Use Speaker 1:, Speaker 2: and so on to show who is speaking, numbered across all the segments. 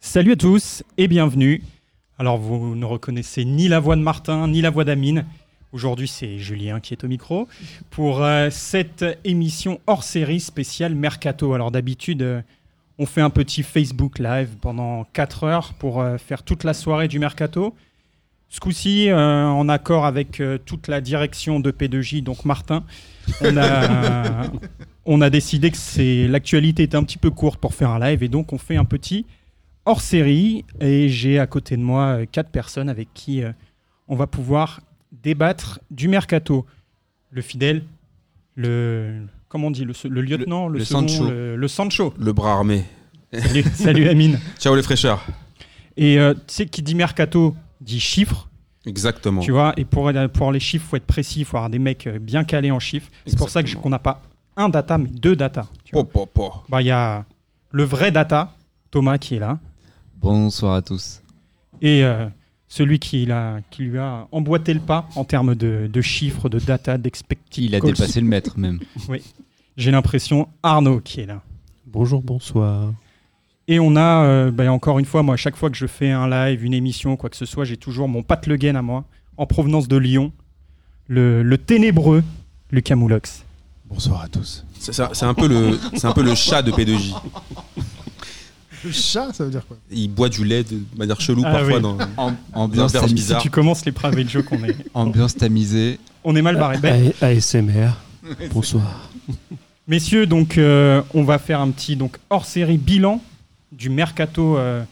Speaker 1: Salut à tous et bienvenue. Alors vous ne reconnaissez ni la voix de Martin ni la voix d'Amine. Aujourd'hui c'est Julien qui est au micro pour euh, cette émission hors série spéciale Mercato. Alors d'habitude euh, on fait un petit Facebook Live pendant 4 heures pour euh, faire toute la soirée du Mercato. Ce coup-ci, euh, en accord avec euh, toute la direction de P2J, donc Martin, on a, on a décidé que c'est, l'actualité était un petit peu courte pour faire un live et donc on fait un petit hors série. Et j'ai à côté de moi euh, quatre personnes avec qui euh, on va pouvoir débattre du mercato. Le fidèle, le. Comment on dit Le, se- le lieutenant, le,
Speaker 2: le
Speaker 1: second,
Speaker 2: Sancho.
Speaker 1: Le, le Sancho.
Speaker 2: Le bras armé.
Speaker 1: Salut, salut Amine.
Speaker 2: Ciao les fraîcheurs.
Speaker 1: Et euh, tu sais, qui dit mercato dit chiffres.
Speaker 2: Exactement.
Speaker 1: Tu vois, et pour, euh, pour avoir les chiffres, faut être précis, faut avoir des mecs euh, bien calés en chiffres. C'est pour ça que je-
Speaker 2: Exactement.
Speaker 1: qu'on n'a pas un data, mais deux data. tu
Speaker 3: Oh.
Speaker 1: vois.
Speaker 2: Po, po, po.
Speaker 1: Bah, il y a le vrai data, Thomas qui est là,
Speaker 3: Bonsoir à tous.
Speaker 1: et euh, celui qui, l'a- qui lui a emboîté le pas en termes de, de chiffres, de data, d'expectative.
Speaker 3: Il a dépassé le maître même.
Speaker 1: J'ai l'impression Arnaud qui est là.
Speaker 4: Bonjour, bonsoir.
Speaker 1: Et on a, euh, bah, encore une fois, moi, à chaque fois que je fais un live, une émission, quoi que ce soit, j'ai toujours mon Pat Le Guen à moi, en provenance de Lyon, le, le ténébreux Lucas Moulox.
Speaker 4: Bonsoir à tous.
Speaker 2: C'est c'est- c'est un, peu le- c'est un peu le chat de P2J.
Speaker 5: Le chat, ça veut dire quoi
Speaker 2: Il boit du lait de manière chelou
Speaker 1: Ah
Speaker 2: parfois.
Speaker 1: oui.
Speaker 2: dans-
Speaker 3: ambiance,
Speaker 2: verbe
Speaker 3: tami-
Speaker 1: Si
Speaker 2: bizarre.
Speaker 1: tu commences les private jokes, on est,
Speaker 3: ambiance tamisée.
Speaker 1: on est mal barré. Ben,
Speaker 4: A- ASMR. Bonsoir.
Speaker 1: messieurs, donc euh, on va faire un petit donc hors série bilan du mercato euh,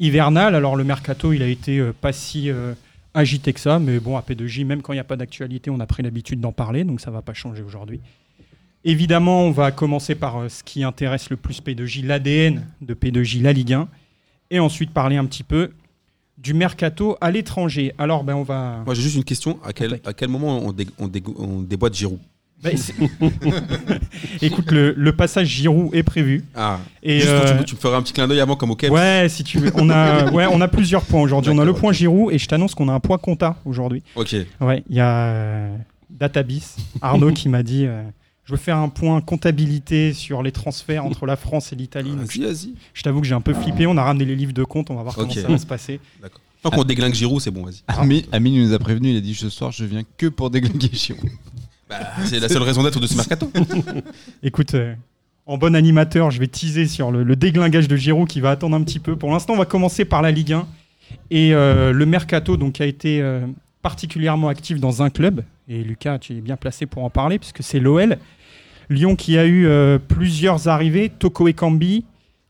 Speaker 1: hivernal. Alors le mercato, il a été euh, pas si euh, agité que ça, mais bon à P2J, même quand il n'y a pas d'actualité, on a pris l'habitude d'en parler, donc ça va pas changer aujourd'hui. Évidemment, on va commencer par euh, ce qui intéresse le plus P2J, l'ADN de P2J, la Ligue 1, et ensuite parler un petit peu du mercato à l'étranger. Alors ben on va
Speaker 2: Moi j'ai juste une question. À quel, à quel moment on, dé- on, dé- on déboîte Giroud
Speaker 1: Bah, c'est- Écoute, le, le passage Giroud est prévu.
Speaker 2: Ah,
Speaker 1: Et
Speaker 2: juste
Speaker 1: euh,
Speaker 2: tu, tu me feras un petit clin d'œil avant comme au Cape.
Speaker 1: ouais, si tu veux, on a, ouais, on a plusieurs points aujourd'hui. On a le
Speaker 2: D'accord,
Speaker 1: point Giroud et je t'annonce qu'on a un point compta aujourd'hui.
Speaker 2: Ok.
Speaker 1: Ouais, il y a euh, Databis, Arnaud qui m'a dit. euh, je veux faire un point comptabilité sur les transferts entre la France et l'Italie. Donc,
Speaker 2: Vas-y,
Speaker 1: je
Speaker 2: vas-y.
Speaker 1: je t'avoue que j'ai un peu flippé. On a ramené les livres de compte. On va voir
Speaker 2: Ok.
Speaker 1: comment ça va se passer.
Speaker 2: Tant qu'on déglingue Giroud, c'est bon, vas-y.
Speaker 1: Ah.
Speaker 3: Ami, Amine nous a prévenu, il a dit ce soir je viens que pour déglinguer Giroud.
Speaker 2: Bah, c'est la seule raison d'être de ce mercato.
Speaker 1: Écoute, euh, en bon animateur, je vais teaser sur le, le déglingage de Giroud qui va attendre un petit peu. Pour l'instant, on va commencer par la Ligue 1 et euh, le mercato donc qui a été euh, particulièrement actif dans un club. Et Lucas, tu es bien placé pour en parler puisque c'est l'OL. Lyon qui a eu euh, plusieurs arrivées, Toko Ekambi,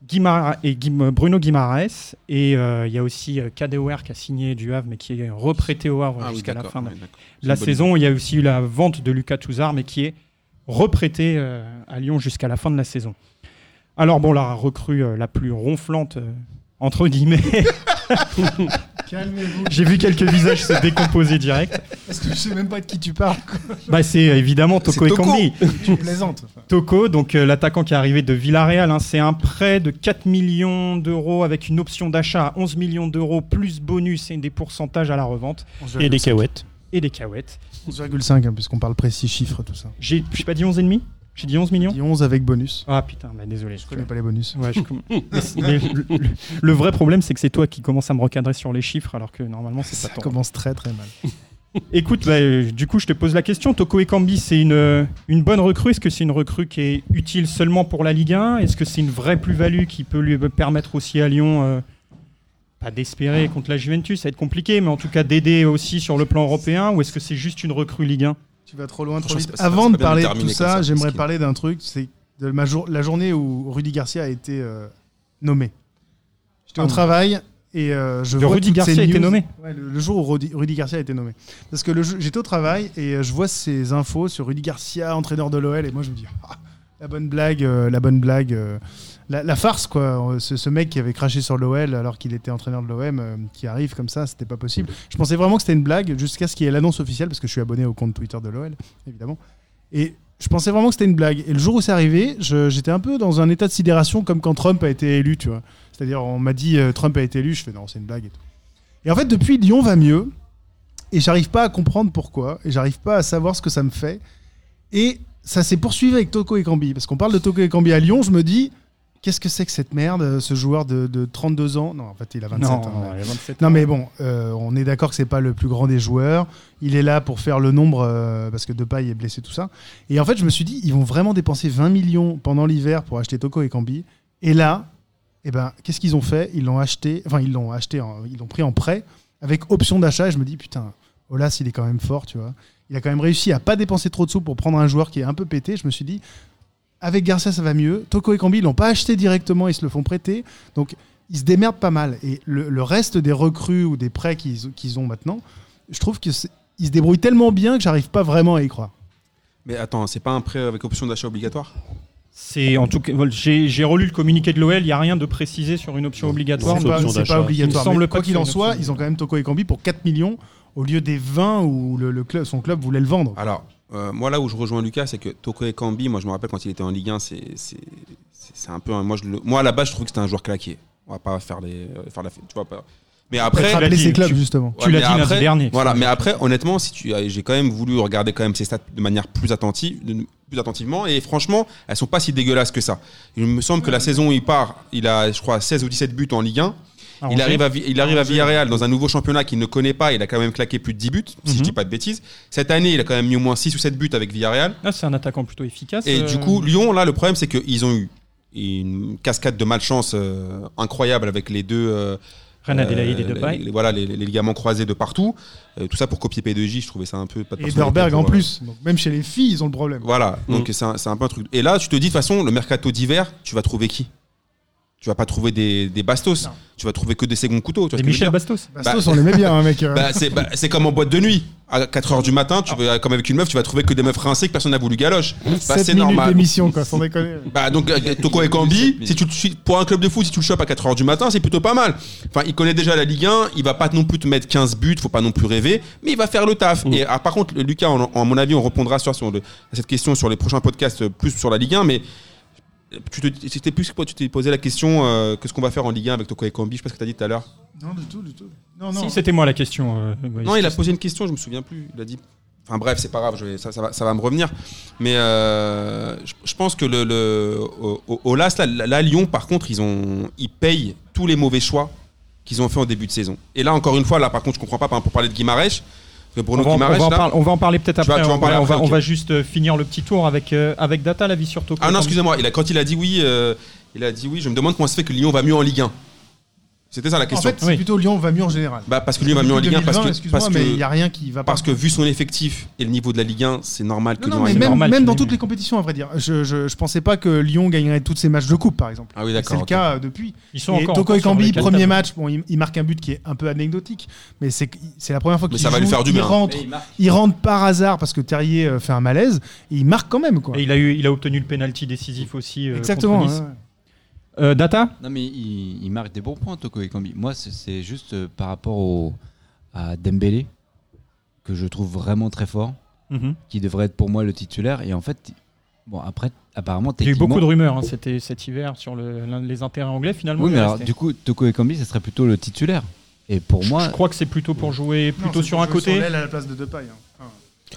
Speaker 1: Guimara- et Guim- Bruno Guimaraes et euh, il y a aussi euh, Kadewere qui a signé du Havre mais qui est reprêté au Havre
Speaker 2: Ah oui,
Speaker 1: jusqu'à la
Speaker 2: d'accord,
Speaker 1: fin de
Speaker 2: ouais, d'accord. C'est
Speaker 1: la
Speaker 2: une bonne
Speaker 1: saison. Il y a aussi eu la vente de Lucas Touzard, mais qui est reprêté euh, à Lyon jusqu'à la fin de la saison. Alors bon, la recrue euh, la plus ronflante, euh, entre guillemets,
Speaker 5: Calmez-vous,
Speaker 1: j'ai vu quelques visages se décomposer direct,
Speaker 5: parce que je sais même pas de qui tu parles, quoi.
Speaker 1: bah, c'est euh, évidemment Toko
Speaker 2: C'est Toko.
Speaker 1: Ekambi.
Speaker 5: tu plaisantes. Enfin,
Speaker 1: Toko, donc euh, l'attaquant qui est arrivé de Villarreal, hein, c'est un prêt de 4 millions d'euros avec une option d'achat à 11 millions d'euros, plus bonus et des pourcentages à la revente,
Speaker 5: 11,5.
Speaker 4: Et des cahuètes.
Speaker 1: et des cahuètes.
Speaker 5: 11,5, hein, puisqu'on parle précis chiffres, tout ça.
Speaker 1: J'ai j'ai pas dit 11 et demi J'ai dit 11 millions
Speaker 5: Dit 11 avec bonus.
Speaker 1: Ah putain, bah, désolé.
Speaker 5: Je connais pas les bonus.
Speaker 1: Ouais, je com- Mais c'est- mais le, le- le vrai problème, c'est que c'est toi qui commences à me recadrer sur les chiffres, alors que normalement, c'est
Speaker 5: Ça
Speaker 1: pas toi.
Speaker 5: commence très très mal.
Speaker 1: Écoute, bah, euh, du coup, je te pose la question. Toko Ekambi, c'est une, euh, une bonne recrue. Est-ce que c'est une recrue qui est utile seulement pour la Ligue 1 Est-ce que c'est une vraie plus-value qui peut lui permettre aussi à Lyon, euh, pas d'espérer contre la Juventus, ça va être compliqué, mais en tout cas d'aider aussi sur le plan européen Ou est-ce que c'est juste une recrue Ligue 1
Speaker 5: Tu vas trop loin, trop
Speaker 2: Franchement,
Speaker 5: vite.
Speaker 2: c'est pas- c'est pas
Speaker 5: Avant
Speaker 2: bien
Speaker 5: de
Speaker 2: de
Speaker 5: parler de
Speaker 2: terminer
Speaker 5: tout
Speaker 2: comme
Speaker 5: ça,
Speaker 2: ça,
Speaker 5: j'aimerais
Speaker 2: parce que-
Speaker 5: parler d'un truc, c'est de ma jour- la journée où Rudy Garcia a été euh, nommé. J'étais
Speaker 1: Ah,
Speaker 5: au
Speaker 1: oui.
Speaker 5: travail et euh, je
Speaker 1: Le
Speaker 5: vois
Speaker 1: Rudy
Speaker 5: toutes
Speaker 1: Garcia
Speaker 5: ces
Speaker 1: a été
Speaker 5: news.
Speaker 1: nommé
Speaker 5: Ouais, le, le jour où Rudy, Rudy Garcia a été nommé. Parce que le jeu- j'étais au travail et euh, je vois ces infos sur Rudy Garcia, entraîneur de l'OL, et moi je me dis Ah, la bonne blague, euh, la bonne blague, euh, la, la farce quoi. Euh, Ce, ce mec qui avait craché sur l'OL alors qu'il était entraîneur de l'OM, euh, qui arrive comme ça, c'était pas possible. Je pensais vraiment que c'était une blague jusqu'à ce qu'il y ait l'annonce officielle parce que je suis abonné au compte Twitter de l'OL, évidemment. Et je pensais vraiment que c'était une blague. Et le jour où c'est arrivé, je- j'étais un peu dans un état de sidération comme quand Trump a été élu, tu vois. C'est-à-dire, on m'a dit euh, Trump a été élu, je fais non, c'est une blague et tout. Et en fait, depuis, Lyon va mieux. Et j'arrive pas à comprendre pourquoi. Et j'arrive pas à savoir ce que ça me fait. Et ça s'est poursuivi avec Toko et Cambi. Parce qu'on parle de Toko et Cambi à Lyon, je me dis, Qu'est-ce que c'est que cette merde, euh, ce joueur de, de 32 ans Non, en fait, il a 27
Speaker 1: non,
Speaker 5: ans.
Speaker 1: ouais, 27
Speaker 5: hein. Non
Speaker 1: ans.
Speaker 5: mais bon, euh, on est d'accord que c'est pas le plus grand des joueurs. Il est là pour faire le nombre euh, parce que Depay est blessé tout ça. Et en fait, je me suis dit, ils vont vraiment dépenser 20 millions pendant l'hiver pour acheter Toko et Cambi. Et là, eh ben, qu'est-ce qu'ils ont fait Ils l'ont acheté, enfin ils l'ont acheté, en- ils l'ont pris en prêt avec option d'achat. Et je me dis putain, Olas il est quand même fort, tu vois. Il a quand même réussi à pas dépenser trop de sous pour prendre un joueur qui est un peu pété. Je me suis dit, avec Garcia ça va mieux. Toko et Cambi ils l'ont pas acheté directement, ils se le font prêter. Donc ils se démerdent pas mal. Et le, le reste des recrues ou des prêts qu'ils qu'ils ont maintenant, je trouve qu'ils se débrouillent tellement bien que j'arrive pas vraiment à y croire.
Speaker 2: Mais attends, c'est pas un prêt avec option d'achat obligatoire
Speaker 1: C'est en tout cas, voilà, j'ai j'ai relu le communiqué de l'OL, il n'y a rien de précisé sur une option obligatoire.
Speaker 5: Bah, C'est
Speaker 4: une
Speaker 5: pas,
Speaker 4: option
Speaker 5: c'est pas
Speaker 4: d'achat.
Speaker 5: obligatoire.
Speaker 1: Il me
Speaker 5: mais
Speaker 1: semble
Speaker 5: quoi
Speaker 1: pas
Speaker 5: qu'il
Speaker 1: que
Speaker 5: en
Speaker 1: c'est une
Speaker 5: soit,
Speaker 1: option.
Speaker 5: ils ont quand même Toko et Cambi pour 4 millions au lieu des 20 où le, le club, son club voulait le vendre.
Speaker 2: Alors, euh, moi là où je rejoins Lucas, c'est que Toko Ekambi, moi je me rappelle quand il était en Ligue 1, c'est c'est- c'est- c'est un peu. un- moi, je le- moi à la base, je trouve que c'était un joueur claqué. On va pas faire, les, euh, faire la fête, tu vois. Pas. Mais après.
Speaker 5: Après,
Speaker 1: tu l'as dit,
Speaker 5: ses clubs,
Speaker 1: tu-
Speaker 5: justement.
Speaker 1: Tu l'as
Speaker 2: mais
Speaker 1: dit lundi
Speaker 2: après-
Speaker 1: dernier.
Speaker 2: Voilà, mais après, honnêtement, si tu, euh, j'ai quand même voulu regarder quand même ces stats de manière plus attentive, de- plus attentivement, et franchement, elles sont pas si dégueulasses que ça. Il me semble que la saison où il part, il a, je crois, 16 ou 17 buts en Ligue 1.
Speaker 1: Arrangé.
Speaker 2: Il arrive, à, Vi- il arrive à
Speaker 1: Ah, Angers.
Speaker 2: Villarreal dans un nouveau championnat qu'il ne connaît pas. Il a quand même claqué plus de 10 buts, si je
Speaker 1: Mhm.
Speaker 2: dis pas de bêtises. Cette année, il a quand même mis au moins 6 ou 7 buts avec Villarreal.
Speaker 1: Ah, c'est un attaquant plutôt efficace.
Speaker 2: Et
Speaker 1: euh,
Speaker 2: du coup, Lyon, là, le problème, c'est qu'ils ont eu une cascade de malchance euh, incroyable avec les deux. euh,
Speaker 1: Reine Adélaïde
Speaker 2: euh,
Speaker 1: et Depay.
Speaker 2: les- les- Voilà, les, les- les ligaments croisés de partout. Euh, tout ça pour copier P2J, je trouvais ça un peu. pas de
Speaker 5: Et
Speaker 2: personnalité
Speaker 5: Dorberg
Speaker 2: pour,
Speaker 5: en
Speaker 2: euh,
Speaker 5: plus. Mm. Donc, même chez les filles, ils ont le problème.
Speaker 2: Voilà, donc c'est un, c'est un peu un truc. Et là, tu te dis, de toute façon, le mercato d'hiver, tu vas trouver qui Tu vas pas trouver des, des bastos.
Speaker 5: Non.
Speaker 2: Tu vas trouver que des seconds couteaux. Tu vois
Speaker 1: Et
Speaker 2: ce que je veux
Speaker 1: Michel
Speaker 2: dire
Speaker 1: Bastos.
Speaker 5: Bastos, on l'aimait bien, hein, mec. euh.
Speaker 2: Bah, c'est bah, c'est comme en boîte de nuit. À 4h du matin, tu vas, comme avec une meuf, tu vas trouver que des meufs rincées que personne n'a voulu galoche. Bah,
Speaker 5: 7
Speaker 2: c'est
Speaker 5: minutes
Speaker 2: normal.
Speaker 5: d'émission, quoi, sans déconner.
Speaker 2: Bah, donc, euh, Toko et Kambi, si tu le suis- pour un club de foot, si tu le chopes à 4h du matin, c'est plutôt pas mal. Enfin, il connaît déjà la Ligue 1, il va pas non plus te mettre 15 buts, faut pas non plus rêver, mais il va faire le taf. Et ah, par contre, Lucas, en, en mon avis, on répondra sur, sur le- à cette question sur les prochains podcasts, euh, plus sur la Ligue 1, mais euh, tu te- c'était plus que tu t'es posé la question euh, qu'est-ce qu'on va faire en Ligue 1 avec Toko et Kambi, je sais pas ce que t'as dit tout à l'heure.
Speaker 5: Non, du tout, du tout. Non, non.
Speaker 1: Si, c'était moi la question. euh, ouais,
Speaker 2: Non, il a posé une question, je me souviens plus. Il a dit. Enfin bref, c'est pas grave, je vais- ça, ça va, ça va me revenir. Mais euh, je, je pense que le, le- au, au- au LAS, là, là, Lyon, par contre, ils, ont, ils payent tous les mauvais choix qu'ils ont fait en début de saison. Et là, encore une fois, là, par contre, je comprends pas, par exemple, pour parler de Guimarães, que
Speaker 1: On
Speaker 2: Bruno
Speaker 1: va, en- on va
Speaker 2: Guimarães,
Speaker 1: en
Speaker 2: là-
Speaker 1: parler- on va en parler peut-être
Speaker 2: Tu vas-
Speaker 1: après.
Speaker 2: tu vas en parler
Speaker 1: on, va,
Speaker 2: après,
Speaker 1: on
Speaker 2: ok.
Speaker 1: va juste euh, finir le petit tour avec, euh, avec Data, la vie sur Toko.
Speaker 2: Ah non, excusez-moi, il a- quand il a dit oui, euh, il a dit oui, je me demande comment se fait que Lyon va mieux en Ligue 1. C'était ça la
Speaker 5: En
Speaker 2: question.
Speaker 5: fait, c'est
Speaker 1: Oui.
Speaker 5: plutôt Lyon va mieux en général.
Speaker 2: bah, parce que Lyon va mieux en Ligue 1 parce
Speaker 5: 2020,
Speaker 2: que,
Speaker 5: excuse-moi,
Speaker 2: parce
Speaker 5: mais il
Speaker 2: que,
Speaker 5: n'y a rien qui va pas.
Speaker 2: parce que vu son effectif et le niveau de la Ligue 1, c'est normal que
Speaker 5: Non, non,
Speaker 2: Lyon
Speaker 5: mais
Speaker 2: aille
Speaker 5: même,
Speaker 2: mieux.
Speaker 1: normal
Speaker 5: même
Speaker 1: qu'il
Speaker 5: dans
Speaker 1: ait-
Speaker 5: toutes les compétitions, à vrai dire. Je, je, je pensais pas que Lyon gagnerait tous ses matchs de coupe, par exemple.
Speaker 2: Ah oui,
Speaker 5: Et C'est
Speaker 2: d'accord.
Speaker 5: le
Speaker 2: ok.
Speaker 5: cas euh, depuis.
Speaker 1: Ils sont
Speaker 5: Et
Speaker 1: encore.
Speaker 5: Toko
Speaker 1: encore
Speaker 5: et
Speaker 1: sur les
Speaker 5: Cambi,
Speaker 1: quatre
Speaker 5: premier
Speaker 1: tables.
Speaker 5: match, bon, il, il marque un but qui est un peu anecdotique, mais c'est que- c'est la première fois
Speaker 2: Mais
Speaker 5: qu'il
Speaker 2: ça va lui
Speaker 5: joue,
Speaker 2: faire du
Speaker 5: Il
Speaker 2: bien.
Speaker 5: rentre, il rentre par hasard parce que Terrier euh, fait un malaise, et il marque quand même, quoi.
Speaker 1: Et il a, eu, il a obtenu le penalty décisif aussi. euh,
Speaker 5: Exactement.
Speaker 1: contre Nice.
Speaker 5: hein.
Speaker 1: Euh, Data
Speaker 6: Non, mais il, il marque des bons points, Toko Ekambi. Moi, c'est- c'est juste euh, par rapport au, à Dembélé, que je trouve vraiment très fort,
Speaker 1: Mhm.
Speaker 6: qui devrait être pour moi le titulaire. Et en fait, bon, après, apparemment,
Speaker 1: Il y a eu
Speaker 6: techniquement-
Speaker 1: beaucoup de rumeurs hein, c'était cet hiver sur le- l'un- les intérêts anglais finalement.
Speaker 6: Oui,
Speaker 1: il
Speaker 6: mais
Speaker 1: est
Speaker 6: alors,
Speaker 1: resté.
Speaker 6: du coup, Toko Ekambi, ce serait plutôt le titulaire. Et pour
Speaker 1: Je-
Speaker 6: moi,
Speaker 1: je crois que c'est plutôt pour jouer
Speaker 5: Non,
Speaker 1: plutôt
Speaker 5: c'est
Speaker 1: sur
Speaker 5: pour
Speaker 1: un
Speaker 5: jouer
Speaker 1: côté.
Speaker 5: l'aile à la place de Depay. hein. Enfin,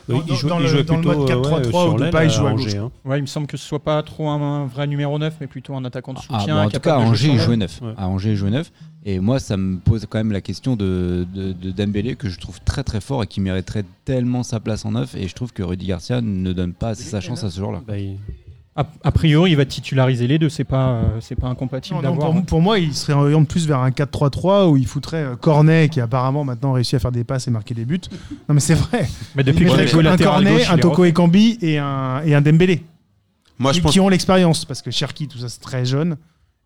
Speaker 4: Oui,
Speaker 5: Dans-
Speaker 4: il
Speaker 5: dans-
Speaker 4: jouait,
Speaker 5: dans
Speaker 4: il
Speaker 5: le-
Speaker 4: jouait
Speaker 5: dans le
Speaker 4: plutôt
Speaker 5: mode 4-3-3
Speaker 4: euh,
Speaker 5: où
Speaker 4: sur
Speaker 5: Depay
Speaker 4: l'aile à
Speaker 5: jouait à
Speaker 4: Angers, hein.
Speaker 1: Ouais, il me semble que ce soit pas trop un, un vrai numéro 9, mais plutôt un attaquant de
Speaker 6: Ah,
Speaker 1: soutien.
Speaker 6: bon, en tout cas, à
Speaker 1: capable de
Speaker 6: Angers,
Speaker 1: jouer
Speaker 6: il
Speaker 1: sur
Speaker 6: jouait neuf.
Speaker 4: Ouais.
Speaker 6: À Angers, il jouait neuf. Et moi, ça me pose quand même la question de, de, de Dembélé, que je trouve très très fort et qui mériterait tellement sa place en neuf. Et je trouve que Rudy Garcia ne donne pas assez sa chance à ce joueur-là.
Speaker 4: Bah, il-
Speaker 1: A, a priori, il va titulariser les deux. C'est pas, euh, c'est pas incompatible
Speaker 5: non, non,
Speaker 1: d'avoir. hein.
Speaker 5: pour, pour moi, il serait orienté plus vers un 4-3-3 où il foutrait euh, Cornet, qui apparemment maintenant réussit à faire des passes et marquer des buts. Non, mais c'est vrai.
Speaker 1: Mais
Speaker 5: Il
Speaker 1: depuis qu'il a
Speaker 5: mettrait
Speaker 1: joué
Speaker 5: un
Speaker 1: latéral
Speaker 5: Cornet,
Speaker 1: gauche,
Speaker 5: un
Speaker 1: il est
Speaker 5: Toko
Speaker 1: refait.
Speaker 5: et Cambi et un, et un Dembélé,
Speaker 2: Moi, je
Speaker 5: qui,
Speaker 2: pense.
Speaker 5: qui ont l'expérience, parce que Cherki, tout ça, c'est très jeune.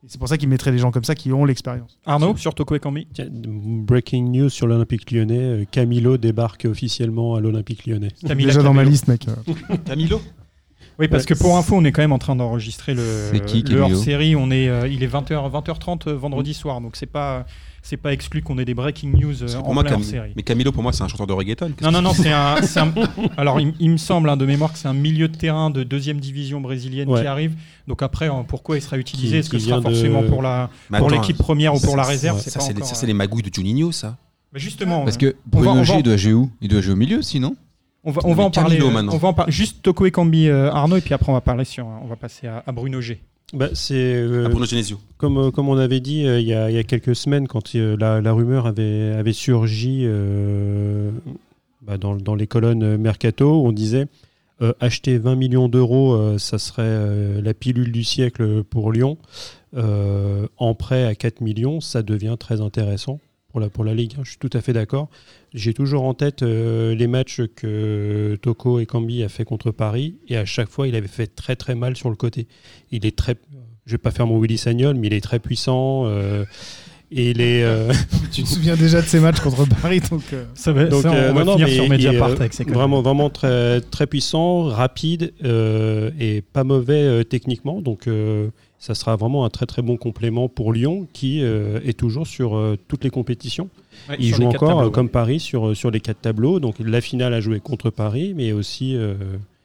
Speaker 5: Et C'est pour ça qu'ils mettraient des gens comme ça qui ont l'expérience.
Speaker 1: Arnaud sur Toko et Kambi.
Speaker 4: Tiens, breaking news sur l'Olympique lyonnais euh, Camilo débarque officiellement à l'Olympique lyonnais.
Speaker 1: Camila
Speaker 5: Déjà dans ma
Speaker 1: Cabello.
Speaker 5: liste, mec. euh.
Speaker 2: Camilo
Speaker 1: Oui, parce
Speaker 4: Ouais.
Speaker 1: que pour info, on est quand même en train d'enregistrer le,
Speaker 6: C'est qui, Mm.
Speaker 1: le
Speaker 6: Camilo
Speaker 1: hors-série. On est, euh, il est 20h, 20h30 euh, vendredi soir, donc c'est pas, c'est pas exclu qu'on ait des breaking news euh,
Speaker 2: Parce que
Speaker 1: en
Speaker 2: pour moi,
Speaker 1: plein
Speaker 2: Cam-
Speaker 1: hors-série.
Speaker 2: Mais Camilo, pour moi, c'est un chanteur de reggaeton.
Speaker 1: Non, non, non, c'est un, c'est un- Alors, il, il me semble, hein, de mémoire, que c'est un milieu de terrain de deuxième division brésilienne
Speaker 4: Ouais.
Speaker 1: qui arrive. Donc après, hein, pourquoi il sera utilisé
Speaker 4: Qui-
Speaker 1: Est-ce que
Speaker 4: qui
Speaker 1: ce sera
Speaker 4: vient de-
Speaker 1: forcément pour la,
Speaker 2: Mais
Speaker 1: pour
Speaker 2: Bah, attends,
Speaker 1: l'équipe première ou pour la réserve
Speaker 2: Ça,
Speaker 1: pas
Speaker 2: c'est les,
Speaker 1: encore,
Speaker 2: ça,
Speaker 1: euh,
Speaker 2: c'est les magouilles de Juninho, ça.
Speaker 1: Bah, Justement,
Speaker 6: Parce que
Speaker 1: On va- on
Speaker 6: Bruno
Speaker 1: va-
Speaker 6: G, il doit jouer où Il doit jouer au milieu, sinon
Speaker 1: on va, on va
Speaker 2: Mais
Speaker 1: en parler.
Speaker 2: Camilo,
Speaker 1: euh,
Speaker 2: maintenant.
Speaker 1: on va en par- Juste Toko et Kambi, euh, Arnaud, et puis après on va parler sur, on va passer à, à Bruno G.
Speaker 4: Bah, c'est euh,
Speaker 2: à Bruno Genesio.
Speaker 4: comme, euh, comme on avait dit euh, il y, a, il y a quelques semaines, quand euh, la, la rumeur avait, avait surgi euh, bah, dans, dans les colonnes Mercato, on disait euh, acheter 20 millions d'euros, euh, ça serait euh, la pilule du siècle pour Lyon. Euh, en prêt à 4 millions, ça devient très intéressant pour la, pour la Ligue. hein, Je suis tout à fait d'accord. J'ai toujours en tête euh, les matchs que Toko et Cambi a fait contre Paris, et à chaque fois, il avait fait très très mal sur le côté. Il est très je vais pas faire mon Willy Sagnol, mais il est très puissant. euh, et il est. euh,
Speaker 5: Tu te souviens déjà de ces matchs contre Paris, donc. euh,
Speaker 1: Ça va,
Speaker 4: donc,
Speaker 1: ça, on
Speaker 4: euh,
Speaker 1: va
Speaker 4: non, non,
Speaker 1: finir
Speaker 4: mais
Speaker 1: sur
Speaker 4: il
Speaker 1: Mediapart
Speaker 4: est, euh,
Speaker 1: avec ses conneries.
Speaker 4: Vraiment, vraiment très, très puissant, rapide euh, et pas mauvais euh, techniquement. Donc, euh, ça sera vraiment un très très bon complément pour Lyon qui euh, est toujours sur euh, toutes les compétitions.
Speaker 1: Ouais,
Speaker 4: Il
Speaker 1: sur
Speaker 4: joue
Speaker 1: les quatre
Speaker 4: encore
Speaker 1: tableaux,
Speaker 4: euh,
Speaker 1: ouais.
Speaker 4: comme Paris sur, euh, sur les quatre tableaux. Donc la finale à jouer contre Paris, mais aussi, euh,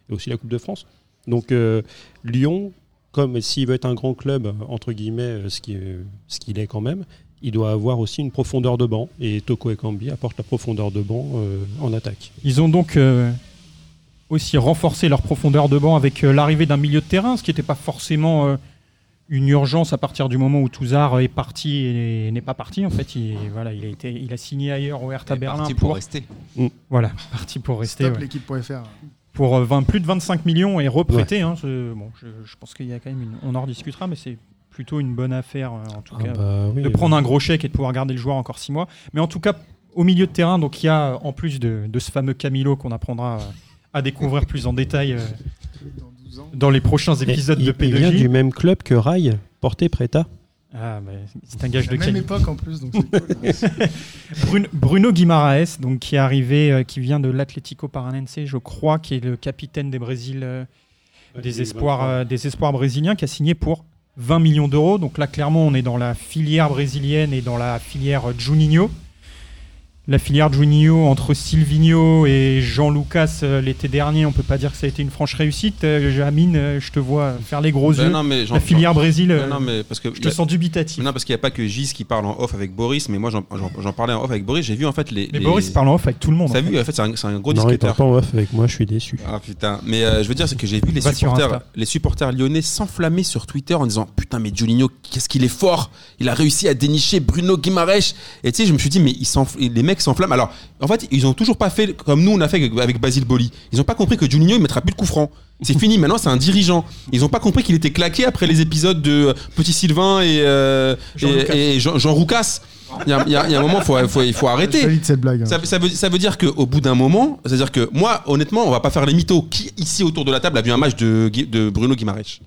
Speaker 4: et aussi la Coupe de France. Donc euh, Lyon, comme s'il veut être un grand club, entre guillemets, euh, ce qui, euh, ce qu'il est quand même, il doit avoir aussi une profondeur de banc. Et Toko Ekambi apporte la profondeur de banc euh, en attaque.
Speaker 1: Ils ont donc euh, aussi renforcé leur profondeur de banc avec euh, l'arrivée d'un milieu de terrain, ce qui n'était pas forcément euh, une urgence à partir du moment où Touzard est parti et n'est pas parti. En fait, il, voilà, il, a été, il a signé ailleurs au Hertha
Speaker 6: Il est
Speaker 1: Berlin
Speaker 6: parti
Speaker 1: pour,
Speaker 6: pour rester.
Speaker 1: voilà, parti pour rester
Speaker 5: Stop
Speaker 1: ouais.
Speaker 5: l'équipe.fr.
Speaker 1: pour euh, 20 plus de 25 millions et reprêté. hein, je, bon, je, je pense qu'il y a quand même une, on en rediscutera, mais c'est plutôt une bonne affaire euh, en tout
Speaker 6: Ah,
Speaker 1: cas de prendre un gros chèque et de pouvoir garder le joueur encore 6 mois. Mais en tout cas, au milieu de terrain, donc il y a euh, en plus de, de ce fameux Camilo qu'on apprendra euh, à découvrir plus en détail euh,
Speaker 5: Dans 12 ans.
Speaker 1: dans les prochains épisodes
Speaker 4: il,
Speaker 1: de
Speaker 4: il vient
Speaker 1: P2J.
Speaker 4: du même club que Rai, porté Preta.
Speaker 1: Ah, bah, c'est un gage
Speaker 5: La
Speaker 1: de
Speaker 5: même
Speaker 1: qualité.
Speaker 5: époque en plus, donc c'est cool.
Speaker 1: Bruno, Bruno Guimaraes, donc qui est arrivé, euh, qui vient de l'Atlético Paranense, je crois, qui est le capitaine des Brésil, euh, des espoirs, euh, des espoirs brésiliens, qui a signé pour 20 millions d'euros. Donc là, clairement, on est dans la filière brésilienne et dans la filière euh, Juninho. La filière Juninho entre Silvinho et Jean Lucas euh, l'été dernier, on peut pas dire que ça a été une franche réussite. Euh, Amine, euh, je te vois faire les gros
Speaker 2: Ben
Speaker 1: yeux.
Speaker 2: non, mais j'en-
Speaker 1: la filière Brésil,
Speaker 2: j'en-
Speaker 1: euh,
Speaker 2: Ben non, mais parce que
Speaker 1: je te sens dubitatif.
Speaker 2: Non, parce qu'il n'y a pas que Gis qui parle en off avec Boris, mais moi j'en- j'en j'en parlais en off avec Boris, j'ai vu en fait les.
Speaker 1: Mais
Speaker 2: les-
Speaker 1: Boris parle en off avec tout le monde.
Speaker 2: T'as
Speaker 1: en fait.
Speaker 2: vu, en fait, c'est un, c'est un gros
Speaker 4: Non, il
Speaker 2: disquetteur.
Speaker 4: parle pas en off avec moi, je suis déçu.
Speaker 2: Ah putain, mais euh, je veux dire, c'est que j'ai vu les
Speaker 1: Va sur
Speaker 2: supporters,
Speaker 1: Insta.
Speaker 2: les supporters lyonnais s'enflammer sur Twitter en disant Putain, mais Juninho, qu'est-ce qu'il est fort Il a réussi à dénicher Bruno Guimaraes. Et tu sais, je me suis dit, mais ils s'enf- les mecs s'enflamment. Alors, en fait, ils ont toujours pas fait comme nous, on a fait avec- avec Basile Boli. Ils n'ont pas compris que Juninho, il mettra plus de coups francs. C'est fini, maintenant, c'est un dirigeant. Ils n'ont pas compris qu'il était claqué après les épisodes de euh, Petit Sylvain et, euh,
Speaker 1: Jean
Speaker 2: et-
Speaker 1: Roucas.
Speaker 2: et Jean, Jean Roucas. Il y, a- il y a il y a un moment, il faut, faut, il faut
Speaker 5: Je
Speaker 2: arrêter.
Speaker 5: valide cette blague. hein.
Speaker 2: Ça, ça veut, ça veut dire qu'au bout d'un moment, c'est-à-dire que moi, honnêtement, on va pas faire les mythos. Qui ici autour de la table a vu un match de, Gui- de Bruno Guimarães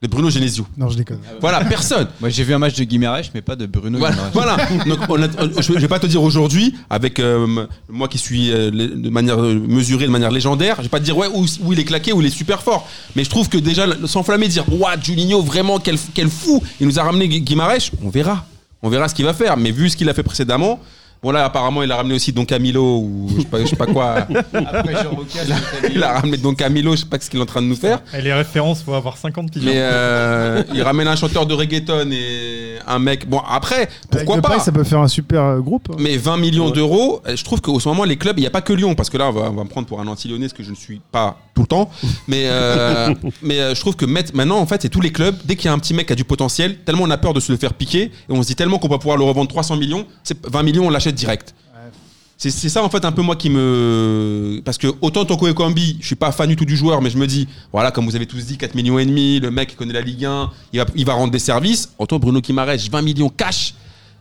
Speaker 2: De Bruno Genesio
Speaker 5: Non, je déconne.
Speaker 2: Voilà, personne.
Speaker 6: Moi, j'ai vu un match de Guimarães, mais pas de Bruno
Speaker 2: Voilà,
Speaker 6: Guimarães.
Speaker 2: voilà. Donc, on a- on- je, je vais pas te dire aujourd'hui, avec euh, moi qui suis euh, lé- de manière euh, mesurée, de manière légendaire, je vais pas te dire ouais où, où il est claqué, où il est super fort. Mais je trouve que déjà le- s'enflammer, dire ouah Juninho vraiment quel, quel fou, il nous a ramené Gui- Guimarães. On verra, on verra ce qu'il va faire. Mais vu ce qu'il a fait précédemment. Bon là apparemment il a ramené aussi Don Camilo ou je sais pas, je sais pas quoi.
Speaker 6: Après Jean Roca, je
Speaker 2: Il a ramené donc Camilo, je sais pas ce qu'il est en train de nous faire,
Speaker 1: Et les références, faut avoir 50 pigeons.
Speaker 2: mais euh, il ramène un chanteur de reggaeton et un mec. Bon après, pourquoi
Speaker 5: Avec
Speaker 2: pas
Speaker 5: Depay, ça peut faire un super euh, groupe. hein.
Speaker 2: Mais 20 millions d'euros, euh, je trouve qu'au ce moment les clubs, il n'y a pas que Lyon, parce que là on va, on va me prendre pour un anti-lyonnais, ce que je ne suis pas tout le temps. Mais euh, mais euh, je trouve que mettre- maintenant en fait c'est tous les clubs. Dès qu'il y a un petit mec qui a du potentiel, tellement on a peur de se le faire piquer et on se dit tellement qu'on va pouvoir le revendre 300 millions, c'est 20 millions on l'achète direct. C'est c'est ça en fait un peu moi qui me parce que autant Tonko Ekambi, je suis pas fan du tout du joueur mais je me dis voilà comme vous avez tous dit 4 millions et demi, le mec il connaît la Ligue 1, il va, il va rendre des services. Autant Bruno Kimarèche 20 millions cash.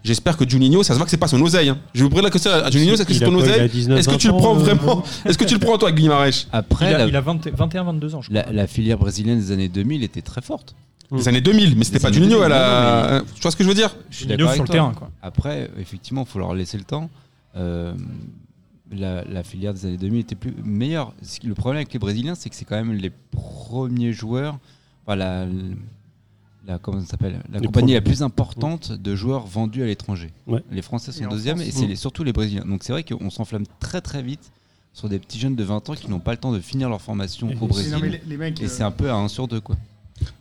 Speaker 2: J'espère que Juninho, ça se voit que c'est pas son oseille. hein. Je vais ouvrir la question à Juninho, est-ce que
Speaker 4: Il
Speaker 2: c'est
Speaker 4: a
Speaker 2: ton
Speaker 4: quoi, il a
Speaker 2: oseille
Speaker 4: 19,
Speaker 2: Est-ce que tu le
Speaker 4: 20
Speaker 2: prends
Speaker 4: ans, euh,
Speaker 2: vraiment Est-ce que tu le prends toi Guimarèche
Speaker 1: il
Speaker 6: Après,
Speaker 1: a,
Speaker 6: la,
Speaker 1: il a 20 21-22 ans, je crois.
Speaker 6: la- la filière brésilienne des années 2000 était très forte.
Speaker 4: Mm.
Speaker 2: Les années 2000, mais c'était
Speaker 6: Les
Speaker 2: pas
Speaker 6: années
Speaker 2: Juninho à
Speaker 6: 2000,
Speaker 2: la Tu vois ce que je veux dire
Speaker 6: Je suis
Speaker 1: Juninho
Speaker 6: d'accord
Speaker 1: sur
Speaker 6: avec
Speaker 1: le
Speaker 6: toi.
Speaker 1: terrain, quoi.
Speaker 6: Après, effectivement, il faut leur laisser le temps. Euh, la, la filière des années 2000 était plus meilleure. Ce qui- Le problème avec les Brésiliens, c'est que c'est quand même les premiers joueurs, enfin, la, la- comment ça s'appelle La
Speaker 4: Les
Speaker 6: compagnie
Speaker 4: premiers.
Speaker 6: la plus importante de joueurs vendus à l'étranger.
Speaker 4: Ouais.
Speaker 6: Les Français
Speaker 5: Et
Speaker 6: sont
Speaker 5: en
Speaker 6: deuxièmes
Speaker 5: France.
Speaker 6: et c'est les- surtout les Brésiliens. Donc c'est vrai qu'on s'enflamme très très vite sur des petits jeunes de 20 ans qui n'ont pas le temps de finir leur formation
Speaker 4: Et
Speaker 6: au
Speaker 4: c'est-
Speaker 5: Mais non, mais
Speaker 6: Brésil.
Speaker 5: les, les mecs,
Speaker 6: Et
Speaker 5: euh,
Speaker 6: c'est un peu à 1 sur 2 quoi.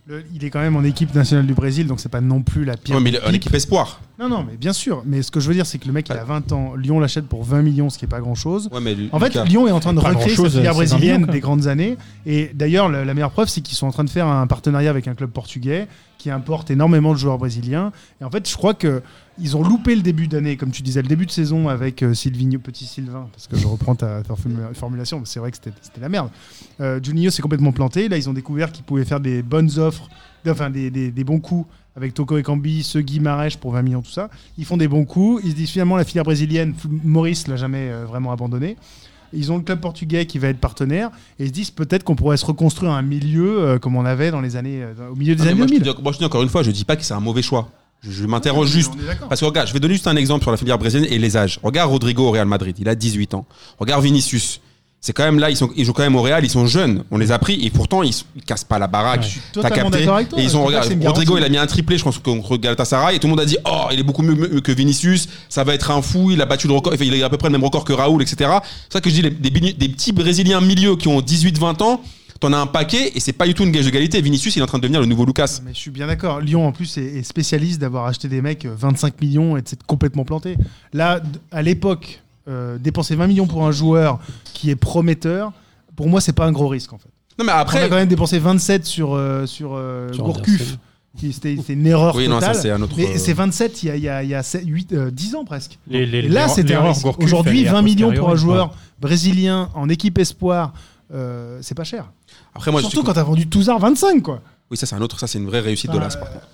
Speaker 5: Le- il est quand même en équipe nationale du Brésil, donc c'est pas non plus la pire.
Speaker 2: Non, mais le- en
Speaker 5: pipe.
Speaker 2: équipe espoir.
Speaker 5: Non, non, mais bien sûr. Mais ce que je veux dire, c'est que le mec, il a 20 ans. Lyon l'achète pour 20 millions, ce qui est pas grand chose.
Speaker 2: Ouais, mais
Speaker 5: En fait,
Speaker 2: Lucas-
Speaker 5: Lyon est en train de
Speaker 1: Pas
Speaker 5: recréer
Speaker 1: grand-chose,
Speaker 5: cette filière
Speaker 1: c'est 20 millions,
Speaker 5: brésilienne
Speaker 1: quoi.
Speaker 5: des grandes années. Et d'ailleurs, le- la meilleure preuve, c'est qu'ils sont en train de faire un partenariat avec un club portugais qui importe énormément de joueurs brésiliens. Et en fait, je crois que ils ont loupé le début d'année, comme tu disais, le début de saison avec euh, Silvinho, petit Sylvain, parce que je reprends ta, ta formu- formulation, mais c'est vrai que c'était c'était la merde. Euh, Juninho s'est complètement planté. Là, ils ont découvert qu'ils pouvaient faire des bonnes offres, enfin des, des- des bons coups avec Toko et Cambi, ce Guy Marèche pour 20 millions, tout ça. Ils font des bons coups. Ils se disent finalement la filière brésilienne, F- Maurice l'a jamais euh, vraiment abandonné. Ils ont le club portugais qui va être partenaire et ils se disent peut-être qu'on pourrait se reconstruire un milieu euh, comme on avait dans les années, euh, au milieu des
Speaker 2: Non, Ah, mais moi,
Speaker 5: années
Speaker 2: je te
Speaker 5: 2000.
Speaker 2: dis- moi, je te dis encore une fois, je dis pas que c'est un mauvais choix. Je, je m'interroge juste.
Speaker 5: On est d'accord.
Speaker 2: Parce que regarde, je vais donner juste un exemple sur la filière brésilienne et les âges. Regarde Rodrigo au Real Madrid, il a 18 ans. Regarde Vinicius. C'est quand même là, ils, sont, ils jouent quand même au Real, ils sont jeunes. On les a pris et pourtant ils, ils cassent pas la baraque.
Speaker 1: Ouais.
Speaker 5: Je suis
Speaker 2: T'as
Speaker 5: totalement
Speaker 2: capté
Speaker 5: d'accord avec toi.
Speaker 2: Et
Speaker 5: Je
Speaker 2: ils
Speaker 5: dis
Speaker 2: ont
Speaker 5: pas que
Speaker 2: regardé.
Speaker 5: c'est une garantie.
Speaker 2: Rodrigo, il a mis un triplé, je pense, contre Galatasaray. Et tout le monde a dit Oh, il est beaucoup mieux, mieux que Vinicius. Ça va être un fou. Il a battu le record. Enfin, il a à peu près le même record que Raoul, etc. C'est ça que je dis les- des, bini- des petits Brésiliens milieux qui ont 18-20 ans. T'en as un paquet et c'est pas du tout une gage d'égalité. Vinicius, il est en train de devenir le nouveau Lucas.
Speaker 5: Mais je suis bien d'accord. Lyon, en plus, est, est spécialiste d'avoir acheté des mecs euh, 25 millions et de s'être complètement planté. Là, d- à l'époque, euh, dépenser 20 millions pour un joueur qui est prometteur, pour moi, c'est pas un gros risque, en fait.
Speaker 2: Non, mais
Speaker 5: Après, on a
Speaker 2: après.
Speaker 5: quand même dépensé 27 sur, euh, sur, euh,
Speaker 4: Sur
Speaker 5: Gourcuff.
Speaker 4: Andersen.
Speaker 5: qui- C'était c'était une erreur
Speaker 2: Oui, non,
Speaker 5: totale.
Speaker 2: ça, c'est un autre- euh,
Speaker 5: Mais c'est 27 il y a, il y a, il y a 8, 10 ans presque.
Speaker 1: Les- les-
Speaker 5: Et là,
Speaker 1: l'erreur-
Speaker 5: c'était un
Speaker 1: l'erreur
Speaker 5: risque.
Speaker 1: Gourcuff,
Speaker 5: Aujourd'hui,
Speaker 1: elle est a
Speaker 5: 20 millions pour un
Speaker 1: posteriori.
Speaker 5: joueur brésilien en équipe espoir, euh, c'est pas cher.
Speaker 2: Après, moi, je
Speaker 5: Surtout
Speaker 2: suis-
Speaker 5: quand t'as vendu Touzard 25, quoi.
Speaker 2: Oui, ça, c'est un autre. Ça, c'est une vraie réussite de
Speaker 5: Enfin,
Speaker 2: l'As, par contre.
Speaker 5: Euh,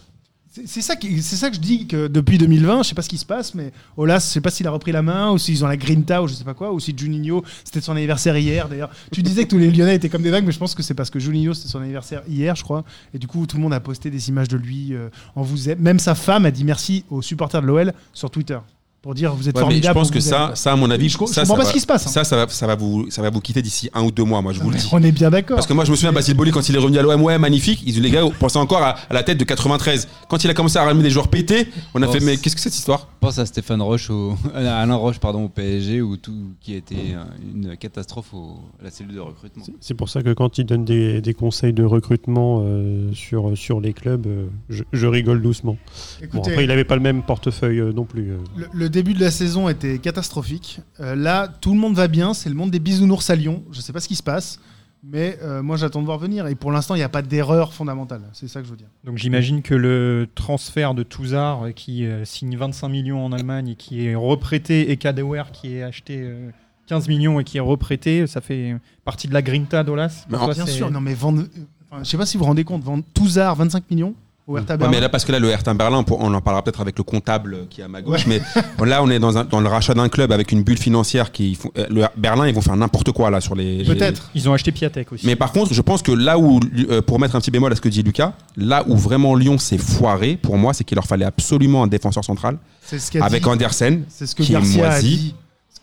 Speaker 5: C'est c'est ça, qui- c'est ça que je dis que depuis 2020, je sais pas ce qui se passe, mais Olas, je sais pas s'il a repris la main ou s'ils ont la grinta ou je sais pas quoi, ou si Juninho, c'était son anniversaire hier d'ailleurs. Tu disais que tous les Lyonnais étaient comme des dingues, mais je pense que c'est parce que Juninho, c'était son anniversaire hier, je crois. Et du coup, tout le monde a posté des images de lui euh, en vous aime. Même sa femme a dit merci aux supporters de l'OL sur Twitter pour dire vous êtes
Speaker 2: Ouais, mais
Speaker 5: formidables.
Speaker 2: je pense
Speaker 5: on
Speaker 2: que
Speaker 5: vous aime.
Speaker 2: ça, ça, à mon avis,
Speaker 5: Je com- je
Speaker 2: ça,
Speaker 5: comprends
Speaker 2: ça
Speaker 5: pas
Speaker 2: va-
Speaker 5: ce qui se passe, hein.
Speaker 2: Ça, ça va, ça va vous, ça va vous quitter d'ici un ou deux mois. Moi, je vous le dis.
Speaker 5: On est bien d'accord.
Speaker 2: Parce que moi, je me souviens, Basile Boli, quand il est revenu à l'OM, ouais, magnifique, ils, les gars pensaient encore à, à la tête de 93. Quand il a commencé à ramener des joueurs pétés, on a
Speaker 6: Oh,
Speaker 2: fait, mais
Speaker 6: c'est-
Speaker 2: qu'est-ce que c'est cette histoire
Speaker 6: pense à Stéphane Roche, au, à Alain Roche pardon, au PSG, où tout, qui a été euh, une catastrophe au- à la cellule de recrutement.
Speaker 4: C'est- C'est pour ça que quand il donne des, des conseils de recrutement euh, sur, sur les clubs, euh, je, je rigole doucement. Bon,
Speaker 5: Écoutez,
Speaker 4: après, il n'avait pas le même portefeuille euh, non plus. euh.
Speaker 5: Le, le début de la saison était catastrophique. Euh, là, tout le monde va bien. C'est le monde des bisounours à Lyon. Je ne sais pas ce qui se passe. Mais euh, moi, j'attends de voir venir. Et pour l'instant, il n'y a pas d'erreur fondamentale. C'est ça que je veux dire.
Speaker 1: Donc j'imagine que le transfert de Touzard euh, qui euh, signe 25 millions en Allemagne et qui est reprêté et Kadewere qui est acheté euh, 15 millions et qui est reprêté, euh, ça fait partie de la grinta d'Olas.
Speaker 2: Mais
Speaker 1: Pour
Speaker 2: en-
Speaker 1: toi,
Speaker 5: Bien
Speaker 1: c'est-
Speaker 5: sûr. Non, mais vendre. enfin, je ne sais pas si vous vous rendez compte. Vendre Touzard 25 millions au Hertha
Speaker 2: Ouais,
Speaker 5: Berlin.
Speaker 2: mais là, parce que là, le Hertha Berlin, pour- on en parlera peut-être avec le comptable qui est à ma gauche, mais là, on est dans, un- dans le rachat d'un club avec une bulle financière qui. ils font- euh, le Berlin, ils vont faire n'importe quoi là sur les.
Speaker 5: Peut-être.
Speaker 1: Ils ont acheté Piatek aussi.
Speaker 2: Mais par contre, je pense que là où, euh, pour mettre un petit bémol à ce que dit Lucas, là où vraiment Lyon s'est foiré, pour moi, c'est qu'il leur fallait absolument un défenseur central
Speaker 5: C'est ce qu'a
Speaker 2: avec
Speaker 5: dit-
Speaker 2: Andersen.
Speaker 5: C'est ce que
Speaker 2: qui est
Speaker 5: Garcia a
Speaker 2: moisi.
Speaker 5: dit.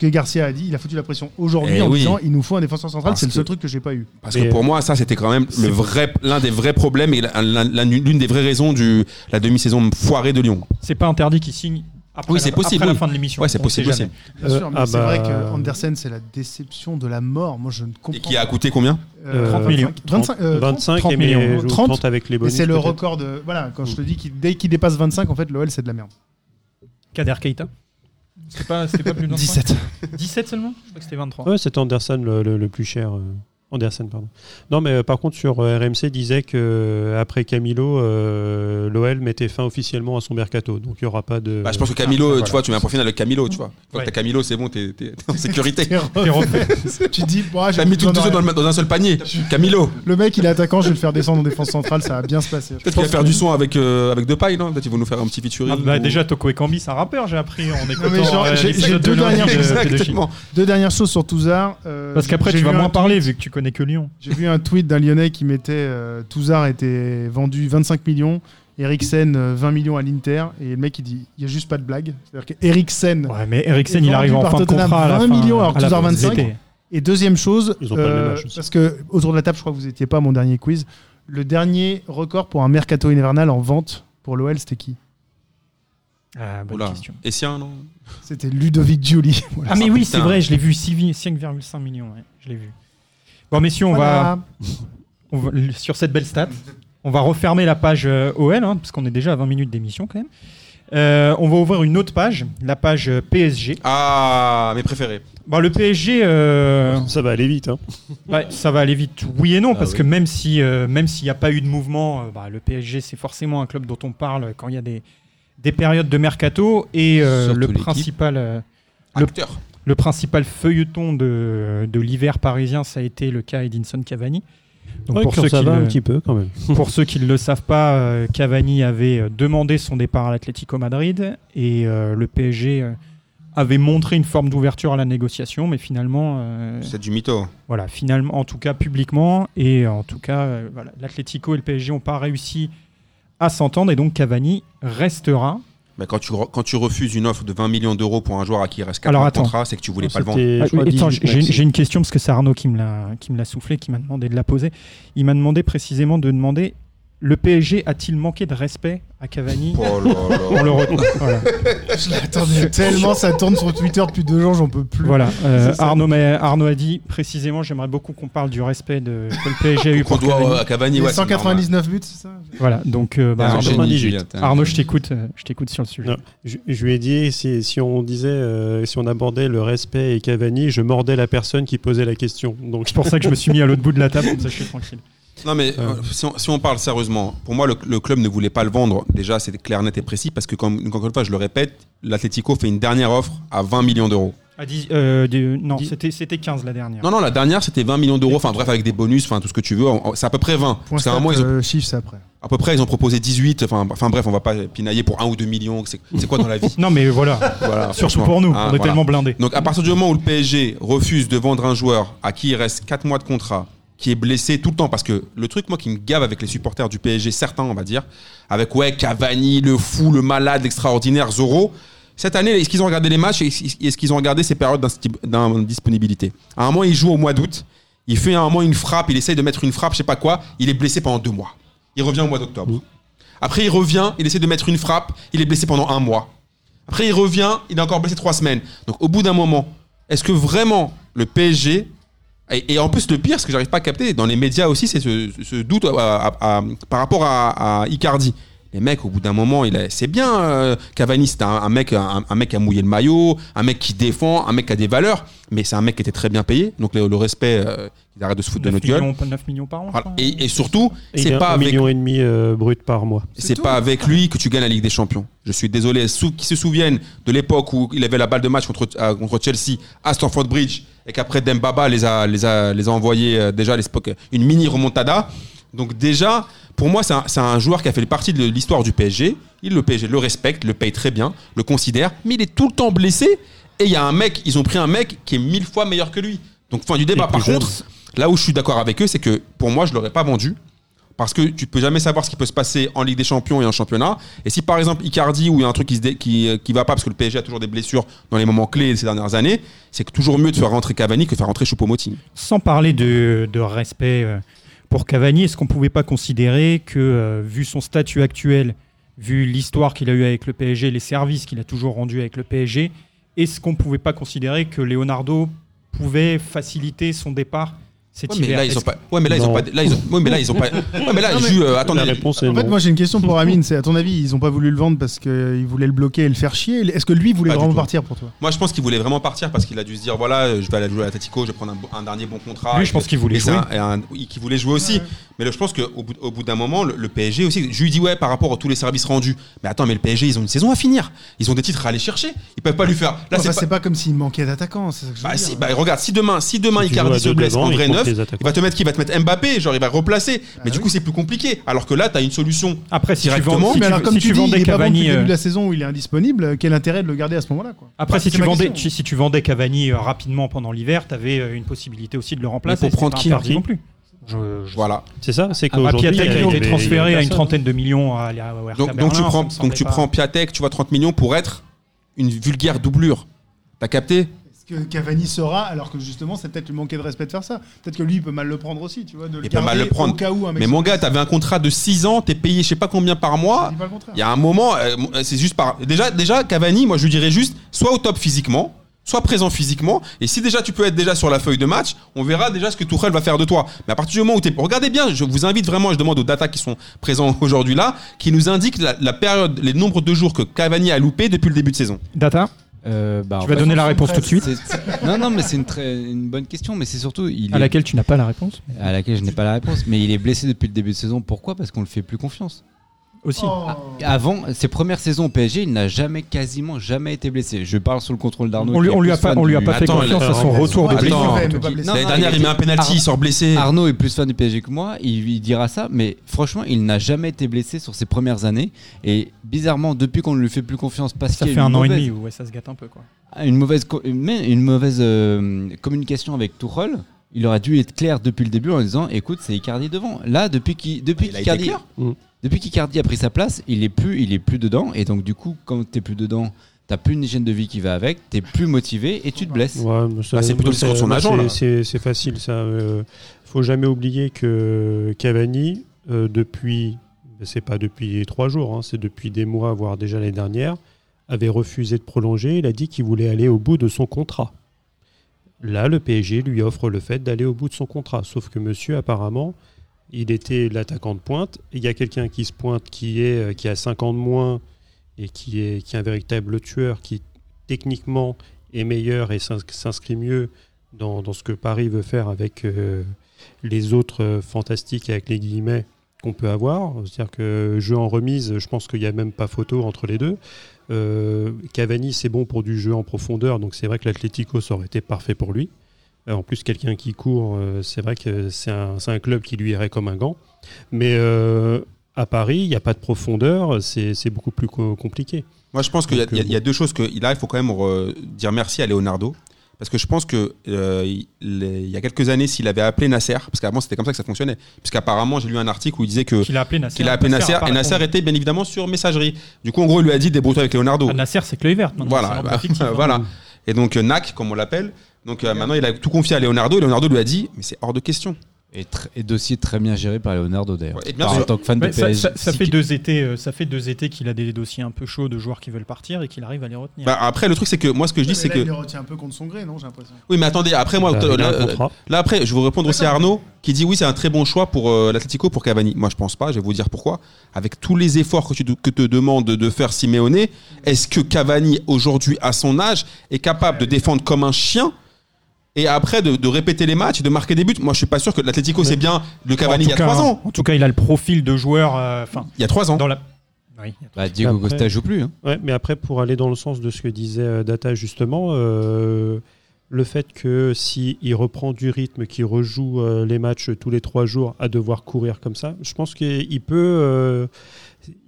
Speaker 5: Ce que Garcia a dit. Il a foutu la pression aujourd'hui
Speaker 2: Eh
Speaker 5: en
Speaker 2: oui.
Speaker 5: disant il nous faut un défenseur central.
Speaker 2: Parce
Speaker 5: C'est le seul
Speaker 2: que-
Speaker 5: truc que j'ai pas eu.
Speaker 2: Parce
Speaker 4: Mais,
Speaker 2: que
Speaker 4: euh,
Speaker 2: pour moi, ça, c'était quand même le vrai, l'un des vrais problèmes et la- la- la- l'une des vraies raisons de la demi-saison foirée de Lyon.
Speaker 1: C'est pas interdit qu'ils signent après,
Speaker 2: Oui,
Speaker 1: la,
Speaker 2: c'est possible,
Speaker 1: après la
Speaker 2: oui.
Speaker 1: fin de l'émission.
Speaker 2: Ouais, c'est
Speaker 1: On sait
Speaker 2: possible aussi.
Speaker 1: jamais.
Speaker 5: Bien
Speaker 4: Euh,
Speaker 5: sûr. Mais
Speaker 4: ah
Speaker 5: c'est
Speaker 4: bah-
Speaker 5: vrai que Andersen, c'est la déception de la mort. Moi, je ne comprends
Speaker 2: Et qui a coûté combien
Speaker 5: Euh,
Speaker 1: 30
Speaker 4: Euh,
Speaker 1: millions.
Speaker 5: 25, euh,
Speaker 4: 25
Speaker 1: 30
Speaker 4: et mais,
Speaker 1: millions.
Speaker 4: euh, je vous
Speaker 5: 30,
Speaker 4: tente avec les
Speaker 5: Et
Speaker 4: bonus.
Speaker 5: c'est le
Speaker 4: peut-être.
Speaker 5: record de. Voilà, quand je te dis qu'il dès qu'il dépasse 25, en fait, l'OL, c'est de la merde.
Speaker 1: Kader Keita C'était pas, c'était pas plus de 25 17 seulement Je crois que c'était 23.
Speaker 4: Ouais, c'est Anderson le, le- le plus cher. euh. Anderson, pardon. Non, mais euh, par contre, sur euh, RMC, disait que euh, après Camilo, euh, l'OL mettait fin officiellement à son mercato. Donc il n'y aura pas de.
Speaker 2: Bah, je pense que Camilo,
Speaker 1: Ah,
Speaker 2: tu
Speaker 1: voilà.
Speaker 2: vois, tu mets un profil avec Camilo, tu vois. Une fois
Speaker 1: Ouais.
Speaker 2: que t'as Camilo, c'est bon, t'es t'es- t'es en sécurité.
Speaker 1: C'est refait.
Speaker 5: tu te dis, bah,
Speaker 2: T'as mis tout, tout ça dans, le- dans un seul panier. Camilo.
Speaker 5: le mec, il est attaquant, je vais le faire descendre en défense centrale, ça va bien se passer.
Speaker 2: Peut-être qu'il va faire du son avec, euh, avec Depay, non Peut-être qu'ils vont nous faire un petit featuring.
Speaker 1: Ah, bah,
Speaker 2: ou-
Speaker 1: déjà, Toko Ekambi, c'est un rappeur, j'ai appris en écoutant.
Speaker 5: mais genre,
Speaker 1: euh,
Speaker 5: j'ai-
Speaker 1: l'épisode
Speaker 5: j'ai
Speaker 1: de
Speaker 5: deux
Speaker 1: lundi
Speaker 5: dernières-
Speaker 1: de- de Pedocchi.
Speaker 2: Exactement.
Speaker 5: Deux dernières choses sur Touzard. euh,
Speaker 1: Parce qu'après,
Speaker 5: j'ai
Speaker 1: tu vas
Speaker 5: vu
Speaker 1: moins
Speaker 5: un-
Speaker 1: parler vu que tu connais que Lyon.
Speaker 5: J'ai vu un tweet d'un Lyonnais qui mettait euh, Touzard était vendu 25 millions, Eriksen euh, 20 millions à l'Inter, et le mec, il dit, il n'y a juste pas de blague. C'est-à-dire qu'Eriksen.
Speaker 1: Ouais, mais Eriksen,
Speaker 5: Et
Speaker 1: il arrive en
Speaker 5: vendu par
Speaker 1: fin de
Speaker 5: Tottenham
Speaker 1: contrat à la
Speaker 5: 20
Speaker 1: fin, euh,
Speaker 5: millions, alors
Speaker 1: à la
Speaker 5: 12 heures
Speaker 1: fin de
Speaker 5: 25.
Speaker 1: l'été.
Speaker 5: Et deuxième chose, euh,
Speaker 4: Ils ont pas le même âge aussi.
Speaker 5: parce que autour de la table, je crois que vous n'étiez pas à mon dernier quiz, le dernier record pour un mercato hivernal en vente pour l'OL, c'était qui
Speaker 1: Ah, bonne
Speaker 2: Oula.
Speaker 1: question.
Speaker 2: Et si un, non
Speaker 5: C'était Ludovic Giuli. Voilà.
Speaker 1: Ah, mais oui,
Speaker 2: putain.
Speaker 1: c'est vrai, je l'ai vu, 6, 5,5 millions, ouais, je l'ai vu. Bon, messieurs, on,
Speaker 5: Voilà.
Speaker 1: va, on va- sur cette belle stat, On va refermer la page euh, OL, hein, parce qu'on est déjà à 20 minutes d'émission quand même. Euh, on va ouvrir une autre page, la page euh, PSG.
Speaker 2: Ah, mes préférés.
Speaker 1: Bon, le PSG, euh,
Speaker 4: Ça va aller vite. hein.
Speaker 1: bah, ça va aller vite, oui et non,
Speaker 6: Ah
Speaker 1: parce
Speaker 6: oui.
Speaker 1: que même si euh, même s'il n'y a pas eu de mouvement, euh, bah, le PSG c'est forcément un club dont on parle quand il y a des, des périodes de mercato et euh,
Speaker 6: Surtout
Speaker 1: le
Speaker 6: l'équipe.
Speaker 1: principal euh, Le-
Speaker 2: Acteur.
Speaker 1: le principal feuilleton de, de l'hiver parisien ça a été le cas Edinson Cavani. Donc
Speaker 4: Ouais,
Speaker 1: pour
Speaker 4: quand
Speaker 1: ceux
Speaker 4: ça
Speaker 1: qui
Speaker 4: va un
Speaker 1: le-
Speaker 4: petit peu quand même.
Speaker 1: pour ceux qui ne le savent pas, euh, Cavani avait euh, demandé son départ à l'Atlético Madrid et euh, le PSG euh, avait montré une forme d'ouverture à la négociation, mais finalement, euh,
Speaker 2: C'est du mytho.
Speaker 1: voilà, finalement, en tout cas publiquement et en tout cas, euh, voilà, l'Atlético et le PSG n'ont pas réussi à s'entendre et donc Cavani restera.
Speaker 2: Mais quand, tu, re- quand tu refuses une offre de 20 millions d'euros pour un joueur à qui il reste 4
Speaker 1: Alors,
Speaker 2: ans de
Speaker 1: attends.
Speaker 2: contrat, c'est que tu voulais pas le vendre.
Speaker 4: C'était,
Speaker 1: Ah,
Speaker 4: je crois,
Speaker 1: attends,
Speaker 4: 18
Speaker 1: j'ai
Speaker 4: maxi.
Speaker 1: j'ai une question parce que c'est Arnaud qui me l'a qui me l'a soufflé, qui m'a demandé de la poser. Il m'a demandé précisément de demander le PSG a-t-il manqué de respect à Cavani
Speaker 2: Oh là là.
Speaker 1: pour le retour Voilà.
Speaker 5: Je l'attendais tellement, ça tourne sur Twitter depuis deux jours, j'en peux plus.
Speaker 1: Voilà, euh,
Speaker 5: C'est ça.
Speaker 1: Arnaud, mais Arnaud a dit précisément j'aimerais beaucoup qu'on parle du respect de, que le PSG a eu
Speaker 2: Qu'on
Speaker 1: pour
Speaker 2: doit
Speaker 1: Cavani.
Speaker 2: euh, à Cavani,
Speaker 5: Les
Speaker 2: ouais, c'est normal.
Speaker 5: 199 buts, c'est ça
Speaker 1: Voilà, donc euh, bah,
Speaker 6: T'es un
Speaker 1: Arnaud,
Speaker 6: génie,
Speaker 4: 98.
Speaker 6: Julien, t'es un
Speaker 1: Arnaud,
Speaker 6: génie.
Speaker 1: je t'écoute euh, je t'écoute sur le sujet.
Speaker 4: Non. Je, je lui ai dit si, si on disait, euh, si on abordait le respect et Cavani, je mordais la personne qui posait la question. Donc
Speaker 1: C'est pour ça que je me suis mis à l'autre bout de la table, comme ça je suis tranquille.
Speaker 2: Non, mais euh,
Speaker 4: Euh.
Speaker 2: si, on, si on parle sérieusement, pour moi, le, le club ne voulait pas le vendre. Déjà, c'est clair, net et précis parce que, comme, encore une fois, je le répète, l'Atlético fait une dernière offre à 20 millions d'euros.
Speaker 1: Ah, dix- euh, des- non,
Speaker 4: Dix-
Speaker 1: c'était c'était 15 la dernière.
Speaker 2: Non, non, la dernière, c'était 20 millions d'euros. Enfin, bref, avec des bonus, enfin, tout ce que tu veux. En- en- C'est à peu près 20.
Speaker 5: Point
Speaker 2: Parce qu'à un
Speaker 5: stat,
Speaker 2: moment, ils ont,
Speaker 5: euh, chiffre, c'est après.
Speaker 2: à peu près, ils ont proposé 18. Enfin, enfin, bref, on va pas pinailler pour 1 ou 2 millions. C'est c'est quoi dans la vie
Speaker 1: Non, mais voilà,
Speaker 2: Voilà,
Speaker 1: surtout
Speaker 2: franchement.
Speaker 1: pour nous,
Speaker 2: Ah,
Speaker 1: on est
Speaker 2: voilà.
Speaker 1: tellement blindés.
Speaker 2: Donc à partir du moment où le PSG refuse de vendre un joueur à qui il reste 4 mois de contrat, qui est blessé tout le temps, parce que le truc moi qui me gave avec les supporters du PSG, certains on va dire, avec ouais Cavani, le fou, le malade, l'extraordinaire, Zorro, cette année est-ce qu'ils ont regardé les matchs et est-ce qu'ils ont regardé ces périodes d'insti- d'indisponibilité À un moment il joue au mois d'août, il fait à un moment une frappe, il essaye de mettre une frappe, je sais pas quoi, il est blessé pendant deux mois. Il revient au mois d'octobre. Après, il revient, il essaie de mettre une frappe, il est blessé pendant un mois. Après, il revient, il est encore blessé trois semaines. Donc, au bout d'un moment, est-ce que vraiment le PSG. Et, et en plus, le pire, ce que j'arrive pas à capter dans les médias aussi, c'est ce, ce doute euh, à- à- à- par rapport à, à Icardi. Les mecs, au bout d'un moment, il a- c'est bien. euh, Cavani, c'est un, un mec, un, un mec qui a mouillé le maillot, un mec qui défend, un mec qui a des valeurs, mais c'est un mec qui était très bien payé. Donc, le, le respect, euh, il arrête de se foutre de
Speaker 1: 9
Speaker 2: notre gueule.
Speaker 1: millions, 9 millions par an. je
Speaker 2: Voilà.
Speaker 1: crois.
Speaker 2: Et, et surtout,
Speaker 4: il est
Speaker 2: c'est pas
Speaker 4: un
Speaker 2: avec
Speaker 4: million et demi euh, brut par mois.
Speaker 5: C'est
Speaker 2: c'est
Speaker 5: tout.
Speaker 2: pas avec lui que tu gagnes la Ligue des Champions. Je suis désolé. Sou- qui se souviennent de l'époque où il avait la balle de match contre, euh, contre Chelsea à Stamford Bridge et qu'après Dembaba les a, les a, les a envoyés euh, déjà à l'époque une mini remontada. Donc déjà, pour moi, c'est un, c'est un joueur qui a fait partie de l'histoire du PSG. Il le PSG le respecte, le paye très bien, le considère, mais il est tout le temps blessé. Et il y a un mec, ils ont pris un mec qui est mille fois meilleur que lui. Donc fin du débat.
Speaker 4: plus
Speaker 2: Par
Speaker 4: jeune.
Speaker 2: contre, là où je suis d'accord avec eux, c'est que pour moi, je l'aurais pas vendu. Parce que tu peux jamais savoir ce qui peut se passer en Ligue des Champions et en championnat. Et si par exemple Icardi ou il y a un truc qui, se dé- qui, euh, qui va pas parce que le PSG a toujours des blessures dans les moments clés de ces dernières années, c'est que toujours mieux de faire rentrer Cavani que de faire rentrer Choupo-Moting.
Speaker 1: Sans parler de, de respect euh, pour Cavani, est-ce qu'on pouvait pas considérer que, euh, vu son statut actuel, vu l'histoire qu'il a eue avec le PSG, les services qu'il a toujours rendus avec le PSG, est-ce qu'on pouvait pas considérer que Leonardo pouvait faciliter son départ cet
Speaker 2: Ouais, mais
Speaker 1: hiver
Speaker 2: là ils ont
Speaker 1: Est-ce-
Speaker 2: pas. Ouais mais là ils ont
Speaker 4: Non.
Speaker 2: pas. Là ils ont. Ouais mais là ils ont pas. Ouais mais là
Speaker 5: Non, mais-
Speaker 2: Ju, euh, attendez.
Speaker 4: La réponse est
Speaker 5: En fait,
Speaker 4: non.
Speaker 5: moi j'ai une question pour Amine. C'est à ton avis, ils ont pas voulu le vendre parce qu'ils voulaient le bloquer et le faire chier Est-ce que lui voulait
Speaker 2: Pas du
Speaker 5: vraiment
Speaker 2: tout.
Speaker 5: partir pour toi
Speaker 2: Moi je pense qu'il voulait vraiment partir parce qu'il a dû se dire voilà euh, je vais aller jouer à l'Atletico, je vais prendre un, bo- un dernier bon contrat.
Speaker 1: Lui,
Speaker 2: Et
Speaker 1: je pense qu'il voulait
Speaker 2: et c'est
Speaker 1: jouer.
Speaker 2: un- et un- oui, qu'il voulait jouer aussi.
Speaker 5: Ouais.
Speaker 2: Mais là, je pense qu'au bout, au bout d'un moment, le, le PSG aussi, je lui dis ouais par rapport à tous les services rendus. Mais attends, mais le PSG, ils ont une saison à finir. Ils ont des titres à aller chercher. Ils peuvent pas lui faire. Là,
Speaker 5: Enfin,
Speaker 2: c'est
Speaker 5: C'est pas... comme s'il manquait d'attaquants. C'est ça que je veux
Speaker 2: Bah,
Speaker 5: dire.
Speaker 2: si, bah, regarde, si demain, si demain
Speaker 4: Si tu joues à
Speaker 2: Icardi se
Speaker 4: deux
Speaker 2: blesse
Speaker 4: devant,
Speaker 2: en
Speaker 4: il
Speaker 2: vrai
Speaker 4: compte
Speaker 2: neuf,
Speaker 4: les
Speaker 2: il va
Speaker 4: attaquants.
Speaker 2: te mettre qui va te mettre Mbappé, genre il va replacer. mais du
Speaker 5: oui.
Speaker 2: coup, c'est plus compliqué. Alors que là, t'as une solution.
Speaker 1: Après, si tu,
Speaker 2: Directement.
Speaker 1: vends- si
Speaker 5: Oui, Oh,
Speaker 1: tu-
Speaker 5: mais alors, comme
Speaker 1: si
Speaker 5: tu,
Speaker 1: tu
Speaker 5: dis, il
Speaker 1: vendais
Speaker 5: est pas bon depuis
Speaker 1: Cavani,
Speaker 5: le début
Speaker 1: euh,
Speaker 5: de la saison où il est indisponible, quel intérêt de le garder à ce moment-là quoi
Speaker 1: après,
Speaker 5: Enfin,
Speaker 1: si
Speaker 5: c'est
Speaker 1: tu
Speaker 5: ma
Speaker 1: vendais,
Speaker 5: question.
Speaker 1: tu- si tu vendais Cavani euh, rapidement pendant l'hiver, tu avais une possibilité aussi de le remplacer.
Speaker 2: pour
Speaker 1: c'était
Speaker 2: prendre
Speaker 1: pas
Speaker 2: qui,
Speaker 1: interdit
Speaker 4: qui
Speaker 1: non plus. Je, je
Speaker 2: Voilà.
Speaker 4: C'est ça, c'est
Speaker 1: Ah bah,
Speaker 4: qu'aujourd'hui
Speaker 1: Piatek
Speaker 4: il y
Speaker 1: a été
Speaker 4: des-
Speaker 1: transféré
Speaker 4: il y a
Speaker 1: à une
Speaker 4: personne.
Speaker 1: trentaine de millions à, la- au RK
Speaker 2: hein. Donc, donc
Speaker 1: Berlin, hein,
Speaker 2: tu
Speaker 1: ça
Speaker 2: prends,
Speaker 1: me
Speaker 2: donc tu
Speaker 1: semblait
Speaker 2: prends
Speaker 1: pas-
Speaker 2: Piatek, tu vas 30 millions pour être une vulgaire doublure. T'as capté
Speaker 5: Est-ce que Cavani sera alors que justement c'est peut-être lui manquer de respect de faire ça Peut-être que lui il peut mal le prendre aussi, tu vois, de le
Speaker 2: Il peut
Speaker 5: garder
Speaker 2: mal le prendre.
Speaker 5: au cas où un mec.
Speaker 2: Mais
Speaker 5: se
Speaker 2: mon gars,
Speaker 5: blesse.
Speaker 2: t'avais un contrat de 6 ans, t'es payé je sais pas combien par
Speaker 5: Je
Speaker 2: mois.
Speaker 5: dis pas le contraire.
Speaker 2: euh, Il y a un moment, euh, c'est juste par. Déjà, déjà, Cavani, moi je lui dirais juste, soit au top physiquement, sois présent physiquement. Et si déjà tu peux être déjà sur la feuille de match, on verra déjà ce que Tourelle va faire de toi. Mais à partir du moment où tu es. Regardez bien, je vous invite vraiment, je demande aux data qui sont présents aujourd'hui là, qui nous indiquent la, la période, les nombres de jours que Cavani a loupé depuis le début de saison.
Speaker 1: Data,
Speaker 6: Euh, bah, en
Speaker 1: tu vas
Speaker 6: fait,
Speaker 1: donner la réponse tout de suite,
Speaker 6: c'est- c'est- non, non, mais c'est une, très, une bonne question, mais c'est surtout. Il
Speaker 1: à
Speaker 6: est-
Speaker 1: laquelle tu n'as pas la réponse
Speaker 6: à laquelle je n'ai pas la réponse, mais il est blessé depuis le début de saison. Pourquoi Parce qu'on ne le fait plus confiance. Ah,
Speaker 1: aussi.
Speaker 2: Oh,
Speaker 5: Oh,
Speaker 2: Ah,
Speaker 6: Avant, ses premières saisons au PSG, il n'a jamais, quasiment jamais été blessé. Je parle sous le contrôle d'Arnaud.
Speaker 1: on lui,
Speaker 6: qui est
Speaker 1: on lui a
Speaker 6: plus
Speaker 1: pas,
Speaker 6: fan
Speaker 1: on lui a
Speaker 6: du-
Speaker 1: pas fait
Speaker 2: Attends,
Speaker 1: confiance
Speaker 2: la-
Speaker 1: à son retour de
Speaker 2: Ouais,
Speaker 1: blessure.
Speaker 2: attends.
Speaker 6: Non,
Speaker 2: L'année
Speaker 6: non,
Speaker 2: dernière,
Speaker 6: il
Speaker 2: il, met un penalty,
Speaker 6: Ar-
Speaker 2: il sort blessé.
Speaker 6: Arnaud est plus fan du PSG que moi, il, il dira ça, mais franchement, il n'a jamais été blessé sur ses premières années. Et bizarrement, depuis qu'on ne lui fait plus confiance, parce
Speaker 1: Ça
Speaker 6: qu'il y a
Speaker 1: fait un
Speaker 6: une
Speaker 1: an et
Speaker 6: mauvaise-
Speaker 1: demi où ouais, ça se gâte un peu. Quoi.
Speaker 6: une mauvaise, co- mais une mauvaise euh, communication avec Tourol. Il aurait dû être clair depuis le début en disant écoute, c'est Icardi devant. Là, depuis qui depuis
Speaker 2: Il a été
Speaker 6: qu'Icardi Mmh.
Speaker 2: clair.
Speaker 4: Mm.
Speaker 6: depuis qu'Icardi a pris sa place, il est plus il est plus dedans et donc du coup, quand t'es plus dedans, t'as plus une hygiène de vie qui va avec, t'es plus motivé et tu te blesses.
Speaker 4: Ouais, mais ça-
Speaker 2: Bah, c'est plutôt le sens de son
Speaker 4: moi,
Speaker 2: agent,
Speaker 4: c'est-
Speaker 2: là.
Speaker 4: C'est c'est facile, ça. euh, faut jamais oublier que Cavani, euh, depuis, bah, c'est pas depuis trois jours, hein, c'est depuis des mois, voire déjà l'année dernière, avait refusé de prolonger. Il a dit qu'il voulait aller au bout de son contrat. Là, le PSG lui offre le fait d'aller au bout de son contrat. Sauf que monsieur, apparemment, il était l'attaquant de pointe. Il y a quelqu'un qui se pointe qui, est, euh, qui a 5 ans de moins et qui est, qui est un véritable tueur qui, techniquement, est meilleur et s'ins- s'inscrit mieux dans, dans ce que Paris veut faire avec euh, les autres euh, fantastiques et avec les guillemets qu'on peut avoir. C'est-à-dire que jeu en remise, je pense qu'il n'y a même pas photo entre les deux. Euh, Cavani, c'est bon pour du jeu en profondeur, donc c'est vrai que l'Atlético, ça aurait été parfait pour lui. Euh, En plus, quelqu'un qui court, euh, c'est vrai que c'est un, c'est un club qui lui irait comme un gant. Mais euh, à Paris, il n'y a pas de profondeur, c'est c'est beaucoup plus co- compliqué.
Speaker 2: Moi, je pense qu'il y, a-
Speaker 4: Donc,
Speaker 2: il y a-
Speaker 4: euh,
Speaker 2: il y a deux choses que là, il faut quand même euh, dire merci à Leonardo. Parce que je pense que euh, il les- il y a quelques années, s'il avait appelé Nasser, parce qu'avant c'était comme ça que ça fonctionnait, puisqu'apparemment j'ai lu un article où il disait que
Speaker 1: Qu'il a appelé Nasser.
Speaker 2: qu'il a appelé Nasser
Speaker 1: a pas
Speaker 2: et Nasser
Speaker 1: répondu.
Speaker 2: était bien évidemment sur messagerie. Du coup, en gros, il lui a dit débrouille-toi avec Leonardo.
Speaker 1: Ah, Nasser, c'est Clé verte. maintenant, c'est
Speaker 2: Voilà,
Speaker 1: un peu
Speaker 2: bah,
Speaker 1: fictif, hein.
Speaker 2: voilà. Et donc euh, NAC, comme on l'appelle. Donc euh, maintenant, il a tout confié à Leonardo. Et Leonardo lui a dit, mais c'est hors de question.
Speaker 6: Et, tr- et dossier très bien géré par Leonardo d'ailleurs.
Speaker 2: Ouais, et bien
Speaker 6: Par-
Speaker 2: sûr.
Speaker 6: en tant que fan
Speaker 1: Ouais,
Speaker 6: de
Speaker 1: ça,
Speaker 6: PSG.
Speaker 1: ça- ça
Speaker 6: si-
Speaker 1: fait deux étés, euh, ça fait deux étés qu'il a des dossiers un peu chauds de joueurs qui veulent partir et qu'il arrive à les retenir.
Speaker 2: Bah, après, le truc c'est que moi, ce que je dis, c'est que
Speaker 5: Il le retient un peu contre son gré, non J'ai l'impression.
Speaker 2: oui, mais attendez. Après, moi,
Speaker 4: Bah,
Speaker 2: euh,
Speaker 4: il a
Speaker 2: là,
Speaker 4: un
Speaker 2: euh,
Speaker 4: contrat.
Speaker 2: Là après, je vais vous répondre aussi à Arnaud qui dit oui, c'est un très bon choix pour euh, l'Atlético pour Cavani. Moi, je pense pas. Je vais vous dire pourquoi. Avec tous les efforts que tu te- que te demande de faire Simeone, est-ce que Cavani aujourd'hui à son âge est capable de défendre comme un chien et après de, de répéter les matchs, et de marquer des buts Moi, je suis pas sûr que l'Atlético c'est bien le Cavani
Speaker 1: En
Speaker 2: il
Speaker 1: tout
Speaker 2: y a
Speaker 1: cas,
Speaker 2: trois ans.
Speaker 1: En tout cas, il a le profil de joueur. euh, Enfin,
Speaker 2: Il y a trois ans.
Speaker 1: dans la. Oui.
Speaker 6: Bah, Diego
Speaker 4: Après-
Speaker 6: Costa joue plus. hein.
Speaker 4: Ouais, mais après, pour aller dans le sens de ce que disait euh, Data justement, euh, le fait que si il reprend du rythme, qu'il rejoue euh, les matchs tous les trois jours, à devoir courir comme ça, je pense qu'il peut, euh,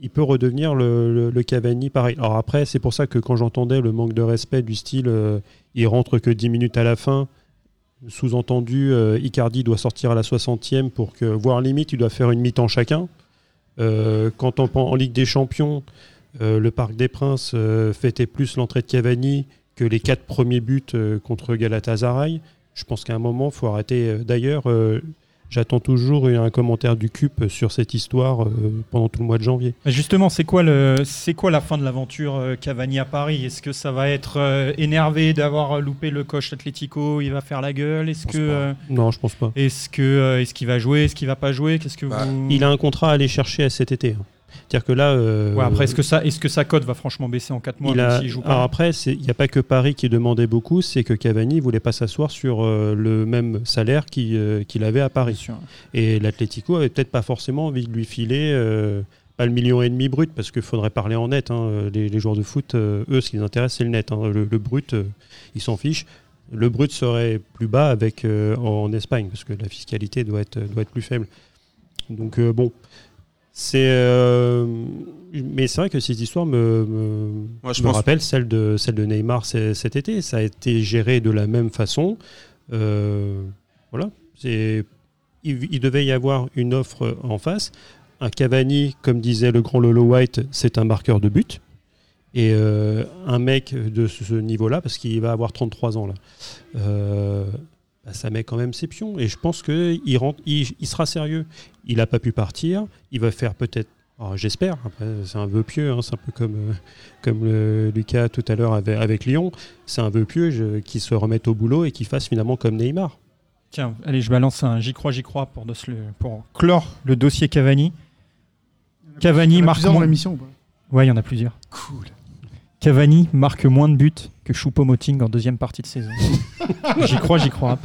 Speaker 4: il peut redevenir le, le- le Cavani pareil. Alors après, c'est pour ça que quand j'entendais le manque de respect du style, euh, il rentre que 10 minutes à la fin. Sous-entendu, euh, Icardi doit sortir à la 60e pour que, voire limite, il doit faire une mi-temps chacun. Euh, quand on, en Ligue des Champions, euh, le Parc des Princes euh, fêtait plus l'entrée de Cavani que les quatre premiers buts euh, contre Galatasaray. Je pense qu'à un moment, faut arrêter. Euh, D'ailleurs, euh, j'attends toujours un commentaire du CUP sur cette histoire euh, pendant tout le mois de janvier.
Speaker 1: Mais Justement, c'est quoi le, c'est quoi la fin de l'aventure euh, Cavani à Paris Est-ce que ça va être euh, énervé d'avoir loupé le coach Atlético Il va faire la gueule Est-ce que, euh,
Speaker 4: Non, je pense pas.
Speaker 1: est-ce que, euh, est-ce qu'il va jouer Est-ce qu'il va pas jouer Qu'est-ce que
Speaker 2: Bah,
Speaker 1: vous
Speaker 4: Il a un contrat à aller chercher à cet été. hein. C'est-à-dire que là, euh,
Speaker 1: Ouais, après, est-ce que ça, est-ce que sa cote va franchement baisser en 4 mois
Speaker 4: il
Speaker 1: même
Speaker 4: a-
Speaker 1: s'il joue pas
Speaker 4: Alors après, c'est- il n'y a pas que Paris qui demandait beaucoup, c'est que Cavani voulait pas s'asseoir sur euh, le même salaire qu'il euh, qu'il avait à Paris.
Speaker 1: Bien sûr.
Speaker 4: Et l'Atlético avait peut-être pas forcément envie de lui filer euh, pas le million et demi brut, parce qu'il faudrait parler en net. hein. Euh, Les, les joueurs de foot, euh, eux, ce qui les intéresse, c'est le net. hein. Le, le brut, euh, ils s'en fichent. Le brut serait plus bas avec, euh, en, en Espagne, parce que la fiscalité doit être, euh, doit être plus faible. Donc euh, bon, c'est... euh, mais c'est vrai que cette histoire me, me,
Speaker 2: Moi, je
Speaker 4: me
Speaker 2: pense-
Speaker 4: rappelle celle de, celle de Neymar c- cet été. Ça a été géré de la même façon. Euh, voilà. C'est il, il devait y avoir une offre en face. Un Cavani, comme disait le grand Lolo White, c'est un marqueur de but. Et euh, un mec de ce ce niveau-là, parce qu'il va avoir 33 ans là, euh, bah, ça met quand même ses pions. Et je pense qu'il il, rentre- il- il sera sérieux. Il n'a pas pu partir. Il va faire peut-être. Alors, J'espère, après c'est un vœu pieux, hein, c'est un peu comme, euh, comme le- Lucas tout à l'heure avec, avec Lyon, c'est un vœu pieux je- qui se remette au boulot et qui fasse finalement comme Neymar.
Speaker 1: Tiens, allez, je balance un j'y crois, j'y crois pour, de- pour clore le dossier Cavani. Cavani
Speaker 5: Il y en a
Speaker 1: marque
Speaker 5: plusieurs dans
Speaker 1: moins.
Speaker 5: l'émission ou pas
Speaker 1: Ouais, il y en a plusieurs.
Speaker 5: Cool.
Speaker 1: Cavani marque moins de buts que Choupo-Moting en deuxième partie de saison. j'y crois, j'y crois.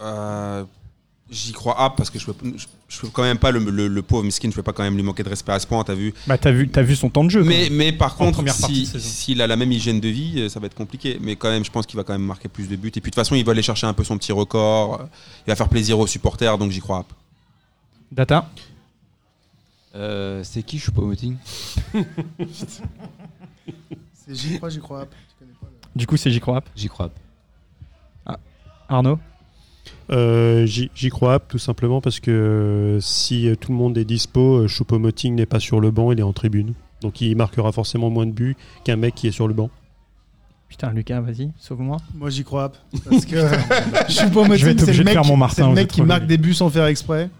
Speaker 2: Euh, J'y crois ah, parce que je peux, je, je peux quand même pas le, le- le pauvre miskin, je peux pas quand même lui manquer de respect à ce point, t'as vu.
Speaker 1: Bah, t'as vu, t'as vu son temps de jeu.
Speaker 2: Mais, mais par contre,
Speaker 1: première partie
Speaker 2: si-
Speaker 1: de
Speaker 2: s'il
Speaker 1: saison.
Speaker 2: a la même hygiène de vie, euh, ça va être compliqué. Mais quand même, je pense qu'il va quand même marquer plus de buts. Et puis de toute façon, il va aller chercher un peu son petit record. Euh, Il va faire plaisir aux supporters, donc j'y crois.
Speaker 1: Data.
Speaker 6: Euh, c'est qui Choupo-Moting
Speaker 5: C'est J'y crois, j'y crois. Tu connais pas le-
Speaker 1: Du coup, c'est j'y crois.
Speaker 6: J'y crois.
Speaker 1: Arnaud.
Speaker 4: Euh, J'y j'y crois tout simplement parce que euh, si euh, tout le monde est dispo, Choupo-Moting n'est pas sur le banc, il est en tribune. Donc il marquera forcément moins de buts qu'un mec qui est sur le banc.
Speaker 1: Putain, Lucas, vas-y, sauve-moi.
Speaker 5: Moi, j'y crois. Parce que je suis pas
Speaker 1: Je vais
Speaker 5: motivé.
Speaker 1: être
Speaker 5: C'est
Speaker 1: obligé
Speaker 5: le
Speaker 1: de
Speaker 5: mec,
Speaker 1: faire mon Martin,
Speaker 5: c'est le
Speaker 1: vous
Speaker 5: mec
Speaker 1: êtes
Speaker 5: qui
Speaker 1: relou.
Speaker 5: marque des buts sans faire exprès.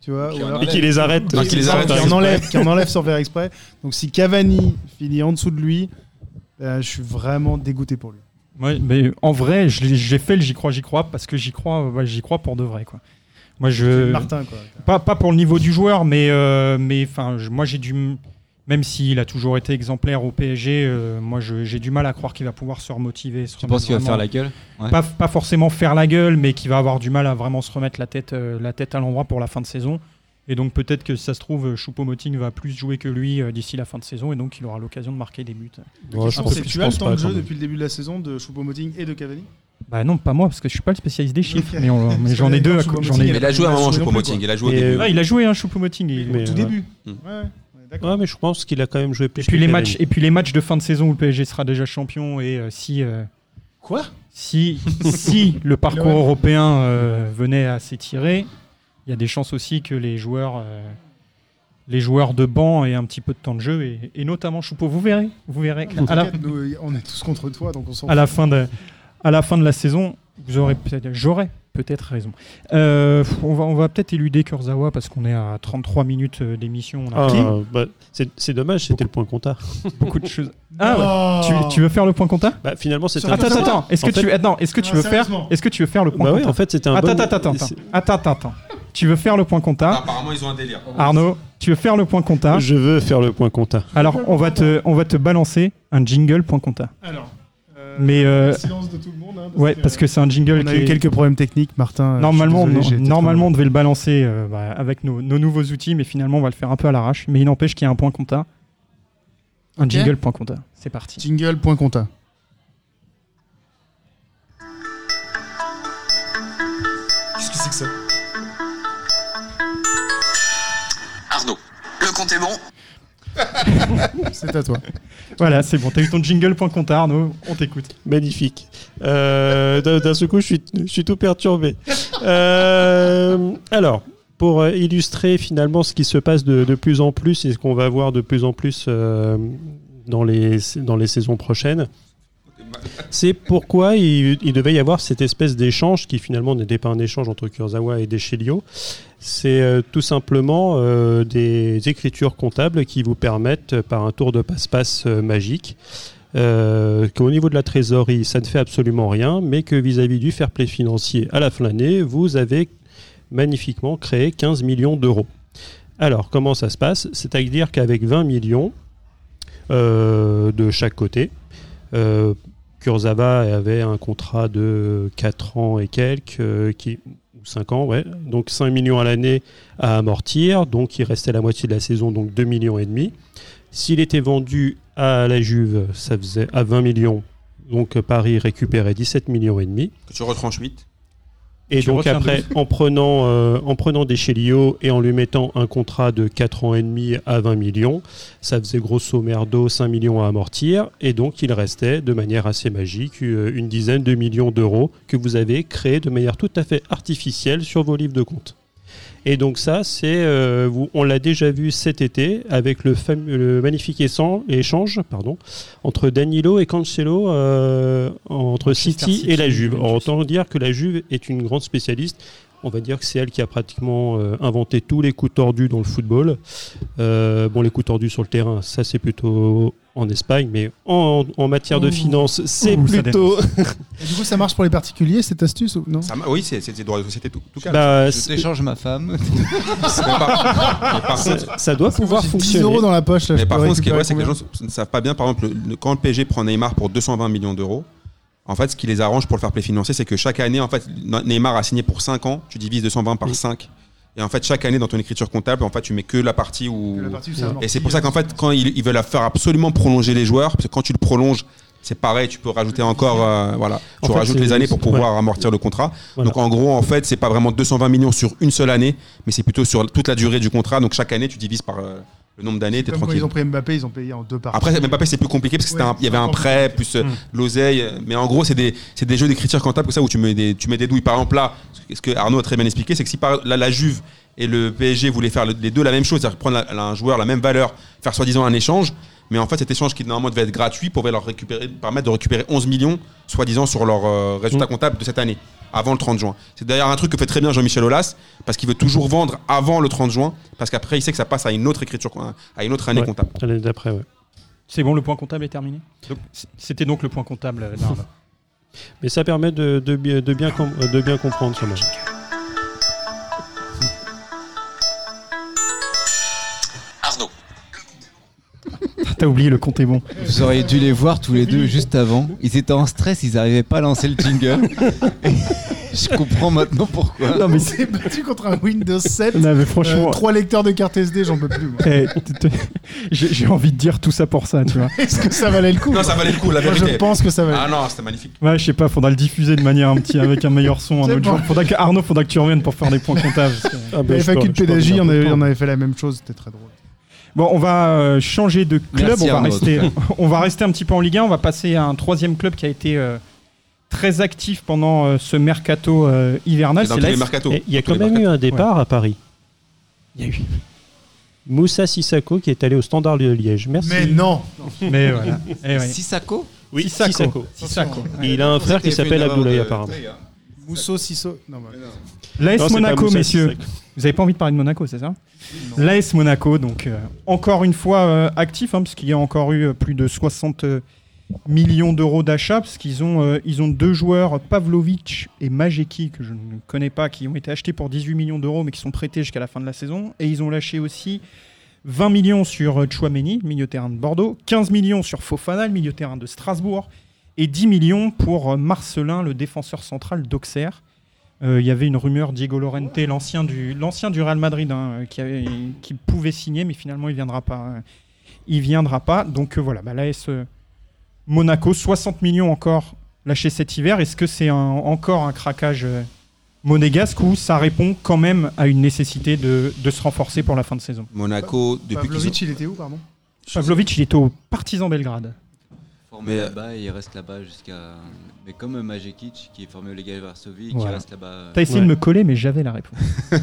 Speaker 5: Tu vois
Speaker 6: Qui
Speaker 5: ou
Speaker 6: en
Speaker 5: alors-
Speaker 4: Et qui les arrête.
Speaker 2: Donc, qui les arrête.
Speaker 5: qui en enlève, qui en enlève sans faire exprès. Donc si Cavani finit en dessous de lui, euh, je suis vraiment dégoûté pour lui.
Speaker 1: Ouais, mais euh, en vrai, je l'ai- j'ai fait le j'y crois, j'y crois parce que j'y crois, ouais, j'y crois pour de vrai, quoi. Moi, je.
Speaker 5: Martin quoi.
Speaker 1: Pas, pas pour le niveau du joueur, mais, euh, mais enfin, je- moi j'ai du. m- Même s'il a toujours été exemplaire au PSG, euh, moi je- j'ai du mal à croire qu'il va pouvoir se remotiver. se
Speaker 6: Tu
Speaker 1: remettre
Speaker 6: penses qu'il va
Speaker 1: vraiment-
Speaker 6: faire la gueule
Speaker 1: pas, pas forcément faire la gueule, mais qui va avoir du mal à vraiment se remettre la tête, euh, la tête à l'endroit pour la fin de saison. Et donc peut-être que si ça se trouve, euh, Choupo-Moting va plus jouer que lui euh, d'ici la fin de saison, et donc il aura l'occasion de marquer des buts.
Speaker 4: Ouais, je pense- je
Speaker 5: Ah, tu as le
Speaker 4: pense
Speaker 5: temps
Speaker 4: pas,
Speaker 5: de jeu
Speaker 4: quand même.
Speaker 5: depuis le début de la saison de Choupo-Moting et de Cavani
Speaker 1: Bah non, pas moi, parce que je suis pas le spécialiste des chiffres,
Speaker 5: Ok.
Speaker 1: mais, on- mais
Speaker 5: Parce
Speaker 1: j'en
Speaker 5: que
Speaker 1: ai deux. à
Speaker 5: Choupo-Moting,
Speaker 1: co- J'en
Speaker 5: il
Speaker 1: ai...
Speaker 5: a-
Speaker 2: Il a joué à un moment, Choupo-Moting. Il a joué au
Speaker 4: Et,
Speaker 2: début.
Speaker 4: euh,
Speaker 1: Ah, il a joué, hein, Choupo-Moting. il-
Speaker 4: Mais,
Speaker 5: Au tout
Speaker 4: ouais.
Speaker 5: début.
Speaker 2: Mm.
Speaker 5: Ouais, ouais, ouais, d'accord.
Speaker 4: Ouais, mais je pense qu'il a quand même joué plus
Speaker 1: Et puis, les
Speaker 4: que
Speaker 1: matchs,
Speaker 4: Cavani.
Speaker 1: et puis les matchs de fin de saison où le PSG sera déjà champion et euh, si, euh,
Speaker 5: Quoi
Speaker 1: si, si le parcours
Speaker 5: L'OM.
Speaker 1: européen euh, venait à s'étirer, il y a des chances aussi que les joueurs, euh, les joueurs de banc aient un petit peu de temps de jeu et, et notamment Choupo. Vous verrez, vous verrez. que À la,
Speaker 5: T'inquiète, nous, on est tous contre toi, donc on s'en
Speaker 1: à la fin de, à la fin de la saison, vous aurez peut-être, j'aurai peut-être raison. Euh, on va, on va peut-être éluder Kurzawa parce qu'on est à 33 minutes euh, d'émission. On a
Speaker 4: Ah,
Speaker 1: pris
Speaker 4: bah, c'est- c'est dommage, c'était le point comptard.
Speaker 1: beaucoup de choses. Ah ouais.
Speaker 5: Ah
Speaker 1: Tu, tu veux faire le point compta
Speaker 4: Bah, finalement, c'était.
Speaker 5: Sur
Speaker 1: Attends,
Speaker 5: Attends,
Speaker 1: attends,
Speaker 5: attends,
Speaker 1: attends. Est-ce que
Speaker 4: En fait-
Speaker 1: tu, attends, est-ce que tu
Speaker 5: Ah,
Speaker 1: veux faire,
Speaker 5: sérieusement.
Speaker 1: est-ce que tu veux faire le point
Speaker 4: Bah oui,
Speaker 1: compta
Speaker 4: en fait, c'était un.
Speaker 1: attends,
Speaker 4: bon-
Speaker 1: attends, attends, attends,
Speaker 4: c'est-
Speaker 1: attends, attends, attends. Tu veux faire le point compta
Speaker 2: Apparemment, ils ont un délire.
Speaker 1: Arnaud, tu veux faire le point compta
Speaker 4: Je veux faire le point comptable.
Speaker 1: Alors, on va te, on va te balancer un jingle point compta.
Speaker 5: Alors. euh,
Speaker 1: Mais euh,
Speaker 5: Silence de tout le monde. hein,
Speaker 1: ouais, parce que c'est un jingle
Speaker 5: On
Speaker 1: qui
Speaker 5: a eu
Speaker 1: est-
Speaker 5: quelques problèmes techniques, Martin. euh,
Speaker 1: Normalement,
Speaker 5: je suis
Speaker 1: on-
Speaker 5: désolé, j'ai été
Speaker 1: normalement, on devait le balancer euh, bah, avec nos, nos nouveaux outils, mais finalement, on va le faire un peu à l'arrache. Mais il n'empêche qu'il y a un point compta, un
Speaker 5: Ok.
Speaker 1: jingle point compta. C'est
Speaker 5: trop-
Speaker 1: parti.
Speaker 5: Jingle, point compta.
Speaker 2: Qu'est-ce que c'est que ça
Speaker 7: Arnaud, le compte est bon
Speaker 5: C'est à toi.
Speaker 1: Voilà, c'est bon. T'as eu ton jingle point compta, Arnaud. On t'écoute.
Speaker 4: Magnifique. Euh, D'un d'un seul coup, je suis, je suis tout perturbé. Euh, alors, pour euh, illustrer finalement ce qui se passe de, de plus en plus et ce qu'on va voir de plus en plus euh, dans, les, dans les saisons prochaines, c'est pourquoi il, il devait y avoir cette espèce d'échange qui finalement n'était pas un échange entre Kurzawa et Deschelio. C'est euh, tout simplement euh, des écritures comptables qui vous permettent, euh, par un tour de passe-passe euh, magique, euh, qu'au niveau de la trésorerie, ça ne fait absolument rien, mais que vis-à-vis du fair play financier à la fin de l'année, vous avez magnifiquement créé 15 millions d'euros. Alors, comment ça se passe C'est-à-dire qu'avec 20 millions euh, de chaque côté, euh, Kurzawa avait un contrat de 4 ans et quelques, euh, qui, 5 ans, ouais, donc 5 millions à l'année à amortir, donc il restait la moitié de la saison, donc 2 millions et demi. S'il était vendu à la Juve, ça faisait à 20 millions, donc euh, Paris récupérait 17 millions et demi.
Speaker 2: Que tu retranches 8.
Speaker 4: Et
Speaker 1: Tu
Speaker 4: donc
Speaker 1: retiens
Speaker 4: après, en prenant, euh, en prenant des Chelio et en lui mettant un contrat de 4 ans et demi à 20 millions, ça faisait grosso merdo 5 millions à amortir. Et donc il restait de manière assez magique euh, une dizaine de millions d'euros que vous avez créés de manière tout à fait artificielle sur vos livres de compte. Et donc ça, c'est, euh, vous- on l'a déjà vu cet été avec le, fam- le magnifique échange, échange pardon, entre Danilo et Cancelo, euh, entre
Speaker 1: Manchester
Speaker 4: City, et la
Speaker 1: City,
Speaker 4: Juve. Or,
Speaker 1: Manchester
Speaker 4: autant dire que la Juve est une grande spécialiste On va dire que c'est elle qui a pratiquement euh, inventé tous les coups tordus dans le football. Euh, bon, les coups tordus sur le terrain, ça c'est plutôt en Espagne, mais en, en matière de
Speaker 5: Ouh.
Speaker 4: finance, c'est
Speaker 1: Ouh, ça
Speaker 4: plutôt.
Speaker 5: Et du coup, ça marche pour les particuliers, cette astuce ou non
Speaker 2: Ça m'a- oui, c'est- c'était droit de société tout, tout calme.
Speaker 4: Bah,
Speaker 6: Je
Speaker 4: c'est-
Speaker 6: t'échange ma femme.
Speaker 2: Mais par- mais par contre,
Speaker 4: ça, ça doit pouvoir
Speaker 5: J'ai 10 euros
Speaker 4: fonctionner.
Speaker 5: dans la poche. Là,
Speaker 2: Mais
Speaker 5: je
Speaker 2: par
Speaker 5: peux
Speaker 2: contre, ce qui est vrai, c'est que
Speaker 5: récupérer
Speaker 2: les gens s- ne savent pas bien. Par exemple, le- le- quand le PSG prend Neymar pour 220 millions d'euros, en fait, ce qui les arrange pour le fair play financier, c'est que chaque année, en fait, Ne- Neymar a signé pour 5 ans, tu divises 220 par 5. Et en fait, chaque année, dans ton écriture comptable, en fait, tu mets que la partie où.
Speaker 5: combien La partie où ça amortit,
Speaker 2: Et c'est pour ça qu'en
Speaker 5: euh,
Speaker 2: fait, quand ils, ils veulent faire absolument prolonger les joueurs, parce que quand tu le prolonges, c'est pareil, tu peux rajouter encore, euh, voilà,
Speaker 4: En
Speaker 2: tu
Speaker 4: fait,
Speaker 2: rajoutes
Speaker 4: c'est-
Speaker 2: les années pour
Speaker 4: c'est-
Speaker 2: pouvoir amortir le contrat.
Speaker 4: Voilà.
Speaker 2: Donc en gros, en fait, c'est pas vraiment 220 millions sur une seule année, mais c'est plutôt sur toute la durée du contrat. Donc chaque année, tu divises par euh, le nombre d'années, t'es
Speaker 5: Comme quand
Speaker 2: tranquille.
Speaker 5: ils ont pris Mbappé, ils ont payé en deux parties.
Speaker 2: Après, Mbappé, c'est plus compliqué parce que c'était
Speaker 5: Ouais,
Speaker 2: un- il y avait un
Speaker 5: c'est Hmm.
Speaker 2: prêt, plus euh,
Speaker 1: Mm.
Speaker 2: l'oseille. Mais en gros, c'est des, c'est des jeux d'écriture comptable comme ça où tu mets des, tu mets des douilles. Par exemple, là, ce que Arnaud a très bien expliqué, c'est que si par, là, la Juve et le PSG voulaient faire le- les deux la même chose, c'est-à-dire prendre la- la- un joueur la même valeur, faire soi-disant un échange, mais en fait, cet échange qui normalement devait être gratuit pouvait leur récupérer, permettre de récupérer 11 millions, soi-disant, sur leur euh, résultat
Speaker 5: Hmm.
Speaker 2: comptable de cette année, avant le 30 juin. C'est d'ailleurs un truc que fait très bien Jean-Michel Aulas, parce qu'il veut toujours vendre avant le 30 juin, parce qu'après, il sait que ça passe à une autre écriture, à une autre année
Speaker 4: Ouais.
Speaker 2: comptable.
Speaker 4: L'année d'après, ouais.
Speaker 1: C'est bon, le point comptable est terminé C- C'était donc le point comptable, euh, d'Arnaud.
Speaker 4: Mais ça permet de, de, bi- de bien, com- de bien comprendre quand même.
Speaker 5: Ah, bah,
Speaker 7: Arnaud.
Speaker 1: T'as oublié le compte est bon.
Speaker 6: Vous auriez dû les voir tous les deux juste avant. Ils étaient en stress, ils n'arrivaient pas à lancer le jingle. Et je comprends maintenant pourquoi.
Speaker 1: Non, mais
Speaker 5: C'est battu contre un Windows 7.
Speaker 1: Non, mais
Speaker 5: euh,
Speaker 1: franchement.
Speaker 5: trois lecteurs de carte SD, j'en peux plus. moi.
Speaker 1: eh, t- t- J'ai j'ai envie de dire tout ça pour ça, tu vois.
Speaker 5: Est-ce que ça valait le coup
Speaker 2: Non, ça valait le coup, la
Speaker 5: Moi,
Speaker 2: vérité.
Speaker 5: je pense que ça valait.
Speaker 2: Ah non, c'était magnifique.
Speaker 1: Ouais, je sais pas, faudra le diffuser de manière un petit, avec un meilleur son un
Speaker 5: C'est
Speaker 1: autre
Speaker 5: bon.
Speaker 1: jour. Faudra que, Arnaud, faudra que tu reviennes pour faire des points comptables. parce que-
Speaker 4: Ah ben,
Speaker 5: les
Speaker 4: je peux-
Speaker 5: facultés de
Speaker 4: je peux
Speaker 5: pédagogie,
Speaker 4: revenir
Speaker 5: on avait,
Speaker 4: longtemps.
Speaker 5: on avait fait la même chose, c'était très drôle.
Speaker 1: Bon, on va euh, changer de club.
Speaker 6: Merci,
Speaker 1: on, va
Speaker 6: Arnaud,
Speaker 1: rester,
Speaker 6: en
Speaker 1: on va rester un petit peu en Ligue 1. On va passer à un troisième club qui a été euh, très actif pendant euh, ce mercato euh, hivernal.
Speaker 2: Dans
Speaker 1: C'est
Speaker 2: tous les
Speaker 1: l'AS
Speaker 2: mercatos.
Speaker 4: Et Ah, Il y a
Speaker 2: Dans tous
Speaker 4: quand
Speaker 2: les
Speaker 4: même eu
Speaker 2: mercatos.
Speaker 4: un départ à Paris. Il y a eu. Moussa Sissako qui est allé au Standard de Liège. Merci.
Speaker 5: Mais non
Speaker 1: Mais voilà. Eh ouais.
Speaker 6: Sissako
Speaker 4: Oui,
Speaker 1: Sissako.
Speaker 4: Sissako.
Speaker 1: Sissako.
Speaker 4: Et il a un frère qui s'appelle Abdoulaye apparemment.
Speaker 5: Mousso, Sisso. Non, bah,
Speaker 1: L'AS
Speaker 4: Non, c'est pas
Speaker 1: Monaco,
Speaker 4: Moussa
Speaker 1: messieurs.
Speaker 4: Sissako.
Speaker 1: Vous avez pas envie de parler de Monaco, c'est ça L'AS Monaco, donc euh, encore une fois euh, actif, hein, parce qu'il y a encore eu euh, plus de 60 millions d'euros d'achats, parce qu'ils ont, euh, ils ont deux joueurs, Pavlovic et Majeki, que je ne connais pas, qui ont été achetés pour 18 millions d'euros, mais qui sont prêtés jusqu'à la fin de la saison. Et ils ont lâché aussi 20 millions sur euh, Chouameni, milieu terrain de Bordeaux, 15 millions sur Fofana, le milieu terrain de Strasbourg, et 10 millions pour euh, Marcelin, le défenseur central d'Auxerre. Euh, Il y avait une rumeur, Diego Lorente, l'ancien du, l'ancien du Real Madrid, hein, euh, qui, avait- qui pouvait signer, mais finalement il viendra pas. hein. Il viendra pas. Donc euh, voilà, bah, l'AS euh, Monaco, 60 millions encore lâchés cet hiver. Est-ce que c'est un- encore un craquage euh, monégasque ou ça répond quand même à une nécessité de, de se renforcer pour la fin de saison
Speaker 2: Monaco, depuis qu'ils ont
Speaker 5: Pavlovic, il était où, pardon
Speaker 1: Pavlovic, il était au Partizan Belgrade.
Speaker 6: Formé
Speaker 2: Mais, euh,
Speaker 6: là-bas, et il reste là-bas jusqu'à. Mais comme euh, Majekic qui est formé au Legia Varsovie, qui
Speaker 1: Voilà.
Speaker 6: reste là-bas. euh,
Speaker 1: T'as essayé
Speaker 4: Ouais.
Speaker 1: de me coller, mais j'avais la réponse.
Speaker 5: Non,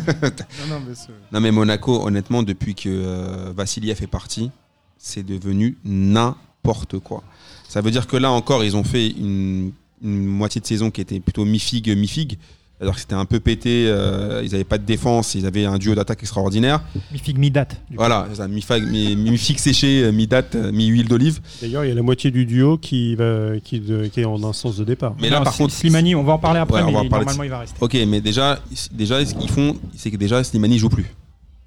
Speaker 5: non, mais ce-
Speaker 2: Non mais Monaco, honnêtement, depuis que euh, Vassiliev est parti, c'est devenu n'importe quoi. Ça veut dire que là encore, ils ont fait une, une moitié de saison qui était plutôt mi-figue, mi-figue. Alors que c'était un peu pété, euh, ils n'avaient pas de défense, ils avaient un duo d'attaque extraordinaire.
Speaker 1: Mi fig mi date. du coup.
Speaker 2: Voilà, c'est ça, mi-fag- mi- mi-figue séché, euh, mi-date, euh, mi-huile d'olive.
Speaker 4: D'ailleurs, il y a la moitié du duo qui, va, qui, de- qui est en instance de départ.
Speaker 2: Mais là
Speaker 1: Non,
Speaker 2: par
Speaker 1: Sli-
Speaker 2: contre,
Speaker 1: Slimani, on va en parler après,
Speaker 2: Ouais, on
Speaker 1: mais
Speaker 2: va en parler de-
Speaker 1: normalement il va rester.
Speaker 2: Ok, mais déjà, déjà ce qu'ils font, c'est que déjà Slimani joue plus.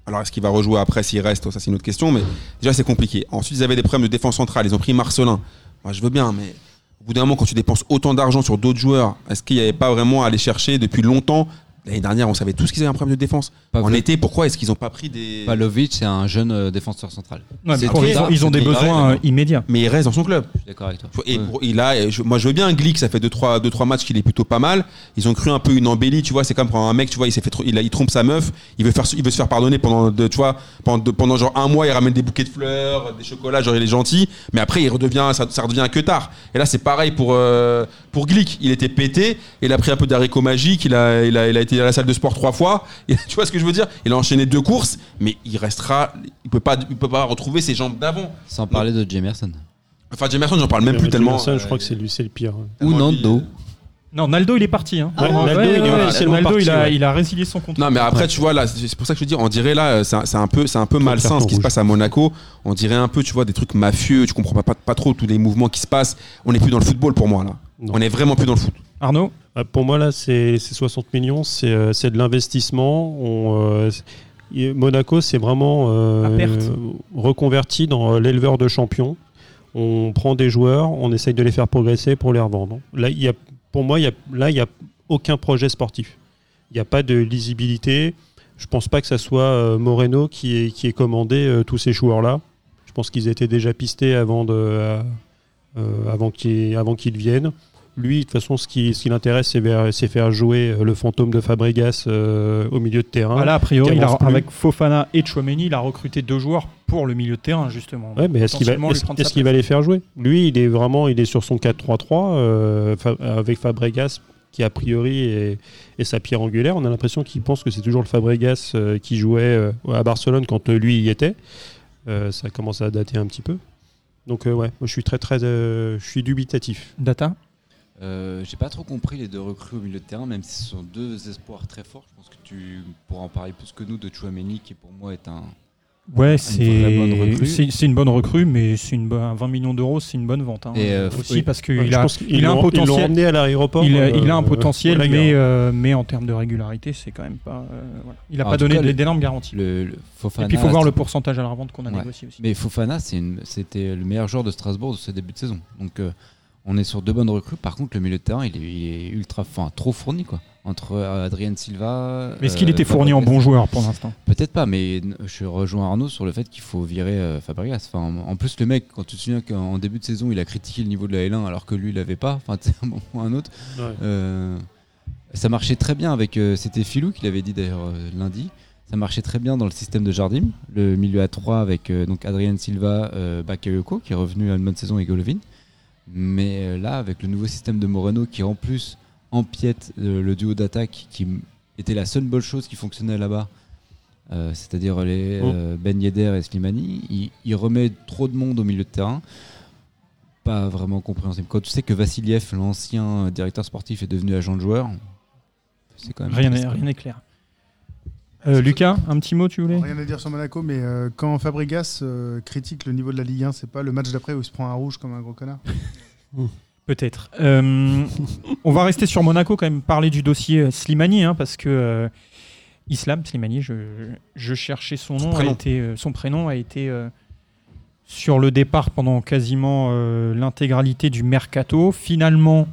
Speaker 2: Alors est-ce qu'il va rejouer après s'il reste Ça c'est une autre question, mais déjà c'est compliqué. Ensuite ils avaient des problèmes de défense centrale, ils ont pris Marcelin. Moi je veux bien, mais au bout d'un moment quand tu dépenses autant d'argent sur d'autres joueurs, est-ce qu'il n'y avait pas vraiment à aller chercher depuis longtemps L'année dernière on savait tous qu'ils avaient un problème de défense. En
Speaker 6: Pavlo-
Speaker 2: été pourquoi est-ce qu'ils n'ont pas pris des...
Speaker 6: Pavlovic, c'est un jeune euh, défenseur central.
Speaker 1: Ouais,
Speaker 6: C'est
Speaker 1: pour- ils,
Speaker 6: bizarre,
Speaker 1: ont, ils ont des
Speaker 6: c'est bizarre,
Speaker 1: besoins euh,
Speaker 6: d'accord.
Speaker 1: immédiats.
Speaker 2: Mais il reste dans son club.
Speaker 6: Je suis d'accord avec toi. Euh,
Speaker 2: Faut- Et
Speaker 6: Ouais.
Speaker 2: pour- il a, et je- moi je veux bien un Glick, ça fait 2-3 deux, trois, deux, trois matchs qu'il est plutôt pas mal. Ils ont cru un peu une embellie, tu vois. C'est comme quand un mec, tu vois, il s'est fait, tro- il, a- il trompe sa meuf, il veut faire, il veut se faire pardonner pendant, deux- tu vois, pendant, deux- pendant genre un mois, il ramène des bouquets de fleurs, des chocolats, genre il est gentil. Mais après, il redevient, ça, ça redevient que tard. Et là, c'est pareil pour euh, pour Glick. Il était pété, il a pris un peu d'haricots magiques, il a, il a, il a été à la salle de sport trois fois. Et tu vois ce que je veux dire Il a enchaîné deux courses, mais il restera, il peut pas, il peut pas retrouver ses jambes d'avant.
Speaker 6: Sans parler de Jemerson.
Speaker 2: Enfin, Jamerson, j'en parle même plus
Speaker 4: Emerson,
Speaker 2: tellement. euh,
Speaker 4: je crois que c'est lui, c'est le pire.
Speaker 6: Ou
Speaker 2: Tellement lui,
Speaker 6: Nando.
Speaker 2: euh,
Speaker 1: Non, Naldo, il est parti. Hein.
Speaker 4: Ouais,
Speaker 1: Vraiment,
Speaker 4: Ah, Naldo,
Speaker 1: ouais,
Speaker 4: il est
Speaker 1: ouais,
Speaker 4: officiellement
Speaker 1: Naldo,
Speaker 4: parti,
Speaker 1: il, a,
Speaker 4: ouais.
Speaker 1: il a résilié son contrat.
Speaker 2: Non, mais après, tu vois, là, c'est pour ça que je dis, on dirait là, euh, c'est un- c'est un peu, c'est un peu malsain
Speaker 4: carton
Speaker 2: ce qui se
Speaker 4: rouge.
Speaker 2: passe à Monaco. On dirait un peu, tu vois, des trucs mafieux. Tu comprends pas, pas, pas trop tous les mouvements qui se passent. On n'est plus dans le football pour moi là.
Speaker 4: Non.
Speaker 2: On est vraiment plus dans le foot.
Speaker 1: Arnaud
Speaker 4: Ah, Pour moi, là, c'est c'est 60 millions, c'est euh, c'est de l'investissement. On, euh, y- Monaco, c'est vraiment euh,
Speaker 1: À perte.
Speaker 4: reconverti dans euh, l'éleveur de champions. On prend des joueurs, on essaye de les faire progresser pour les revendre. Là, il y a, pour moi, il y a, là, il n'y a aucun projet sportif. Il n'y a pas de lisibilité. Je pense pas que ça soit euh, Moreno qui ait, qui ait commandé euh, tous ces joueurs-là. Je pense qu'ils étaient déjà pistés avant, de, euh, euh, avant qu'ils avant qu'ils viennent. Lui, de toute façon, ce qui, ce qui l'intéresse, c'est vers- c'est faire jouer euh, le fantôme de Fabregas euh, au milieu de terrain.
Speaker 1: Voilà, Ah, a priori, il a-
Speaker 4: Terence Plus.
Speaker 1: avec Fofana et Chouameni, il a recruté deux joueurs pour le milieu de terrain, justement.
Speaker 4: Ouais, mais est-ce qu'il va,
Speaker 1: Potentiellement, lui
Speaker 4: est-ce-
Speaker 1: prendre sa
Speaker 4: est-ce qu'il va les faire jouer Lui, il est vraiment il est sur son 4-3-3 euh, fa- avec Fabregas qui a priori est, est sa pierre angulaire. On a l'impression qu'il pense que c'est toujours le Fabregas euh, qui jouait euh, à Barcelone quand euh, lui y était. Euh, ça commence à dater un petit peu. Donc euh, ouais, moi, je suis très très euh, je suis dubitatif.
Speaker 1: Data
Speaker 6: Euh, J'ai pas trop compris les deux recrues au milieu de terrain, même si ce sont deux espoirs très forts. Je pense que tu pourras en parler plus que nous de Chouameni, qui pour moi est un.
Speaker 4: Ah,
Speaker 1: Ouais,
Speaker 6: vraie bonne
Speaker 1: c'est
Speaker 6: recrue.
Speaker 1: c'est- c'est une bonne recrue, mais c'est une bo- 20 millions d'euros, c'est une bonne vente. hein.
Speaker 6: Et, euh,
Speaker 1: aussi
Speaker 6: oui.
Speaker 1: parce
Speaker 4: Ouais,
Speaker 1: qu'il
Speaker 4: je
Speaker 1: a,
Speaker 4: pense qu'ils
Speaker 1: il a un
Speaker 4: l'ont- ils l'ont
Speaker 1: potentiel.
Speaker 4: emmené à l'aéroport.
Speaker 1: Il, a-
Speaker 4: euh,
Speaker 1: il a un
Speaker 4: euh,
Speaker 1: potentiel,
Speaker 4: au lager.
Speaker 1: mais, euh, mais en termes de régularité, c'est quand même pas. euh, voilà. Il n'a
Speaker 6: En
Speaker 1: pas
Speaker 6: tout
Speaker 1: donné
Speaker 6: cas,
Speaker 1: d-
Speaker 6: le-
Speaker 1: d'énormes garanties.
Speaker 6: Le, le Fofana,
Speaker 1: Et puis il faut voir le pourcentage à la revente qu'on a
Speaker 6: Ouais.
Speaker 1: négocié aussi.
Speaker 6: Mais Fofana, c'est une- c'était le meilleur joueur de Strasbourg de ce début de saison. Donc euh, on est sur deux bonnes recrues. Par contre, le milieu de terrain, il est, il est ultra, enfin trop fourni quoi. Entre euh, Adrien Silva.
Speaker 1: Mais est-ce qu'il
Speaker 6: euh,
Speaker 1: était fourni en
Speaker 6: Fabregas.
Speaker 1: bon joueur pour l'instant
Speaker 6: Peut-être pas, mais n- je rejoins Arnaud sur le fait qu'il faut virer euh, Fabregas. Enfin, en en plus, le mec, quand tu te souviens qu'en début de saison, il a critiqué le niveau de la L1 alors que lui, il l'avait pas, enfin, tu sais, à un moment ou à un autre.
Speaker 4: Ouais.
Speaker 6: Euh, ça marchait très bien avec. euh, C'était Philou qui l'avait dit d'ailleurs euh, lundi. Ça marchait très bien dans le système de Jardim, le milieu à 3 avec euh, donc Adrien Silva, euh, Bakayoko qui est revenu à une bonne saison et Golovin. Mais euh, là, avec le nouveau système de Moreno qui en plus empiète euh, le duo d'attaque qui m- était la seule bonne chose qui fonctionnait là-bas, euh, c'est-à-dire les
Speaker 4: Oh.
Speaker 6: euh, Ben Yedder et Slimani, il, il remet trop de monde au milieu de terrain. Pas vraiment compréhensible. Quand tu sais que Vassiliev, l'ancien directeur sportif, est devenu agent de joueur, c'est quand même.
Speaker 1: Rien
Speaker 6: triste,
Speaker 1: n'est
Speaker 6: quoi.
Speaker 1: rien n'est clair. Euh, Lucas, un petit mot, tu voulais
Speaker 5: Rien à dire sur Monaco, mais euh, quand Fabregas euh, critique le niveau de la Ligue 1, c'est pas le match d'après où il se prend un rouge comme un gros connard.
Speaker 1: Peut-être. Euh, on va rester sur Monaco quand même, parler du dossier euh, Slimani, hein, parce que euh, Islam Slimani, je, je cherchais son nom,
Speaker 2: prénom.
Speaker 1: A été, euh, son prénom a été euh, sur le départ pendant quasiment euh, l'intégralité du mercato. Finalement,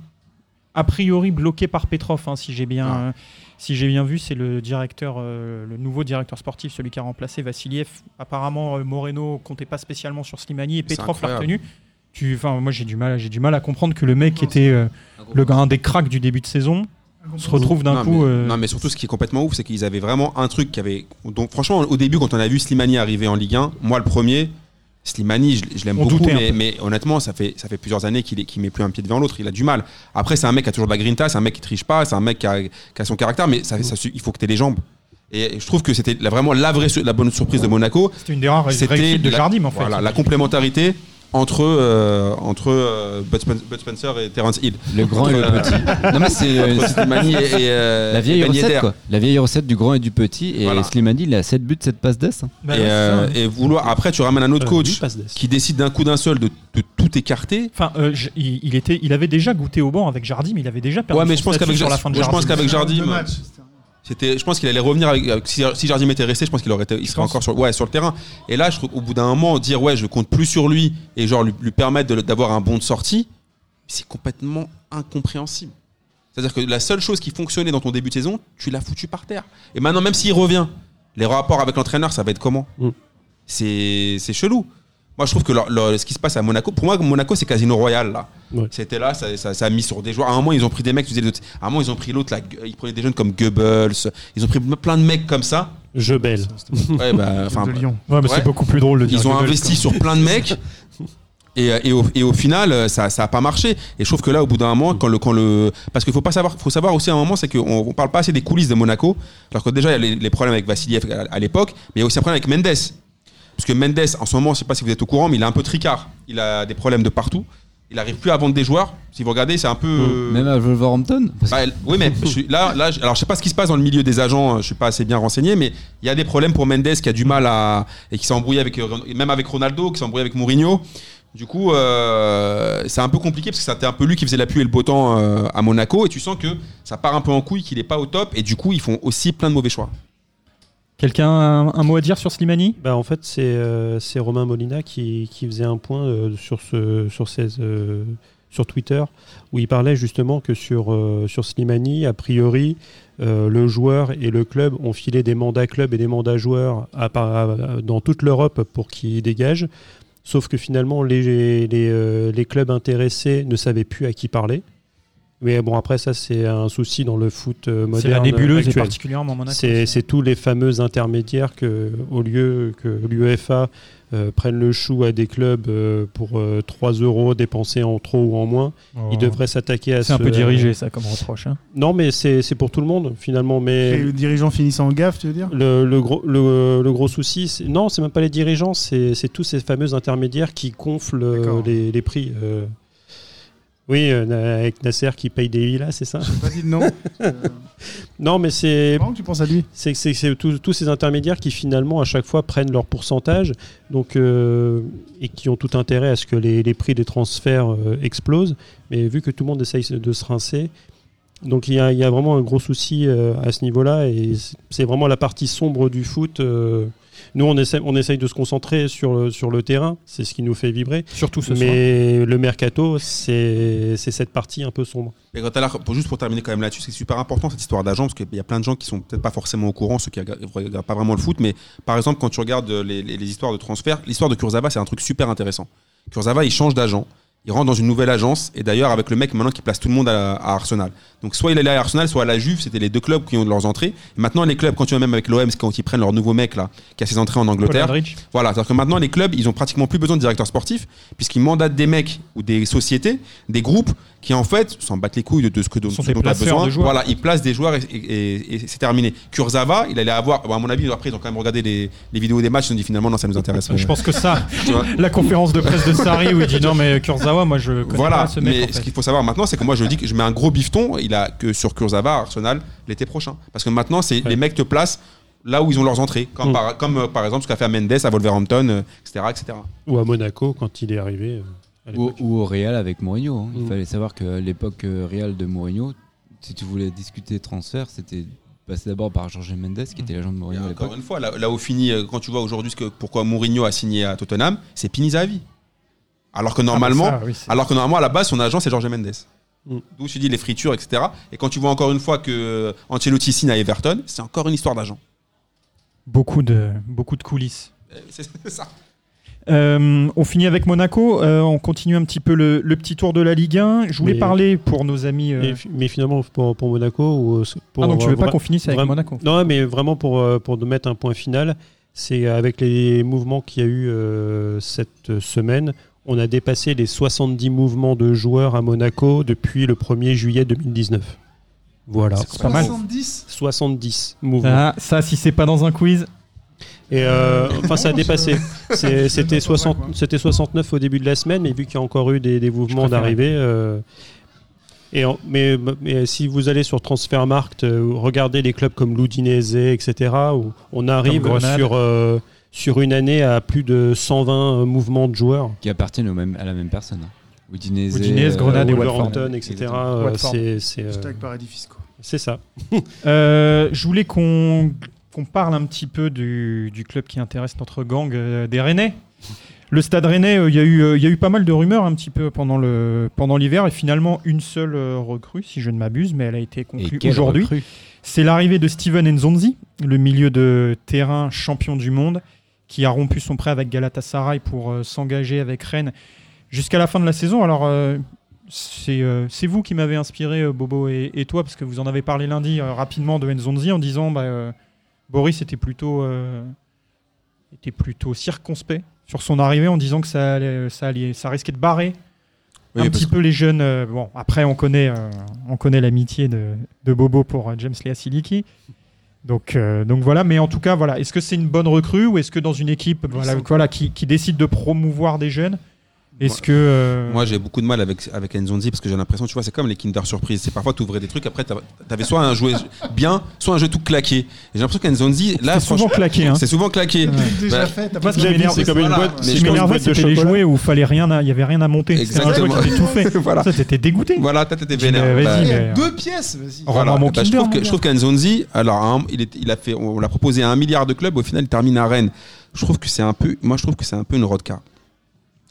Speaker 1: a priori bloqué par Petrov, hein, si j'ai bien,
Speaker 2: Ah.
Speaker 1: euh, si j'ai bien vu, c'est le directeur, euh, le nouveau directeur sportif, celui qui a remplacé Vassiliev. Apparemment, euh, Moreno comptait pas spécialement sur Slimani et
Speaker 2: C'est
Speaker 1: Petrov l'a
Speaker 2: incroyable.
Speaker 1: retenu. Tu, enfin, moi j'ai du mal, j'ai du mal à comprendre que le mec qui était euh, le gars un des cracks du début de saison se retrouve d'un
Speaker 2: non,
Speaker 1: coup.
Speaker 2: mais,
Speaker 1: euh,
Speaker 2: non, mais surtout, ce qui est complètement ouf, c'est qu'ils avaient vraiment un truc qui avait. Donc, franchement, au début, quand on a vu Slimani arriver en Ligue 1, moi le premier, Slimani, je, je l'aime
Speaker 1: On
Speaker 2: beaucoup,
Speaker 1: doutait un
Speaker 2: mais, mais honnêtement, ça fait, ça fait plusieurs années qu'il est- qu'il met plus un pied devant l'autre. Il a du mal. Après, c'est un mec qui a toujours de la grinta, c'est un mec qui triche pas, c'est un mec qui a, qui a son caractère, mais ça, ça-
Speaker 1: Mmh.
Speaker 2: il faut que tu aies les jambes. Et je trouve que c'était la- vraiment la vraie, su- la bonne surprise de Monaco.
Speaker 1: C'était une des rares
Speaker 2: C'était
Speaker 1: réussites de
Speaker 2: la-
Speaker 1: Jardim en fait.
Speaker 2: Voilà, la complémentarité entre, euh, entre euh, Bud, Spen- Bud Spencer et Terence Hill.
Speaker 6: Le grand et le
Speaker 2: Entre, euh,
Speaker 6: petit. Non, mais c'est. euh,
Speaker 2: entre
Speaker 6: c'est-
Speaker 2: Slimani et, et, euh,
Speaker 6: La vieille,
Speaker 2: Ben
Speaker 6: recette,
Speaker 2: Yedder.
Speaker 6: quoi. la vieille recette du grand et du petit. Et
Speaker 2: Voilà.
Speaker 6: Slimani, il a 7 buts, 7 passes d'ess. hein.
Speaker 1: Bah,
Speaker 2: et,
Speaker 1: ouais,
Speaker 2: euh,
Speaker 1: c'est ça.
Speaker 2: et vouloir après tu ramènes un autre
Speaker 4: Euh,
Speaker 2: coach
Speaker 4: une passe d'ess.
Speaker 2: qui décide d'un coup d'un seul de, de tout écarter
Speaker 1: Enfin, euh, je- il, il était, il avait déjà goûté au banc avec Jardim, il avait déjà perdu
Speaker 2: Ouais, mais
Speaker 1: son
Speaker 2: je pense
Speaker 1: statut
Speaker 2: qu'avec
Speaker 1: sur
Speaker 2: Jar-
Speaker 1: la fin de
Speaker 2: moi, je
Speaker 1: Jardim.
Speaker 2: pense qu'avec Jardim
Speaker 5: Deux matchs, c'était un-
Speaker 2: c'était je pense qu'il allait revenir avec, avec- si, si Jardim était resté je pense qu'il aurait été, il serait
Speaker 1: penses
Speaker 2: encore sur ouais sur le terrain et là je trouve qu'au bout d'un moment dire ouais je compte plus sur lui et genre lui, lui permettre de- d'avoir un bon de sortie c'est complètement incompréhensible c'est-à-dire que la seule chose qui fonctionnait dans ton début de saison tu l'as foutu par terre et maintenant même s'il revient les rapports avec l'entraîneur ça va être comment
Speaker 4: Mm.
Speaker 2: c'est c'est chelou moi je trouve que leur- leur- ce qui se passe à Monaco pour moi Monaco c'est Casino Royal là
Speaker 4: Ouais.
Speaker 2: C'était là, ça, ça, ça a mis sur des joueurs. À un moment, ils ont pris des mecs, tu disais, l'autre- à un moment, ils ont pris l'autre, là, gue- ils prenaient des jeunes comme Goebbels, ils ont pris plein de mecs comme ça.
Speaker 4: Je belle.
Speaker 2: Ouais, bah, enfin,
Speaker 5: de Lyon.
Speaker 1: Ouais, mais
Speaker 2: Ouais.
Speaker 1: c'est beaucoup plus drôle de dire
Speaker 2: ils ont
Speaker 1: que de-
Speaker 2: investi sur plein de mecs. Et, euh, et au, et au final, euh, ça n'a pas marché. Et je trouve que là, au bout d'un moment, quand le, quand le, parce qu'il faut pas savoir, faut savoir aussi à un moment, c'est qu'on ne parle pas assez des coulisses de Monaco. Alors que déjà, il y a les, les problèmes avec Vassiliev à, à l'époque, mais il y a aussi un problème avec Mendes. Parce que Mendes, en ce moment, je sais pas si vous êtes au courant, mais il a un peu tricard. Il a des problèmes de partout. il arrive plus à vendre des joueurs. Si vous regardez, c'est un peu. euh,
Speaker 6: Mmh. Même à Wolverhampton parce que-
Speaker 2: bah, elle- oui, mais je suis- là, là, je- alors je sais pas ce qui se passe dans le milieu des agents, euh, je suis pas assez bien renseigné, mais il y a des problèmes pour Mendes qui a du mal à et qui s'est embrouillé avec euh, et même avec Ronaldo, qui s'est embrouillé avec Mourinho. Du coup, euh, c'est un peu compliqué parce que c'était un peu lui qui faisait la pluie et le beau temps euh, à Monaco, et tu sens que ça part un peu en couille, qu'il est pas au top, et du coup, ils font aussi plein de mauvais choix.
Speaker 1: Quelqu'un a un, un mot à dire sur Slimani
Speaker 4: Bah, en fait, c'est euh, c'est Romain Molina qui, qui faisait un point euh, sur, ce, sur, ces, euh, sur Twitter où il parlait justement que sur, euh, sur Slimani, a priori, euh, le joueur et le club ont filé des mandats club et des mandats joueurs à par- à- dans toute l'Europe pour qu'ils dégagent. Sauf que finalement, les, les, euh, les clubs intéressés ne savaient plus à qui parler. Mais bon, après, ça, c'est un souci dans le foot euh, moderne.
Speaker 1: C'est la nébuleuse, et
Speaker 4: actuel.
Speaker 1: particulièrement Monaco.
Speaker 4: C'est c'est tous les fameux intermédiaires que, au lieu que l'UEFA euh, prenne le chou à des clubs euh, pour euh, 3 euros dépensés en trop ou en moins,
Speaker 1: Oh.
Speaker 4: ils devraient s'attaquer à
Speaker 1: C'est un
Speaker 4: ce-
Speaker 1: peu dirigé, ça, comme reproche. hein.
Speaker 4: Non, mais c'est c'est pour tout le monde, finalement. Mais
Speaker 5: Les dirigeants finissant en gaffe, tu veux dire
Speaker 4: le, le gros, le, le gros souci, c'est- non, c'est même pas les dirigeants, c'est c'est tous ces fameux intermédiaires qui gonflent euh,
Speaker 5: D'accord.
Speaker 4: les, les prix. euh. Oui, euh, avec Nasser qui paye des villas, c'est ça
Speaker 5: J'ai pas dit de nom. Euh,
Speaker 4: Non, mais c'est
Speaker 5: C'est marrant que tu penses à lui.
Speaker 4: C'est c'est- c'est tous tous ces intermédiaires qui finalement à chaque fois prennent leur pourcentage donc, euh, et qui ont tout intérêt à ce que les, les prix des transferts euh, explosent. Mais vu que tout le monde essaye de se rincer, donc il y a, il y a vraiment un gros souci euh, à ce niveau-là et c'est- c'est vraiment la partie sombre du foot. euh. nous, on essaye, on essaye de se concentrer sur le, sur le terrain, c'est ce qui nous fait vibrer.
Speaker 1: Surtout ce soir.
Speaker 4: Mais le mercato, c'est c'est cette partie un peu sombre.
Speaker 2: Et quand alors, pour- juste pour terminer quand même là-dessus, c'est super important cette histoire d'agent parce qu'il y a plein de gens qui sont peut-être pas forcément au courant, ceux qui regardent regardent pas vraiment le foot, mais par exemple quand tu regardes euh, les, les- les histoires de transfert, l'histoire de Kurzawa c'est un truc super intéressant. Kurzawa il change d'agent, il rentre dans une nouvelle agence et d'ailleurs avec le mec maintenant qui place tout le monde à, à Arsenal. Donc soit il est à Arsenal, soit à la Juve, c'était les deux clubs qui ont leurs entrées. Et maintenant les clubs quand tu vas même avec l'OM, c'est quand ils prennent leur nouveau mec là qui a ses entrées en
Speaker 1: Paul
Speaker 2: Angleterre.
Speaker 1: Aldridge.
Speaker 2: Voilà, c'est-à-dire que maintenant les clubs, ils ont pratiquement plus besoin de directeurs sportifs puisqu'ils mandatent des mecs ou des sociétés, des groupes qui en fait s'en battent les couilles de, de ce que dont,
Speaker 1: Ce sont
Speaker 2: ce
Speaker 1: des
Speaker 2: dont on a
Speaker 1: placeurs
Speaker 2: besoin.
Speaker 1: de joueurs.
Speaker 2: Voilà, ils placent des joueurs et, et- et- et c'est terminé. Kurzawa, il allait avoir, bon, à mon avis, après ils ont quand même regardé les, les vidéos des matchs, ils ont dit finalement non, ça nous intéresse.
Speaker 1: Je pense que ça,
Speaker 2: Tu vois
Speaker 1: la conférence de presse de Sarri où il dit non mais Kurzawa, moi je connais
Speaker 2: Voilà,
Speaker 1: pas ce mec.
Speaker 2: mais
Speaker 1: en
Speaker 2: ce
Speaker 1: fait.
Speaker 2: qu'il faut savoir maintenant, c'est que moi je dis que je mets un gros bifton il a, que sur Kurzawa à Arsenal l'été prochain. Parce que maintenant, c'est les mecs te placent là où ils ont leurs entrées, comme,
Speaker 4: Mm.
Speaker 2: par, comme euh, par exemple ce qu'a fait à Mendes à Wolverhampton, euh, etc. etc.
Speaker 4: Ou à Monaco quand il est arrivé. euh, à
Speaker 6: Ou,
Speaker 4: l'époque.
Speaker 6: ou au Real avec Mourinho. hein. Il
Speaker 4: Mm.
Speaker 6: fallait savoir qu'à l'époque euh, Real de Mourinho, si tu voulais discuter transfert, c'était passé d'abord par Jorge Mendes, qui était l'agent de
Speaker 2: Et
Speaker 6: Mourinho à
Speaker 2: encore
Speaker 6: l'époque.
Speaker 2: une fois, là, là où finit, euh, quand tu vois aujourd'hui ce que, pourquoi Mourinho a signé à Tottenham, c'est Pinizavi. Alors que normalement,
Speaker 1: Ah, bah, ça, oui, c'est-
Speaker 2: alors que normalement à la base son agent c'est Jorge Mendes.
Speaker 4: Mm.
Speaker 2: D'où tu dis les fritures, etc. Et quand tu vois encore une fois que euh, Ancelotti signe à Everton, c'est encore une histoire d'agent.
Speaker 1: beaucoup de beaucoup de coulisses.
Speaker 2: Euh, C'est c'est ça.
Speaker 1: Euh, on finit avec Monaco. euh, on continue un petit peu le, le petit tour de la Ligue 1. Je voulais
Speaker 4: Mais-
Speaker 1: parler pour nos amis. euh,
Speaker 4: Mais, fi- mais finalement, pour, pour Monaco, ou euh, pour,
Speaker 1: ah donc tu veux
Speaker 4: euh,
Speaker 1: pas
Speaker 4: vra-
Speaker 1: qu'on finisse avec
Speaker 4: vra-
Speaker 1: Monaco
Speaker 4: Non, mais vraiment pour, euh, pour nous mettre un point final, c'est avec les mouvements qu'il y a eu euh, cette semaine, on a dépassé les 70 mouvements de joueurs à Monaco depuis le 1er juillet 2019. Voilà.
Speaker 1: C'est pas mal.
Speaker 5: 70
Speaker 4: 70 mouvements.
Speaker 1: Ah, ça, si c'est pas dans un quiz,
Speaker 4: Et euh, enfin, ça a
Speaker 5: Non,
Speaker 4: dépassé. C'est- C'était
Speaker 5: Je comprends pas,
Speaker 4: 60
Speaker 5: quoi.
Speaker 4: c'était 69 au début de la semaine, mais vu qu'il y a encore eu des, des mouvements
Speaker 1: Je préfère.
Speaker 4: d'arrivée. euh, et en- mais, mais euh, si vous allez sur Transfermarkt, euh, regardez les clubs comme l'Udinese, etc., où on arrive
Speaker 1: Comme Grenade.
Speaker 4: sur, euh, sur une année à plus de 120 mouvements de joueurs.
Speaker 6: Qui appartiennent au même, à la même personne. hein. Udinese, euh,
Speaker 1: Udinese, Grenade et Watford.
Speaker 4: euh, Wolverhampton, etc.
Speaker 6: exactement.
Speaker 4: euh,
Speaker 1: Watford.
Speaker 4: c'est- C'est euh,
Speaker 5: Hashtag paradis fiscaux.
Speaker 4: c'est ça.
Speaker 1: Euh, je voulais qu'on qu'on parle un petit peu du, du club qui intéresse notre gang euh, des Rennais. Le Stade Rennais, euh, il y, a eu, euh, il y a eu pas mal de rumeurs un petit peu pendant le pendant l'hiver et finalement une seule euh, recrue, si je ne m'abuse, mais elle a été
Speaker 6: Et
Speaker 1: conclue
Speaker 6: quelle
Speaker 1: aujourd'hui.
Speaker 6: recrue.
Speaker 1: C'est l'arrivée de Steven Nzonzi, le milieu de terrain champion du monde, qui a rompu son prêt avec Galatasaray pour euh, s'engager avec Rennes jusqu'à la fin de la saison. Alors, euh, c'est euh, c'est vous qui m'avez inspiré, euh, Bobo et, et toi, parce que vous en avez parlé lundi euh, rapidement de Nzonzi en disant bah, euh, Boris était plutôt, euh, était plutôt circonspect sur son arrivée en disant que ça, allait- euh, ça, allait- ça risquait de barrer
Speaker 2: Oui,
Speaker 1: un
Speaker 2: parce
Speaker 1: petit peu les jeunes. euh, bon, après, on connaît, euh, on connaît l'amitié de, de Bobo pour euh, James Lea Siliki. Donc, euh, donc voilà, mais en tout cas, voilà. Est-ce que c'est une bonne recrue ou est-ce que dans une équipe voilà,
Speaker 5: sont-
Speaker 1: voilà, qui, qui décide de promouvoir des jeunes, Est-ce que. euh,
Speaker 2: Moi, j'ai beaucoup de mal avec, avec Nzonzi parce que j'ai l'impression, tu vois, c'est comme les Kinder Surprise. C'est parfois, tu ouvrais des trucs, après, t'av- t'avais soit un jouet bien, soit un jeu tout claqué. Et j'ai l'impression qu'Nzonzi,
Speaker 1: c'est
Speaker 2: là,
Speaker 1: souvent
Speaker 2: franchement,
Speaker 1: claqué. Hein.
Speaker 2: c'est souvent claqué.
Speaker 5: déjà
Speaker 2: Bah,
Speaker 5: fait, t'as
Speaker 1: moi,
Speaker 5: pas
Speaker 1: ce qui
Speaker 5: de-
Speaker 1: m'énerve,
Speaker 4: C'est comme une
Speaker 2: Voilà.
Speaker 4: boîte.
Speaker 2: Mais
Speaker 4: c'est
Speaker 1: Ce qui
Speaker 4: comme une
Speaker 1: m'énervait,
Speaker 4: boîte de
Speaker 1: c'était les
Speaker 4: chocolat.
Speaker 1: jouets où fallait rien à- il n'y avait rien à monter. C'était un jouet
Speaker 2: Exactement.
Speaker 1: qui était tout fait.
Speaker 2: voilà.
Speaker 1: Ça, t'étais dégoûté.
Speaker 2: Voilà, t'as t'étais
Speaker 1: Je dis,
Speaker 2: vénère.
Speaker 1: mais
Speaker 2: Bah,
Speaker 1: vas-y,
Speaker 5: Il y
Speaker 1: mais,
Speaker 5: a
Speaker 1: euh,
Speaker 5: deux pièces, vas-y.
Speaker 2: Voilà.
Speaker 1: Rends-moi mon
Speaker 2: Bah, je
Speaker 1: Kinder,
Speaker 2: trouve
Speaker 1: mon
Speaker 2: que, je trouve qu'Anzonzi, alors hein, il, est- il a fait, on l'a proposé à un milliard de clubs, au final il termine à Rennes. Je trouve que c'est un peu, moi je trouve que c'est un peu une rodka.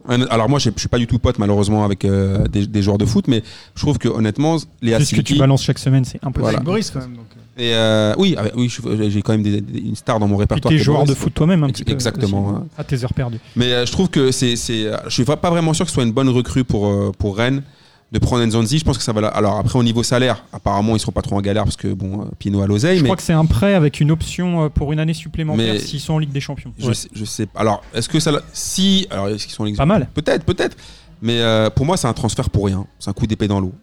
Speaker 2: Un- Alors moi je je suis pas du tout pote malheureusement avec euh, des, des joueurs de foot, mais je trouve que honnêtement les
Speaker 1: C'est ce que tu
Speaker 2: Asilki
Speaker 1: balances chaque semaine, c'est un peu
Speaker 2: Voilà.
Speaker 5: Avec Boris quand même. Donc.
Speaker 2: et euh, oui, ah, oui je- j'ai quand même des- des- une star dans mon
Speaker 1: Puis
Speaker 2: répertoire.
Speaker 1: t'es
Speaker 2: qui est
Speaker 1: joueur
Speaker 2: Boris.
Speaker 1: de foot toi-même un petit peu.
Speaker 2: Exactement,
Speaker 1: aussi.
Speaker 2: hein.
Speaker 1: À tes heures perdues.
Speaker 2: Mais euh, je trouve que c'est, c'est, euh, je suis pas vraiment sûr que ce soit une bonne recrue pour euh, pour Rennes de prendre Nzonzi. Je pense que ça va. la- Alors après au niveau salaire, apparemment ils seront pas trop en galère parce que bon euh, Pinot à l'oseille,
Speaker 1: Je
Speaker 2: mais
Speaker 1: crois que c'est un prêt avec une option euh, pour une année supplémentaire
Speaker 2: Mais-
Speaker 1: s'ils sont en Ligue des Champions.
Speaker 2: Je,
Speaker 1: Ouais.
Speaker 2: sais, je sais pas. Alors, est-ce que ça. l'a- Si. Alors, est-ce qu'ils sont en Ligue-
Speaker 1: Pas mal.
Speaker 2: Peut-être, peut-être. Mais euh, pour moi, c'est un transfert pour rien. C'est un coup d'épée dans l'eau.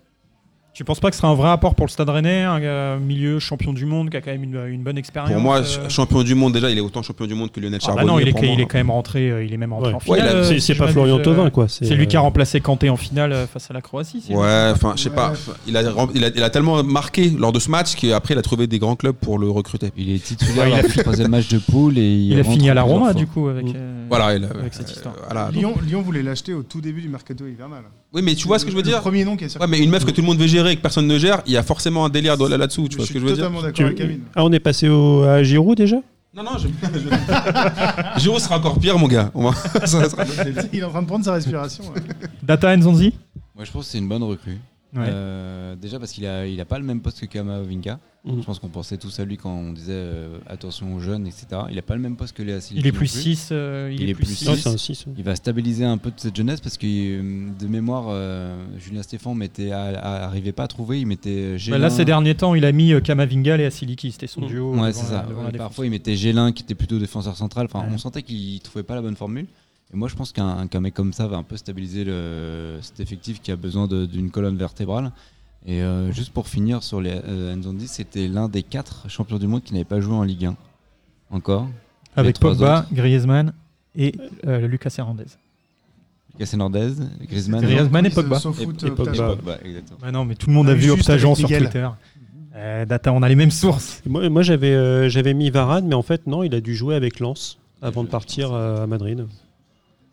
Speaker 1: Tu penses pas que ce sera un vrai apport pour le Stade Rennais, un euh, milieu champion du monde qui a quand même une, une bonne expérience
Speaker 2: Pour moi,
Speaker 1: euh,
Speaker 2: ch- champion du monde, déjà, il est autant champion du monde que Lionel
Speaker 1: ah
Speaker 2: Charbonnier.
Speaker 1: bah non, il est,
Speaker 2: pour moi.
Speaker 1: il est quand même rentré, euh, il est même rentré
Speaker 4: Ouais.
Speaker 1: en
Speaker 2: Ouais,
Speaker 1: finale.
Speaker 2: il a-
Speaker 1: euh,
Speaker 4: C'est-
Speaker 1: si
Speaker 4: C'est
Speaker 1: je
Speaker 4: pas
Speaker 1: m'abuse,
Speaker 4: Florian
Speaker 1: euh,
Speaker 4: Thauvin, quoi. C'est
Speaker 1: C'est lui qui a
Speaker 4: euh,
Speaker 1: remplacé Kanté en finale euh, face à la Croatie. si je me
Speaker 2: Ouais,
Speaker 1: trompe pas.
Speaker 2: enfin, Ah, je sais pas.
Speaker 5: Ouais.
Speaker 2: Il a, rem- il, a, il a tellement marqué lors de ce match qu'après, il a trouvé des grands clubs pour le recruter.
Speaker 6: Il est
Speaker 1: Ouais,
Speaker 6: titulaire
Speaker 1: il a
Speaker 6: lors du troisième match de poule et
Speaker 1: Il
Speaker 6: il,
Speaker 1: a
Speaker 6: rentre
Speaker 1: fini à la
Speaker 6: plusieurs
Speaker 1: Roma,
Speaker 6: fois.
Speaker 1: du coup, avec, euh,
Speaker 2: Voilà, il a-
Speaker 1: avec cette histoire.
Speaker 2: voilà. Donc-
Speaker 5: Lyon, Lyon voulait l'acheter au tout début du mercato hivernal.
Speaker 2: Oui, mais tu vois ce que je veux
Speaker 5: Le
Speaker 2: dire
Speaker 5: Premier nom qui est sorti.
Speaker 2: Ouais, mais une meuf que tout le monde veut gérer et que personne ne gère, il y a forcément un délire de- là-dessous. Tu vois ce que je veux dire
Speaker 5: totalement
Speaker 4: tu-
Speaker 5: d'accord avec Amine.
Speaker 4: Ah, on est passé au, à Giroud déjà
Speaker 2: Non, non, je. je- Giro sera encore pire, mon gars. On va- ça sera-
Speaker 5: Il est en train de prendre sa respiration. hein. ouais.
Speaker 1: Data Nzonzi
Speaker 6: Moi, je pense que c'est une bonne recrue.
Speaker 1: Ouais.
Speaker 6: Euh, déjà parce qu'il a, il a pas le même poste que Kamavinga.
Speaker 1: Mm.
Speaker 4: Mhm.
Speaker 6: Je pense qu'on pensait tous à lui quand on disait euh, attention aux jeunes, etc. Il a pas le même poste que Léa Silva
Speaker 1: Il est
Speaker 6: non
Speaker 1: plus 6, euh, il, est plus 6.
Speaker 4: Ah, c'est un 6.
Speaker 6: Il va stabiliser un peu de cette jeunesse parce que euh, de mémoire, euh, Julien Stéphan mettait, à- à- arrivait pas à trouver, il mettait euh, Gélin.
Speaker 1: Bah, là, ces derniers temps, il a mis euh, Kamavinga et Asiliki, c'était
Speaker 4: Mm.
Speaker 1: son duo. euh,
Speaker 6: Ouais,
Speaker 1: devant
Speaker 6: c'est
Speaker 1: la-
Speaker 6: ça.
Speaker 1: devant la
Speaker 6: Et
Speaker 1: défense.
Speaker 6: parfois, il mettait Gélin qui était plutôt défenseur central. Enfin,
Speaker 1: Ouais.
Speaker 6: on sentait qu'il trouvait pas la bonne formule. Et moi, je pense qu'un qu'un mec comme ça va un peu stabiliser le, cet effectif qui a besoin de- d'une colonne vertébrale. Et euh, juste pour finir sur les euh, Nzonzi, c'était l'un des quatre champions du monde qui n'avait pas joué en Ligue 1 encore.
Speaker 1: Avec
Speaker 6: trois
Speaker 1: Pogba, Griezmann et euh, Lucas Hernandez.
Speaker 6: Lucas Hernandez, Griezmann.
Speaker 1: Griezmann. et
Speaker 5: Ils se
Speaker 1: Pogba.
Speaker 5: sont foutent,
Speaker 6: Et- et
Speaker 5: euh,
Speaker 6: Pogba.
Speaker 5: Pogba.
Speaker 6: Pogba, exactement.
Speaker 1: Bah non, mais tout le monde a
Speaker 5: Oui,
Speaker 1: vu
Speaker 5: juste
Speaker 1: Optagen
Speaker 5: avec
Speaker 1: sur
Speaker 5: Miguel.
Speaker 1: Twitter. Euh, Data, on a les mêmes sources.
Speaker 4: Moi, moi, j'avais euh, j'avais mis Varane, mais en fait, non, il a dû jouer avec Lens avant de partir euh, à Madrid.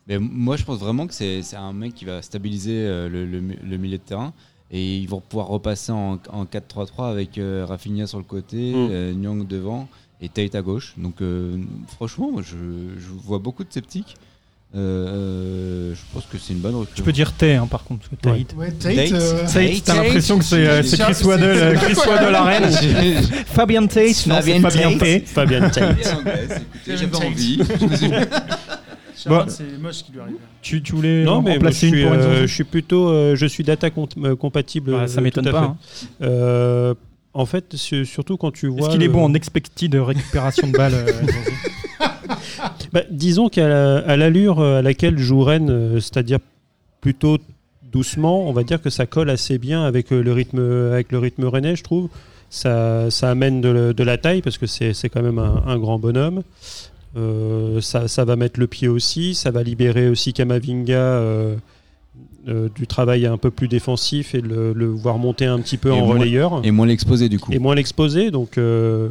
Speaker 6: Mais m- moi, je pense vraiment que c'est c'est un mec qui va stabiliser euh, le, le mi- le milieu de terrain. Et ils vont pouvoir repasser en, en 4-3-3 avec euh, Rafinha sur le côté,
Speaker 4: Mm.
Speaker 6: euh, Nyang devant et Tate à gauche. Donc, euh, franchement, moi, je, je vois beaucoup de sceptiques. Euh, euh, je pense que c'est une bonne recrue.
Speaker 1: Tu peux dire Tay, hein, par contre, parce que
Speaker 4: Ouais.
Speaker 1: Taït.
Speaker 5: Ouais, Tate. euh,
Speaker 1: Taït, t'as
Speaker 6: Tate.
Speaker 1: l'impression que c'est euh, c'est
Speaker 5: Charles-
Speaker 1: Chris Waddle, euh, Chris Waddle à Rennes.
Speaker 6: J'ai-
Speaker 1: Fabien Tate, non, c'est
Speaker 6: Fabien
Speaker 1: Fabien Tate.
Speaker 4: Fabien Tate.
Speaker 6: j'ai- écoutez, j'avais
Speaker 5: Tate.
Speaker 6: envie.
Speaker 5: Charlotte,
Speaker 1: Bon.
Speaker 5: c'est moche qui lui arrive.
Speaker 1: Tu, tu voulais
Speaker 4: Non,
Speaker 1: en
Speaker 4: mais moi, je,
Speaker 1: remplacer une
Speaker 4: suis,
Speaker 1: pour
Speaker 4: euh,
Speaker 1: Nzonzi
Speaker 4: je suis plutôt, euh, je suis data cont- euh, compatible.
Speaker 1: Bah,
Speaker 4: euh,
Speaker 1: Ça m'étonne
Speaker 4: tout à
Speaker 1: pas.
Speaker 4: fait.
Speaker 1: hein.
Speaker 4: Euh, en fait, su- surtout quand tu vois.
Speaker 1: Est-ce qu'il est
Speaker 4: le-
Speaker 1: bon en expected récupération de balles euh, Nzonzi
Speaker 4: Bah, disons qu'à la- à l'allure euh, à laquelle joue Rennes, euh, c'est-à-dire plutôt doucement, on va dire que ça colle assez bien avec euh, le rythme, avec le rythme rennais, je trouve. Ça, ça amène de, le- de la taille parce que c'est c'est quand même un, un grand bonhomme. Euh, ça, ça va mettre le pied aussi, ça va libérer aussi Kamavinga euh, euh, du travail un peu plus défensif et le, le voir monter un petit peu
Speaker 6: Et
Speaker 4: en
Speaker 6: moins-
Speaker 4: relayeur
Speaker 6: Et moins l'exposer du coup.
Speaker 4: et moins l'exposer. Donc, euh,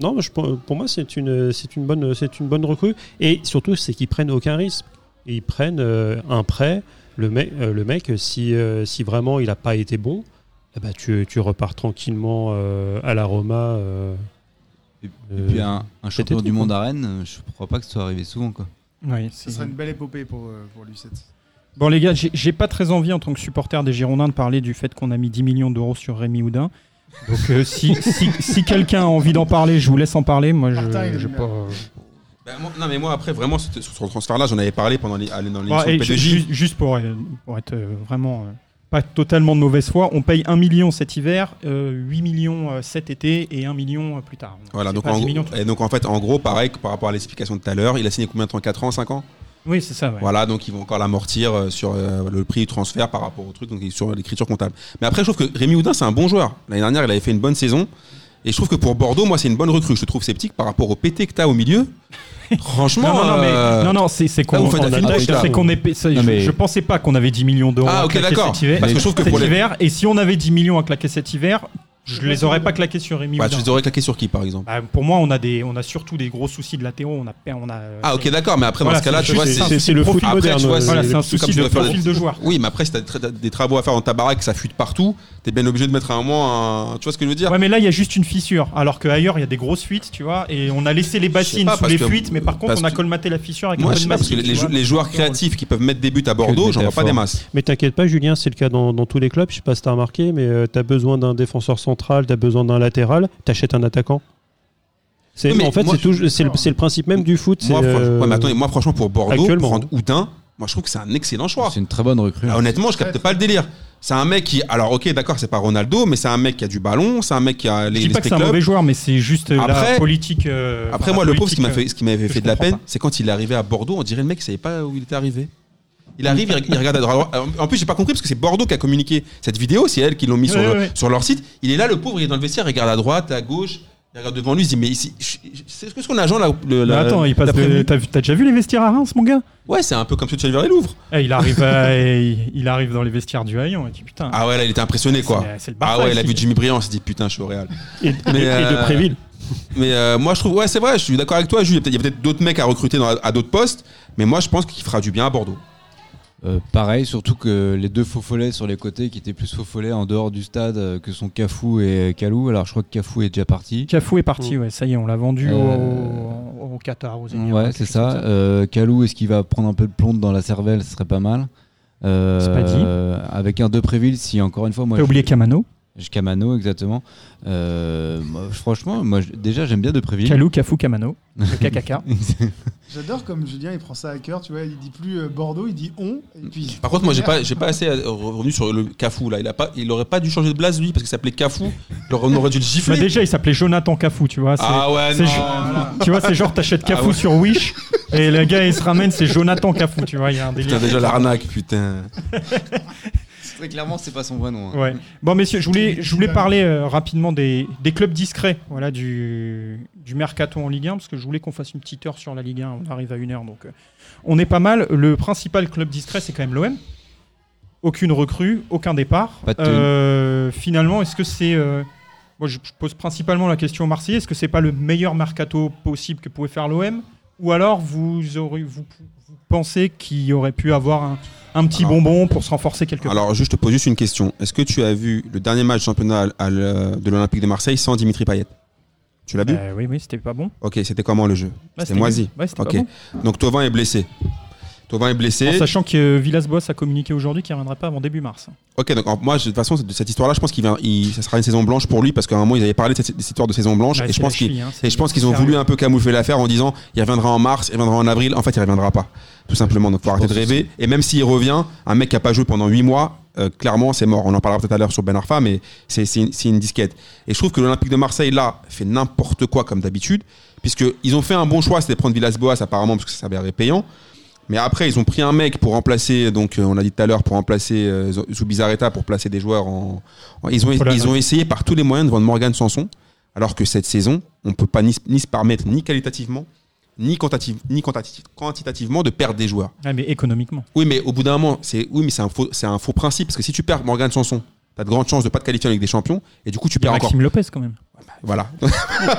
Speaker 4: non, je, pour pour moi, c'est une, c'est une, bonne- c'est une bonne recrue. Et surtout, c'est qu'ils prennent aucun risque. Ils prennent euh, un prêt. Le, mec euh, le mec, si, euh, si vraiment il n'a pas été bon, eh ben, tu, tu repars tranquillement euh, à la Roma. euh.
Speaker 6: Et, et puis
Speaker 4: Euh,
Speaker 6: un, un
Speaker 4: c'était
Speaker 6: champion
Speaker 4: tout,
Speaker 6: du
Speaker 4: quoi.
Speaker 6: monde à Rennes, je crois pas que ça soit arrivé souvent. Quoi.
Speaker 1: Oui,
Speaker 5: Ce
Speaker 1: c'est
Speaker 5: serait une belle épopée pour, euh, pour lui. Cette...
Speaker 1: Bon les gars, j'ai- j'ai pas très envie en tant que supporter des Girondins de parler du fait qu'on a mis 10 millions d'euros sur Rémi Houdin. Donc euh, si, si, si quelqu'un a envie d'en parler, je vous laisse en parler. Moi, je,
Speaker 5: Martin, il est
Speaker 1: j'ai
Speaker 5: bien.
Speaker 1: pas.
Speaker 2: Bah, moi- non, mais moi, après, vraiment, c'était- sur ce transfert-là, j'en avais parlé pendant les, à- dans
Speaker 1: Bon,
Speaker 2: l'émission
Speaker 1: et
Speaker 2: de
Speaker 1: ju-
Speaker 2: P2J.
Speaker 1: ju- juste pour, euh, pour être euh, vraiment euh, pas totalement de mauvaise foi, on paye 1 million cet hiver, euh, 8 millions euh, cet été et 1 million euh, plus tard.
Speaker 2: Voilà,
Speaker 1: C'est
Speaker 2: donc
Speaker 1: pas
Speaker 2: en,
Speaker 1: 10
Speaker 2: gros-
Speaker 1: millions tout-
Speaker 2: et donc en fait, en gros, pareil que par rapport à l'explication de tout à l'heure, il a signé combien de temps 4 ans, 5 ans
Speaker 1: Oui, c'est ça. ouais.
Speaker 2: Voilà, donc ils vont encore l'amortir euh, sur euh, le prix du transfert par rapport au truc, donc sur l'écriture comptable. Mais après, je trouve que Rémi Houdin, c'est un bon joueur. L'année dernière, il avait fait une bonne saison. Et je trouve que pour Bordeaux, moi, c'est une bonne recrue. Je te trouve sceptique par rapport au PT que t'as au milieu. Franchement,
Speaker 1: Non, non, non,
Speaker 2: euh,
Speaker 1: mais, non, non, c'est c'est qu'on
Speaker 2: Ah, vous faites la
Speaker 1: on a-
Speaker 2: fine tâche, là.
Speaker 1: c'est qu'on est pa- c'est-
Speaker 6: Non, mais-
Speaker 1: je, je pensais pas qu'on avait 10 millions d'euros
Speaker 2: Ah,
Speaker 1: à
Speaker 2: ok,
Speaker 1: claquer
Speaker 2: d'accord.
Speaker 1: cet hiver.
Speaker 2: Parce que je trouve que
Speaker 1: Cet
Speaker 2: pour les-
Speaker 1: hiver, et si on avait 10 millions à claquer cet hiver, je les aurais pas claqués sur Rémi
Speaker 2: bah, tu
Speaker 1: Houdin.
Speaker 2: les aurais claqué sur qui, par exemple
Speaker 1: Bah, pour moi, on a des, on a surtout des gros soucis de latéraux. On a, per- on a. euh,
Speaker 2: Ah, ok, d'accord. Mais après,
Speaker 1: Voilà,
Speaker 2: dans ce cas-là,
Speaker 1: c'est
Speaker 2: tu vois,
Speaker 1: juste-
Speaker 2: c'est.
Speaker 4: c'est- c'est le foot
Speaker 2: Après,
Speaker 4: moderne.
Speaker 2: tu vois,
Speaker 4: euh,
Speaker 1: Voilà,
Speaker 4: les-
Speaker 1: c'est un
Speaker 2: comme
Speaker 1: souci
Speaker 2: tu
Speaker 1: de
Speaker 2: dois faire
Speaker 1: profil
Speaker 2: des-
Speaker 1: de joueur.
Speaker 2: Oui, mais après, si t'as des tra- des travaux à faire dans ta baraque, ça fuite partout, t'es bien obligé de mettre à un moment un. Tu vois ce que je veux dire
Speaker 1: Ouais, mais là, il y a juste une fissure, alors qu'ailleurs, il y a des grosses fuites, tu vois, et on a laissé les
Speaker 2: sais
Speaker 1: bassines
Speaker 2: pas,
Speaker 1: sous
Speaker 2: parce
Speaker 1: les
Speaker 2: que-
Speaker 1: fuites, mais par contre,
Speaker 2: parce
Speaker 1: on a
Speaker 2: que-
Speaker 1: colmaté la fissure avec
Speaker 2: Moi,
Speaker 1: une
Speaker 2: je sais
Speaker 1: bonne
Speaker 2: pas, parce que
Speaker 1: bassine,
Speaker 2: les,
Speaker 1: tu
Speaker 2: jou-
Speaker 1: vois.
Speaker 2: les joueurs créatifs qui peuvent mettre des buts à Bordeaux,
Speaker 6: des
Speaker 2: j'en vois pas
Speaker 6: métaphores.
Speaker 2: des masses.
Speaker 4: Mais t'inquiète pas, Julien, c'est le cas dans, dans tous les clubs. Je sais pas si t'as remarqué, mais euh, t'as besoin d'un défenseur central, t'as besoin d'un latéral, t'achètes un attaquant. C'est,
Speaker 2: Oui, mais
Speaker 4: en fait,
Speaker 2: moi,
Speaker 4: c'est, tout- c'est le, c'est le principe même du foot.
Speaker 2: Moi,
Speaker 4: c'est,
Speaker 2: franch-
Speaker 4: euh,
Speaker 2: ouais, mais attendez, moi, franchement, pour Bordeaux,
Speaker 4: actuellement.
Speaker 2: prendre Oudin, moi, je trouve que c'est un excellent choix.
Speaker 6: C'est une très bonne recrue.
Speaker 2: Là, honnêtement, je capte pas le délire. C'est un mec qui, alors ok, d'accord, c'est pas Ronaldo, mais c'est un mec qui a du ballon, c'est un mec qui a les,
Speaker 1: Je dis
Speaker 2: les
Speaker 1: pas que c'est un
Speaker 2: clubs.
Speaker 1: mauvais joueur, mais c'est juste euh, la
Speaker 2: Après-
Speaker 1: politique. euh,
Speaker 2: Après,
Speaker 1: la
Speaker 2: moi, le pauvre, ce qui m'a
Speaker 1: politique,
Speaker 2: fait, ce qui m'avait
Speaker 1: je
Speaker 2: fait de la
Speaker 1: comprends
Speaker 2: peine,
Speaker 1: pas.
Speaker 2: c'est quand il est arrivé à Bordeaux, on dirait le mec, il savait pas où il était arrivé. Il arrive, il, il regarde à droite. En- En plus, j'ai pas compris parce que c'est Bordeaux qui a communiqué cette vidéo, c'est elles qui l'ont mis sur,
Speaker 1: Ouais,
Speaker 2: le-
Speaker 1: ouais, ouais.
Speaker 2: sur leur site. Il est là, le pauvre, il est dans le vestiaire, il regarde à droite, à gauche, il regarde devant lui, il se dit mais ici, je- je- c'est ce que son agent là. le-
Speaker 1: Mais
Speaker 2: la-
Speaker 1: attends, il passe.
Speaker 2: l'après-midi
Speaker 1: de- T'as vu- t'as déjà vu les vestiaires à Reims, mon gars
Speaker 2: Ouais, c'est un peu comme si tu allais vers les Louvres.
Speaker 1: Eh, Il arrive, à- il il arrive dans les vestiaires du Haillon. Et dit putain.
Speaker 2: Ah ouais, là, il était impressionné quoi.
Speaker 1: C'est- c'est le
Speaker 2: Ah
Speaker 1: Barça,
Speaker 2: ouais, il a
Speaker 1: ici.
Speaker 2: vu Jimmy Briand, il s'est dit putain, je suis au Real.
Speaker 4: et,
Speaker 2: Mais,
Speaker 4: et- et de
Speaker 2: euh,
Speaker 4: Préville.
Speaker 2: Mais euh, moi, je trouve, ouais, c'est vrai, je suis d'accord avec toi, Jules. Il y a peut-être- il y a peut-être d'autres mecs à recruter dans- à d'autres postes, mais moi, je pense qu'il fera du bien à Bordeaux.
Speaker 6: Euh, pareil, surtout que les deux faux follets sur les côtés qui étaient plus faux follets en dehors du stade euh, que sont Cafou et euh, Kalou. Alors je crois que Cafou est déjà parti.
Speaker 1: Cafou est parti, ouais, ça y est, on l'a vendu
Speaker 6: Euh,
Speaker 1: au, au Qatar, aux Émirats,
Speaker 6: Ouais,
Speaker 1: quelque
Speaker 6: c'est
Speaker 1: chose
Speaker 6: ça.
Speaker 1: comme
Speaker 6: Euh, Kalou, est-ce qu'il va prendre un peu de plombe dans la cervelle Ce serait pas mal. Euh,
Speaker 1: C'est pas dit.
Speaker 6: euh, avec un Depréville, si encore une fois, moi,
Speaker 1: T'as oublié Camano,
Speaker 6: je- Camano, exactement. Euh, moi, franchement, moi, je- déjà, j'aime bien Depréville.
Speaker 1: Calou, Cafou, Camano, le KKK.
Speaker 5: J'adore comme Julien, il prend ça à cœur, tu vois, il dit plus euh, Bordeaux, il dit on, et puis...
Speaker 2: Par contre, moi, j'ai pas, j'ai pas assez euh, revenu sur le Cafou, là. Il, a pas, il aurait pas dû changer de blase, lui, parce qu'il s'appelait Cafou. Il aurait- On aurait dû le
Speaker 1: Bah,
Speaker 2: gifler.
Speaker 1: déjà, il s'appelait Jonathan Cafou, tu vois. c'est-
Speaker 2: Ah ouais,
Speaker 1: c'est
Speaker 2: non.
Speaker 1: ju- Tu vois, c'est genre t'achètes Cafou
Speaker 2: Ah ouais.
Speaker 1: sur Wish et le gars il se ramène, c'est Jonathan Cafou, tu vois, il y a un délire.
Speaker 2: Putain, déjà l'arnaque, putain.
Speaker 6: Très clairement, c'est pas son vrai nom. hein.
Speaker 1: Ouais. Bon messieurs, je voulais, je voulais parler euh, rapidement des, des clubs discrets voilà, du, du mercato en Ligue 1, parce que je voulais qu'on fasse une petite heure sur la Ligue 1, on arrive à une heure, donc euh, on est pas mal. Le principal club discret, c'est quand même l'OM. Aucune recrue, aucun départ.
Speaker 6: Pas de thune.
Speaker 1: Euh, finalement, est-ce que c'est... euh, moi, je je pose principalement la question aux Marseillais, est-ce que c'est pas le meilleur mercato possible que pouvait faire l'OM Ou alors vous, aurez, vous, vous pensez qu'il y aurait pu avoir un, un petit
Speaker 2: Alors-
Speaker 1: bonbon pour se renforcer quelque part
Speaker 2: Alors, juste, je te pose juste une question. Est-ce que tu as vu le dernier match championnat à l'- de l'Olympique de Marseille sans Dimitri Payet Tu l'as vu
Speaker 1: Euh, oui, oui, c'était pas bon.
Speaker 2: Ok, c'était comment le jeu
Speaker 1: Là,
Speaker 2: C'était moisi.
Speaker 1: Ouais, c'était
Speaker 2: Ok.
Speaker 1: pas bon.
Speaker 2: Donc, Tovin est blessé. Tovin est blessé.
Speaker 1: En sachant que euh, Villas-Boas a communiqué aujourd'hui qu'il ne reviendrait pas avant début mars.
Speaker 2: Ok, donc en- moi, je- de toute façon, de cette histoire-là, je pense qu'il va- il- ça sera une saison blanche pour lui parce qu'à un moment, ils avaient parlé de cette, de cette histoire de saison blanche
Speaker 1: Ouais,
Speaker 2: et je
Speaker 1: c'est
Speaker 2: pense
Speaker 1: la
Speaker 2: qu'ils
Speaker 1: cheville, hein, c'est-
Speaker 2: et je pense qu'ils ont
Speaker 1: c'est
Speaker 2: voulu
Speaker 1: sérieux.
Speaker 2: un peu camoufler l'affaire en disant il reviendra en mars, il reviendra en avril. En fait, il reviendra pas, tout simplement. Donc, faut arrêter de
Speaker 6: pense
Speaker 2: rêver. Et même s'il revient, un mec qui a pas joué pendant 8 mois, euh, clairement, c'est mort. On en parlera peut-être à l'heure sur Ben Arfa, mais c'est c'est une, c'est une disquette. Et je trouve que l'Olympique de Marseille là fait n'importe quoi comme d'habitude, puisque ils ont fait un bon choix, c'était de prendre Villas-Boas apparemment parce que ça s'avérait payant. Mais après, ils ont pris un mec pour remplacer, donc euh, on l'a dit tout à l'heure, pour remplacer euh, Zo- Zubizarreta, pour placer des joueurs en. en- ils, ont,
Speaker 1: Voilà.
Speaker 2: ils ont essayé par tous les moyens de vendre Morgan Sanson, alors que cette saison, on ne peut pas ni, se- ni se permettre, ni qualitativement, ni, quantative- ni quantitative- quantitativement, de perdre des joueurs.
Speaker 1: Ouais, mais économiquement.
Speaker 2: Oui, mais au bout d'un moment, c'est oui, mais c'est un, faux- c'est un faux principe, parce que si tu perds Morgan Sanson, tu as de grandes chances de ne pas te qualifier en Ligue des Champions, et du coup, tu
Speaker 1: Il y a
Speaker 2: perds encore.
Speaker 1: Maxime Lopez quand même.
Speaker 2: Voilà.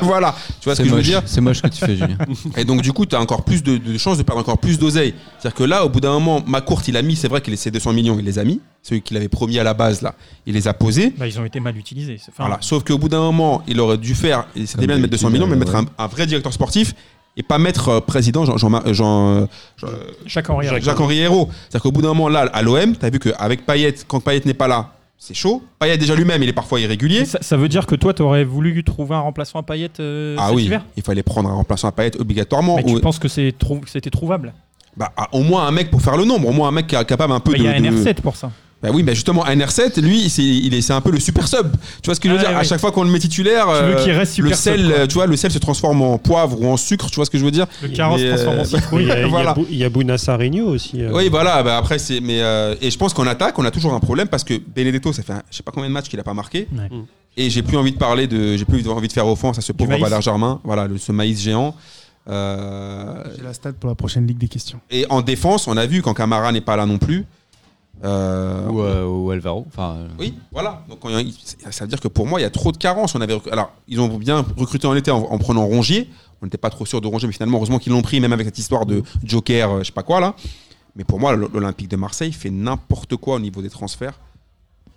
Speaker 2: voilà. Tu vois ce
Speaker 6: C'est
Speaker 2: que je veux
Speaker 6: moche.
Speaker 2: dire
Speaker 6: C'est moche ce que tu fais, Julien.
Speaker 2: et donc, du coup, tu as encore plus de, de chances de perdre encore plus d'oseille. C'est-à-dire que là, au bout d'un moment, McCourt, il a mis, c'est vrai qu'il ses 200 millions, il les a mis, ceux qu'il avait promis à la base, là, il les a posés.
Speaker 1: Bah, ils ont été mal utilisés. c'est- enfin,
Speaker 2: Voilà. Sauf qu'au bout d'un moment, il aurait dû faire, et c'était
Speaker 6: Comme
Speaker 2: bien de mettre 200
Speaker 6: d'habitude,
Speaker 2: millions, mais
Speaker 6: euh,
Speaker 2: mettre un, un vrai directeur sportif et pas mettre euh, président Jean, Jean, Jean, Jean- Jean-
Speaker 1: Chaque Henri.
Speaker 2: Jacques- Jacques-Henri Hérault. C'est-à-dire qu'au bout d'un moment, là, à l'OM, tu as vu qu'avec Payet, quand Payet n'est pas là, c'est chaud. Payet, déjà lui-même, il est parfois irrégulier.
Speaker 1: Ça, ça veut dire que toi, tu aurais voulu trouver un remplaçant à Payet euh,
Speaker 2: Ah
Speaker 1: cet
Speaker 2: oui, Oh,
Speaker 1: hiver
Speaker 2: il fallait prendre un remplaçant à Payet obligatoirement.
Speaker 1: Mais
Speaker 2: Ou-
Speaker 1: tu penses que c'est trou- que c'était trouvable
Speaker 2: bah, au moins un mec pour faire le nombre, au moins un mec qui est capable un peu
Speaker 1: Bah,
Speaker 2: de.
Speaker 1: Il y a un
Speaker 2: de-
Speaker 1: NR7 pour ça.
Speaker 2: Bah oui, mais justement, un R7, lui, c'est il est, c'est un peu le super sub. Tu vois ce que je veux
Speaker 1: Ah
Speaker 2: dire
Speaker 1: ouais,
Speaker 2: À
Speaker 1: ouais.
Speaker 2: chaque fois qu'on le met titulaire,
Speaker 1: Tu veux
Speaker 2: euh,
Speaker 1: qu'il reste super
Speaker 2: le sel,
Speaker 1: sub, quoi.
Speaker 2: euh, tu vois, le sel se transforme en poivre ou en sucre. Tu vois ce que je veux dire
Speaker 1: Le carrosse
Speaker 2: Mais, euh,
Speaker 1: transforme en
Speaker 4: Il
Speaker 1: citrouille.
Speaker 4: y a, il y a
Speaker 2: voilà.
Speaker 4: Bou- il y a Bouna Sarigno aussi. euh,
Speaker 2: Oui, voilà. Bah après, c'est. Mais euh, et je pense qu'en attaque, on a toujours un problème parce que Benedetto, ça fait, un- je sais pas combien de matchs qu'il a pas marqué.
Speaker 1: Ouais.
Speaker 2: Et j'ai plus envie de parler de, j'ai plus envie de faire offense à ce pauvre
Speaker 1: maïs.
Speaker 2: Valère Germain, voilà, le- ce maïs géant. Euh,
Speaker 5: J'ai la stat pour la prochaine Ligue des questions.
Speaker 2: et en défense, on a vu quand Camara n'est pas là non plus. euh,
Speaker 6: Ou, euh, ou Alvaro. Enfin, euh,
Speaker 2: Oui, voilà. Donc, on- il- ça veut dire que pour moi, il y a trop de carences. On avait, rec- alors, ils ont bien recruté en été en, en prenant Rongier. On n'était pas trop sûr de Rongier, mais finalement, heureusement qu'ils l'ont pris, même avec cette histoire de Joker, euh, je sais pas quoi là. Mais pour moi, l'O- l'Olympique de Marseille fait n'importe quoi au niveau des transferts.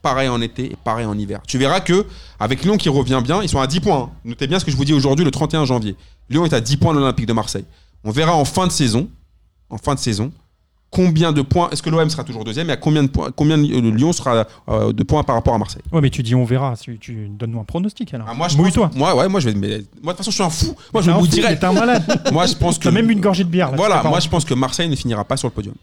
Speaker 2: Pareil en été et pareil en hiver. Tu verras que avec Lyon qui revient bien, ils sont à 10 points. hein. Notez bien ce que je vous dis aujourd'hui, le 31 janvier. Lyon est à 10 points de l'Olympique de Marseille. On verra en fin de saison, en fin de saison, combien de points. Est-ce que l'OM sera toujours deuxième et à combien de points, combien de- euh, Lyon sera euh, de points par rapport à Marseille
Speaker 1: Ouais, mais tu dis on verra. Tu, tu- donne-nous un pronostic alors.
Speaker 2: Ah, Moi, je pense-
Speaker 1: Mouille-toi.
Speaker 2: Moi, ouais, moi, je vais. mais- moi, de toute façon, je suis un fou. Moi, je
Speaker 1: T'es un
Speaker 2: vous
Speaker 1: fou,
Speaker 2: dirais.
Speaker 1: T'es un malade.
Speaker 2: Moi, je pense que.
Speaker 1: T'as même une gorgée de bière. Là,
Speaker 2: Voilà,
Speaker 1: tu
Speaker 2: moi,
Speaker 1: prépares.
Speaker 2: je pense que Marseille ne finira pas sur le podium.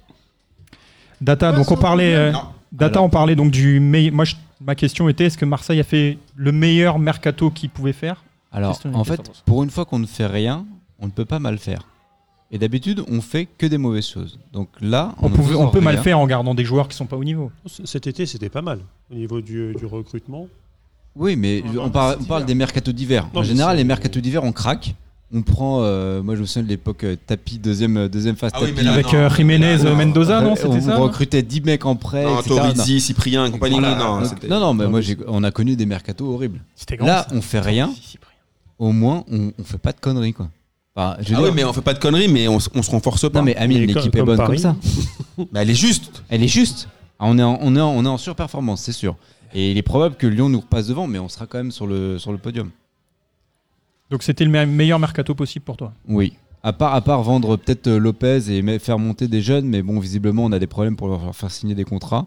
Speaker 1: Data, donc on parlait. euh,
Speaker 2: Non.
Speaker 1: Data, on parlait donc du meilleur. Moi, je- ma question était est-ce que Marseille a fait le meilleur mercato qu'il pouvait faire
Speaker 6: alors,
Speaker 1: Question numéro
Speaker 6: en fait, pour une fois qu'on ne fait rien, on ne peut pas mal faire. Et d'habitude, on fait que des mauvaises choses. Donc là,
Speaker 1: On,
Speaker 6: en ne
Speaker 1: pouvait- on
Speaker 6: faisant
Speaker 1: peut mal
Speaker 6: rien-
Speaker 1: faire en gardant des joueurs qui sont pas au niveau.
Speaker 4: C- Cet été, c'était pas mal au niveau du, du recrutement.
Speaker 6: Oui, mais
Speaker 5: On
Speaker 6: je-
Speaker 5: va
Speaker 6: on,
Speaker 5: parler
Speaker 6: parle-
Speaker 5: de
Speaker 6: on
Speaker 5: cet
Speaker 6: parle
Speaker 5: hiver.
Speaker 6: des mercato d'hiver.
Speaker 4: Non,
Speaker 6: En
Speaker 4: mais
Speaker 6: général,
Speaker 4: c'est-
Speaker 6: les mercato d'hiver, on craque. On prend. euh, moi, je me souviens de l'époque euh, tapis, deuxième, euh, deuxième phase
Speaker 2: Ah oui,
Speaker 6: tapis.
Speaker 2: mais là,
Speaker 1: Avec
Speaker 2: non.
Speaker 1: euh, Jiménez,
Speaker 2: Non,
Speaker 1: euh, Mendoza, non
Speaker 6: on
Speaker 1: C'était ça non
Speaker 6: recrutait 10 mecs en prêt.
Speaker 2: Non,
Speaker 6: etc. Non.
Speaker 2: Torizzi, Ah, Cyprien et compagnie.
Speaker 6: Eh, Voilà.
Speaker 2: Non,
Speaker 6: Donc,
Speaker 2: c'était-
Speaker 6: non, non, mais moi, j'ai- on a connu des mercato horribles.
Speaker 1: C'était grand,
Speaker 6: Là,
Speaker 1: ça.
Speaker 6: on fait rien. Au moins, on, on fait pas de conneries, quoi. Enfin, je veux
Speaker 2: Ah
Speaker 6: dire-
Speaker 2: oui, mais on fait pas de conneries, mais on, s- on se renforce pas.
Speaker 6: Non, mais Amine,
Speaker 4: Mais
Speaker 6: l'équipe
Speaker 4: comme-
Speaker 6: Bah, est bonne
Speaker 4: comme
Speaker 6: comme ça.
Speaker 2: Mais Bah, elle est juste.
Speaker 6: Elle est juste. Ah, On est en, on est en- on est en surperformance, c'est sûr. Et il est probable que Lyon nous repasse devant, mais on sera quand même sur le, sur le podium.
Speaker 1: Donc c'était le me- meilleur mercato possible pour toi.
Speaker 6: Oui. À part, à part vendre peut-être euh, Lopez et me- faire monter des jeunes, mais bon, visiblement, on a des problèmes pour leur faire signer des contrats.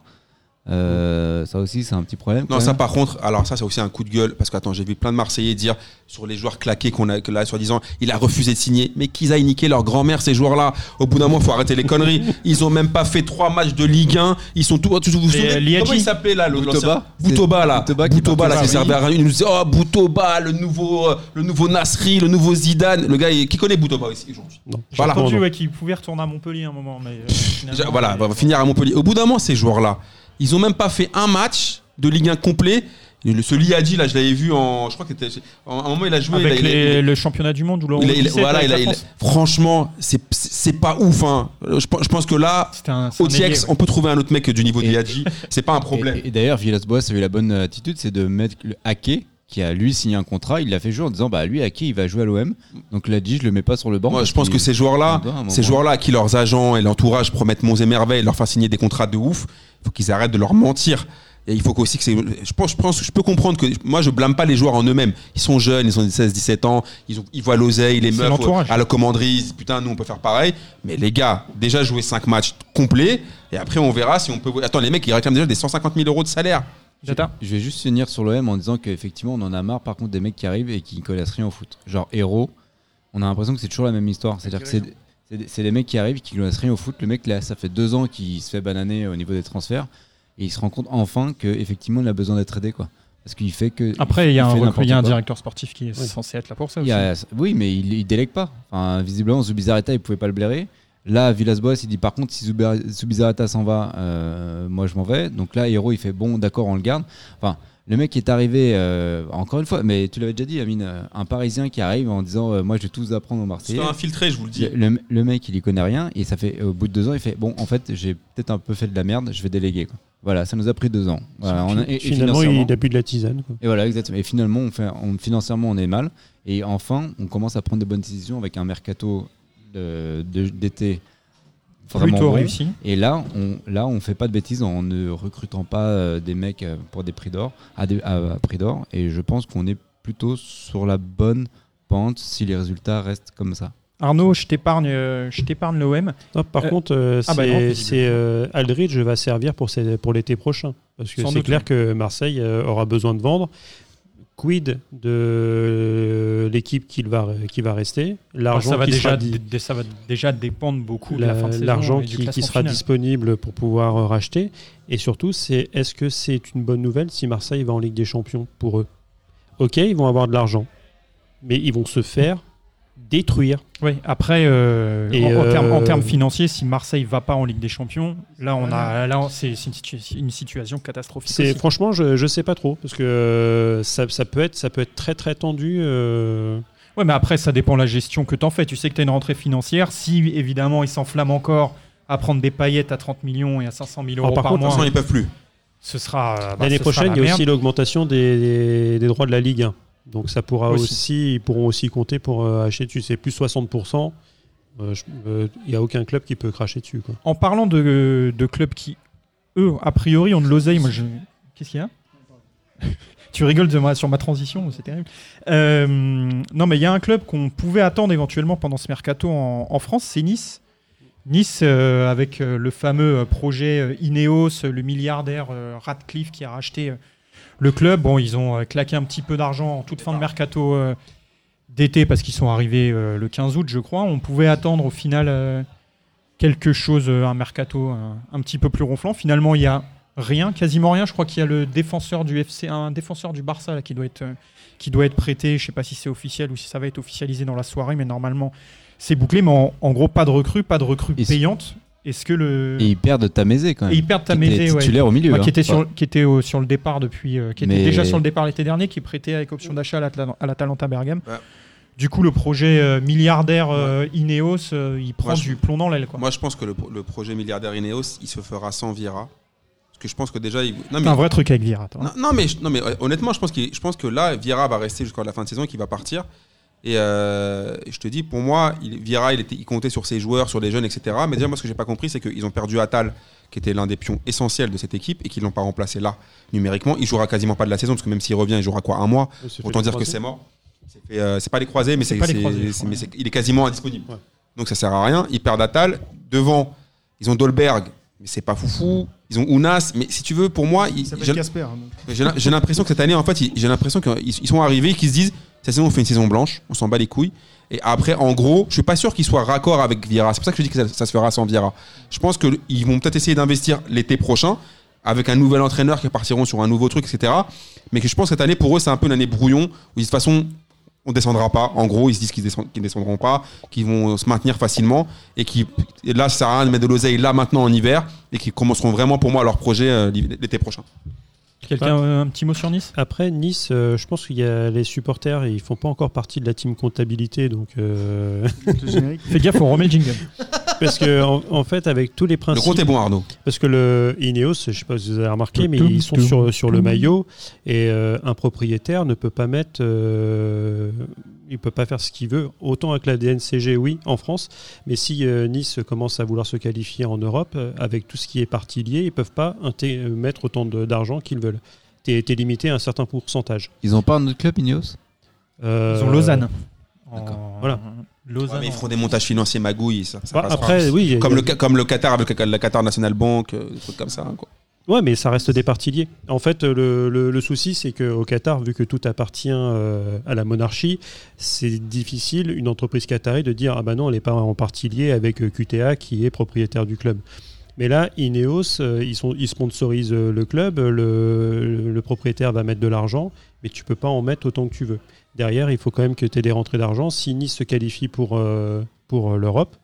Speaker 6: Euh, ça aussi, c'est un petit problème.
Speaker 2: Non,
Speaker 6: quand
Speaker 2: ça
Speaker 6: même.
Speaker 2: par contre, alors ça c'est aussi un coup de gueule parce que attends, j'ai vu plein de Marseillais dire sur les joueurs claqués qu'on a que là soi-disant, il a refusé de signer, mais qu'ils aillent niquer leur grand-mère ces joueurs-là. Au bout d'un moment, faut arrêter les conneries. Ils ont même pas fait trois matchs de Ligue 1, ils sont tous tous- vous vous
Speaker 1: Les,
Speaker 2: souvenez-
Speaker 1: euh, Liadji.
Speaker 2: comment il s'appelait là le
Speaker 6: Boutoba.
Speaker 2: l'ancien- Boutoba là,
Speaker 6: Boutoba qui est
Speaker 2: Boutoba
Speaker 6: parti
Speaker 2: là qui
Speaker 6: à Paris.
Speaker 2: servait à rien. Ils nous disaient "Oh Boutoba, le nouveau euh, le nouveau Nasri, le nouveau Zidane." Le gars il- qui connaît Boutoba aussi aujourd'hui.
Speaker 4: Non,
Speaker 1: J'ai
Speaker 2: Voilà.
Speaker 1: entendu ouais, qu'il pouvait retourner à Montpellier un moment. Mais, euh, finalement,
Speaker 2: Déjà, voilà,
Speaker 1: mais-
Speaker 2: on va finir à Montpellier. Au bout d'un moment, ces joueurs-là, ils ont même pas fait un match de Ligue 1 complet. Et le- Ce Liadi, là, je l'avais vu en. Je crois que c'était. En un moment, il a joué. il a-
Speaker 1: Avec
Speaker 2: il a-
Speaker 1: les-
Speaker 2: il a-
Speaker 1: le championnat du monde ou le
Speaker 2: il a- il a-
Speaker 1: 17,
Speaker 2: voilà,
Speaker 1: avec
Speaker 2: il
Speaker 1: la
Speaker 2: a- il a-
Speaker 1: France.
Speaker 2: franchement, c'est c'est pas ouf. hein. Je, pense- je pense que là,
Speaker 1: C'était un, c'est
Speaker 2: au
Speaker 1: un ailier,
Speaker 2: TX,
Speaker 1: ouais.
Speaker 2: on peut trouver un autre mec du niveau de
Speaker 6: Et-
Speaker 2: Liadi. C'est pas un problème.
Speaker 6: Et, et d'ailleurs, Villas-Boas a eu la bonne euh, attitude, c'est de mettre le Hacké, qui a lui signé un contrat, il l'a fait jouer en disant Bah, lui, Hacké, il va jouer à l'OM. Donc là, dit, je le mets pas sur le banc.
Speaker 2: Moi, je
Speaker 6: parce
Speaker 2: pense que ces joueurs-là,
Speaker 6: on doit à un moment.
Speaker 2: ces joueurs-là à qui leurs agents et l'entourage promettent monts et merveilles, leur faire signer des contrats de ouf, il faut qu'ils arrêtent de leur mentir. Et il faut aussi que c'est. Je pense, je pense, je peux comprendre que moi, je blâme pas les joueurs en eux-mêmes. Ils sont jeunes, ils ont 16, 17 ans, ils, ont, ils voient l'oseille, les
Speaker 1: C'est
Speaker 2: meufs
Speaker 1: l'entourage.
Speaker 2: euh, à la commanderie. ils disent, Putain, nous, on peut faire pareil. Mais les gars, déjà jouer 5 matchs complets, et après, on verra si on peut. Attends, les mecs, ils réclament déjà des 150 000 euros de salaire.
Speaker 1: Data.
Speaker 6: Je vais juste finir sur l'OM en disant qu'effectivement, on en a marre par contre des mecs qui arrivent et qui ne connaissent rien au foot. Genre, héros, on a l'impression que c'est toujours la même histoire. C'est-à-dire que c'est c'est des- c'est des mecs qui arrivent qui connaissent rien au foot. Le mec, là, ça fait deux ans qu'il se fait bananer au niveau des transferts et il se rend compte enfin qu'effectivement, il a besoin d'être aidé. quoi. Parce qu'il fait que.
Speaker 1: Après, il y a
Speaker 6: fait
Speaker 1: un, recru-
Speaker 6: n'importe
Speaker 1: il y a un
Speaker 6: quoi.
Speaker 1: directeur sportif qui est censé être là pour ça
Speaker 6: Il
Speaker 1: aussi.
Speaker 6: y a- oui, mais il, il délègue pas. Enfin, visiblement, Zubizarreta, il pouvait pas le blairer. Là, Villas-Boas, il dit par contre, si Zubi- Zubizarreta s'en va, euh, moi je m'en vais. Donc là, Hero, il fait bon, d'accord, on le garde. Enfin, le mec est arrivé, euh, encore une fois, mais tu l'avais déjà dit, Amine, euh, un Parisien qui arrive en disant euh, moi je vais tout vous apprendre en
Speaker 2: C'est
Speaker 6: Marseille.
Speaker 2: infiltré, je vous le dis.
Speaker 6: Le, le- le mec, il y connaît rien et ça fait au bout de deux ans, il fait bon, en fait, j'ai peut-être un peu fait de la merde, je vais déléguer. quoi. Voilà, ça nous a pris deux ans. Voilà, on a- et- et
Speaker 4: Finalement,
Speaker 6: financièrement-
Speaker 4: il a bu de la tisane. quoi.
Speaker 6: et voilà, exactement. Et finalement, on fait, on- financièrement, on est mal. Et enfin, on commence à prendre des bonnes décisions avec un mercato euh, de- d'été vraiment
Speaker 1: Plutôt
Speaker 6: bon.
Speaker 1: réussi.
Speaker 6: Et là, on là, on fait pas de bêtises en ne recrutant pas euh, des mecs euh, pour des prix d'or à, des- à- à prix d'or. Et je pense qu'on est plutôt sur la bonne pente si les résultats restent comme ça.
Speaker 1: Arnaud, je t'épargne, euh, je t'épargne l'OM.
Speaker 4: Non, par
Speaker 1: Euh,
Speaker 4: contre, euh,
Speaker 1: ah bah non,
Speaker 4: c'est-
Speaker 1: visiblement.
Speaker 4: c'est euh, Aldridge va servir pour, ces- pour l'été prochain. Parce que
Speaker 1: Sans
Speaker 4: c'est
Speaker 1: doute,
Speaker 4: clair
Speaker 1: oui.
Speaker 4: que Marseille euh, aura besoin de vendre. Quid de euh, l'équipe qu'il va, qui va rester
Speaker 1: Ah,
Speaker 4: L'argent
Speaker 1: ça va
Speaker 4: qui
Speaker 1: déjà,
Speaker 4: sera di-
Speaker 1: dé- ça va déjà dépendre beaucoup de la
Speaker 4: la-
Speaker 1: fin de saison
Speaker 4: l'argent
Speaker 1: et du
Speaker 4: qui, qui
Speaker 1: classement
Speaker 4: sera
Speaker 1: final.
Speaker 4: disponible pour pouvoir euh, racheter. Et surtout, c'est est-ce que c'est une bonne nouvelle si Marseille va en Ligue des Champions pour eux Ok, ils vont avoir de l'argent, mais ils vont se faire détruire.
Speaker 1: Oui, après, euh,
Speaker 4: Et,
Speaker 1: en, en termes, en
Speaker 4: euh,
Speaker 1: termes financiers, si Marseille va pas en Ligue des Champions, là, on a, là, on- c'est c'est une, situa- une situation catastrophique.
Speaker 4: C'est
Speaker 1: aussi.
Speaker 4: franchement, je je sais pas trop parce que euh, ça, ça peut être ça peut être très très tendu. euh,
Speaker 1: Ouais, mais après, ça dépend de la gestion que t'en fais. Tu sais que t'as une rentrée financière. Si, évidemment, ils s'enflamment encore à prendre des paillettes à 30 millions et à 500 000 euros
Speaker 4: Ah, par
Speaker 1: par,
Speaker 4: contre,
Speaker 2: toute façon,
Speaker 1: mois,
Speaker 2: ils peuvent plus.
Speaker 1: ce sera. euh, bah,
Speaker 4: L'année
Speaker 1: ce sera
Speaker 4: prochaine,
Speaker 1: la
Speaker 4: il y a
Speaker 1: merde.
Speaker 4: aussi l'augmentation des, des- des droits de la Ligue 1. Donc ça pourra aussi,
Speaker 1: Aussi.
Speaker 4: ils pourront aussi compter pour euh, acheter dessus. C'est plus 60%. Euh, je- euh, Il n'y a aucun club qui peut cracher dessus. Quoi.
Speaker 1: En parlant de, de clubs qui, eux, a priori, ont de l'oseille, moi je. Qu'est-ce qu'il y a Tu rigoles de ma- sur ma transition, c'est terrible. Euh, non, mais il y a un club qu'on pouvait attendre éventuellement pendant ce mercato en, en France, c'est Nice. Nice, euh, avec euh, le fameux euh, projet euh, Ineos, euh, le milliardaire euh, Radcliffe qui a racheté euh, le club. Bon, ils ont euh, claqué un petit peu d'argent en toute fin de mercato euh, d'été parce qu'ils sont arrivés euh, le 15 août, je crois. On pouvait attendre au final. euh, quelque chose, euh, un mercato un, un petit peu plus ronflant. Finalement, il y a rien, quasiment rien. Je crois qu'il y a le défenseur du FC, un défenseur du Barça là, qui doit être euh, qui doit être prêté. Je sais pas si c'est officiel ou si ça va être officialisé dans la soirée, mais normalement c'est bouclé. Mais en, en gros, pas de recrue, pas de recrue
Speaker 6: Et c'est-
Speaker 1: payante. Est-ce que le
Speaker 6: Et ils perdent Tamézé
Speaker 1: Euh.
Speaker 6: quand
Speaker 1: et
Speaker 6: même.
Speaker 1: ils perdent
Speaker 6: qui était
Speaker 1: Tamézé, ouais.
Speaker 6: titulaire au milieu.
Speaker 1: Ouais, Bah, qui
Speaker 6: hein.
Speaker 1: était, sur, qui était au- sur le départ depuis, euh, qui était
Speaker 6: Mais-
Speaker 1: déjà sur le départ l'été dernier, qui est prêté avec option d'achat à l'Atla- à l'Atalanta Bergame.
Speaker 2: Ouais.
Speaker 1: Du coup, le projet euh, milliardaire euh, Ineos, euh, il prend
Speaker 2: Moi, je-
Speaker 1: du plomb dans l'aile. quoi.
Speaker 2: Moi, je pense que le, pro- le projet milliardaire Ineos, il se fera sans Vira. Parce que je pense que déjà. il- Non, mais,
Speaker 1: un vrai truc avec Vira. toi.
Speaker 2: non, non, mais, non, mais euh, honnêtement, je pense, qu'il- je pense que là, Vira va rester jusqu'à la fin de saison et qu'il va partir. Et euh, je te dis, pour moi, il, Vira, il, était, il comptait sur ses joueurs, sur les jeunes, etc. Mais déjà, moi, ce que j'ai pas compris, c'est qu'ils ont perdu Atal, qui était l'un des pions essentiels de cette équipe, et qu'ils l'ont pas remplacé là, numériquement. Il jouera quasiment pas de la saison, parce que même s'il revient, il jouera quoi Un mois Autant dire que c'est mort. C'est fait, euh, c'est pas les croisés, mais, c'est,
Speaker 1: pas les
Speaker 2: c'est-
Speaker 1: croisés, je
Speaker 2: c'est-
Speaker 1: crois.
Speaker 2: mais c'est- il est quasiment indisponible.
Speaker 4: Ouais.
Speaker 2: Donc ça sert à rien. Ils perdent Atal. Devant, ils ont Dolberg, mais c'est pas foufou. Ils ont Ounas, mais si tu veux, pour moi, ils-
Speaker 5: Il s'appelle
Speaker 2: j'ai,
Speaker 5: Casper. hein.
Speaker 2: j'ai l'im- j'ai l'impression que cette année, en fait, ils- j'ai l'impression qu'ils ils sont arrivés, qu'ils se disent cette saison, on fait une saison blanche, on s'en bat les couilles. Et après, en gros, je suis pas sûr qu'ils soient raccord avec Vira. C'est pour ça que je dis que ça, ça se fera sans Vira. Je pense qu'ils vont peut-être essayer d'investir l'été prochain avec un nouvel entraîneur qui partiront sur un nouveau truc, etc. Mais que je pense que cette année, pour eux, c'est un peu une année brouillon où ils disent, de toute façon, on descendra pas. En gros, ils se disent qu'ils descend- qu'ils descendront pas, qu'ils vont se maintenir facilement et qui là, ça sert à rien de mettre de l'oseille là maintenant en hiver et qu'ils commenceront vraiment pour moi leur projet euh, l'hiv- l'été prochain.
Speaker 1: Quelqu'un euh, un petit mot sur Nice
Speaker 4: Après, Nice, euh, je pense qu'il y a les supporters, ils font pas encore partie de la team comptabilité. Donc, euh,
Speaker 5: Le générique.
Speaker 1: Fais gaffe, on remet le jingle.
Speaker 4: parce que, en, en fait, avec tous les
Speaker 2: Le
Speaker 4: principes.
Speaker 2: compte est bon, Arnaud.
Speaker 4: Parce que le Ineos, je ne sais pas si vous avez remarqué, mais
Speaker 1: Tum,
Speaker 4: ils sont
Speaker 1: tum,
Speaker 4: sur, sur le
Speaker 1: tum.
Speaker 4: maillot et euh, un propriétaire ne peut pas mettre, euh, il peut pas faire ce qu'il veut. Autant avec la DNCG, oui, en France, mais si euh, Nice commence à vouloir se qualifier en Europe, euh, avec tout ce qui est parti lié, ils peuvent pas inté- mettre autant de- d'argent qu'ils veulent. Tu es, limité à un certain pourcentage.
Speaker 6: Ils ont pas un autre club, Ineos
Speaker 4: Euh,
Speaker 1: Ils ont Lausanne.
Speaker 6: D'accord.
Speaker 1: En-
Speaker 4: Voilà.
Speaker 1: Lausanne.
Speaker 2: Ouais, mais ils feront des montages financiers magouilles, ça, ça
Speaker 4: bah,
Speaker 2: passera.
Speaker 4: après, oui, il y a-
Speaker 1: euh,
Speaker 2: Comme le, Ca- comme le Qatar avec la, la Qatar National Bank, euh, des trucs comme ça. hein, quoi.
Speaker 4: Ouais, mais ça reste des parties liées. En fait, le, le- le souci, c'est qu'au Qatar, vu que tout appartient euh, à la monarchie, c'est difficile, une entreprise qatarienne, de dire Ah bah non, elle n'est pas en partie liée avec euh, QTA qui est propriétaire du club. Mais là, Ineos, euh, ils, sont, ils sponsorisent euh, le club, le, le propriétaire va mettre de l'argent, mais tu peux pas en mettre autant que tu veux. Derrière, il faut quand même que tu aies des rentrées d'argent. Si Nice se qualifie pour, euh, pour euh, l'Europe,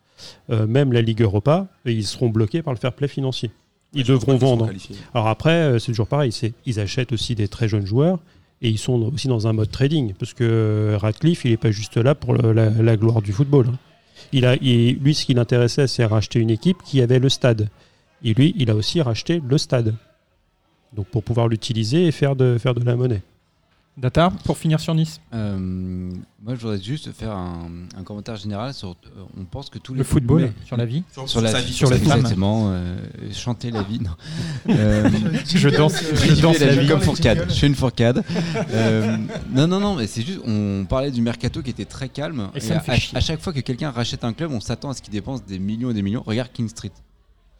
Speaker 4: euh, même la Ligue Europa, ils seront bloqués par le fair play financier. Ils devront
Speaker 2: Ils seront
Speaker 4: vendre.
Speaker 2: qualifiés.
Speaker 4: Alors après, euh, c'est toujours pareil, c'est- ils achètent aussi des très jeunes joueurs et ils sont aussi dans un mode trading parce que euh, Ratcliffe, il n'est pas juste là pour le- la, la gloire du football. hein. Il a, il- lui, ce qui l'intéressait, c'est racheter une équipe qui avait le stade. Et lui, il a aussi racheté le stade. Donc pour pouvoir l'utiliser et faire de, faire de la monnaie.
Speaker 1: Data, pour finir sur Nice.
Speaker 6: Euh, Moi, je voudrais juste faire un, un commentaire général sur. euh, on pense que tous les
Speaker 1: Le football, Ah
Speaker 6: mais-
Speaker 1: sur la vie.
Speaker 2: Sur,
Speaker 6: sur la
Speaker 2: sa
Speaker 6: vie,
Speaker 2: vie,
Speaker 1: sur
Speaker 2: sa
Speaker 1: les
Speaker 2: vie.
Speaker 1: femmes.
Speaker 6: Exactement. euh, chanter la vie. non. Euh,
Speaker 1: Je danse, je danse la
Speaker 6: la
Speaker 1: vie.
Speaker 6: comme
Speaker 5: les
Speaker 6: fourcade.
Speaker 5: jingles.
Speaker 6: Je suis une fourcade. Euh, non, non, non, mais c'est juste, on parlait du mercato qui était très calme.
Speaker 1: Et ça me
Speaker 6: à,
Speaker 1: fait
Speaker 6: à-
Speaker 1: chier.
Speaker 6: à chaque fois que quelqu'un rachète un club, on s'attend à ce qu'il dépense des millions et des millions. Regarde King Street.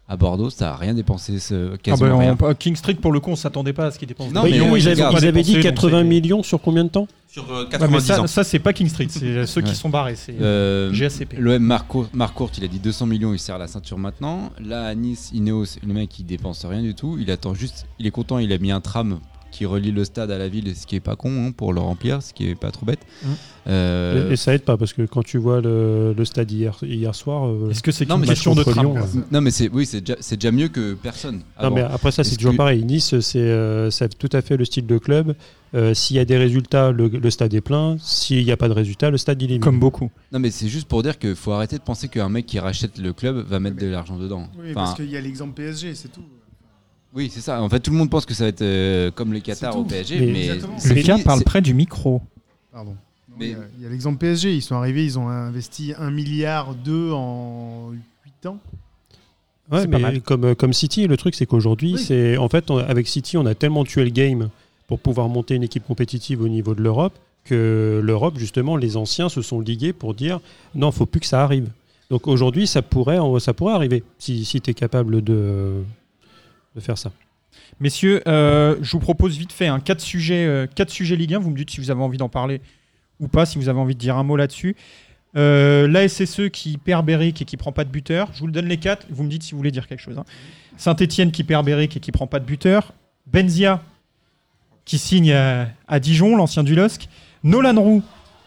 Speaker 6: À Bordeaux, ça a rien dépensé, ce, quasiment
Speaker 1: Ah bah, on-
Speaker 6: rien.
Speaker 1: euh, King Street, pour le coup, on s'attendait pas à ce qu'il dépense.
Speaker 6: Non,
Speaker 4: Bah,
Speaker 6: mais
Speaker 4: ils,
Speaker 6: on-
Speaker 4: ils avaient,
Speaker 6: regarde,
Speaker 4: ils avaient dit
Speaker 1: dépensé, donc
Speaker 4: 80
Speaker 1: c'était-
Speaker 4: millions sur combien de temps
Speaker 2: Sur euh,
Speaker 1: Ouais, mais
Speaker 2: 90
Speaker 1: ça,
Speaker 2: ans.
Speaker 1: ça, c'est pas King Street, c'est ceux
Speaker 6: Ouais.
Speaker 1: qui sont barrés, c'est
Speaker 6: Euh,
Speaker 1: GACP.
Speaker 6: L'OM Marcourt, Marcourt, il a dit 200 millions, il serre la ceinture maintenant. Là, à Nice, Ineos, le mec, il dépense rien du tout. Il attend juste, il est content, il a mis un tram qui relie le stade à la ville, ce qui est pas con hein, pour le remplir, ce qui est pas trop bête.
Speaker 5: Mhm.
Speaker 6: Euh,
Speaker 4: Et, et ça aide pas parce que quand tu vois le, le stade hier, hier soir, euh,
Speaker 1: Est-ce que c'est
Speaker 6: Non,
Speaker 1: une
Speaker 6: mais
Speaker 1: question de
Speaker 4: contre
Speaker 1: tram
Speaker 4: Lyon,
Speaker 1: quoi
Speaker 4: ouais.
Speaker 6: non mais c'est oui c'est déjà, c'est déjà mieux que personne.
Speaker 4: Non,
Speaker 6: avant.
Speaker 4: mais après ça, c'est
Speaker 6: Est-ce
Speaker 4: toujours
Speaker 6: que-
Speaker 4: pareil. Nice, c'est euh, c'est tout à fait le style de club. Euh, S'il y a des résultats, le, le stade est plein. S'il n'y a pas de résultats, le stade il est vide.
Speaker 1: Comme beaucoup.
Speaker 6: Non mais c'est juste pour dire qu'il faut arrêter de penser qu'un mec qui rachète le club va mettre de l'argent dedans.
Speaker 5: Oui,
Speaker 6: Enfin,
Speaker 5: parce qu'il y a l'exemple PSG, c'est tout.
Speaker 6: oui c'est ça. En fait tout le monde pense que ça va être euh, comme le Qatar
Speaker 5: tout.
Speaker 6: au PSG,
Speaker 4: Mais-
Speaker 6: mais,
Speaker 5: Exactement.
Speaker 6: c'est-
Speaker 1: Lucas
Speaker 6: c'est-
Speaker 1: parle près du micro.
Speaker 5: Pardon. Non,
Speaker 6: Mais-
Speaker 5: Il y a- il y a, l'exemple PSG, ils sont arrivés, ils ont investi 1 milliard 2 en 8 ans.
Speaker 4: Ouais,
Speaker 1: C'est
Speaker 4: mais
Speaker 1: pas mal.
Speaker 4: Comme, euh, comme City, le truc c'est qu'aujourd'hui,
Speaker 5: Oui.
Speaker 4: c'est en fait on- avec City, on a tellement tué le game pour pouvoir monter une équipe compétitive au niveau de l'Europe que l'Europe justement, les anciens se sont ligués pour dire non, faut plus que ça arrive. Donc aujourd'hui, ça pourrait, ça pourrait arriver si, si tu es capable de, de faire ça.
Speaker 1: Messieurs, euh, je vous propose vite fait hein, quatre sujets, euh, quatre sujets Ligue 1. Vous me dites si vous avez envie d'en parler ou pas, si vous avez envie de dire un mot là-dessus. Euh, la SSE qui perd Béric et qui prend pas de buteur. Je vous le donne les quatre. Vous me dites si vous voulez dire quelque chose. hein. Saint-Étienne qui perd Béric et qui prend pas de buteur. Benzia qui signe à, à Dijon, l'ancien du LOSC. Nolan Roux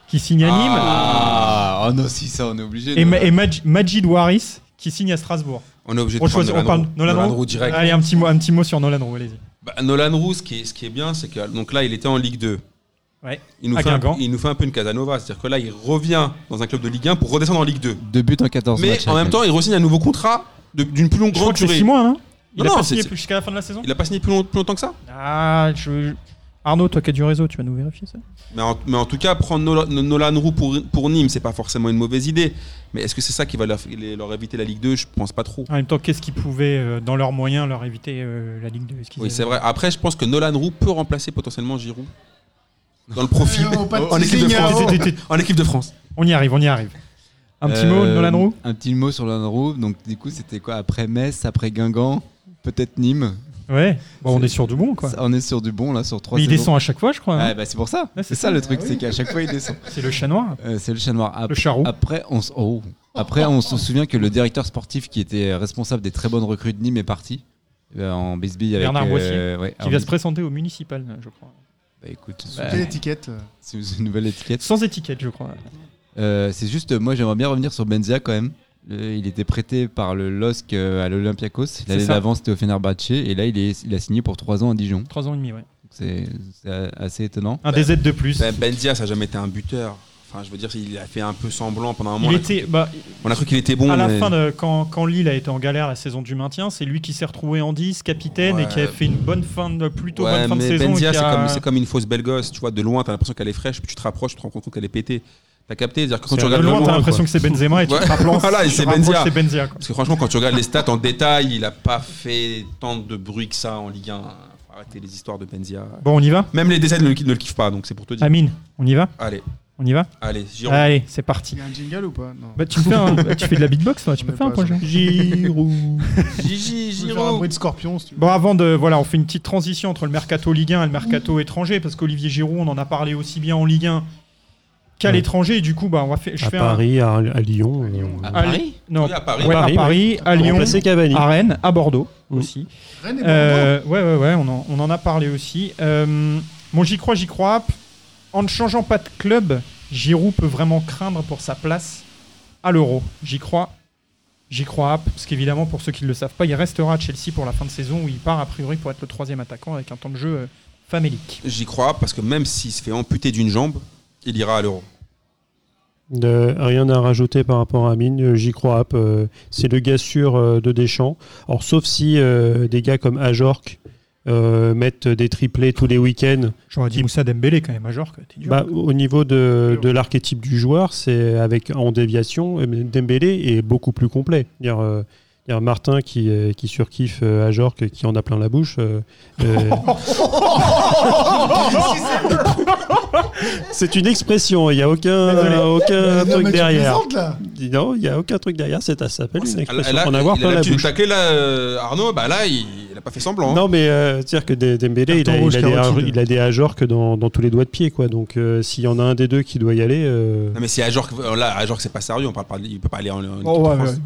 Speaker 1: qui signe à Nîmes.
Speaker 6: Ah oh non si ça on est obligé.
Speaker 1: et
Speaker 6: de-
Speaker 1: Ma- et Maj- Majid Waris qui signe à Strasbourg.
Speaker 2: On est obligé de
Speaker 1: On choisit-
Speaker 2: prendre
Speaker 1: on parle Nolan Roux
Speaker 2: direct.
Speaker 1: Allez, un petit, mot, un petit mot sur Nolan Roux, allez-y.
Speaker 2: Bah, Nolan Roux, ce qui est, ce qui est bien, c'est que donc là, il était en Ligue 2.
Speaker 1: Ouais.
Speaker 2: Il nous,
Speaker 1: À
Speaker 2: fait un,
Speaker 1: Guingamp.
Speaker 2: il nous fait un peu une Casanova. C'est-à-dire que là, il revient dans un club de Ligue 1 pour redescendre en Ligue 2.
Speaker 6: Deux buts en 14
Speaker 2: Mais
Speaker 6: matchs.
Speaker 2: en
Speaker 6: avec
Speaker 2: même
Speaker 6: lui.
Speaker 2: temps, il re-signe un nouveau contrat de- d'une plus longue
Speaker 1: Je crois
Speaker 2: grande
Speaker 1: que c'est
Speaker 2: durée.
Speaker 1: 6 mois, hein Il
Speaker 2: Non,
Speaker 1: a
Speaker 2: non,
Speaker 1: pas
Speaker 2: c'est-
Speaker 1: signé
Speaker 2: c'est-
Speaker 1: plus jusqu'à la fin de la saison
Speaker 2: Il a pas signé plus, long- plus longtemps que ça
Speaker 1: Ah, je... Arnaud, toi qui as du réseau, tu vas nous vérifier ça
Speaker 2: mais en, mais en tout cas, prendre Nola- Nolan, Roux pour, pour Nîmes, c'est pas forcément une mauvaise idée. Mais est-ce que c'est ça qui va leur, les- leur éviter la Ligue 2 Je pense pas trop.
Speaker 1: En même temps, qu'est-ce qu'ils pouvaient, euh, dans leurs moyens, leur éviter euh, la Ligue 2 Est-ce qu'ils
Speaker 2: Oui,
Speaker 1: avaient-
Speaker 2: c'est vrai. Après, je pense que Nolan Roux peut remplacer potentiellement Giroud dans le profil
Speaker 5: Eh oh, pas de
Speaker 2: en, équipe de
Speaker 5: teasing,
Speaker 2: France.
Speaker 5: oh.
Speaker 2: en équipe de France.
Speaker 1: On y arrive, on y arrive. Un petit mot,
Speaker 6: Euh,
Speaker 1: Nolan Roux
Speaker 6: Un petit mot sur Nolan Roux. Donc du coup c'était quoi après Metz, après Guingamp, peut-être Nîmes.
Speaker 1: Ouais, bon, on
Speaker 6: c'est-
Speaker 1: est sur du bon, quoi.
Speaker 6: Ça, on est sur du bon là sur trois.
Speaker 1: Mais il
Speaker 6: saisons.
Speaker 1: descend à chaque fois, je crois. hein.
Speaker 6: Ouais, bah, c'est pour ça.
Speaker 1: Ouais, c'est Ah
Speaker 6: c'est ça, le truc, c'est qu'à chaque fois il descend.
Speaker 1: C'est le chat noir,
Speaker 6: Euh, c'est le chat noir. Ap-
Speaker 1: le chat roux.
Speaker 6: Après, on s- oh. Après, on se souvient que le directeur sportif qui était responsable des très bonnes recrues de Nîmes est parti euh, en bisbille avec
Speaker 1: Bernard
Speaker 6: euh, ouais,
Speaker 1: qui
Speaker 6: alors,
Speaker 1: va se présenter au municipal, je crois.
Speaker 6: bah, écoute,
Speaker 5: Sous
Speaker 6: bah,
Speaker 5: quelle étiquette euh,
Speaker 6: c'est une nouvelle étiquette.
Speaker 1: Sans étiquette, je crois.
Speaker 6: Euh, c'est juste, euh, moi, j'aimerais bien revenir sur Benzia quand même. Euh, il était prêté par le LOSC euh, à l'Olympiakos. L'année
Speaker 1: ça.
Speaker 6: d'avant, c'était au Fenerbahce. Et là, il, est, il a signé pour 3 ans à Dijon.
Speaker 1: Trois ans et demi, ouais.
Speaker 6: Donc, C'est c'est assez étonnant.
Speaker 1: Un DZ de plus.
Speaker 2: Ben, Benzia, ça n'a jamais été un buteur. Enfin, je veux dire, il a fait un peu semblant pendant un moment.
Speaker 1: il
Speaker 2: on a-
Speaker 1: était, bah,
Speaker 2: On a cru qu'il était bon.
Speaker 1: à la
Speaker 2: mais-
Speaker 1: fin, de, quand, quand Lille a été en galère la saison du maintien, c'est lui qui s'est retrouvé en 10, capitaine, et qui a
Speaker 2: Ouais.
Speaker 1: fait une bonne fin de, plutôt
Speaker 2: Ouais,
Speaker 1: bonne fin de
Speaker 2: mais
Speaker 1: saison. et
Speaker 2: Benzia,
Speaker 1: qui
Speaker 2: c'est
Speaker 1: a-
Speaker 2: comme, c'est comme une fausse belle gosse. Tu vois, de loin, t'as l'impression qu'elle est fraîche, puis tu te rapproches, tu te rends compte qu'elle est pétée. T'as capté C'est-à-dire que quand
Speaker 4: C'est
Speaker 2: tu
Speaker 4: un
Speaker 1: De
Speaker 2: regardes
Speaker 1: loin,
Speaker 2: le
Speaker 1: t'as
Speaker 2: long-
Speaker 1: l'impression que c'est Benzema et tu
Speaker 2: Ouais,
Speaker 1: te rapproches-
Speaker 2: voilà, et
Speaker 1: tu te
Speaker 2: c'est
Speaker 1: rapproches
Speaker 2: Benzia.
Speaker 1: c'est Benzia. quoi.
Speaker 2: Parce que franchement, quand tu regardes les stats en détail, il a pas fait tant de bruit que ça en Ligue 1. Faut arrêter les histoires de Benzia.
Speaker 1: Bon, on y va
Speaker 2: Même les DZ ne, le- ne le kiffent pas, donc c'est pour te dire.
Speaker 1: Amine, on y va
Speaker 2: Allez,
Speaker 1: On y va
Speaker 2: allez, Giroud.
Speaker 1: Allez, c'est
Speaker 5: Il
Speaker 1: parti.
Speaker 5: y a un jingle ou pas Non.
Speaker 1: Bah, tu, me fais un- bah, tu fais de la beatbox, toi, tu
Speaker 5: On
Speaker 1: peux
Speaker 5: est
Speaker 1: faire un
Speaker 5: pas
Speaker 1: projet. Giroud.
Speaker 2: Gigi,
Speaker 5: Je vais faire un
Speaker 2: Giroud.
Speaker 5: bruit de scorpion, si tu veux.
Speaker 1: Bon, avant de. Voilà, on fait une petite transition entre le mercato Ligue 1 et le mercato étranger, parce qu'Olivier Giroud, on en a parlé aussi bien en Ligue 1 qu'à
Speaker 4: Ouais.
Speaker 1: l'étranger, et du coup, bah, on va faire. Je
Speaker 4: à
Speaker 1: fais
Speaker 4: Paris, à, à Lyon.
Speaker 5: Lyon,
Speaker 4: euh,
Speaker 1: un. à Li- Non,
Speaker 2: Oui, à Paris.
Speaker 1: ouais, à
Speaker 4: Paris,
Speaker 1: Paris, à
Speaker 4: pour
Speaker 1: Lyon, Ah,
Speaker 4: remplacer Cavani.
Speaker 1: à Rennes, à Bordeaux
Speaker 4: Mm.
Speaker 1: aussi.
Speaker 5: Rennes et Bordeaux.
Speaker 1: Euh, ouais, ouais, ouais, on en, on en a parlé aussi. Euh, bon, j'y crois, j'y crois. En ne changeant pas de club, Giroud peut vraiment craindre pour sa place à l'Euro. J'y crois, j'y crois. Parce qu'évidemment, pour ceux qui ne le savent pas, il restera à Chelsea pour la fin de saison où il part a priori pour être le troisième attaquant avec un temps de jeu euh, famélique.
Speaker 2: J'y crois parce que même s'il se fait amputer d'une jambe, il ira à l'euro.
Speaker 4: De- rien à rajouter par rapport à Amine, euh, j'y crois. hop, euh, c'est le gars sûr euh, de Deschamps. Alors, sauf si euh, des gars comme Ajorc euh, mettent des triplés tous les week-ends.
Speaker 1: J'aurais dit
Speaker 4: dit
Speaker 1: Moussa Dembélé quand même, major.
Speaker 4: Bah, au niveau de, de l'archétype du joueur, c'est avec en déviation, euh, Dembélé est beaucoup plus complet. Dire, euh, dire Martin qui, euh, qui surkiffe euh, Ajorc, qui en a plein la bouche. euh, euh, c'est une expression. Il n'y a aucun,
Speaker 1: Désolé.
Speaker 4: aucun
Speaker 5: Non, mais
Speaker 4: truc
Speaker 5: tu
Speaker 4: derrière.
Speaker 5: plaisantes, là
Speaker 4: Dis Non, il n'y a aucun truc derrière, c'est- ça s'appelle une expression.
Speaker 2: Là,
Speaker 4: en avoir
Speaker 2: il a
Speaker 4: plein la
Speaker 2: l'habitude de
Speaker 4: bouche.
Speaker 2: tacler là, euh, Arnaud, bah là, il, il a pas fait semblant. hein.
Speaker 4: Non, mais euh, c'est-à-dire que des- Dembélé, il
Speaker 5: Carton
Speaker 4: a,
Speaker 5: rouge
Speaker 4: il, a des,
Speaker 5: carotide.
Speaker 4: il a des ajorques dans, dans tous les doigts de pied, quoi. Donc euh, s'il y en a un des deux qui doit y aller, euh, Oh,
Speaker 2: Non mais si Ajorc, euh, là Ajorc c'est pas sérieux, on parle pas, il peut pas aller en. en équipe de France.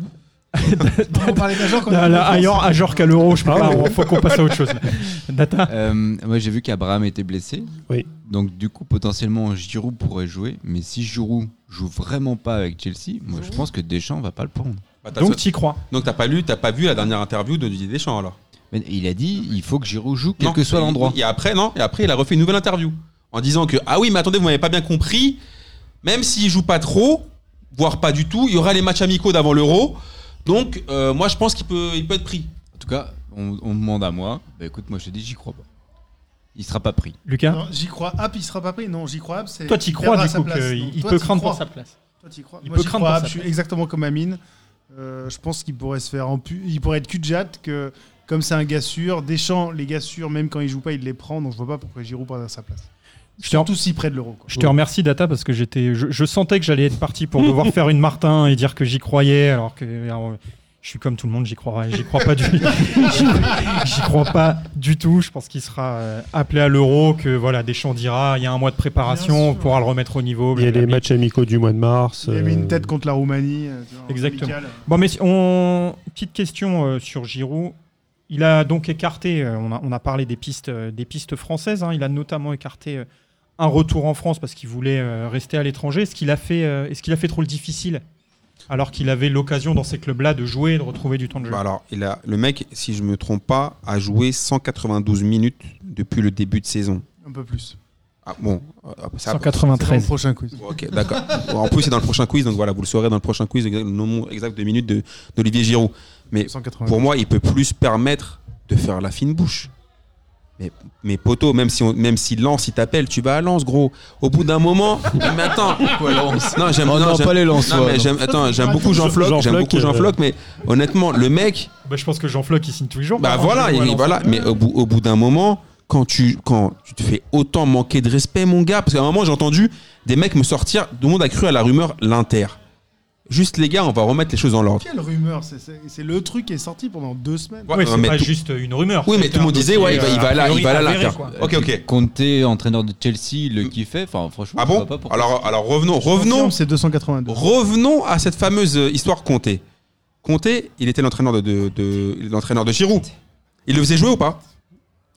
Speaker 5: On parlait d'Ajor quand
Speaker 1: Là,
Speaker 5: Ah on
Speaker 1: là,
Speaker 5: a fait
Speaker 1: ailleurs, Oh, à genre qu'à l'euro, je sais pas, il faut qu'on passe à autre chose. là. Data
Speaker 6: Euh, moi, j'ai vu qu'Abraham était blessé.
Speaker 4: Oui.
Speaker 6: Donc, du coup, potentiellement, Giroud pourrait jouer. Mais si Giroud joue vraiment pas avec Chelsea, moi, je pense que Deschamps va pas le prendre.
Speaker 2: Bah, t'as-
Speaker 1: Donc, t'y crois.
Speaker 2: donc t'as pas lu, t'as pas vu la dernière interview de Didier Deschamps alors
Speaker 6: Mais il a dit, il faut que Giroud joue, quel
Speaker 2: Non.
Speaker 6: que soit l'endroit.
Speaker 2: Et après, non, et après, il a refait une nouvelle interview en disant que ah oui, mais attendez, vous m'avez pas bien compris. Même s'il joue pas trop, voire pas du tout, il y aura les matchs amicaux d'avant l'Euro. Donc, euh, moi, je pense qu'il peut, il peut être pris.
Speaker 6: En tout cas, on, on me demande à moi. Bah, écoute, moi, je te dis, j'y crois pas. Il sera pas pris.
Speaker 1: Lucas
Speaker 5: Non, J'y crois Hop, il sera pas pris. Non, j'y crois Hop, c'est.
Speaker 1: Toi, t'y
Speaker 5: il
Speaker 1: crois
Speaker 5: perdra
Speaker 1: du
Speaker 5: sa
Speaker 1: coup
Speaker 5: place.
Speaker 1: qu'il
Speaker 5: Donc,
Speaker 1: il
Speaker 5: toi,
Speaker 1: peut
Speaker 5: t'y
Speaker 1: craindre
Speaker 5: crois.
Speaker 1: pour sa place.
Speaker 5: Toi, t'y crois.
Speaker 1: il
Speaker 5: Moi,
Speaker 1: peut
Speaker 5: j'y
Speaker 1: craindre
Speaker 5: crois
Speaker 1: pour
Speaker 5: Hop,
Speaker 1: sa
Speaker 5: Je suis
Speaker 1: place.
Speaker 5: exactement comme Amine. Euh, je pense qu'il pourrait se faire en pu- Il pourrait être cul de jatte que, comme c'est un gars sûr, Deschamps, les gars sûrs, même quand il joue pas, il les prend. Donc je vois pas pourquoi Giroud perdrait sa place.
Speaker 1: Je te,
Speaker 5: Tout si près de l'euro. quoi.
Speaker 1: je te remercie, Data, parce que j'étais, je, je sentais que j'allais être parti pour devoir faire une Martin et dire que j'y croyais, alors que alors, je suis comme tout le monde, j'y crois, j'y crois pas du, j'y, j'y crois pas du tout. Je pense qu'il sera euh, appelé à l'Euro, que voilà, Deschamps dira, il y a un mois de
Speaker 5: Bien
Speaker 1: préparation, on
Speaker 5: sûr.
Speaker 1: pourra le remettre au niveau.
Speaker 4: Il y a les
Speaker 1: blablabla.
Speaker 4: matchs amicaux du mois de mars.
Speaker 5: Il a mis
Speaker 4: euh,
Speaker 5: une tête contre la Roumanie. euh, tu vois, en
Speaker 1: Exactement.
Speaker 5: amical.
Speaker 1: Bon, mais si on... petite question euh, sur Giroud. Il a donc écarté, euh, on, a, on a parlé des pistes, euh, des pistes françaises, hein. il a notamment écarté euh, un retour en France parce qu'il voulait euh, rester à l'étranger. Est-ce qu'il a, fait, euh, est-ce qu'il a fait trop le difficile alors qu'il avait l'occasion dans ces clubs-là de jouer et de retrouver du temps de jeu
Speaker 2: Bah alors, il a, le mec, si je me trompe pas, a joué 192 minutes depuis le début de saison.
Speaker 5: Un peu plus.
Speaker 2: Ah, bon, euh, ça-
Speaker 5: C'est dans le
Speaker 8: 193.
Speaker 5: prochain quiz.
Speaker 2: Bon, Ok, d'accord. Bon, En plus, c'est dans le prochain quiz, donc voilà, vous le saurez dans le prochain quiz, le nombre exact de minutes de- d'Olivier Giroud. Mais
Speaker 5: 180.
Speaker 2: pour moi, il peut plus se permettre de faire la fine bouche. Mais, mais poteau, même si, on, même si Lance, il t'appelle, tu vas à Lance, gros. Au bout d'un moment, mais attends. Non, j'aime
Speaker 6: Oh,
Speaker 2: non,
Speaker 6: non,
Speaker 2: j'aime-
Speaker 6: pas les lances,
Speaker 2: non,
Speaker 6: ouais,
Speaker 2: mais
Speaker 6: non.
Speaker 2: j'aime- attends, j'aime beaucoup Jean
Speaker 4: Jean-
Speaker 2: Floc,
Speaker 4: Jean
Speaker 2: j'aime
Speaker 4: Floc,
Speaker 2: beaucoup Jean
Speaker 4: euh,
Speaker 2: Floc, mais honnêtement, le mec,
Speaker 1: Bah, Je pense que Jean Floc, il signe tous les jours.
Speaker 2: bah
Speaker 1: par
Speaker 2: voilà,
Speaker 1: contre,
Speaker 2: il-
Speaker 1: il joue à
Speaker 2: voilà. Mais au bout, au bout d'un moment, quand tu, quand tu te fais autant manquer de respect, mon gars, parce qu'à un moment, j'ai entendu des mecs me sortir, tout le monde a cru à la rumeur l'Inter. Juste les gars, on va remettre les choses en l'ordre.
Speaker 5: Quelle rumeur c'est- C'est c'est le truc qui est sorti pendant deux semaines.
Speaker 1: Lens. Ouais,
Speaker 2: Ouais,
Speaker 1: c'est
Speaker 2: mais
Speaker 1: pas
Speaker 2: tout-
Speaker 1: juste une rumeur.
Speaker 2: Oui, mais
Speaker 1: C'est
Speaker 2: tout le
Speaker 1: un
Speaker 2: monde disait,
Speaker 1: dossier,
Speaker 2: ouais, il va, il va
Speaker 1: euh,
Speaker 2: là, il va là,
Speaker 1: a priori avéré,
Speaker 2: l'Inter.
Speaker 1: quoi.
Speaker 2: Ok, ok.
Speaker 6: Conté, Euh, entraîneur de Chelsea, le kiffait. Enfin, franchement,
Speaker 2: Ah
Speaker 6: je vois
Speaker 1: Bah,
Speaker 2: bon
Speaker 6: pas pourquoi.
Speaker 2: alors, alors revenons, revenons,
Speaker 5: Confirme, C'est 282.
Speaker 2: revenons à cette fameuse euh, histoire Comté. Comté, il était l'entraîneur de, de, de- l'entraîneur de Giroud. Il le faisait jouer ou pas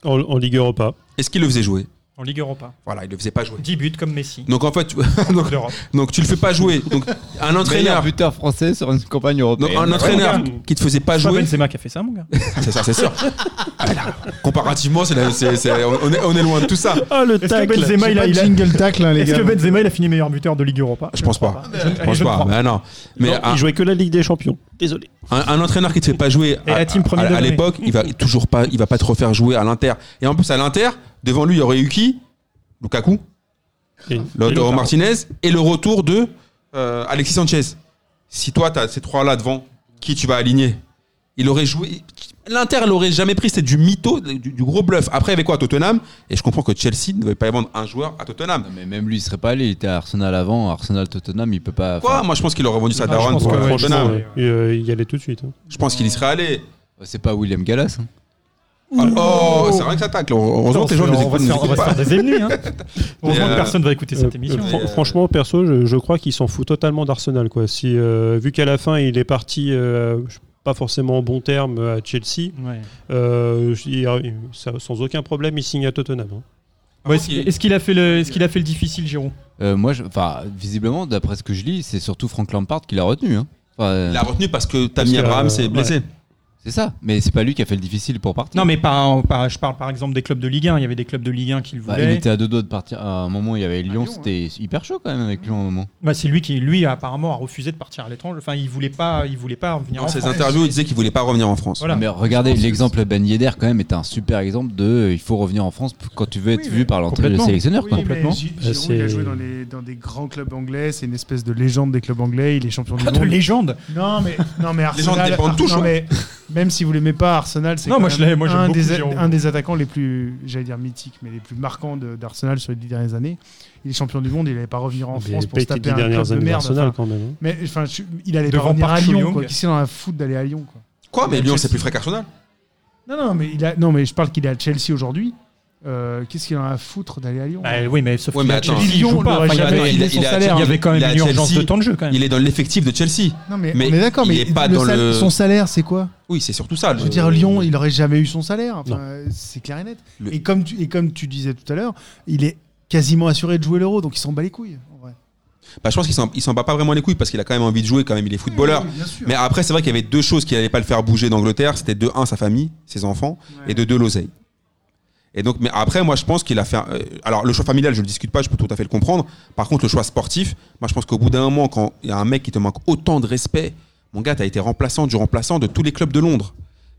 Speaker 4: euh, en, en Ligue Europa.
Speaker 2: Est-ce qu'il le faisait jouer
Speaker 1: En Ligue Europa.
Speaker 2: Voilà, il le faisait pas jouer.
Speaker 1: 10 buts comme Messi.
Speaker 2: Donc en fait, tu- donc,
Speaker 1: D'Europe.
Speaker 2: donc tu le fais pas jouer. Donc un
Speaker 6: Meilleur
Speaker 2: entraîneur,
Speaker 6: buteur français sur une campagne
Speaker 2: donc
Speaker 6: européenne.
Speaker 2: un entraîneur qui te faisait pas
Speaker 1: C'est pas
Speaker 2: jouer,
Speaker 1: Benzema qui a fait ça, mon gars.
Speaker 2: c'est ça, c'est sûr. Ah là, comparativement, c'est la- c'est- c'est- on, est, on est loin de tout ça.
Speaker 4: Ah, le
Speaker 1: Est-ce que Benzema,
Speaker 5: J'ai
Speaker 1: il
Speaker 5: pas
Speaker 1: a,
Speaker 5: de
Speaker 1: il a-
Speaker 5: jingle tacle, hein, les
Speaker 1: Est-ce
Speaker 5: gars.
Speaker 1: que Benzema il a fini meilleur buteur de Ligue Europa
Speaker 2: Je pense pas.
Speaker 1: Je ne
Speaker 2: Je pense
Speaker 1: je ne
Speaker 2: pas.
Speaker 1: crois
Speaker 2: bah non. Mais
Speaker 4: Mais
Speaker 2: un-
Speaker 4: il jouait que la Ligue des Champions. Désolé.
Speaker 2: Un, un entraîneur qui te fait pas jouer
Speaker 1: Et
Speaker 2: à,
Speaker 1: la team premier
Speaker 2: à- à
Speaker 1: degré.
Speaker 2: l'époque, il va toujours pas, il va pas te refaire jouer à l'Inter. Et en plus à l'Inter, devant lui, il y aurait eu qui Lukaku,
Speaker 4: Et- et
Speaker 2: Lautaro
Speaker 4: Lautaro.
Speaker 2: Martinez et le retour de euh, Alexis Sanchez. Si toi tu as ces trois là devant, qui tu vas aligner Il aurait joué. L'Inter l'aurait jamais pris, c'est du mytho, du, du gros bluff. Après avec quoi Tottenham Et je comprends que Chelsea ne devait pas y vendre un joueur à Tottenham.
Speaker 6: Non, mais même lui, il serait pas allé. Il était à Arsenal avant. Arsenal Tottenham, il peut pas.
Speaker 2: Quoi
Speaker 6: enfin,
Speaker 2: Moi je pense qu'il aurait vendu sa
Speaker 1: Non, Ah, je
Speaker 2: daronne
Speaker 1: pense
Speaker 2: pour
Speaker 1: que, ouais,
Speaker 2: Tottenham.
Speaker 4: Franchement, euh, il y allait tout de suite. hein.
Speaker 2: Je pense qu'il y serait allé.
Speaker 6: C'est pas William Gallas. hein.
Speaker 2: Oh, c'est rien que ça tacle. Heureusement que les gens ne les
Speaker 1: on, va
Speaker 2: écoutent
Speaker 1: se faire, on va se faire des ennemis. Hein. Heureusement
Speaker 2: euh,
Speaker 1: que personne va écouter cette
Speaker 4: Euh,
Speaker 1: émission.
Speaker 4: fran-
Speaker 2: euh,
Speaker 4: franchement, perso, je, je crois qu'il s'en fout totalement d'Arsenal. Quoi. Si, euh, vu qu'à la fin, il est parti, euh, pas forcément en bon terme, à Chelsea,
Speaker 1: Ouais.
Speaker 4: euh, il- ça- sans aucun problème, il signe à Tottenham. hein.
Speaker 1: Ouais, est-ce est-ce qu'il a fait le, est-ce qu'il a fait le difficile, Giroud
Speaker 6: Euh, moi, je- enfin, visiblement, d'après ce que je lis, c'est surtout Frank Lampard qui l'a retenu. hein. Enfin, euh,
Speaker 2: Il l'a retenu parce que Tammy
Speaker 4: que,
Speaker 2: Abraham
Speaker 4: euh,
Speaker 2: s'est
Speaker 4: ouais.
Speaker 2: blessé.
Speaker 6: c'est ça. Mais c'est pas lui qui a fait le difficile pour partir.
Speaker 1: Non, mais pas, pas- je parle par exemple des clubs de Ligue 1. Il y avait des clubs de Ligue 1 qui le
Speaker 6: Bah,
Speaker 1: voulaient.
Speaker 6: il était à deux doigts de partir. À un moment, il y avait Lyon,
Speaker 5: Lyon,
Speaker 6: c'était hyper chaud quand même avec Lyon à un moment.
Speaker 1: Bah, c'est lui qui, lui, apparemment, a refusé de partir à l'étranger. Enfin, il voulait pas, il voulait pas revenir
Speaker 2: Dans
Speaker 1: en
Speaker 2: ses
Speaker 1: France.
Speaker 2: interviews, il disait qu'il voulait pas revenir en France.
Speaker 1: Voilà.
Speaker 6: Mais regardez, l'exemple Ben Yedder quand même est un super exemple de euh, il faut revenir en France quand tu veux être
Speaker 1: Oui, mais
Speaker 6: vu par l'entrée
Speaker 1: complètement.
Speaker 6: sélectionneur.
Speaker 5: Oui,
Speaker 6: quoi.
Speaker 5: mais Gi- Giroud, il a
Speaker 4: c'est-
Speaker 5: joué dans, les- dans des grands clubs anglais, c'est une espèce de légende des clubs anglais, il est champion du
Speaker 1: de
Speaker 5: monde.
Speaker 1: légende.
Speaker 5: Non mais non mais Arsenal,
Speaker 2: Légende des pentes
Speaker 5: Ar-
Speaker 2: touches,
Speaker 5: non,
Speaker 2: hein.
Speaker 5: mais même si vous l'aimez pas, Arsenal c'est
Speaker 1: Non,
Speaker 5: quand
Speaker 1: moi, je
Speaker 5: même
Speaker 1: l'ai- moi, j'aime
Speaker 5: un,
Speaker 1: beaucoup
Speaker 5: des,
Speaker 1: Giroud.
Speaker 5: un des attaquants les plus j'allais dire mythiques, mais les plus marquants de- d'Arsenal sur les dix dernières années. Il est champion du monde, il n'allait pas revenir en
Speaker 4: Mais
Speaker 5: France pour
Speaker 4: pas
Speaker 5: se
Speaker 4: été
Speaker 5: taper
Speaker 4: les
Speaker 5: un
Speaker 4: dernières
Speaker 5: club de
Speaker 4: années
Speaker 5: merde.
Speaker 4: d'Arsenal,
Speaker 5: enfin.
Speaker 4: quand même. hein.
Speaker 5: mais enfin, je- il allait
Speaker 1: Devant
Speaker 5: pas revenir à
Speaker 1: Park
Speaker 5: Lyon,
Speaker 1: Chung-Yung.
Speaker 5: quoi. Qui c'est dans la foot d'aller à Lyon, quoi.
Speaker 2: Quoi Mais
Speaker 5: Il a
Speaker 2: Lyon,
Speaker 5: Chelsea.
Speaker 2: c'est plus frais qu'Arsenal.
Speaker 5: Non, non, mais il a, non, mais je parle qu'il est à Chelsea aujourd'hui. Euh, Qu'est-ce qu'il en a à foutre d'aller à Lyon
Speaker 1: Bah, oui, mais sauf
Speaker 2: Ouais,
Speaker 1: qu'il
Speaker 2: mais
Speaker 1: a
Speaker 2: attends.
Speaker 1: Chelsea, il joue
Speaker 5: Lyon,
Speaker 1: pas.
Speaker 5: le
Speaker 1: Enfin, il, y
Speaker 5: Real
Speaker 1: avait,
Speaker 5: Madrid,
Speaker 1: il
Speaker 5: il
Speaker 1: y
Speaker 5: son
Speaker 2: a-
Speaker 5: salaire.
Speaker 2: il
Speaker 1: avait quand
Speaker 2: il
Speaker 1: même
Speaker 2: a
Speaker 1: une urgence
Speaker 2: Chelsea,
Speaker 1: de temps de jeu quand même.
Speaker 2: Il est dans l'effectif de Chelsea.
Speaker 5: Non, mais,
Speaker 2: Mais
Speaker 5: on est d'accord,
Speaker 2: il
Speaker 5: mais
Speaker 2: est pas
Speaker 5: le
Speaker 2: dans
Speaker 5: sal-
Speaker 2: le- Euh,
Speaker 5: son salaire, c'est quoi
Speaker 2: Oui, c'est surtout ça.
Speaker 5: Je
Speaker 2: le-
Speaker 5: veux dire, Lyon, il aurait jamais eu son salaire. Enfin, c'est clair et net.
Speaker 2: Le-
Speaker 5: Et, comme tu, et comme tu disais tout à l'heure, il est quasiment assuré de jouer l'euro, donc il s'en bat les couilles. en vrai.
Speaker 2: Bah, je pense qu'il s'en- il s'en bat pas vraiment les couilles parce qu'il a quand même envie de jouer, quand même, il est footballeur.
Speaker 5: Oui, bien sûr.
Speaker 2: Mais après, c'est vrai qu'il y avait deux choses qui n'allaient pas le faire bouger d'Angleterre. C'était de un, sa famille, ses enfants, et de deux, l'oseille. Et donc, mais après, moi, je pense qu'il a fait. un- euh, alors, le choix familial, je ne le discute pas, je peux tout à fait le comprendre. Par contre, le choix sportif, moi, je pense qu'au bout d'un moment, quand il y a un mec qui te manque autant de respect, mon gars, tu as été remplaçant du remplaçant de tous les clubs de Londres.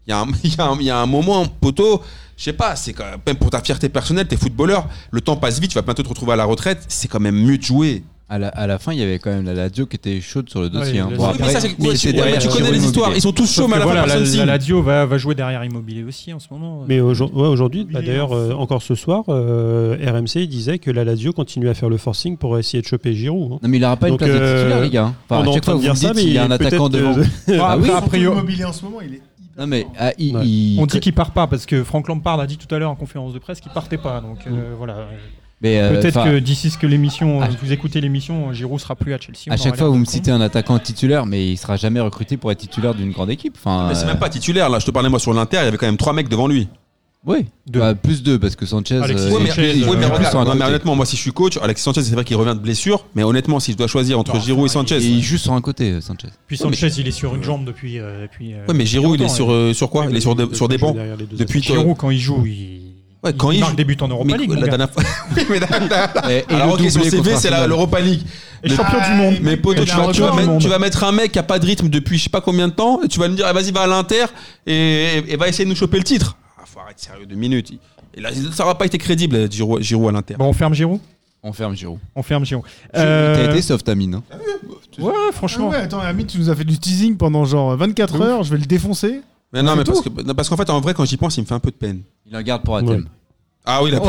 Speaker 2: Il y, a un- il y a un- il y a un moment, poteau, je sais pas, c'est quand même, même pour ta fierté personnelle, t'es footballeur, le temps passe vite, tu vas bientôt te retrouver à la retraite, c'est quand même mieux de jouer.
Speaker 6: À la, à la fin, il y avait quand même la Lazio qui était chaude sur le dossier. hein.
Speaker 1: le-
Speaker 6: Bon,
Speaker 1: Oui,
Speaker 6: après, mais
Speaker 2: tu,
Speaker 6: c'était derrière Ciro
Speaker 2: connais les
Speaker 6: Immobile.
Speaker 2: histoires, ils sont tous chauds,
Speaker 1: Sauf que
Speaker 2: mais à la
Speaker 1: voilà,
Speaker 2: fin,
Speaker 1: la,
Speaker 2: personne signe.
Speaker 1: la Lazio va, va jouer derrière Immobilier aussi en ce moment.
Speaker 4: Mais aujourd- ouais, aujourd'hui, bah,
Speaker 5: Il est
Speaker 4: d'ailleurs,
Speaker 5: en-
Speaker 4: euh, encore ce soir, euh, RMC disait que la Lazio continue à faire le forcing pour essayer de choper Giroud. hein.
Speaker 6: Non, mais il n'aura pas une
Speaker 4: Donc,
Speaker 6: place de titulaire,
Speaker 4: euh,
Speaker 6: les gars. hein. Enfin,
Speaker 4: On est
Speaker 6: à
Speaker 4: en
Speaker 6: chaque
Speaker 4: train
Speaker 6: fois,
Speaker 4: de
Speaker 6: vous
Speaker 4: dire
Speaker 6: me
Speaker 4: ça,
Speaker 6: dites
Speaker 4: mais
Speaker 6: qu'il y a un
Speaker 4: peut-être
Speaker 6: attaquant
Speaker 4: que-
Speaker 6: devant.
Speaker 1: Après,
Speaker 6: Ah oui,
Speaker 1: a
Speaker 5: Surtout
Speaker 1: priori-
Speaker 5: l'immobilier en ce moment, il est hyper
Speaker 6: Non, mais
Speaker 5: fort.
Speaker 6: ah, il-
Speaker 4: Ouais.
Speaker 6: il-
Speaker 1: on dit qu'il part pas parce que Franck Lampard a dit tout à l'heure en conférence de presse qu'il partait pas. Donc
Speaker 2: Mm.
Speaker 1: euh, voilà.
Speaker 6: mais, euh,
Speaker 1: Peut-être
Speaker 6: enfin,
Speaker 1: que d'ici ce que l'émission,
Speaker 6: à-
Speaker 1: euh, vous écoutez l'émission, Giroud sera plus à Chelsea. on
Speaker 6: À
Speaker 1: aura
Speaker 6: chaque
Speaker 1: l'air
Speaker 6: fois, vous
Speaker 1: de
Speaker 6: me
Speaker 1: con.
Speaker 6: citez un attaquant titulaire, mais il sera jamais recruté pour être titulaire d'une grande équipe. Enfin,
Speaker 2: Mais c'est
Speaker 6: euh,
Speaker 2: même pas titulaire, là, je te parlais moi sur l'Inter, il y avait quand même trois mecs devant lui.
Speaker 6: Oui,
Speaker 1: Deux.
Speaker 6: Bah, plus deux, parce que Sanchez.
Speaker 1: Alexis
Speaker 6: euh,
Speaker 1: Ouais,
Speaker 2: Oui, mais,
Speaker 1: Sanchez,
Speaker 2: oui,
Speaker 1: euh,
Speaker 2: mais regarde,
Speaker 6: plus un
Speaker 2: non, mais
Speaker 6: côté.
Speaker 2: honnêtement, moi si je suis coach, Alexis Sanchez, c'est vrai qu'il revient de blessure, mais honnêtement, si je dois choisir entre
Speaker 1: Non,
Speaker 2: Giroud et Sanchez.
Speaker 6: Et il joue sur un côté, euh, Sanchez.
Speaker 1: Puis
Speaker 2: Ouais, mais-
Speaker 1: Sanchez, il est sur une jambe depuis. euh, depuis euh,
Speaker 2: Ouais, mais Giroud, il est
Speaker 1: longtemps,
Speaker 2: sur,
Speaker 1: hein.
Speaker 2: euh, sur quoi Il est sur, des- sur des bancs.
Speaker 4: Derrière les deux
Speaker 2: Depuis que-
Speaker 1: Giroud, quand il joue, il.
Speaker 2: Ouais, quand il
Speaker 1: marque
Speaker 2: joue-
Speaker 1: des buts en Europa
Speaker 2: Mais-
Speaker 1: League. mon
Speaker 2: la
Speaker 1: gars.
Speaker 2: dernière fois- Oui, mais d'accord.
Speaker 6: Et, et
Speaker 2: Alors,
Speaker 6: le
Speaker 2: ok, son
Speaker 6: doublé
Speaker 2: CV,
Speaker 6: contre
Speaker 2: c'est la-
Speaker 6: Arsenal.
Speaker 2: l'Europa League.
Speaker 1: Et champion du monde.
Speaker 2: Mais poto,
Speaker 1: Et
Speaker 2: tu
Speaker 1: la
Speaker 2: vas, tu, vas
Speaker 1: record du
Speaker 2: mettre,
Speaker 1: monde.
Speaker 2: tu vas mettre un mec qui a pas de rythme depuis je sais pas combien de temps, et tu vas me dire, eh, vas-y, va à l'Inter et, et va essayer de nous choper le titre. Ah, faut arrêter sérieux deux minutes. Et là, ça aura pas été crédible, Giroud, Giroud à l'Inter.
Speaker 1: Bon, on ferme Giroud
Speaker 6: On ferme Giroud.
Speaker 1: On ferme Giroud.
Speaker 6: T'as
Speaker 1: Euh,
Speaker 6: été sauf ta mine. hein.
Speaker 1: Ouais,
Speaker 5: Ah
Speaker 1: franchement.
Speaker 5: ouais, attends, Amit, tu nous as fait du teasing pendant genre 24
Speaker 1: De ouf.
Speaker 5: heures, je vais le défoncer.
Speaker 2: Mais non,
Speaker 5: C'est
Speaker 2: mais parce
Speaker 5: tout.
Speaker 2: que- non, parce qu'en fait, en vrai, quand j'y pense, il me fait un peu de peine.
Speaker 6: Il en garde pour Athènes.
Speaker 2: Ah oui, la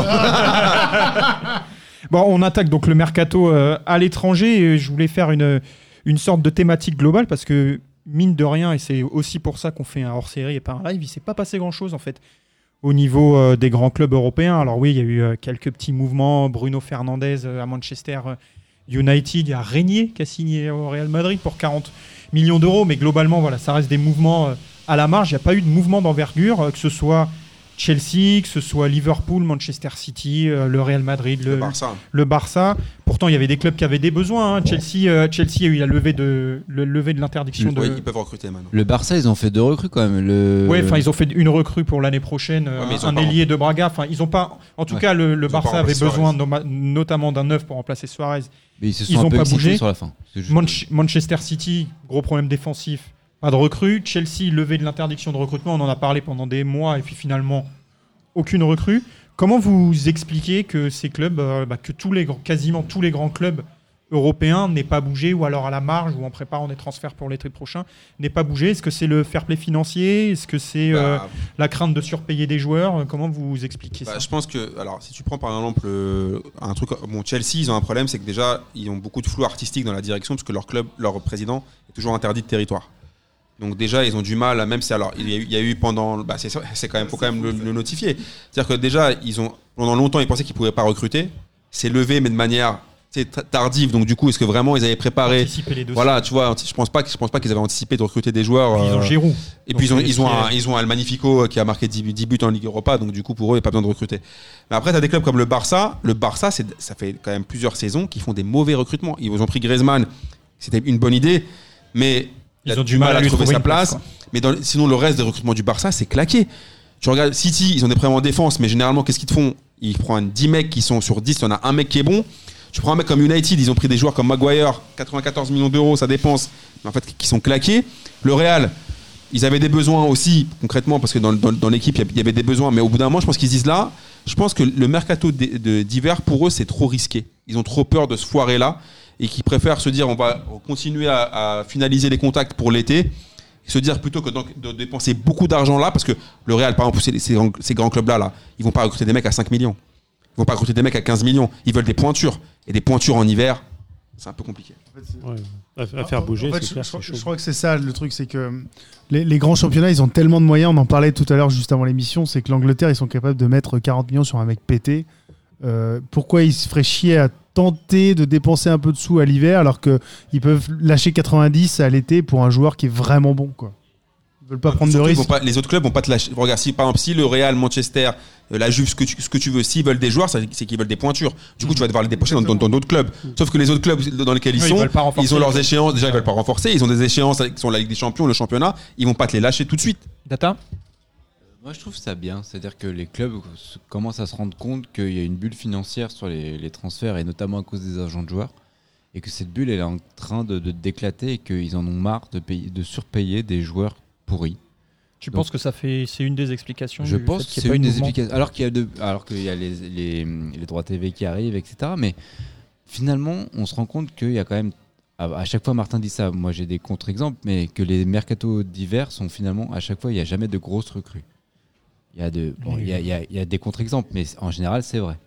Speaker 1: Bon, on attaque donc le mercato euh, à l'étranger. Et Je voulais faire une, une sorte de thématique globale parce que, mine de rien, et c'est aussi pour ça qu'on fait un hors série et pas un live, il s'est pas passé grand chose en fait au niveau euh, des grands clubs européens. Alors, oui, il y a eu euh, quelques petits mouvements. Bruno Fernandez euh, à Manchester euh, United, il y a Régnier qui a signé au Real Madrid pour 40 millions d'euros, mais globalement, voilà, ça reste des mouvements euh, à la marge. Il n'y a pas eu de mouvement d'envergure, euh, que ce soit. Chelsea, que ce soit Liverpool, Manchester City, euh, le Real Madrid, le,
Speaker 2: Barça.
Speaker 1: le Barça. Pourtant, il y avait des clubs qui avaient des besoins. hein. Chelsea, euh, Chelsea a eu la levée de, le levée de l'interdiction de.
Speaker 2: Ouais, ils peuvent recruter maintenant.
Speaker 6: Le Barça, ils ont fait deux recrues quand même. Le...
Speaker 1: Ouais, enfin, ils ont fait une recrue pour l'année prochaine, euh,
Speaker 2: Ouais, mais ils ont
Speaker 1: un
Speaker 2: pas
Speaker 1: ailier de Braga. Enfin, ils ont pas. En tout
Speaker 6: Ouais.
Speaker 1: cas, le, le
Speaker 2: ont pas
Speaker 1: Barça avait
Speaker 2: remplacé
Speaker 1: besoin noma- notamment d'un neuf pour remplacer Suarez.
Speaker 6: Mais ils se sont
Speaker 1: ils
Speaker 6: un
Speaker 1: ont
Speaker 6: peu
Speaker 1: pas
Speaker 6: excités
Speaker 1: bougé.
Speaker 6: sur la fin. C'est juste-
Speaker 1: Manch- Manchester City, gros problème défensif, pas de recrue. Chelsea, levée de l'interdiction de recrutement. On en a parlé pendant des mois et puis finalement, aucune recrue. Comment vous expliquez que ces clubs, euh, bah, que tous les, grands- quasiment tous les grands clubs européens n'aient pas bougé ou alors à la marge ou en préparant des transferts pour l'été prochain n'aient pas bougé Est-ce que c'est le fair play financier Est-ce que c'est euh,
Speaker 2: Bah,
Speaker 1: la crainte de surpayer des joueurs Comment vous expliquez
Speaker 2: Bah,
Speaker 1: ça
Speaker 2: je pense que, alors, si tu prends par exemple euh, un truc, bon, Chelsea, ils ont un problème, c'est que déjà, ils ont beaucoup de flou artistique dans la direction, parce que leur club, leur président est toujours interdit de territoire. Donc déjà, ils ont du mal, même si, alors, il y a eu, il y a eu pendant, bah, c'est c'est quand même, faut quand même le, le notifier. C'est-à-dire que déjà, ils ont, pendant longtemps, ils pensaient qu'ils pouvaient pas recruter. C'est levé, mais de manière, tu sais, tra- tardive. Donc du coup, est-ce que vraiment ils avaient préparé?
Speaker 1: Anticiper les dossiers.
Speaker 2: Voilà, tu vois, je pense pas, que- je pense pas qu'ils avaient anticipé de recruter des joueurs.
Speaker 1: Puis ils ont
Speaker 2: euh,
Speaker 1: Giroud.
Speaker 2: et puis ils ont,
Speaker 1: Donc,
Speaker 2: ils, ont
Speaker 1: qui est-
Speaker 2: un, ils ont un Magnifico euh, qui a marqué 10, buts- 10 buts en Ligue Europa, donc du coup pour eux, il n'y a pas besoin de recruter. Mais après, tu as des clubs comme le Barça. Le Barça, c'est- ça fait quand même plusieurs saisons qu'ils font des mauvais recrutements. Ils ont pris Griezmann, c'était une bonne idée, mais
Speaker 1: Ils
Speaker 2: il a
Speaker 1: ont du mal à lui trouver
Speaker 2: sa
Speaker 1: une place,
Speaker 2: place. mais dans- sinon, le reste des recrutements du Barça, c'est claqué. Tu regardes City, ils ont des problèmes en défense, mais généralement, qu'est-ce qu'ils te font Ils prennent 10 mecs qui sont sur 10, il y en a un mec qui est bon. Tu prends un mec comme United, ils ont pris des joueurs comme Maguire, 94 millions d'euros, ça dépense, mais en fait, qui sont claqués. Le Real, ils avaient des besoins aussi, concrètement, parce que dans, dans- dans l'équipe, il y avait des besoins, mais au bout d'un moment, je pense qu'ils se disent là, je pense que le mercato d- de- d'hiver, pour eux, c'est trop risqué. Ils ont trop peur de se foirer là, et qu'ils préfèrent se dire, on va continuer à, à finaliser les contacts pour l'été, et se dire plutôt que d'en- de dépenser beaucoup d'argent là, parce que le Real, par exemple, ces, ces grands, ces grands clubs-là, là, ils vont pas recruter des mecs à 5 millions. Ils vont pas recruter des mecs à 15 millions. Ils veulent des pointures. Et des pointures en hiver, C'est un peu compliqué.
Speaker 5: En fait, c'est-
Speaker 4: Ouais. À, à faire
Speaker 5: Ah, En- en
Speaker 4: bouger,
Speaker 5: fait,
Speaker 4: c'est
Speaker 5: je-
Speaker 4: clair,
Speaker 5: je,
Speaker 4: c'est
Speaker 5: je
Speaker 4: chaud.
Speaker 5: crois que c'est ça le truc, c'est que les, les grands championnats, ils ont tellement de moyens. On en parlait tout à l'heure, juste avant l'émission, c'est que l'Angleterre, ils sont capables de mettre 40 millions sur un mec pété. Euh, pourquoi ils se feraient chier à tenter de dépenser un peu de sous à l'hiver alors qu'ils peuvent lâcher 90 à l'été pour un joueur qui est vraiment bon quoi. Ils veulent pas prendre de
Speaker 2: Bah, Surtout, ils
Speaker 5: risques.
Speaker 2: vont pas- les autres clubs vont pas te lâcher. Regarde, si par exemple, si le Real, Manchester, euh, la Juve, ce que tu, ce que tu veux, s'ils veulent des joueurs, ça- c'est qu'ils veulent des pointures. Du coup, tu vas devoir les dépenser dans- dans dans d'autres clubs. Sauf que les autres clubs dans lesquels ils
Speaker 1: Oui, ils
Speaker 2: sont,
Speaker 1: veulent pas renforcer
Speaker 2: ils ont
Speaker 1: les
Speaker 2: leurs
Speaker 1: clubs.
Speaker 2: échéances. Déjà, ils veulent pas renforcer. Ils ont des échéances qui sont la Ligue des Champions, le championnat. Ils vont pas te les lâcher tout de suite.
Speaker 1: Data
Speaker 6: Moi, je trouve ça bien. C'est-à-dire que les clubs se- commencent à se rendre compte qu'il y a une bulle financière sur les, les transferts, et notamment à cause des agents de joueurs. Et que cette bulle, elle est en train de, de déclater et qu'ils en ont marre de, payer, de surpayer des joueurs pourris.
Speaker 1: Tu
Speaker 6: Donc-
Speaker 1: penses que ça fait, c'est une des explications
Speaker 6: Je
Speaker 1: du fait
Speaker 6: pense que
Speaker 1: qu'il y
Speaker 6: c'est
Speaker 1: ait pas eu
Speaker 6: une
Speaker 1: de
Speaker 6: des
Speaker 1: mouvement
Speaker 6: explications. Alors qu'il y a, de- alors qu'il y a les, les, les droits TV qui arrivent, etc. Mais finalement, on se rend compte qu'il y a quand même. À, à chaque fois, Martin dit ça. Moi, j'ai des contre-exemples, mais que les mercatos d'hiver sont finalement. À chaque fois, il n'y a jamais de grosses recrues. Il y a, de, bon, il y a, il y a- il y a des contre-exemples, mais en général, c'est vrai.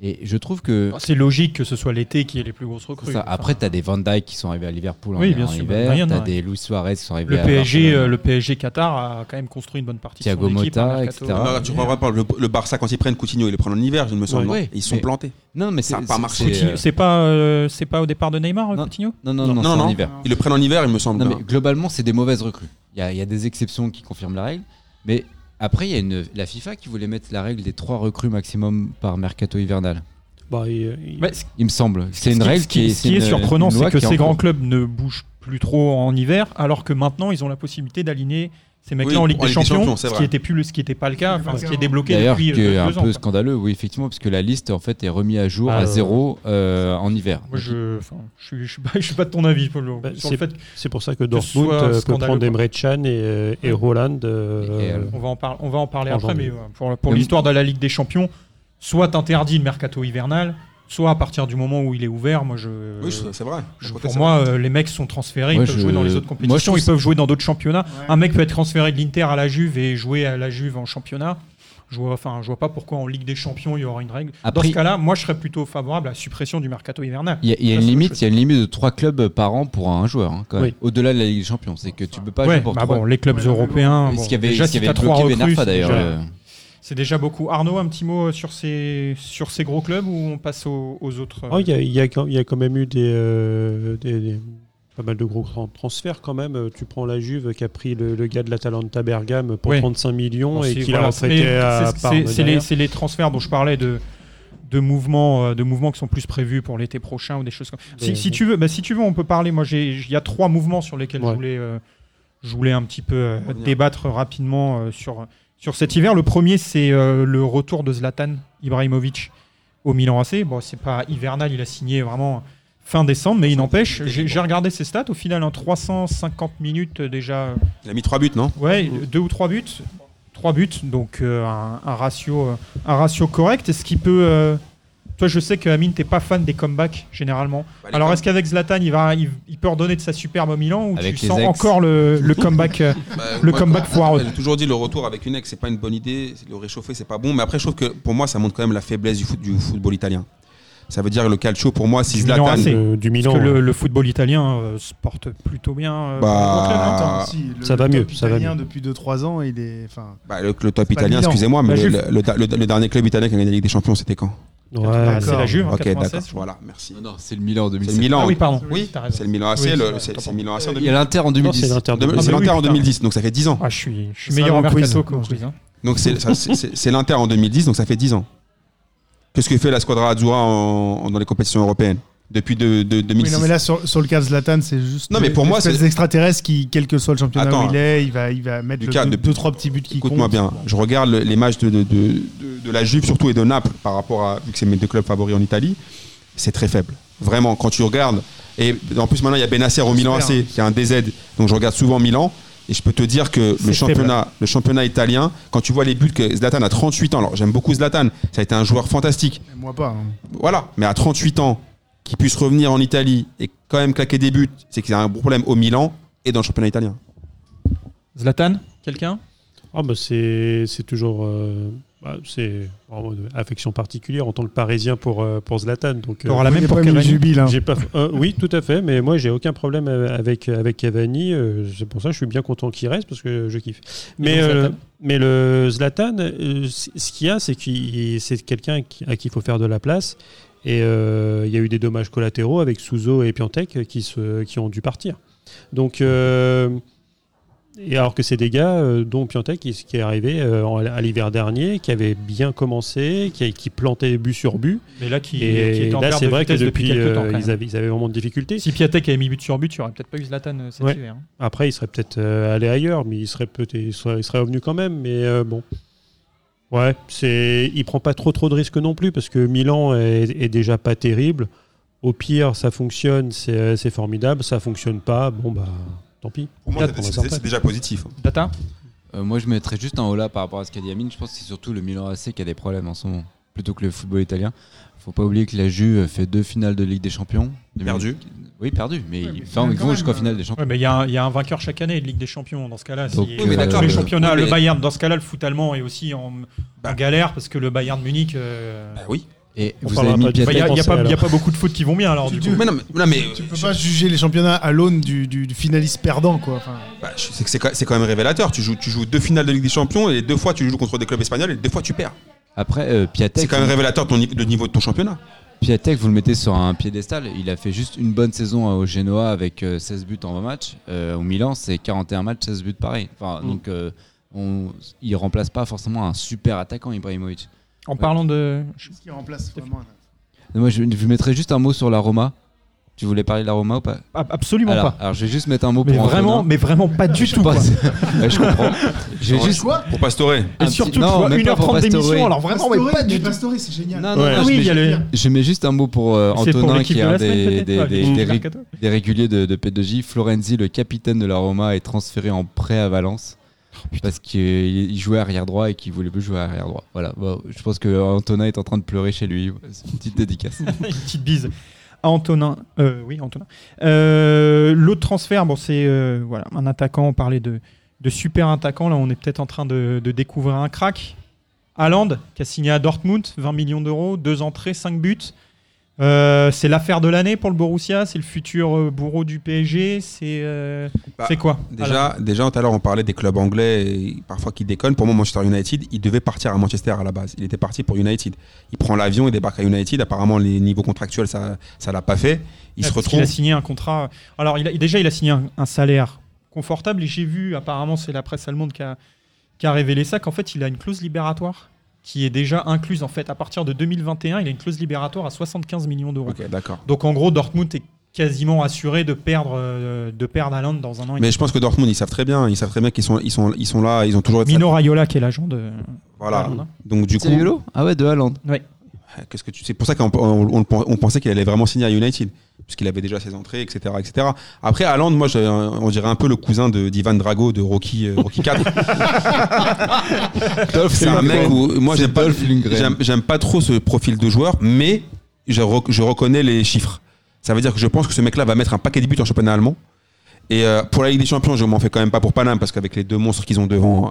Speaker 6: Et je trouve que.
Speaker 1: C'est logique que ce soit l'été qui ait les plus grosses recrues.
Speaker 6: ça,
Speaker 1: Ah, Enfin,
Speaker 6: après, tu as des Van Dyke qui sont arrivés à Liverpool en,
Speaker 1: Oui, bien
Speaker 6: en
Speaker 1: sûr, bah,
Speaker 6: hiver.
Speaker 1: rien
Speaker 6: Tu as
Speaker 1: n'a-
Speaker 6: des Luis Suarez qui sont arrivés
Speaker 1: le
Speaker 6: à
Speaker 1: PSG,
Speaker 6: Barcelone.
Speaker 1: euh, le PSG Qatar a quand même construit une bonne partie
Speaker 6: Thiago
Speaker 1: de son équipe.
Speaker 6: Motta,
Speaker 1: un mercato.
Speaker 6: etc. Ah,
Speaker 2: Non, là, tu comprends pas, le, le Barça, quand ils prennent Coutinho, ils le prennent en hiver, il me semble.
Speaker 6: Ouais.
Speaker 2: non Et ils sont
Speaker 6: Mais-
Speaker 2: plantés.
Speaker 6: Non, mais
Speaker 2: Ça a
Speaker 6: c'est-
Speaker 2: pas
Speaker 6: c'est-
Speaker 2: marché.
Speaker 6: c'est,
Speaker 1: Coutinho-
Speaker 6: euh,
Speaker 1: C'est pas, euh, c'est pas au départ de Neymar, euh,
Speaker 6: Non.
Speaker 1: Coutinho
Speaker 6: Non, non, non, non,
Speaker 2: Non,
Speaker 6: c'est
Speaker 2: non.
Speaker 6: en hiver.
Speaker 2: Ils le prennent en hiver, il me semble.
Speaker 6: Non, mais globalement, c'est des mauvaises recrues. Il y, a- il y a des exceptions qui confirment la règle. Mais après, il y a une, la FIFA qui voulait mettre la règle des trois recrues maximum par mercato hivernal.
Speaker 4: Bah, il- il-
Speaker 1: Bah, ce-
Speaker 6: Il me semble. C'est
Speaker 1: ce
Speaker 6: une
Speaker 1: qui-
Speaker 6: règle
Speaker 1: ce qui,
Speaker 6: qui est.
Speaker 1: ce qui est
Speaker 6: une-
Speaker 1: surprenant,
Speaker 6: une loi
Speaker 1: c'est que
Speaker 6: qui est en
Speaker 1: ces grands
Speaker 6: cours.
Speaker 1: clubs ne bougent plus trop en hiver, alors que maintenant ils ont la possibilité d'aligner ces mecs-là
Speaker 2: Oui,
Speaker 1: en Ligue
Speaker 2: en
Speaker 1: des
Speaker 2: Ligue des
Speaker 1: Champions,
Speaker 2: Champions, c'est
Speaker 1: ce qui
Speaker 2: vrai.
Speaker 1: n'était plus, le- ce qui était pas le cas, enfin, ce qui est débloqué
Speaker 6: D'ailleurs,
Speaker 1: depuis
Speaker 6: qui
Speaker 1: euh,
Speaker 6: est un
Speaker 1: deux ans.
Speaker 6: peu scandaleux, oui, effectivement, parce que la liste en fait est remise à jour
Speaker 1: Ah,
Speaker 6: à
Speaker 1: ouais.
Speaker 6: zéro euh, en hiver.
Speaker 1: Moi, je, enfin, je suis, je suis pas, je suis pas de ton avis, Polo,
Speaker 4: Bah,
Speaker 1: sur le
Speaker 4: c'est-
Speaker 1: fait.
Speaker 4: c'est pour ça que
Speaker 1: ce
Speaker 4: Dortmund
Speaker 1: soit
Speaker 4: euh, peut
Speaker 1: scandaleux,
Speaker 4: prendre
Speaker 1: quoi.
Speaker 4: Emre Can et, euh, et Roland. euh,
Speaker 6: Et- et, euh,
Speaker 1: On va en, par- on va en parler
Speaker 4: En
Speaker 1: après, mais
Speaker 4: janvier.
Speaker 1: euh, pour, pour
Speaker 6: Et-
Speaker 1: l'histoire de la Ligue des Champions, soit interdit le mercato hivernal, soit à partir du moment où il est ouvert, moi je.
Speaker 2: Oui, c'est- c'est vrai.
Speaker 1: je-
Speaker 2: Je
Speaker 1: pour
Speaker 2: ça.
Speaker 1: moi, euh, les mecs sont transférés,
Speaker 6: Moi,
Speaker 1: ils peuvent
Speaker 6: je-
Speaker 1: jouer dans les autres
Speaker 6: moi, je
Speaker 1: compétitions,
Speaker 6: trouve
Speaker 1: ils peuvent jouer dans d'autres championnats.
Speaker 5: Ouais.
Speaker 1: Un mec peut être transféré de l'Inter à la Juve et jouer à la Juve en championnat. Je vois, enfin, je vois pas pourquoi en Ligue des Champions il y aura une règle. dans
Speaker 6: Après-
Speaker 1: ce cas-là, moi je serais plutôt favorable à la suppression du mercato hivernal.
Speaker 6: Il y a, il y a
Speaker 1: Ça,
Speaker 6: une
Speaker 1: c'est autre
Speaker 6: limite,
Speaker 1: chose.
Speaker 6: il y a une limite de trois clubs par an pour un joueur, hein, quand même.
Speaker 4: Oui.
Speaker 6: Au-delà de la Ligue des Champions, c'est que tu peux pas
Speaker 1: ouais,
Speaker 6: jouer pour
Speaker 1: bah
Speaker 6: trois.
Speaker 1: bon, les clubs
Speaker 5: Ouais,
Speaker 1: européens.
Speaker 6: ce
Speaker 1: bon,
Speaker 6: qui avait,
Speaker 1: déjà,
Speaker 6: ce
Speaker 1: si
Speaker 6: qui avait
Speaker 1: t'as trois
Speaker 6: bloqué Ben
Speaker 1: recrues,
Speaker 6: Arfa,
Speaker 1: c'est
Speaker 6: d'ailleurs.
Speaker 1: déjà-
Speaker 6: euh,
Speaker 1: C'est déjà beaucoup. Arnaud, un petit mot euh, sur ces, sur ces gros clubs ou on passe aux, aux autres euh,
Speaker 4: Oh, Il y, a- il y a quand- il y a quand même eu des, euh, des- des- pas mal de gros tran- transferts quand même. Euh, Tu prends la Juve qui a pris le, le gars de l'Atalanta Bergame pour
Speaker 1: Ouais.
Speaker 4: 35 millions
Speaker 1: Bon,
Speaker 4: et
Speaker 1: c'est-
Speaker 4: qui
Speaker 1: voilà,
Speaker 4: l'a
Speaker 1: mais
Speaker 4: retraité à
Speaker 1: c'est- c'est- C'est
Speaker 4: Parme.
Speaker 1: les,
Speaker 4: derrière.
Speaker 1: c'est les transferts dont je parlais de, de, mouvements, euh, de mouvements qui sont plus prévus pour l'été prochain ou des choses comme Si,
Speaker 4: Des-
Speaker 1: si tu veux, bah, si tu veux, on peut parler. Moi, j'ai- il y a trois mouvements sur lesquels je
Speaker 4: Mhm. Ouais.
Speaker 1: voulais, euh, je voulais un petit peu euh,
Speaker 2: Revenir.
Speaker 1: débattre rapidement euh, sur sur cet hiver. Le premier, c'est euh, le retour de Zlatan Ibrahimovic au Milan AC. Bon, c'est pas hivernal, il a signé vraiment fin décembre, mais il n'empêche, j'ai j'ai regardé ses stats. Au final, en 350 minutes euh, déjà. euh,
Speaker 2: Il a mis trois buts, non
Speaker 1: Ouais, deux ou trois buts. Trois buts, donc euh, un, un ratio, euh, un ratio correct. Est-ce qu'il peut. euh, Toi, je sais que Amine, t'es pas fan des comebacks généralement.
Speaker 2: Bah, les
Speaker 1: Alors,
Speaker 2: com-
Speaker 1: est-ce qu'avec Zlatan, il, va, il, il peut redonner de sa superbe au Milan ou
Speaker 6: Avec
Speaker 1: tu
Speaker 6: les
Speaker 1: sens
Speaker 6: ex.
Speaker 1: encore le, le comeback euh,
Speaker 2: Bah,
Speaker 1: le
Speaker 2: moi,
Speaker 1: comeback
Speaker 2: quand-
Speaker 1: foireux.
Speaker 2: J'ai toujours dit le retour avec une ex, c'est pas une bonne idée. Le réchauffer, c'est pas bon. Mais après, je trouve que pour moi, ça montre quand même la faiblesse du, foot- du football italien. Ça veut dire le calcio, pour moi, si
Speaker 1: Du Milan
Speaker 2: Zlatan.
Speaker 1: AC.
Speaker 4: Euh, du Milan.
Speaker 1: Parce que le, le football italien euh, se porte plutôt bien. euh,
Speaker 2: Bah,
Speaker 1: pour le club, hein.
Speaker 2: Ah.
Speaker 5: si, le-
Speaker 4: Ça va
Speaker 5: le
Speaker 4: mieux,
Speaker 5: top
Speaker 4: ça va
Speaker 5: italien depuis 2-3 ans, il est. Enfin,
Speaker 2: Bah, le, le top
Speaker 5: pas
Speaker 2: italien,
Speaker 5: Milan.
Speaker 2: excusez-moi,
Speaker 1: La
Speaker 2: mais le,
Speaker 1: Juve.
Speaker 2: le- le- le- le dernier club italien qui a gagné la Ligue des Champions, c'était quand
Speaker 4: Ouais,
Speaker 5: Ah,
Speaker 1: c'est la
Speaker 5: d'accord.
Speaker 1: Juve hein, en
Speaker 2: Ok, d'accord.
Speaker 1: 96. je crois.
Speaker 2: Voilà, merci.
Speaker 6: Non, non, c'est le Milan en
Speaker 2: C'est le
Speaker 6: 2007.
Speaker 2: Milan.
Speaker 1: Ah oui, pardon.
Speaker 5: Oui,
Speaker 1: t'as raison.
Speaker 2: C'est le Milan AC,
Speaker 1: Oui, c'est
Speaker 2: le-
Speaker 1: vrai,
Speaker 2: c'est-
Speaker 1: t'as
Speaker 2: c'est le Milan AC en
Speaker 6: Il y a
Speaker 2: 2010.
Speaker 6: l'Inter en
Speaker 4: Non, c'est
Speaker 6: 2010.
Speaker 4: l'Inter de
Speaker 2: Demain,
Speaker 4: Milan.
Speaker 2: C'est
Speaker 1: Ah, mais oui,
Speaker 2: l'Inter en
Speaker 1: putain.
Speaker 2: 2010, donc ça fait 10 ans.
Speaker 1: Ah, je suis, je suis
Speaker 5: Ça
Speaker 1: meilleur
Speaker 5: va
Speaker 1: en
Speaker 5: en quiz.
Speaker 1: mercato qu'en
Speaker 5: Non, je
Speaker 1: quiz, hein.
Speaker 2: Donc c'est ça, c'est- c'est- c'est l'Inter en 2010, donc ça fait 10 ans. Qu'est-ce que fait la Squadra Azzurra en- en- dans les compétitions européennes depuis de- de-
Speaker 5: oui,
Speaker 2: 2006
Speaker 5: non, mais là, sur, sur le cas de Zlatan, c'est juste.
Speaker 2: Non, mais pour moi,
Speaker 5: c'est.
Speaker 2: c'est-
Speaker 5: des extraterrestres qui, quel que soit le championnat
Speaker 2: Attends,
Speaker 5: où il est, il va, il va mettre
Speaker 2: Lucas,
Speaker 5: 2-3
Speaker 2: depuis-
Speaker 5: petits buts qui comptent.
Speaker 2: Écoute-moi bien, je regarde le- les matchs de, de, de- de- de la Juve surtout et de Naples par rapport à, vu que c'est mes deux clubs favoris en Italie, c'est très faible. Vraiment, quand tu regardes, et en plus maintenant il y a Benacer au Milan AC qui a un DZ, donc je regarde souvent Milan. Et je peux te dire que le
Speaker 1: C'est
Speaker 2: championnat, le championnat italien, quand tu vois les buts que Zlatan a 38 ans, alors j'aime beaucoup Zlatan, ça a été un joueur fantastique.
Speaker 5: Mais Moi pas. hein.
Speaker 2: Voilà, mais à 38 ans, qu'il puisse revenir en Italie et quand même claquer des buts, c'est qu'il y a un gros problème au Milan et dans le championnat italien.
Speaker 1: Zlatan, quelqu'un
Speaker 4: Ah, bah, c'est c'est toujours. euh, Bah, c'est vraiment une affection particulière en tant que Parisien pour, euh, pour Zlatan. Donc, euh,
Speaker 1: T'auras la même pour
Speaker 5: une
Speaker 1: Cavani.
Speaker 5: jubile. hein.
Speaker 4: j'ai pas... euh, oui, tout à fait, mais moi j'ai aucun problème euh, avec, avec Cavani. euh, c'est pour ça que je suis bien content qu'il reste parce que je kiffe. Mais,
Speaker 8: donc,
Speaker 4: euh,
Speaker 8: Zlatan
Speaker 4: mais le Zlatan, euh, c- ce qu'il y a, c'est que c'est quelqu'un qui- à qui il faut faire de la place. Et euh, il y a eu des dommages collatéraux avec Souzo et Piantek euh, qui, se, qui ont dû partir. Donc, euh, et alors que c'est des gars, euh, dont Piantek, qui, qui est arrivé euh, en- à l'hiver dernier, qui avait bien commencé, qui, qui plantait but sur but.
Speaker 8: Mais là, qui,
Speaker 4: Et
Speaker 8: qui est en
Speaker 4: là,
Speaker 8: perte
Speaker 4: c'est
Speaker 8: de
Speaker 4: vrai que
Speaker 8: vitesse depuis,
Speaker 4: depuis,
Speaker 8: quelques temps.
Speaker 4: euh,
Speaker 8: quand
Speaker 4: ils,
Speaker 8: même.
Speaker 4: avaient, ils avaient vraiment de difficultés.
Speaker 8: Si Piatek avait mis but sur but, tu aurais peut-être pas eu Zlatan euh, cet
Speaker 4: Ouais.
Speaker 8: hiver. hein.
Speaker 4: Après, il serait peut-être euh, allé ailleurs, mais il serait peut-être, il serait, il serait revenu quand même. Mais euh, bon, ouais, c'est, il prend pas trop trop de risques non plus parce que Milan est, est déjà pas terrible. Au pire, ça fonctionne, c'est, c'est formidable. Ça fonctionne pas, bon bah, tant pis.
Speaker 2: Pour moi,
Speaker 4: Quatre,
Speaker 2: c'est-
Speaker 4: on va
Speaker 2: c'est
Speaker 4: sortir.
Speaker 2: c'est déjà positif. hein.
Speaker 8: Data
Speaker 6: Euh, moi, je mettrais juste un hola par rapport à ce qu'a dit Amine. Je pense que c'est surtout le Milan AC qui a des problèmes en ce moment, plutôt que le football italien. Faut pas oublier que la Juve fait deux finales de Ligue des Champions.
Speaker 2: Perdu.
Speaker 6: Oui, perdu, mais
Speaker 5: Ouais, mais
Speaker 6: ils enfin, ils
Speaker 5: quand
Speaker 6: vont
Speaker 5: même,
Speaker 6: jusqu'en
Speaker 5: euh,
Speaker 6: finale des Champions.
Speaker 1: Ouais, mais il y, a un- il y a un vainqueur chaque année de Ligue des Champions dans ce cas-là.
Speaker 6: Donc,
Speaker 1: si-
Speaker 6: Oui, mais
Speaker 1: euh,
Speaker 6: d'accord,
Speaker 1: tous les
Speaker 6: mais- Bah.
Speaker 1: championnats,
Speaker 2: oui,
Speaker 1: le
Speaker 2: mais-
Speaker 1: Bayern, dans ce cas-là, le foot allemand est aussi en, en galère parce que le Bayern de Munich. euh,
Speaker 2: Bah oui.
Speaker 6: Et
Speaker 4: On
Speaker 6: vous
Speaker 4: parlera
Speaker 6: avez mis
Speaker 4: pas du-
Speaker 1: bah, Il n'y a,
Speaker 6: Piatek.
Speaker 4: Bah,
Speaker 1: il y a
Speaker 4: pensé,
Speaker 1: pas il y a
Speaker 4: alors.
Speaker 1: pas beaucoup de foot qui vont bien alors du coup.
Speaker 2: Mais non, mais, non, mais
Speaker 5: Tu peux pas juger les championnats à l'aune du, du- du finaliste perdant, quoi. Enfin,
Speaker 2: bah, je- c'est que c'est quand c'est quand même révélateur. Tu joues, tu joues deux finales de Ligue des Champions et deux fois tu joues contre des clubs espagnols et deux fois tu perds.
Speaker 6: Après, euh,
Speaker 2: C'est
Speaker 6: Piatek,
Speaker 2: quand même révélateur de ton ni- de niveau de ton championnat.
Speaker 6: Piatek, vous le mettez sur un piédestal. Il a fait juste une bonne saison hein, au Genoa avec euh, 16 buts en 20 matchs. Euh, au Milan, c'est 41 matchs, 16 buts pareil. Enfin, Donc, euh, on, il remplace pas forcément un super attaquant, Ibrahimovic.
Speaker 8: En parlant de.
Speaker 5: qu'est-ce qui remplace vraiment
Speaker 6: Moi, je, je mettrais juste un mot sur la Roma. Tu voulais parler de la Roma ou pas
Speaker 8: Ah, Absolument
Speaker 6: alors,
Speaker 8: pas.
Speaker 6: alors, je vais juste mettre un mot
Speaker 8: Mais
Speaker 6: pour
Speaker 8: vraiment,
Speaker 6: Antonin.
Speaker 8: mais vraiment pas du
Speaker 6: je
Speaker 8: tout. quoi.
Speaker 6: pense- Ouais, je comprends. Je vais
Speaker 2: Ouais.
Speaker 6: juste.
Speaker 5: Quoi
Speaker 2: Pour Pastorer.
Speaker 8: Et
Speaker 6: un
Speaker 8: surtout, tu
Speaker 6: petit- non,
Speaker 8: vois,
Speaker 6: même pas pour
Speaker 8: 1h30 d'émission,
Speaker 6: Pastore.
Speaker 8: alors vraiment, ouais, pas du tout.
Speaker 5: Pastore, c'est génial.
Speaker 6: Non, non,
Speaker 4: Ouais.
Speaker 6: non,
Speaker 8: Ah
Speaker 6: je
Speaker 8: oui,
Speaker 6: mets
Speaker 8: il y a le.
Speaker 6: Je mets juste un mot pour euh,
Speaker 8: C'est pour
Speaker 6: Antonin
Speaker 8: l'équipe
Speaker 6: qui est
Speaker 8: de la
Speaker 6: un
Speaker 8: semaine,
Speaker 6: des,
Speaker 8: peut-être Ah,
Speaker 6: des-
Speaker 8: pas,
Speaker 6: des-
Speaker 8: mais-
Speaker 6: des ré-
Speaker 8: Mercato.
Speaker 6: des réguliers de, de P2J. Florenzi, le capitaine de la Roma, est transféré en prêt à Valence
Speaker 8: Oh,
Speaker 6: parce qu'il jouait arrière droit et qu'il voulait plus jouer arrière droit. Voilà, Bon, je pense que Antonin est en train de pleurer chez lui. C'est une petite dédicace.
Speaker 8: Une petite bise à Antonin. Euh, oui, Antonin. Euh, L'autre transfert, bon, c'est euh, voilà, un attaquant. On parlait de, de super attaquant. Là, on est peut-être en train de, de découvrir un crack. Haaland, qui a signé à Dortmund, 20 millions d'euros, deux entrées, 5 buts. Euh, c'est l'affaire de l'année pour le Borussia, c'est le futur euh, bourreau du PSG, c'est euh,
Speaker 2: Bah,
Speaker 8: c'est quoi Voilà.
Speaker 2: Déjà, déjà tout à l'heure, on parlait des clubs anglais et parfois qui déconnent. Pour moi, Manchester United, il devait partir à Manchester à la base. Il était parti pour United. Il prend l'avion, il débarque à United. Apparemment, les niveaux contractuels, ça ça l'a pas fait. Il
Speaker 8: Ah,
Speaker 2: se
Speaker 8: parce
Speaker 2: retrouve.
Speaker 8: qu'il a signé un contrat. Alors, il a- déjà, il a signé un, un salaire confortable. Et j'ai vu, apparemment, c'est la presse allemande qui a, qui a révélé ça, qu'en fait, il a une clause libératoire qui est déjà incluse. En fait, à partir de 2021, il a une clause libératoire à 75 millions d'euros.
Speaker 2: Ok, d'accord.
Speaker 8: Donc, en gros, Dortmund est quasiment assuré de perdre, euh, de perdre Haaland dans un an et demi.
Speaker 2: Mais je pense que Dortmund, ils savent très bien. Ils savent très bien qu'ils sont, ils sont, ils sont là. Ils ont toujours été.
Speaker 8: Mino Raiola, qui est l'agent de.
Speaker 2: Voilà.
Speaker 8: Haaland, hein.
Speaker 2: Donc du coup,
Speaker 6: C'est Yolo Ah ouais, de Hollande.
Speaker 2: qu'est-ce que tu C'est pour ça qu'on on, on- on pensait qu'il allait vraiment signer à United, puisqu'il avait déjà ses entrées, etc., etc. Après, Haaland, moi, j'ai un- on dirait un peu le cousin de d'Ivan Drago de Rocky, euh, Rocky 4. c'est un mec où moi j'aime pas, j'aime- j'aime pas trop ce profil de joueur, mais je, rec- je reconnais les chiffres. Ça veut dire que je pense que ce mec-là va mettre un paquet de buts en championnat allemand. Et euh, pour la Ligue des Champions, je m'en fais quand même pas pour Paname parce qu'avec les deux monstres qu'ils ont devant, euh,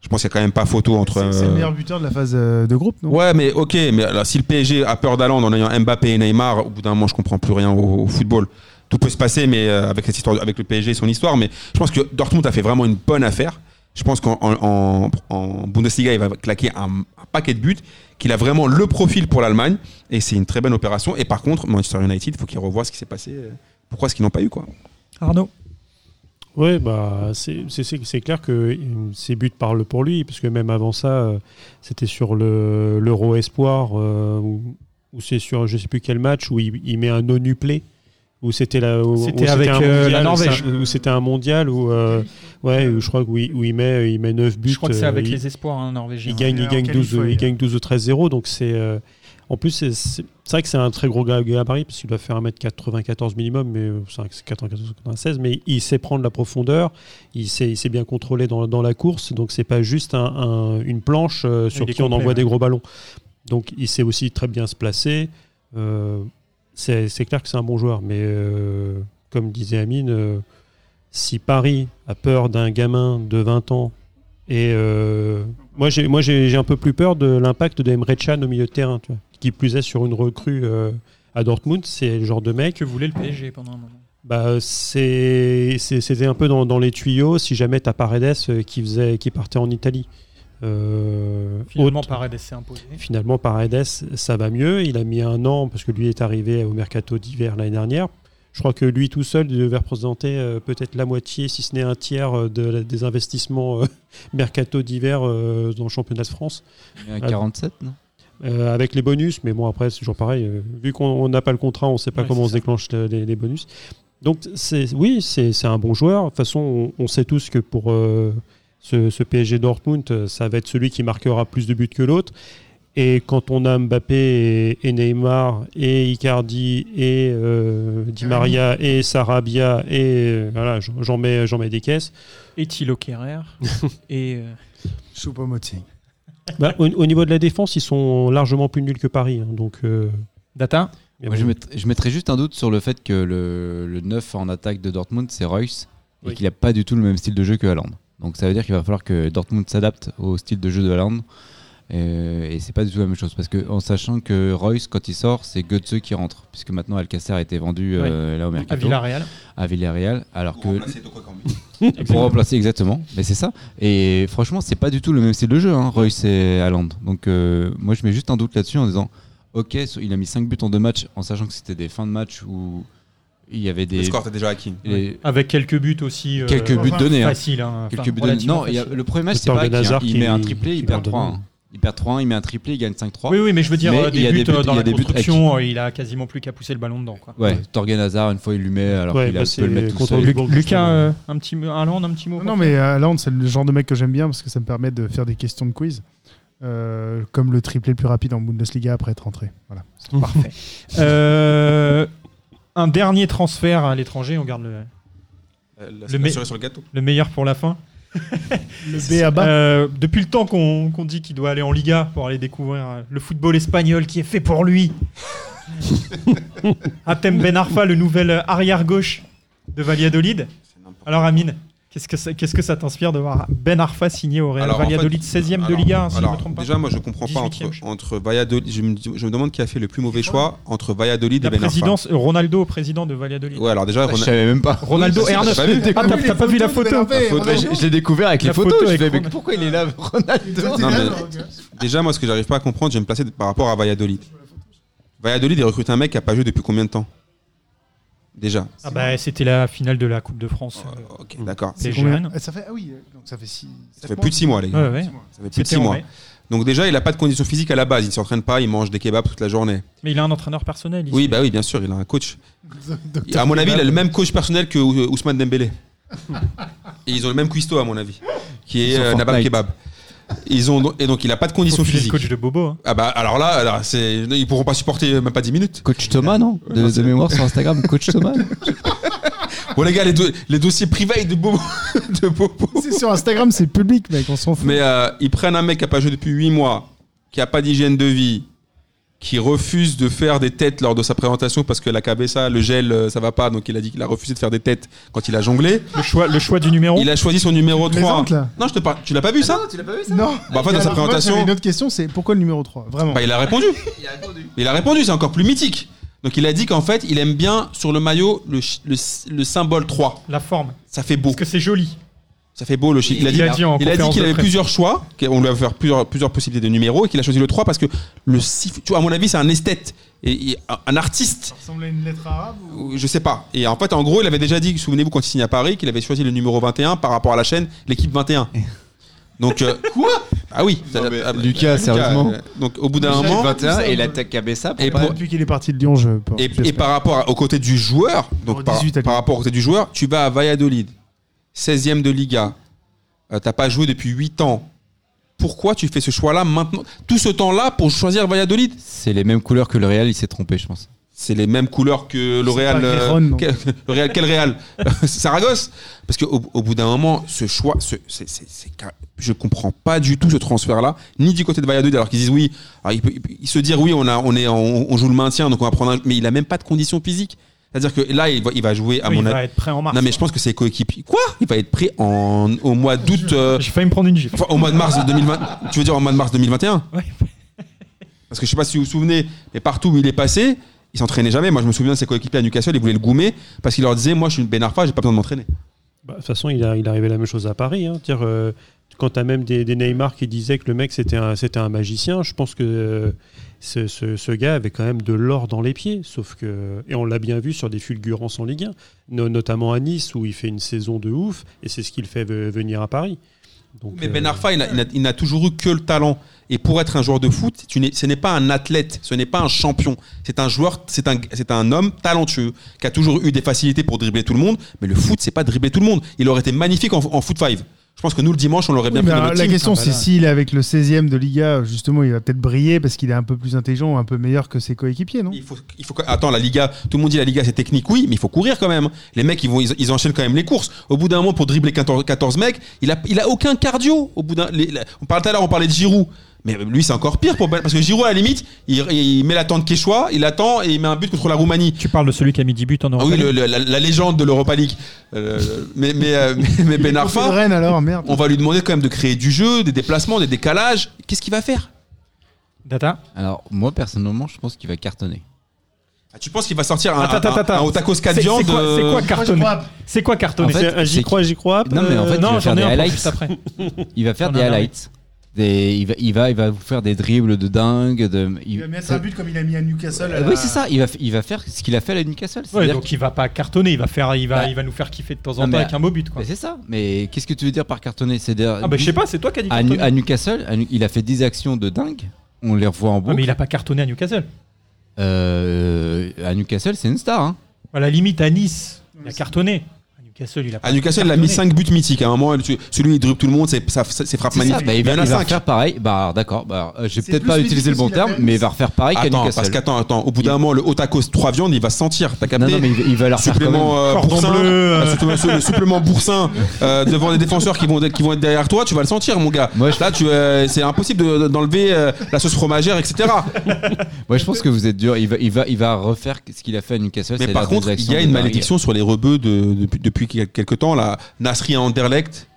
Speaker 2: je pense qu'il y a quand même pas photo entre.
Speaker 5: C'est c'est
Speaker 2: euh,
Speaker 5: le meilleur buteur de la phase euh, de groupe, non
Speaker 2: Ouais, mais ok, mais alors, si le PSG a peur d'Alland en ayant Mbappé et Neymar, au bout d'un moment, je comprends plus rien au, au football. Tout peut se passer, mais euh, avec cette histoire, avec le PSG et son histoire. Mais je pense que Dortmund a fait vraiment une bonne affaire. Je pense qu'en en, en- en Bundesliga, il va claquer un, un paquet de buts, qu'il a vraiment le profil pour l'Allemagne, et c'est une très bonne opération. Et par contre, Manchester United, il faut qu'il revoie ce qui s'est passé. euh, Pourquoi est-ce qu'ils n'ont pas eu quoi
Speaker 8: Arnaud.
Speaker 4: Ouais, bah, c'est- c'est c'est- c'est clair que euh, ses buts parlent pour lui, parce que même avant ça, euh, c'était sur le- l'Euro Espoir, euh, où, où c'est sur je sais plus quel match, où il, il met un onuplé, où c'était la- où- où
Speaker 8: C'était avec,
Speaker 4: un
Speaker 8: euh, la
Speaker 4: mondial,
Speaker 8: Norvège.
Speaker 4: où c'est- Où c'était un mondial, où, euh, ouais, où je crois que oui, où il met, euh, il met 9 buts.
Speaker 8: Je crois que c'est
Speaker 4: euh,
Speaker 8: avec
Speaker 4: il-
Speaker 8: les espoirs hein, norvégiens.
Speaker 4: il gagne, il
Speaker 5: en
Speaker 4: gagne, 12,
Speaker 5: qualif, ouais.
Speaker 4: il gagne 12 ou 13-0. Donc c'est. euh, en plus, c'est- c'est c'est vrai que c'est un très gros ga- gabarit, parce qu'il doit faire 1m94 minimum, mais euh, c'est vrai que c'est 94-96, mais il sait prendre la profondeur, il sait, il sait bien contrôler dans, dans la course, donc c'est pas juste un- un- une planche euh, sur
Speaker 8: Il est
Speaker 4: qui on
Speaker 8: complet,
Speaker 4: envoie
Speaker 8: ouais.
Speaker 4: des gros ballons. Donc il sait aussi très bien se placer. Euh, c'est c'est clair que c'est un bon joueur, mais euh, comme disait Amine, euh, si Paris a peur d'un gamin de 20 ans Et euh, moi, j'ai, moi j'ai, j'ai un peu plus peur de l'impact de Emre Can au milieu de terrain, tu vois, qui plus est sur une recrue euh, à Dortmund. C'est le genre de mec.
Speaker 8: Que voulait le PSG pendant un moment.
Speaker 4: Bah, c'est, c'est- c'était un peu dans, dans les tuyaux si jamais t'as Paredes euh, qui, faisait, qui partait en Italie. Euh,
Speaker 8: Finalement,
Speaker 4: autre-
Speaker 8: Paredes s'est imposé.
Speaker 4: Finalement, Paredes, ça va mieux. Il a mis un an parce que lui est arrivé au mercato d'hiver l'année dernière. Je crois que lui tout seul il devait représenter euh, peut-être la moitié, si ce n'est un tiers euh, de la- des investissements euh, mercato d'hiver euh, dans le championnat de France,
Speaker 6: Il y en a 47, non
Speaker 4: Euh, avec les bonus. Mais bon, après, c'est toujours pareil. euh, vu qu'on on n'a pas le contrat, on ne sait pas
Speaker 8: Ouais,
Speaker 4: comment
Speaker 8: c'est
Speaker 4: on se
Speaker 8: ça.
Speaker 4: déclenche le- les, les bonus. Donc, c'est, oui, c'est, c'est un bon joueur. De toute façon, on, on sait tous que pour euh, ce, ce PSG Dortmund, euh, ça va être celui qui marquera plus de buts que l'autre. Et quand on a Mbappé et, et Neymar et Icardi et euh, Di
Speaker 8: Ah
Speaker 4: Maria et Sarabia et euh, voilà, j'en- j'en mets, j'en mets des caisses.
Speaker 8: Et Thilo Kerrer. et euh,
Speaker 5: Choupo-Moting.
Speaker 4: Bah, au, au niveau de la défense, ils sont largement plus nuls que Paris. hein, donc, euh,
Speaker 8: Data.
Speaker 4: mais
Speaker 6: Moi, je,
Speaker 4: bon.
Speaker 6: mettrais, je mettrais juste un doute sur le fait que le, le 9 en attaque de Dortmund, c'est Reus, et
Speaker 8: Oui.
Speaker 6: qu'il n'a pas du tout le même style de jeu que Haaland. Donc ça veut dire qu'il va falloir que Dortmund s'adapte au style de jeu de Haaland. Euh, et c'est pas du tout la même chose. Parce que en sachant que Reus, quand il sort, c'est Götze qui rentre. Puisque maintenant Alcacer a été vendu euh, là au
Speaker 8: À
Speaker 6: Mercato.
Speaker 8: Villarreal.
Speaker 6: à Villarreal. Alors que
Speaker 2: Moi,
Speaker 6: pour remplacer exactement mais c'est ça et franchement c'est pas du tout le même style de jeu hein, Royce et Haaland donc euh, moi je mets juste un doute là-dessus en disant ok so- il a mis 5 buts en deux matchs en sachant que c'était des fins de match où il y avait des
Speaker 2: Le score, t'as déjà acquis.
Speaker 6: les-
Speaker 8: Avec quelques buts aussi. euh,
Speaker 6: quelques buts
Speaker 5: enfin,
Speaker 6: donnés hein.
Speaker 8: Faciles. hein,
Speaker 6: Quelques
Speaker 8: enfin,
Speaker 6: buts donnés.
Speaker 8: relativement
Speaker 6: non il y a-
Speaker 8: faciles.
Speaker 6: le premier match
Speaker 4: Le
Speaker 6: c'est
Speaker 4: score
Speaker 6: pas
Speaker 4: de
Speaker 6: acquis, hein.
Speaker 4: Hazard
Speaker 6: il
Speaker 4: qui-
Speaker 6: met un triplé
Speaker 4: qui
Speaker 6: il perd
Speaker 4: leur
Speaker 6: 3
Speaker 4: donne.
Speaker 6: il perd 3 il met un triplé il gagne 5-3
Speaker 8: Oui, oui, mais je veux dire,
Speaker 6: Mais
Speaker 8: euh,
Speaker 6: il y
Speaker 8: des,
Speaker 6: a
Speaker 8: buts,
Speaker 6: des buts-
Speaker 8: euh, dans
Speaker 6: il y
Speaker 8: la
Speaker 6: a des buts
Speaker 8: construction, euh, il a quasiment plus qu'à pousser le ballon dedans. Quoi.
Speaker 6: ouais Torgan Hazard une fois il lui met alors
Speaker 4: Ouais,
Speaker 6: qu'il a- peut
Speaker 4: bah,
Speaker 6: le
Speaker 4: c'est
Speaker 6: mettre tout
Speaker 4: contre
Speaker 6: seul
Speaker 4: Lu-
Speaker 8: Lu- Lucas, euh, un petit mot, Haaland, un petit mot.
Speaker 5: Non, mais Haaland, c'est le genre de mec que j'aime bien parce que ça me permet de faire des questions de quiz. Euh, comme le triplé le plus rapide en Bundesliga après être rentré. Voilà.
Speaker 8: Parfait. Euh, un dernier transfert à l'étranger, on garde le,
Speaker 2: La
Speaker 8: Le mec-
Speaker 2: cerise sur le gâteau.
Speaker 8: le meilleur pour la fin.
Speaker 5: Le B à bas.
Speaker 8: Euh, depuis le temps qu'on qu'on dit qu'il doit aller en Liga pour aller découvrir euh, le football espagnol qui est fait pour lui. Atem Ben Arfa, le nouvel arrière-gauche de Valladolid. Alors Amine, qu'est-ce que ça, qu'est-ce que ça t'inspire de voir Ben Arfa signé au Real
Speaker 2: Alors, en
Speaker 8: Valladolid,
Speaker 2: fait,
Speaker 8: 16e de
Speaker 2: alors-
Speaker 8: Liga, hein, si je
Speaker 2: alors,
Speaker 8: me trompe pas
Speaker 2: Déjà, moi, je comprends pas
Speaker 8: 18e,
Speaker 2: entre,
Speaker 8: je
Speaker 2: entre Valladolid. Je me, je me demande qui a fait le plus mauvais choix entre Valladolid
Speaker 8: La
Speaker 2: et Ben Arfa.
Speaker 8: présidence, euh, Ronaldo, président de Valladolid.
Speaker 2: Ouais, alors déjà,
Speaker 6: Ah, je
Speaker 2: Ronald-
Speaker 6: savais même pas
Speaker 8: Ronaldo
Speaker 2: Oui, ça,
Speaker 8: Ernest.
Speaker 2: ça, j'ai pas vu.
Speaker 8: Ah, t'as t'as pas vu la
Speaker 5: Ben
Speaker 8: photo
Speaker 2: La photo,
Speaker 6: Mais je je l'ai découvert avec
Speaker 8: La
Speaker 6: les photos
Speaker 8: photo
Speaker 6: je
Speaker 8: avec
Speaker 6: fais, mais
Speaker 8: Ronaldo.
Speaker 6: pourquoi il est là Ronaldo
Speaker 2: Non, mais- déjà, moi, ce que j'arrive pas à comprendre, je vais me placer par rapport à Valladolid. Valladolid, il recrute un mec qui a pas joué depuis combien de temps Déjà.
Speaker 8: Ah bah, c'était la finale de la Coupe de France. euh,
Speaker 2: Ok, d'accord.
Speaker 8: C'est
Speaker 5: Combien
Speaker 8: jeune.
Speaker 5: Ah, ça fait, ah oui, euh, donc ça fait 6
Speaker 2: Ça fait plus de 6 mois, les gars.
Speaker 8: Ouais, ouais.
Speaker 2: Ça fait plus de
Speaker 8: C'était
Speaker 2: 6
Speaker 8: en
Speaker 2: mois.
Speaker 8: mai.
Speaker 2: Donc, déjà, il a pas de condition physique à la base. Il s'entraîne pas, il mange des kebabs toute la journée.
Speaker 8: Mais il a un entraîneur personnel. ici.
Speaker 2: Oui, bah oui, bien sûr, il a un coach. à mon avis,
Speaker 5: euh,
Speaker 2: il a le même coach personnel que Ou- Ousmane Dembélé. et ils ont le même cuistot, à mon avis, qui est
Speaker 6: sont
Speaker 2: euh, Nabab
Speaker 6: Fortnite.
Speaker 2: Kebab. Ils ont, do- et donc, il a pas de
Speaker 8: Faut
Speaker 2: condition
Speaker 8: filer le
Speaker 2: physique.
Speaker 8: coach de Bobo. hein.
Speaker 2: Ah bah alors là, alors, c'est- ils pourront pas supporter euh, même pas 10 minutes.
Speaker 6: Coach Thomas, non de, de mémoire sur Instagram, Coach Thomas.
Speaker 2: Bon les gars, les, do- les dossiers privés de Bobo. de Bobo.
Speaker 5: C'est sur Instagram, c'est public, mec, on s'en fout.
Speaker 2: Mais euh, ils prennent un mec qui a pas joué depuis 8 mois, qui a pas d'hygiène de vie, qui refuse de faire des têtes lors de sa présentation parce que la cabeça, le gel, euh, ça va pas, donc il a dit qu'il a refusé de faire des têtes quand il a jonglé.
Speaker 8: Le choix, le choix du numéro.
Speaker 2: Il a choisi son numéro
Speaker 5: Tu
Speaker 2: 3.
Speaker 5: plaisantes, là
Speaker 2: Non, je te parle. Tu l'as pas vu ça
Speaker 5: Non.
Speaker 2: Bah, en fait, dans sa
Speaker 5: Alors, moi,
Speaker 2: présentation-
Speaker 5: j'avais Une autre question, c'est pourquoi le numéro 3 Vraiment.
Speaker 2: Bah, il a répondu. Il a répondu, c'est encore plus mythique. Donc il a dit qu'en fait, il aime bien sur le maillot le, ch- le, s- le symbole 3.
Speaker 8: La forme.
Speaker 2: Ça fait beau.
Speaker 8: Parce que c'est joli.
Speaker 2: Ça fait beau le chic. Il a dit,
Speaker 8: Il a dit en
Speaker 2: il a dit
Speaker 8: conférence
Speaker 2: qu'il
Speaker 8: de
Speaker 2: avait
Speaker 8: presse.
Speaker 2: plusieurs choix, qu'on lui a offert plusieurs, plusieurs possibilités de numéros et qu'il a choisi le 3 parce que le siff- tu vois, à mon avis, c'est un esthète et, et un- un artiste,
Speaker 5: Ça ressemblait à une lettre arabe ou...
Speaker 2: je sais pas. Et en fait, en gros, il avait déjà dit, souvenez-vous quand il signe à Paris, qu'il avait choisi le numéro 21 par rapport à la chaîne, l'équipe 21. Donc quoi Ah oui, ça- ah, bah,
Speaker 6: Lucas, sérieusement.
Speaker 2: euh, Donc au bout d'un moment
Speaker 6: et il attaque Cabessa.
Speaker 2: et,
Speaker 5: Bah,
Speaker 2: pour-
Speaker 5: Depuis qu'il est parti de Lyon, je pense.
Speaker 2: et- et par rapport à- aux côtés du joueur, donc
Speaker 5: Numéro
Speaker 2: par,
Speaker 5: 18 à
Speaker 2: par
Speaker 5: Lyon.
Speaker 2: rapport aux côtés du joueur, tu vas à Valladolid, 16e de Liga, euh, t'as pas joué depuis 8 ans. Pourquoi tu fais ce choix-là maintenant Tout ce temps-là pour choisir Valladolid
Speaker 6: C'est les mêmes couleurs que le Real, il s'est trompé, je pense.
Speaker 2: C'est les mêmes couleurs que le
Speaker 5: C'est
Speaker 2: Real.
Speaker 5: pas
Speaker 2: euh,
Speaker 5: Guérone, non.
Speaker 2: quel, le Real quel Real Saragosse Parce qu'au au bout d'un moment, ce choix, ce, c'est- c'est- c'est car- je comprends pas du tout ce transfert-là, ni du côté de Valladolid, alors qu'ils disent oui, alors il peut- il peut- ils se disent oui, on, a, on, est, en- on, joue le maintien, donc on va prendre un- Mais il a même pas de condition physique. C'est-à-dire que là, il va, il va jouer à
Speaker 8: Oui,
Speaker 2: mon
Speaker 8: il
Speaker 2: avis.
Speaker 8: va être prêt en mars.
Speaker 2: Non, mais je pense que c'est coéquipier. Quoi Il va être prêt en, au mois d'août. euh,
Speaker 8: J'ai failli me prendre une gifle.
Speaker 2: enfin, au mois de mars 2020. Tu veux dire en mois de mars 2021
Speaker 8: Ouais.
Speaker 2: Parce que je sais pas si vous vous souvenez, mais partout où il est passé, il s'entraînait jamais. Moi, je me souviens de ses coéquipiers à Newcastle, ils voulaient le goumer parce qu'il leur disait Moi, je suis une Ben Arfa, j'ai pas besoin de m'entraîner.
Speaker 4: Bah, de toute façon, il, a, il arrivait la même chose à Paris. Hein. Dire, euh, quand tu as même des, des Neymar qui disaient que le mec c'était un, c'était un magicien, je pense que euh, ce, ce- ce gars avait quand même de l'or dans les pieds. Sauf que, et on l'a bien vu sur des fulgurances en Ligue 1, no- notamment à Nice où il fait une saison de ouf et c'est ce qu'il fait ve- venir à Paris. Donc,
Speaker 2: Mais
Speaker 4: euh,
Speaker 2: Ben Arfa, il a- il n'a- il n'a toujours eu que le talent. Et pour être un joueur de foot, tu n'es- ce n'est pas un athlète, ce n'est pas un champion. C'est un joueur, c'est un, c'est un homme talentueux qui a toujours eu des facilités pour dribbler tout le monde. Mais le foot, c'est pas dribbler tout le monde. Il aurait été magnifique en, en foot 5. Je pense que nous, le dimanche, on l'aurait bien
Speaker 5: Oui,
Speaker 2: pris
Speaker 5: mais
Speaker 2: dans notre
Speaker 5: la
Speaker 2: team.
Speaker 5: question,
Speaker 8: Ah,
Speaker 5: c'est
Speaker 8: bah là.
Speaker 5: s'il est avec le 16e de Liga, justement, il va peut-être briller parce qu'il est un peu plus intelligent, un peu meilleur que ses coéquipiers, non
Speaker 2: Il faut, il faut, que- attends, la Liga, tout le monde dit la Liga c'est technique, oui, mais il faut courir quand même. Les mecs, ils, vont, ils, ils enchaînent quand même les courses. Au bout d'un moment, pour dribbler 14, 14 mecs, il a, il a aucun cardio. Au bout d'un, les- la- on parlait tout à l'heure, on parlait de Giroud. Mais lui, c'est encore pire pour Ben- parce que Giroud, à la limite, il, il met l'attente Quechua, il attend et il met un but contre la Roumanie.
Speaker 1: Tu parles de celui qui a mis 10 buts en
Speaker 2: Ah
Speaker 1: Europe.
Speaker 2: oui, le- le- la, la légende de l'Europa League. Euh, mais, mais, euh, mais- mais Ben
Speaker 5: Contre
Speaker 2: Arfa,
Speaker 5: Rennes, alors, merde.
Speaker 2: on va lui demander quand même de créer du jeu, des déplacements, des décalages. Qu'est-ce qu'il va faire
Speaker 1: Data
Speaker 6: Alors, moi, personnellement, je pense qu'il va cartonner.
Speaker 2: Ah, Tu penses qu'il va sortir un,
Speaker 1: Attends,
Speaker 2: un-
Speaker 1: attends,
Speaker 2: un-
Speaker 1: attends.
Speaker 2: un au tacos quatre
Speaker 1: C'est-
Speaker 2: viandes,
Speaker 1: C'est quoi, c'est
Speaker 2: euh,
Speaker 1: quoi cartonner
Speaker 5: Moi, je crois-
Speaker 1: C'est quoi cartonner
Speaker 6: En fait,
Speaker 4: c'est un
Speaker 6: c'est
Speaker 4: j'y crois, j'y crois.
Speaker 6: Non, mais en fait,
Speaker 4: euh,
Speaker 6: il va
Speaker 1: Non,
Speaker 6: faire
Speaker 1: j'en ai
Speaker 6: des
Speaker 1: un pour
Speaker 6: highlights.
Speaker 1: juste après.
Speaker 6: Il va faire
Speaker 1: On
Speaker 6: des
Speaker 1: en a un.
Speaker 6: highlights. Des- il, va, il, va, il va vous faire des dribbles de dingue. De, il-
Speaker 5: Il va mettre
Speaker 6: ça-
Speaker 5: un but comme il a mis à Newcastle. à
Speaker 6: Euh,
Speaker 5: la-
Speaker 6: oui, c'est ça. Il va, f- il va faire ce qu'il a fait à la Newcastle.
Speaker 1: Ouais,
Speaker 6: C'est-à-dire
Speaker 1: donc il va pas cartonner, il va faire, il va,
Speaker 6: Bah.
Speaker 1: il va nous faire kiffer de temps
Speaker 6: Non,
Speaker 1: en temps
Speaker 6: mais-
Speaker 1: avec un beau but.
Speaker 6: que-
Speaker 1: Quoi.
Speaker 6: Mais c'est ça. Mais qu'est-ce que tu veux dire par cartonner C'est-à-dire.
Speaker 1: Ah bah je sais pas, c'est toi qui as dit
Speaker 6: À, Nu-
Speaker 1: cartonner.
Speaker 6: à Newcastle, à Nu- il a fait 10 actions de dingue. On les revoit en
Speaker 1: Ouais,
Speaker 6: boucle.
Speaker 1: Ah, mais il a pas cartonné à Newcastle.
Speaker 6: Euh, à Newcastle, c'est une star. hein.
Speaker 1: À la limite à Nice, il a cartonné. À Newcastle, il a pas
Speaker 2: À Newcastle, il a mis 5 buts mythiques. À un moment, elle- tu- celui il dribble tout le monde, c'est ça- c'est- c'est frappe
Speaker 6: C'est ça,
Speaker 2: magnifique.
Speaker 6: bah, il
Speaker 2: il y
Speaker 6: va,
Speaker 2: en
Speaker 6: il
Speaker 2: a
Speaker 6: va
Speaker 2: 5.
Speaker 6: faire pareil. Bah, alors, d'accord. Bah, euh, J'ai
Speaker 5: C'est
Speaker 6: peut-être
Speaker 5: plus
Speaker 6: pas
Speaker 5: mythique
Speaker 6: utilisé le bon
Speaker 5: parce qu'il a
Speaker 6: terme,
Speaker 5: fait-
Speaker 6: mais il va refaire pareil qu'à
Speaker 2: Attends, parce
Speaker 6: Newcastle.
Speaker 2: qu'attends, attends, au bout d'un moment, le haut tacos 3 viandes, il va sentir. T'as capté
Speaker 6: Non, non, mais il va, il va leur faire quand même.
Speaker 2: Supplément euh,
Speaker 1: Cordon
Speaker 2: boursin,
Speaker 1: bleu, euh.
Speaker 2: euh, supplément- le supplément boursin euh, devant des défenseurs qui vont, être- qui vont être derrière toi, tu vas le sentir, mon gars.
Speaker 6: Moi, je-
Speaker 2: Là, tu, euh, c'est impossible de- d'enlever euh, la sauce fromagère, etc.
Speaker 6: Moi, je pense que vous êtes dur. Il va, il va, il va refaire ce qu'il a fait à Newcastle.
Speaker 2: Mais
Speaker 6: c'est-à-dire
Speaker 2: par
Speaker 6: des
Speaker 2: contre, il
Speaker 6: actions
Speaker 2: y a
Speaker 6: de
Speaker 2: une
Speaker 6: dingue.
Speaker 2: malédiction sur les rebeux de- depuis, depuis quel- quelques temps. Là. Nasri à Anderlecht,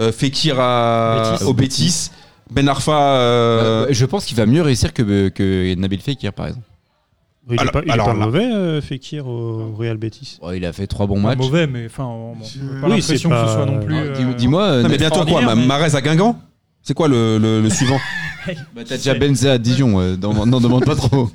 Speaker 2: euh, Fekir à,
Speaker 1: Bétis.
Speaker 2: au Bétis, Ben Arfa. euh,
Speaker 6: Euh, je pense qu'il va mieux réussir que, que Nabil Fekir, par exemple.
Speaker 4: Il est
Speaker 2: Alors-
Speaker 4: pas, il est
Speaker 2: alors
Speaker 4: pas
Speaker 2: là-
Speaker 4: mauvais, euh, Fekir, au Real Betis.
Speaker 6: Oh, il a fait trois bons
Speaker 1: pas
Speaker 6: matchs.
Speaker 1: mauvais, mais enfin, on- bon,
Speaker 5: Je-
Speaker 1: on n'a pas
Speaker 4: Oui,
Speaker 1: l'impression
Speaker 4: c'est
Speaker 1: que ce
Speaker 4: pas-
Speaker 1: soit non plus.
Speaker 6: Ah, dis-
Speaker 1: euh,
Speaker 6: Dis-moi, euh,
Speaker 2: Non, mais bientôt quoi
Speaker 1: extraordinaire,
Speaker 2: Ma-
Speaker 1: mais-
Speaker 2: Marez à Guingamp C'est quoi le, le- le suivant
Speaker 6: bah, t'as déjà Benzé à Dijon. euh, N'en n'en demande pas trop.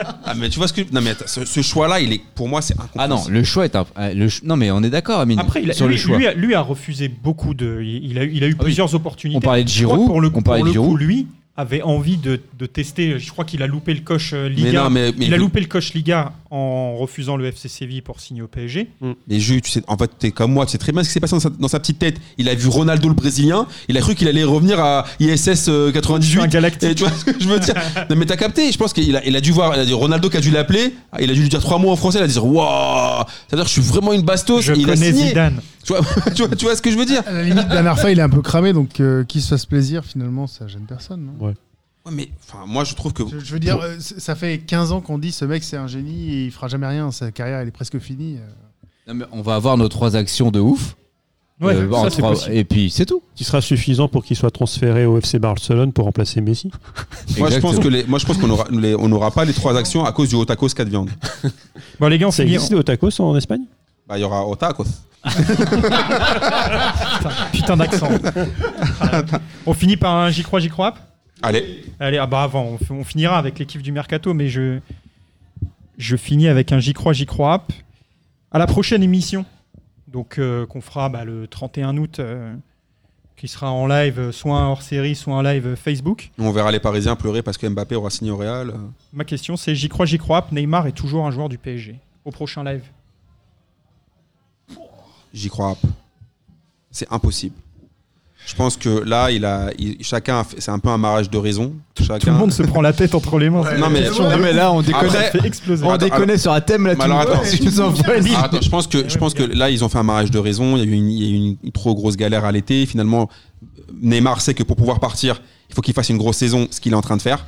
Speaker 2: Ah mais tu vois ce que Non mais attends, ce, ce choix-là, il est pour moi c'est
Speaker 6: Ah non, le choix est un. ah, le ch- Non, mais on est d'accord, Amine.
Speaker 1: Après, il a,
Speaker 6: sur
Speaker 1: lui,
Speaker 6: le choix. Ah
Speaker 1: lui a, lui a refusé beaucoup de. Il il a, eu- il a eu plusieurs opportunités.
Speaker 6: On parlait de
Speaker 1: Je crois
Speaker 6: Giroud.
Speaker 1: que Pour le,
Speaker 6: on parlait
Speaker 1: pour
Speaker 6: de
Speaker 1: le coup,
Speaker 6: Giroud.
Speaker 1: lui avait envie de, de tester. Je crois qu'il a loupé le coche euh, Liga.
Speaker 2: Mais non, mais, mais,
Speaker 1: il a loupé le coche Liga en refusant le FC Séville pour signer au PSG.
Speaker 2: mais Jules, tu sais, en fait, t'es comme moi, tu sais très bien ce qui s'est passé dans sa, dans sa petite tête. Il a vu Ronaldo le Brésilien, il a cru qu'il allait revenir à ISS euh,
Speaker 1: Tu
Speaker 2: 98.
Speaker 1: un galactique.
Speaker 2: Et tu vois ce que je veux dire Non mais t'as capté, je pense qu'il a, il a dû voir, il a dit Ronaldo qui a dû l'appeler, il a dû lui dire trois mots en français, il a dit Waouh C'est-à-dire que je suis vraiment une bastos,
Speaker 1: Je
Speaker 2: et il a
Speaker 1: connais
Speaker 2: signé.
Speaker 1: Zidane.
Speaker 2: Tu vois, tu, vois, tu vois ce que je veux dire
Speaker 5: À la limite, Ben Arfa, il est un peu cramé, donc euh, qu'il se fasse plaisir, finalement, ça gêne personne. non
Speaker 2: Ouais, mais enfin, moi je trouve que
Speaker 5: je, je veux dire, euh, c- ça fait 15 ans qu'on dit ce mec, c'est un génie, et il fera jamais rien, sa carrière, elle est presque finie. euh.
Speaker 6: Non, mais on va avoir nos trois actions de ouf.
Speaker 1: Ouais,
Speaker 6: euh, en
Speaker 1: ça, c'est
Speaker 6: trois-
Speaker 1: possible.
Speaker 6: Et puis, c'est tout.
Speaker 4: Qui sera suffisant pour qu'il soit transféré au FC Barcelone pour remplacer Messi.
Speaker 2: Moi je, pense
Speaker 6: Exactement.
Speaker 2: que les- moi je pense qu'on aura, les- on n'aura pas les trois actions à cause du haut tacos 4 viandes.
Speaker 6: euh,
Speaker 1: Bon, les gars, on
Speaker 4: Ça
Speaker 1: finit.
Speaker 4: existe au tacos en Espagne
Speaker 2: Bah il y aura au tacos.
Speaker 1: Putain d'accent. Ah, on finit par un j'y crois, j'y crois.
Speaker 2: Allez,
Speaker 1: Allez, ah bah avant, on, f- on finira avec l'équipe du mercato, mais je je finis avec un j'y crois, j'y crois. app. À la prochaine émission, donc euh, qu'on fera bah, le 31 août, euh, qui sera en live, euh, soit un hors série, soit un live euh, Facebook.
Speaker 2: on verra les Parisiens pleurer parce que Mbappé aura signé au Real.
Speaker 1: Ma question, c'est j'y crois, j'y crois. app, Neymar est toujours un joueur du PSG. Au prochain live.
Speaker 2: J'y crois. pas. C'est impossible. Je pense que là, il a, il- chacun, a fait- c'est un peu un mariage de raison. Chacun.
Speaker 1: Tout le monde se prend la tête entre les mains.
Speaker 2: Non mais,
Speaker 6: Non, mais là, on déconne.
Speaker 2: Après-
Speaker 1: fait exploser.
Speaker 2: On déconne
Speaker 6: sur un thème là.
Speaker 2: Mais alors, attends.
Speaker 6: tu nous envoies une-
Speaker 2: Ah, attends, je pense que je pense que là ils ont fait un mariage de raison. Il y a eu une, il y a eu une- une trop grosse galère à l'été. Finalement, Neymar sait que pour pouvoir partir, il faut qu'il fasse une grosse saison, ce qu'il est en train de faire.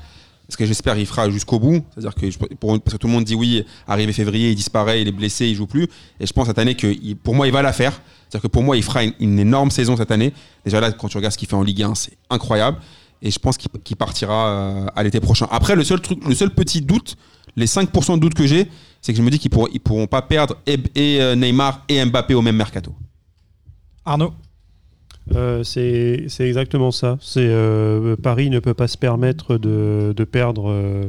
Speaker 2: ce que j'espère il fera jusqu'au bout. C'est-à-dire que je- pour- parce que tout le monde dit oui, arrivé février, il disparaît, il est blessé, il joue plus. Et je pense cette année que il- pour moi, il va la faire. C'est-à-dire que pour moi, il fera une, une énorme saison cette année. Déjà là, quand tu regardes ce qu'il fait en Ligue 1, c'est incroyable. Et je pense qu'il qu'il partira euh, à l'été prochain. Après, le seul truc, le seul petit doute, les 5% de doute que j'ai, c'est que je me dis qu'ils pourront, ils pourront pas perdre et, et, euh, Neymar et Mbappé au même mercato.
Speaker 1: Arnaud
Speaker 4: Euh, c'est c'est exactement ça. C'est euh, Paris ne peut pas se permettre de, de perdre euh,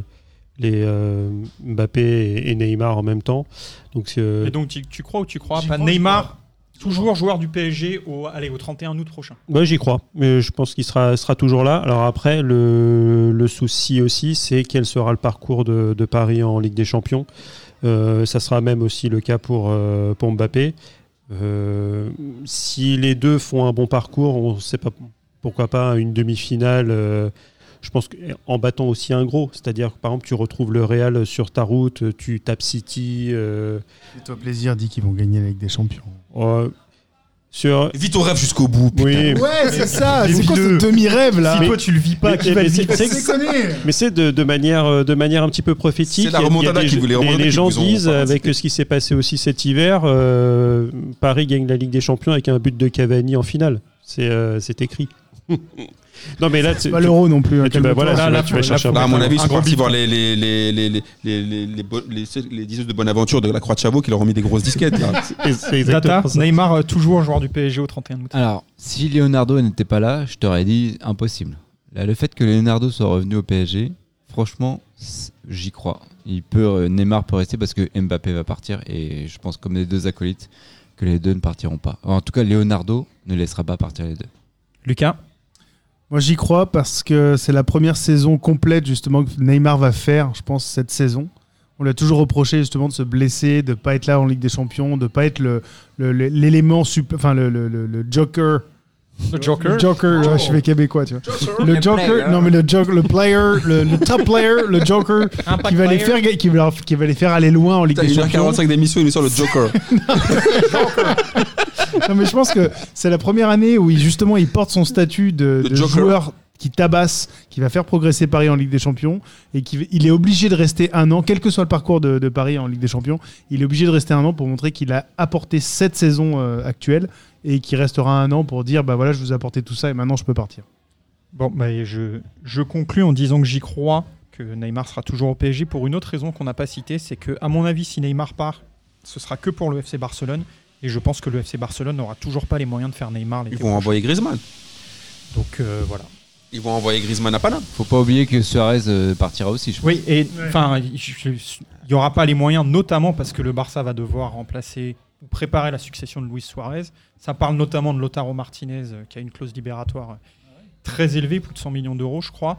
Speaker 4: les euh, Mbappé et, et Neymar en même temps. Donc euh,
Speaker 9: Et donc, tu, tu crois ou tu crois
Speaker 5: J'y
Speaker 9: pas
Speaker 5: crois,
Speaker 9: Neymar, toujours joueur du PSG, au, allez, au 31 août prochain.
Speaker 4: moi Bah, j'y crois, mais je pense qu'il sera, sera toujours là. Alors après, le, le souci aussi, c'est quel sera le parcours de, de Paris en Ligue des Champions. Euh, ça sera même aussi le cas pour, euh, pour Mbappé. Euh, si les deux font un bon parcours, on ne sait pas pourquoi pas une demi-finale. euh, je pense qu'en battant aussi un gros, c'est-à-dire que par exemple tu retrouves le Real sur ta route, tu tapes City. euh,
Speaker 5: Fais-toi plaisir, dis qu'ils vont gagner la Ligue des Champions.
Speaker 4: euh, sur
Speaker 2: Vite au rêve jusqu'au bout. putain.
Speaker 4: oui,
Speaker 5: Ouais, c'est ça.
Speaker 4: les
Speaker 5: C'est quoi
Speaker 4: deux.
Speaker 5: ce demi-rêve là
Speaker 4: Mais-
Speaker 1: Toi, tu le vis pas.
Speaker 4: mais-
Speaker 1: qui va
Speaker 4: mais
Speaker 1: le
Speaker 4: c'est-
Speaker 1: vivre
Speaker 4: c'est-
Speaker 5: C'est déconné
Speaker 4: Mais c'est de, de manière, euh, de manière un petit peu prophétique.
Speaker 2: C'est la
Speaker 4: Il y a- il y a
Speaker 2: remontada
Speaker 4: des-
Speaker 2: qui vous- les
Speaker 4: les-
Speaker 2: remontadas
Speaker 4: les
Speaker 2: qui
Speaker 4: gens
Speaker 2: vous ont
Speaker 4: disent,
Speaker 2: participé.
Speaker 4: avec ce qui s'est passé aussi cet hiver, euh, Paris gagne la Ligue des Champions avec un but de Cavani en finale. C'est euh, c'est écrit. non, mais là, tu-
Speaker 5: Pas l'euro non plus. hein,
Speaker 4: tu- tu vas-
Speaker 5: calme-toi.
Speaker 4: voilà, tu
Speaker 1: Là,
Speaker 4: vas-
Speaker 1: là,
Speaker 4: tu vas
Speaker 1: là,
Speaker 4: chercher un
Speaker 1: faut-
Speaker 2: Bah, à
Speaker 4: peu.
Speaker 2: mon avis, ils
Speaker 1: Un
Speaker 2: sont
Speaker 1: gros
Speaker 2: partis
Speaker 1: bip.
Speaker 2: voir les, les, les, les, les, les, les, les, bo- les- les diseuses de Bonaventure de la Croix de Chabot qui leur ont mis des grosses disquettes. là.
Speaker 4: Et c'est
Speaker 1: Data,
Speaker 4: exactement ça.
Speaker 1: Neymar, euh, toujours joueur du PSG au 31 août.
Speaker 6: Alors, si Leonardo n'était pas là, je t'aurais dit impossible. Là, le fait que Leonardo soit revenu au PSG, franchement, c- j'y crois. Il peut, euh, Neymar peut rester parce que Mbappé va partir et je pense, comme les deux acolytes, que les deux ne partiront pas. En tout cas, Leonardo ne laissera pas partir les deux.
Speaker 1: Lucas
Speaker 5: Moi, j'y crois parce que c'est la première saison complète, justement, que Neymar va faire, je pense, cette saison. On l'a toujours reproché, justement, de se blesser, de ne pas être là en Ligue des Champions, de ne pas être l'élément, le, le- l'élément sup- enfin, le, le- le- le joker.
Speaker 9: Le Joker.
Speaker 5: Le joker, ouais, je suis québécois, tu vois. Le
Speaker 4: hein.
Speaker 5: joker, non, mais le joker, le player, le, le top player, le joker, qui va, les faire, ga- qui, va leur- qui va les faire aller loin en Ligue
Speaker 2: Putain,
Speaker 5: des Champions.
Speaker 2: 1h45 d'émission, il nous sort le Joker.
Speaker 5: Non, mais je pense que c'est la première année où il, justement il porte son statut de,
Speaker 2: De
Speaker 5: de
Speaker 2: joker.
Speaker 5: joueur qui tabasse, qui va faire progresser Paris en Ligue des Champions et qui il est obligé de rester un an, quel que soit le parcours de, de Paris en Ligue des Champions, il est obligé de rester un an pour montrer qu'il a apporté cette saison euh, actuelle et qu'il restera un an pour dire bah voilà je vous ai apporté tout ça et maintenant je peux partir.
Speaker 1: Bon, bah, et je, je conclus en disant que j'y crois que Neymar sera toujours au PSG pour une autre raison qu'on n'a pas citée, c'est que, à mon avis, si Neymar part, ce sera que pour le FC Barcelone. Et je pense que le FC Barcelone n'aura toujours pas les moyens de faire Neymar. l'été
Speaker 2: Ils vont
Speaker 1: prochain.
Speaker 2: envoyer Griezmann.
Speaker 1: Donc euh, voilà.
Speaker 2: Ils vont envoyer Griezmann à Paname.
Speaker 6: Faut pas oublier que Suarez euh, partira aussi. Je
Speaker 1: Oui, et enfin, il- je- je- il n'y aura pas les moyens, notamment parce que le Barça va devoir remplacer ou préparer la succession de Luis Suarez. Ça parle notamment de Lotaro Martinez, euh, qui a une clause libératoire euh, très élevée, plus de 100 millions d'euros, je crois.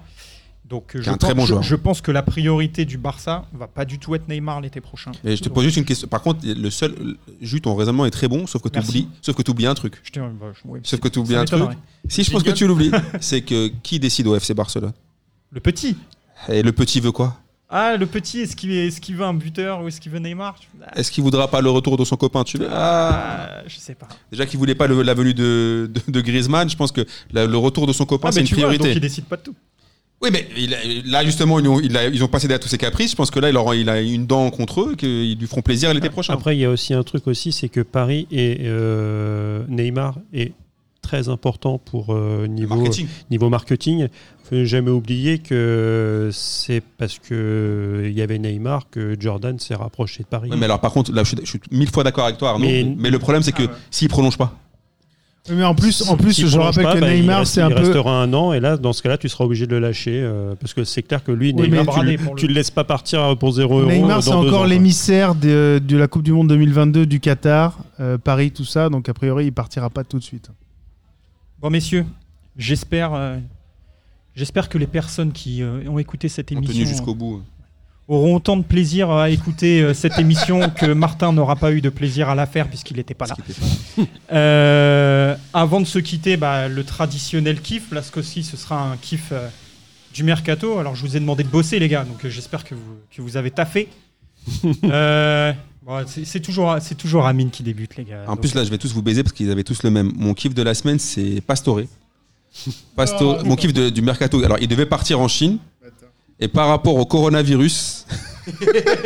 Speaker 1: Donc, euh, je,
Speaker 2: un
Speaker 1: pense,
Speaker 2: très bon
Speaker 1: je-
Speaker 2: joueur.
Speaker 1: je pense que la priorité du Barça va pas du tout être Neymar l'été prochain.
Speaker 2: Et je te
Speaker 1: Donc,
Speaker 2: pose juste une question. Par contre, le seul. le- Jus, ton raisonnement est très bon, sauf que tu
Speaker 1: Merci.
Speaker 2: oublies, sauf que t'oublies un truc.
Speaker 1: je te- bah, je- oui,
Speaker 2: Sauf que tu
Speaker 1: ça
Speaker 2: oublies un truc.
Speaker 1: m'étonnerait.
Speaker 2: Si, je pense que
Speaker 9: Jingle.
Speaker 2: tu l'oublies. C'est que qui décide au FC Barcelone
Speaker 1: Le petit.
Speaker 2: Et le petit veut quoi
Speaker 1: Ah, le petit, est-ce qu'il est-ce qu'il veut un buteur ou est-ce qu'il veut Neymar Ah,
Speaker 2: Est-ce qu'il voudra pas le retour de son copain Tu veux
Speaker 1: ah, Je sais pas.
Speaker 2: Déjà qu'il voulait pas le- la venue de, de- de Griezmann, je pense que la- le retour de son copain,
Speaker 1: Ah,
Speaker 2: c'est
Speaker 1: mais
Speaker 2: une
Speaker 1: tu vois,
Speaker 2: priorité.
Speaker 1: donc il décide pas de tout.
Speaker 2: Oui, mais il a- là, justement, ils ont, il a- ils ont passé derrière tous ses caprices. Je pense que là, il, aura, il a une dent contre eux, qu'ils lui feront plaisir l'été prochain.
Speaker 4: Après, il y a aussi un truc aussi, c'est que Paris et euh, Neymar est très important pour euh, niveau
Speaker 2: marketing.
Speaker 4: Niveau marketing, faut ne jamais oublier que c'est parce que euh, il y avait Neymar que Jordan s'est rapproché de Paris.
Speaker 2: Oui, mais alors, par contre, là, je suis, je suis mille fois d'accord avec toi, Arnaud. Mais,
Speaker 4: Mais-
Speaker 2: le problème, c'est que
Speaker 1: Ah
Speaker 2: s'il prolonge pas,
Speaker 5: Mais en plus en plus
Speaker 4: S'il
Speaker 5: je
Speaker 4: prolonge
Speaker 5: rappelle
Speaker 4: pas,
Speaker 5: que
Speaker 4: bah, il
Speaker 5: Neymar
Speaker 4: reste-
Speaker 5: c'est un
Speaker 4: il
Speaker 5: peu
Speaker 4: restera un an et là, dans ce cas-là, tu seras obligé de le lâcher euh, parce que c'est clair que lui,
Speaker 1: Oui,
Speaker 4: Neymar,
Speaker 1: mais
Speaker 4: tu,
Speaker 1: bradé
Speaker 4: le-
Speaker 1: pour le-
Speaker 4: tu le laisses pas partir euh, pour 0 euros.
Speaker 5: Neymar, c'est
Speaker 4: dans deux ans,
Speaker 5: encore
Speaker 4: quoi.
Speaker 5: l'émissaire de, de la Coupe du Monde 2022 du Qatar, euh, Paris, tout ça. Donc, a priori, il partira pas tout de suite.
Speaker 1: Bon, messieurs, j'espère, euh, j'espère que les personnes qui euh, ont écouté cette
Speaker 2: on tenu
Speaker 1: émission
Speaker 2: jusqu'au bout. euh,
Speaker 1: auront autant de plaisir à écouter euh, cette émission que Martin n'aura pas eu de plaisir à la faire puisqu'il n'était pas là. Euh, avant de se quitter, bah, le traditionnel kiff. Là, ce coup-ci, ce sera un kiff euh, du mercato. Alors, je vous ai demandé de bosser, les gars, donc euh, j'espère que vous, que vous avez taffé. Euh, bon, c'est c'est toujours, c'est toujours Amine qui débute, les gars.
Speaker 2: En
Speaker 1: euh, Donc,
Speaker 2: plus, là, je vais tous vous baiser parce qu'ils avaient tous le même. Mon kiff de la semaine, c'est Pastore. Pastore mon kiff de- du mercato. Alors, il devait partir en Chine. Et par rapport au coronavirus,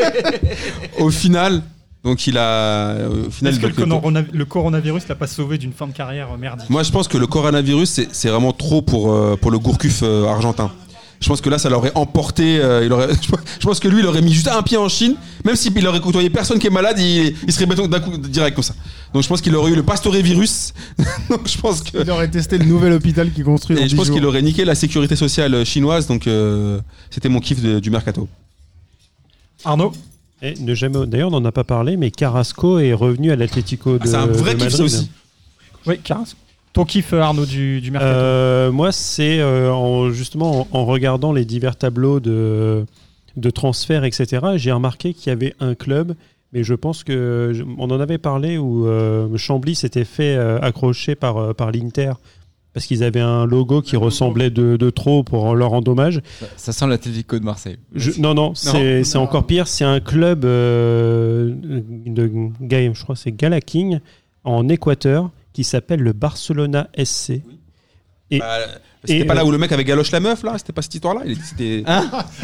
Speaker 2: au final, donc il a. euh, Au final,
Speaker 1: Est-ce que le,
Speaker 2: donc, le-
Speaker 1: corona- le coronavirus l'a pas sauvé d'une fin de carrière euh, merdique
Speaker 2: moi, je pense que le coronavirus, c'est- c'est vraiment trop pour, euh, pour le Gourcuff euh, argentin. Je pense que là, ça l'aurait emporté. euh, il aurait, je pense que lui, il aurait mis juste un pied en Chine. Même s'il aurait côtoyé personne qui est malade, il, il serait béton d'un coup direct comme ça. Donc je pense qu'il aurait eu le pastorévirus. donc je pense que.
Speaker 5: Il aurait testé le nouvel hôpital qu'il construit.
Speaker 2: Et je pense qu'il aurait niqué la sécurité sociale chinoise. Donc euh, c'était mon kiff de- du mercato.
Speaker 1: Arnaud
Speaker 4: Et ne jamais. D'ailleurs, on n'en a pas parlé, mais Carrasco est revenu à l'Atlético de.
Speaker 2: Ah, c'est un vrai
Speaker 4: de
Speaker 2: kiff, ça
Speaker 4: Madrid.
Speaker 2: aussi.
Speaker 1: Oui, Carrasco. Ton kiff, euh, Arnaud, du, du mercato
Speaker 4: Euh, moi, c'est euh, en- justement en, en regardant les divers tableaux de, de transferts, etc., j'ai remarqué qu'il y avait un club, mais je pense que je- on en avait parlé où euh, Chambly s'était fait euh, accrocher par, euh, par l'Inter parce qu'ils avaient un logo qui ressemblait de, de trop pour leur endommage.
Speaker 6: Ça, ça sent l'Atlético de Marseille.
Speaker 4: Je- non, non, c'est c'est encore pire. C'est un club euh, de, Ga- je crois, que c'est Galaking en Équateur qui s'appelle le Barcelona SC. Et-
Speaker 2: Bah, c'était
Speaker 4: et,
Speaker 2: pas
Speaker 4: euh, Hein?
Speaker 2: là où le mec avait galoche la meuf, là C'était pas cette histoire-là Il- C'était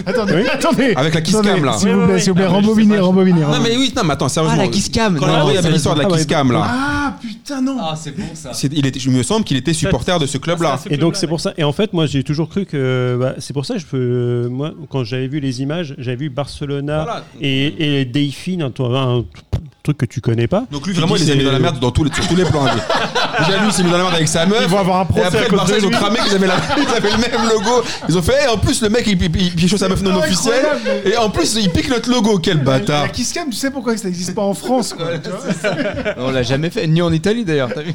Speaker 5: Attendez,
Speaker 4: Oui.
Speaker 5: attendez.
Speaker 2: avec la kiss cam, là.
Speaker 5: S'il
Speaker 1: Oui,
Speaker 5: vous
Speaker 1: oui,
Speaker 5: plaît,
Speaker 1: oui.
Speaker 5: s'il vous plaît,
Speaker 1: Non, mais je sais
Speaker 5: rembobinez,
Speaker 1: pas, je-
Speaker 5: rembobinez.
Speaker 2: Non, mais oui, non, mais attends,
Speaker 6: Ah,
Speaker 2: sérieusement.
Speaker 6: la kiss cam
Speaker 2: Quand
Speaker 6: non,
Speaker 2: il y avait
Speaker 6: ça-
Speaker 2: l'histoire de la
Speaker 4: ah,
Speaker 2: kiss
Speaker 4: ouais,
Speaker 2: cam, là.
Speaker 5: Ah putain, non
Speaker 6: Ah, c'est bon ça.
Speaker 2: C'est- il était, il me semble qu'il était supporter de ce club-là.
Speaker 1: Ah, c'est
Speaker 4: Et donc
Speaker 1: ce
Speaker 4: c'est
Speaker 1: club-là,
Speaker 4: pour ça. Et en fait, moi j'ai toujours cru que bah, c'est pour ça. Je peux. Moi, quand j'avais vu les images, j'avais vu Barcelona
Speaker 2: Voilà.
Speaker 4: et, et Delphine, un, un truc que tu connais pas.
Speaker 2: Donc lui, vraiment, il
Speaker 4: Tu
Speaker 2: les a
Speaker 4: dis,
Speaker 2: mis dans la
Speaker 4: c'est-
Speaker 2: merde dans tous les, sur tous les plans. lui. Déjà, lui, il s'est mis dans la merde avec sa meuf.
Speaker 1: Ils vont avoir un
Speaker 2: Et
Speaker 1: procès à
Speaker 2: après, le
Speaker 1: cause
Speaker 2: Barça,
Speaker 1: de
Speaker 2: ils ont
Speaker 1: lui.
Speaker 2: cramé qu'ils avaient, la- ils avaient le même logo. Ils ont fait, Eh, en plus, le mec, il, il, il pichot sa meuf non officielle. Et en plus, il pique notre logo. Quel
Speaker 5: La
Speaker 2: bâtard.
Speaker 5: Kisscam, tu sais pourquoi ça n'existe pas en France quoi, tu vois
Speaker 6: On l'a jamais fait, ni en Italie d'ailleurs. T'as vu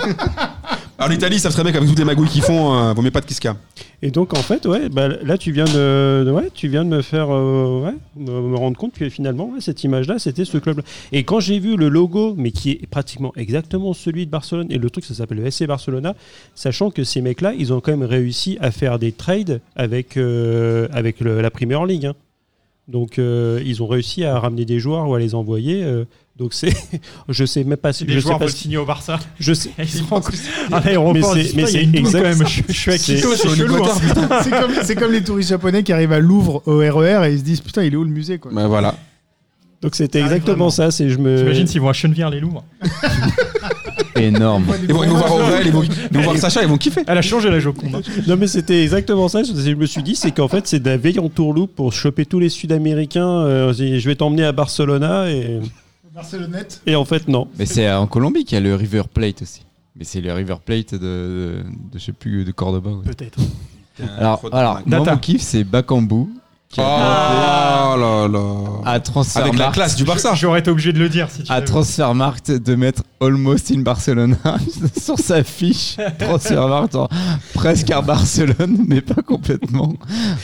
Speaker 2: Alors, l'Italie, ça serait mec, avec toutes les magouilles qu'ils font, euh, vaut mieux pas de kiss cam.
Speaker 4: Et donc en fait, ouais, bah, là tu viens de, de- ouais, tu viens de me faire, euh, ouais, me, me rendre compte que finalement ouais, cette image-là, c'était ce club-là. Et quand j'ai vu le logo, mais qui est pratiquement exactement celui de Barcelone, et le truc ça s'appelle le SC Barcelona, sachant que ces mecs-là, ils ont quand même réussi à faire des trades avec euh, avec le- la Premier League. hein. Donc euh, ils ont réussi à ramener des joueurs ou à les envoyer. euh, donc c'est, je sais même pas, si-
Speaker 1: Les
Speaker 4: je sais
Speaker 1: joueurs
Speaker 4: pas,
Speaker 1: veulent
Speaker 4: si-
Speaker 1: signer au Barça.
Speaker 4: je sais,
Speaker 1: Ils se rendent compte. à l'aéroport.
Speaker 4: Mais
Speaker 1: ils disent,
Speaker 4: c'est-
Speaker 1: putain, il y
Speaker 4: mais
Speaker 1: a
Speaker 4: c'est
Speaker 1: une douille
Speaker 4: exact.
Speaker 1: quand même. Je, je suis
Speaker 4: C'est-
Speaker 1: acquitté.
Speaker 2: c'est en
Speaker 1: chelou, hein.
Speaker 2: Équateur, putain.
Speaker 5: C'est comme, c'est comme les touristes japonais qui arrivent à Louvre au RER et ils se disent putain, il est où le musée quoi.
Speaker 2: Ben voilà.
Speaker 4: donc c'était
Speaker 5: Ah,
Speaker 4: exactement
Speaker 5: vraiment.
Speaker 4: ça. C'est je me,
Speaker 1: T'imagines s'ils vont à Chenevière les Louvres
Speaker 6: Énorme.
Speaker 2: Ils vont ils vont voir Aurel, ils vont ils vont voir Sacha, ils vont kiffer.
Speaker 1: Elle a changé la Joconde. hein.
Speaker 4: Non mais c'était exactement ça. Je me suis dit, c'est qu'en fait, c'est de la veille en tourloupe pour choper tous les Sud-Américains. Euh, j'ai- je vais t'emmener à Barcelona et,
Speaker 5: Barcelonnette.
Speaker 4: et en fait non.
Speaker 6: Mais c'est euh, en Colombie qu'il y a le River Plate aussi. Mais c'est le River Plate de, de, de je sais plus de Cordoba. ouais.
Speaker 1: Peut-être.
Speaker 6: Alors, alors moi,
Speaker 1: Data.
Speaker 6: mon kiff c'est
Speaker 2: Oh
Speaker 6: Bakambu qui
Speaker 2: là là.
Speaker 6: a transfert
Speaker 2: Avec la classe du Barça.
Speaker 1: J'aurais été obligé de le dire si tu
Speaker 6: à
Speaker 1: veux.
Speaker 6: Transfermarkt de mettre Almost in Barcelona sur sa fiche Transfermarkt en presque à Barcelone mais pas complètement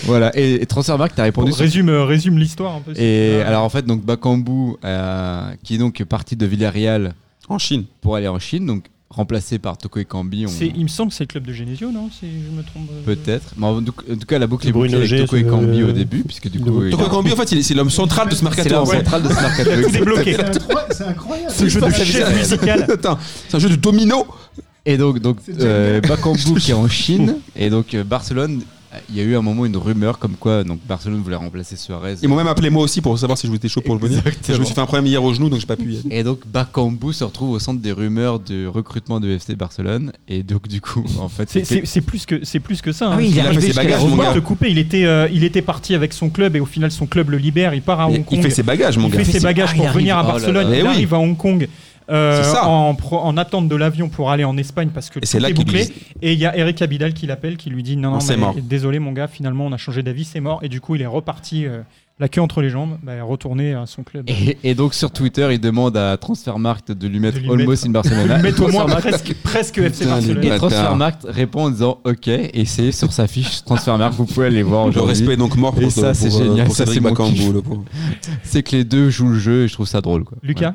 Speaker 6: voilà et, et Transfermarkt t'as répondu sur-
Speaker 1: Résume, euh, résume l'histoire un peu. si tu
Speaker 6: et
Speaker 2: Ah.
Speaker 1: veux.
Speaker 6: alors en fait donc Bakambu euh, qui est donc parti de Villarreal
Speaker 2: En Chine.
Speaker 6: pour aller en Chine donc remplacé par Toko Ekambi on-
Speaker 1: C'est- il me semble que c'est le club de Genesio, non Si je me trompe. euh,
Speaker 6: peut-être mais en, tout- en tout cas la boucle est
Speaker 4: Bruno
Speaker 6: bouclée avec
Speaker 4: Gé,
Speaker 6: Toko
Speaker 4: c'est-
Speaker 6: Ekambi au début puisque du coup
Speaker 4: le-
Speaker 6: il a-
Speaker 2: Toko Kambi, en fait, il est- c'est l'homme central de ce
Speaker 6: c'est
Speaker 2: mercato.
Speaker 6: la
Speaker 2: en fait.
Speaker 6: centrale de ce mercato
Speaker 1: Tout débloqué.
Speaker 5: C'est incro- c'est incroyable.
Speaker 1: Ce jeu de
Speaker 2: C'est-
Speaker 1: chef
Speaker 2: c'est-
Speaker 1: musical.
Speaker 2: Attends, c'est un jeu de domino.
Speaker 6: Et donc, donc
Speaker 5: C'est
Speaker 6: euh, Bakambu qui est en Chine. Et donc, euh, Barcelone, euh, il y a eu un moment une rumeur comme quoi donc Barcelone voulait remplacer Suarez.
Speaker 2: Ils m'ont même appelé moi aussi pour savoir si je étais chaud pour venir. Je me
Speaker 6: Exactement.
Speaker 2: suis fait un problème hier au genou, donc j'ai pas pu y aller.
Speaker 6: Et donc, Bakambu se retrouve au centre des rumeurs de recrutement de FC Barcelone. Et donc, du coup, en fait,
Speaker 1: C'est-
Speaker 6: c'était-
Speaker 1: C'est c'est plus que c'est plus que ça. hein.
Speaker 6: Ah oui, il est
Speaker 1: C'est-
Speaker 6: arrivé
Speaker 1: c'est-
Speaker 2: jusqu'à la
Speaker 1: c'est-
Speaker 2: Roumanie.
Speaker 1: Romain te couper. Il était euh, il était parti avec son club et au final son club le libère. Il part à Hong
Speaker 2: Il,
Speaker 1: Kong.
Speaker 2: il fait ses bagages, mon
Speaker 1: Il
Speaker 2: gars.
Speaker 1: fait ses
Speaker 6: ses-
Speaker 1: bagages
Speaker 6: Ah,
Speaker 1: pour
Speaker 6: il
Speaker 1: venir à
Speaker 6: arrive. Oh là
Speaker 1: Barcelone.
Speaker 2: là.
Speaker 1: il
Speaker 2: Eh oui.
Speaker 1: arrive à Hong Kong euh,
Speaker 2: C'est ça.
Speaker 1: en, pro- en attente de l'avion pour aller en Espagne parce que
Speaker 2: Et c'est
Speaker 1: tout
Speaker 2: là
Speaker 1: est
Speaker 2: qu'il
Speaker 1: bouclé.
Speaker 2: lui
Speaker 1: Et il y a Eric Abidal qui l'appelle, qui lui dit non,
Speaker 2: Non,
Speaker 1: non,
Speaker 2: c'est
Speaker 1: mais
Speaker 2: mort.
Speaker 1: désolé mon gars, finalement on a changé d'avis, c'est mort. Et du coup il est reparti euh, la queue entre les jambes, bah, retourné à son club.
Speaker 6: et, et donc, sur Twitter, il demande à Transfermarkt de lui mettre
Speaker 1: lui
Speaker 6: Almost in Barcelona.
Speaker 1: Mettre au moins
Speaker 6: Transfermarkt-
Speaker 1: presque, presque FC
Speaker 2: Putain, les
Speaker 1: Barcelone.
Speaker 6: Et
Speaker 2: Bâtard.
Speaker 6: Transfermarkt répond en disant OK. Et c'est sur sa fiche Transfermarkt, vous pouvez aller voir
Speaker 2: Le
Speaker 6: aujourd'hui.
Speaker 2: respect est donc mort pour,
Speaker 6: Et ça,
Speaker 2: pour,
Speaker 6: c'est
Speaker 2: euh,
Speaker 6: génial,
Speaker 2: pour
Speaker 6: ça,
Speaker 2: Cédric
Speaker 6: c'est mon
Speaker 2: Bakambu,
Speaker 6: kiff.
Speaker 2: le pauvre.
Speaker 6: C'est que les deux jouent le jeu et je trouve ça drôle. Quoi.
Speaker 1: Lucas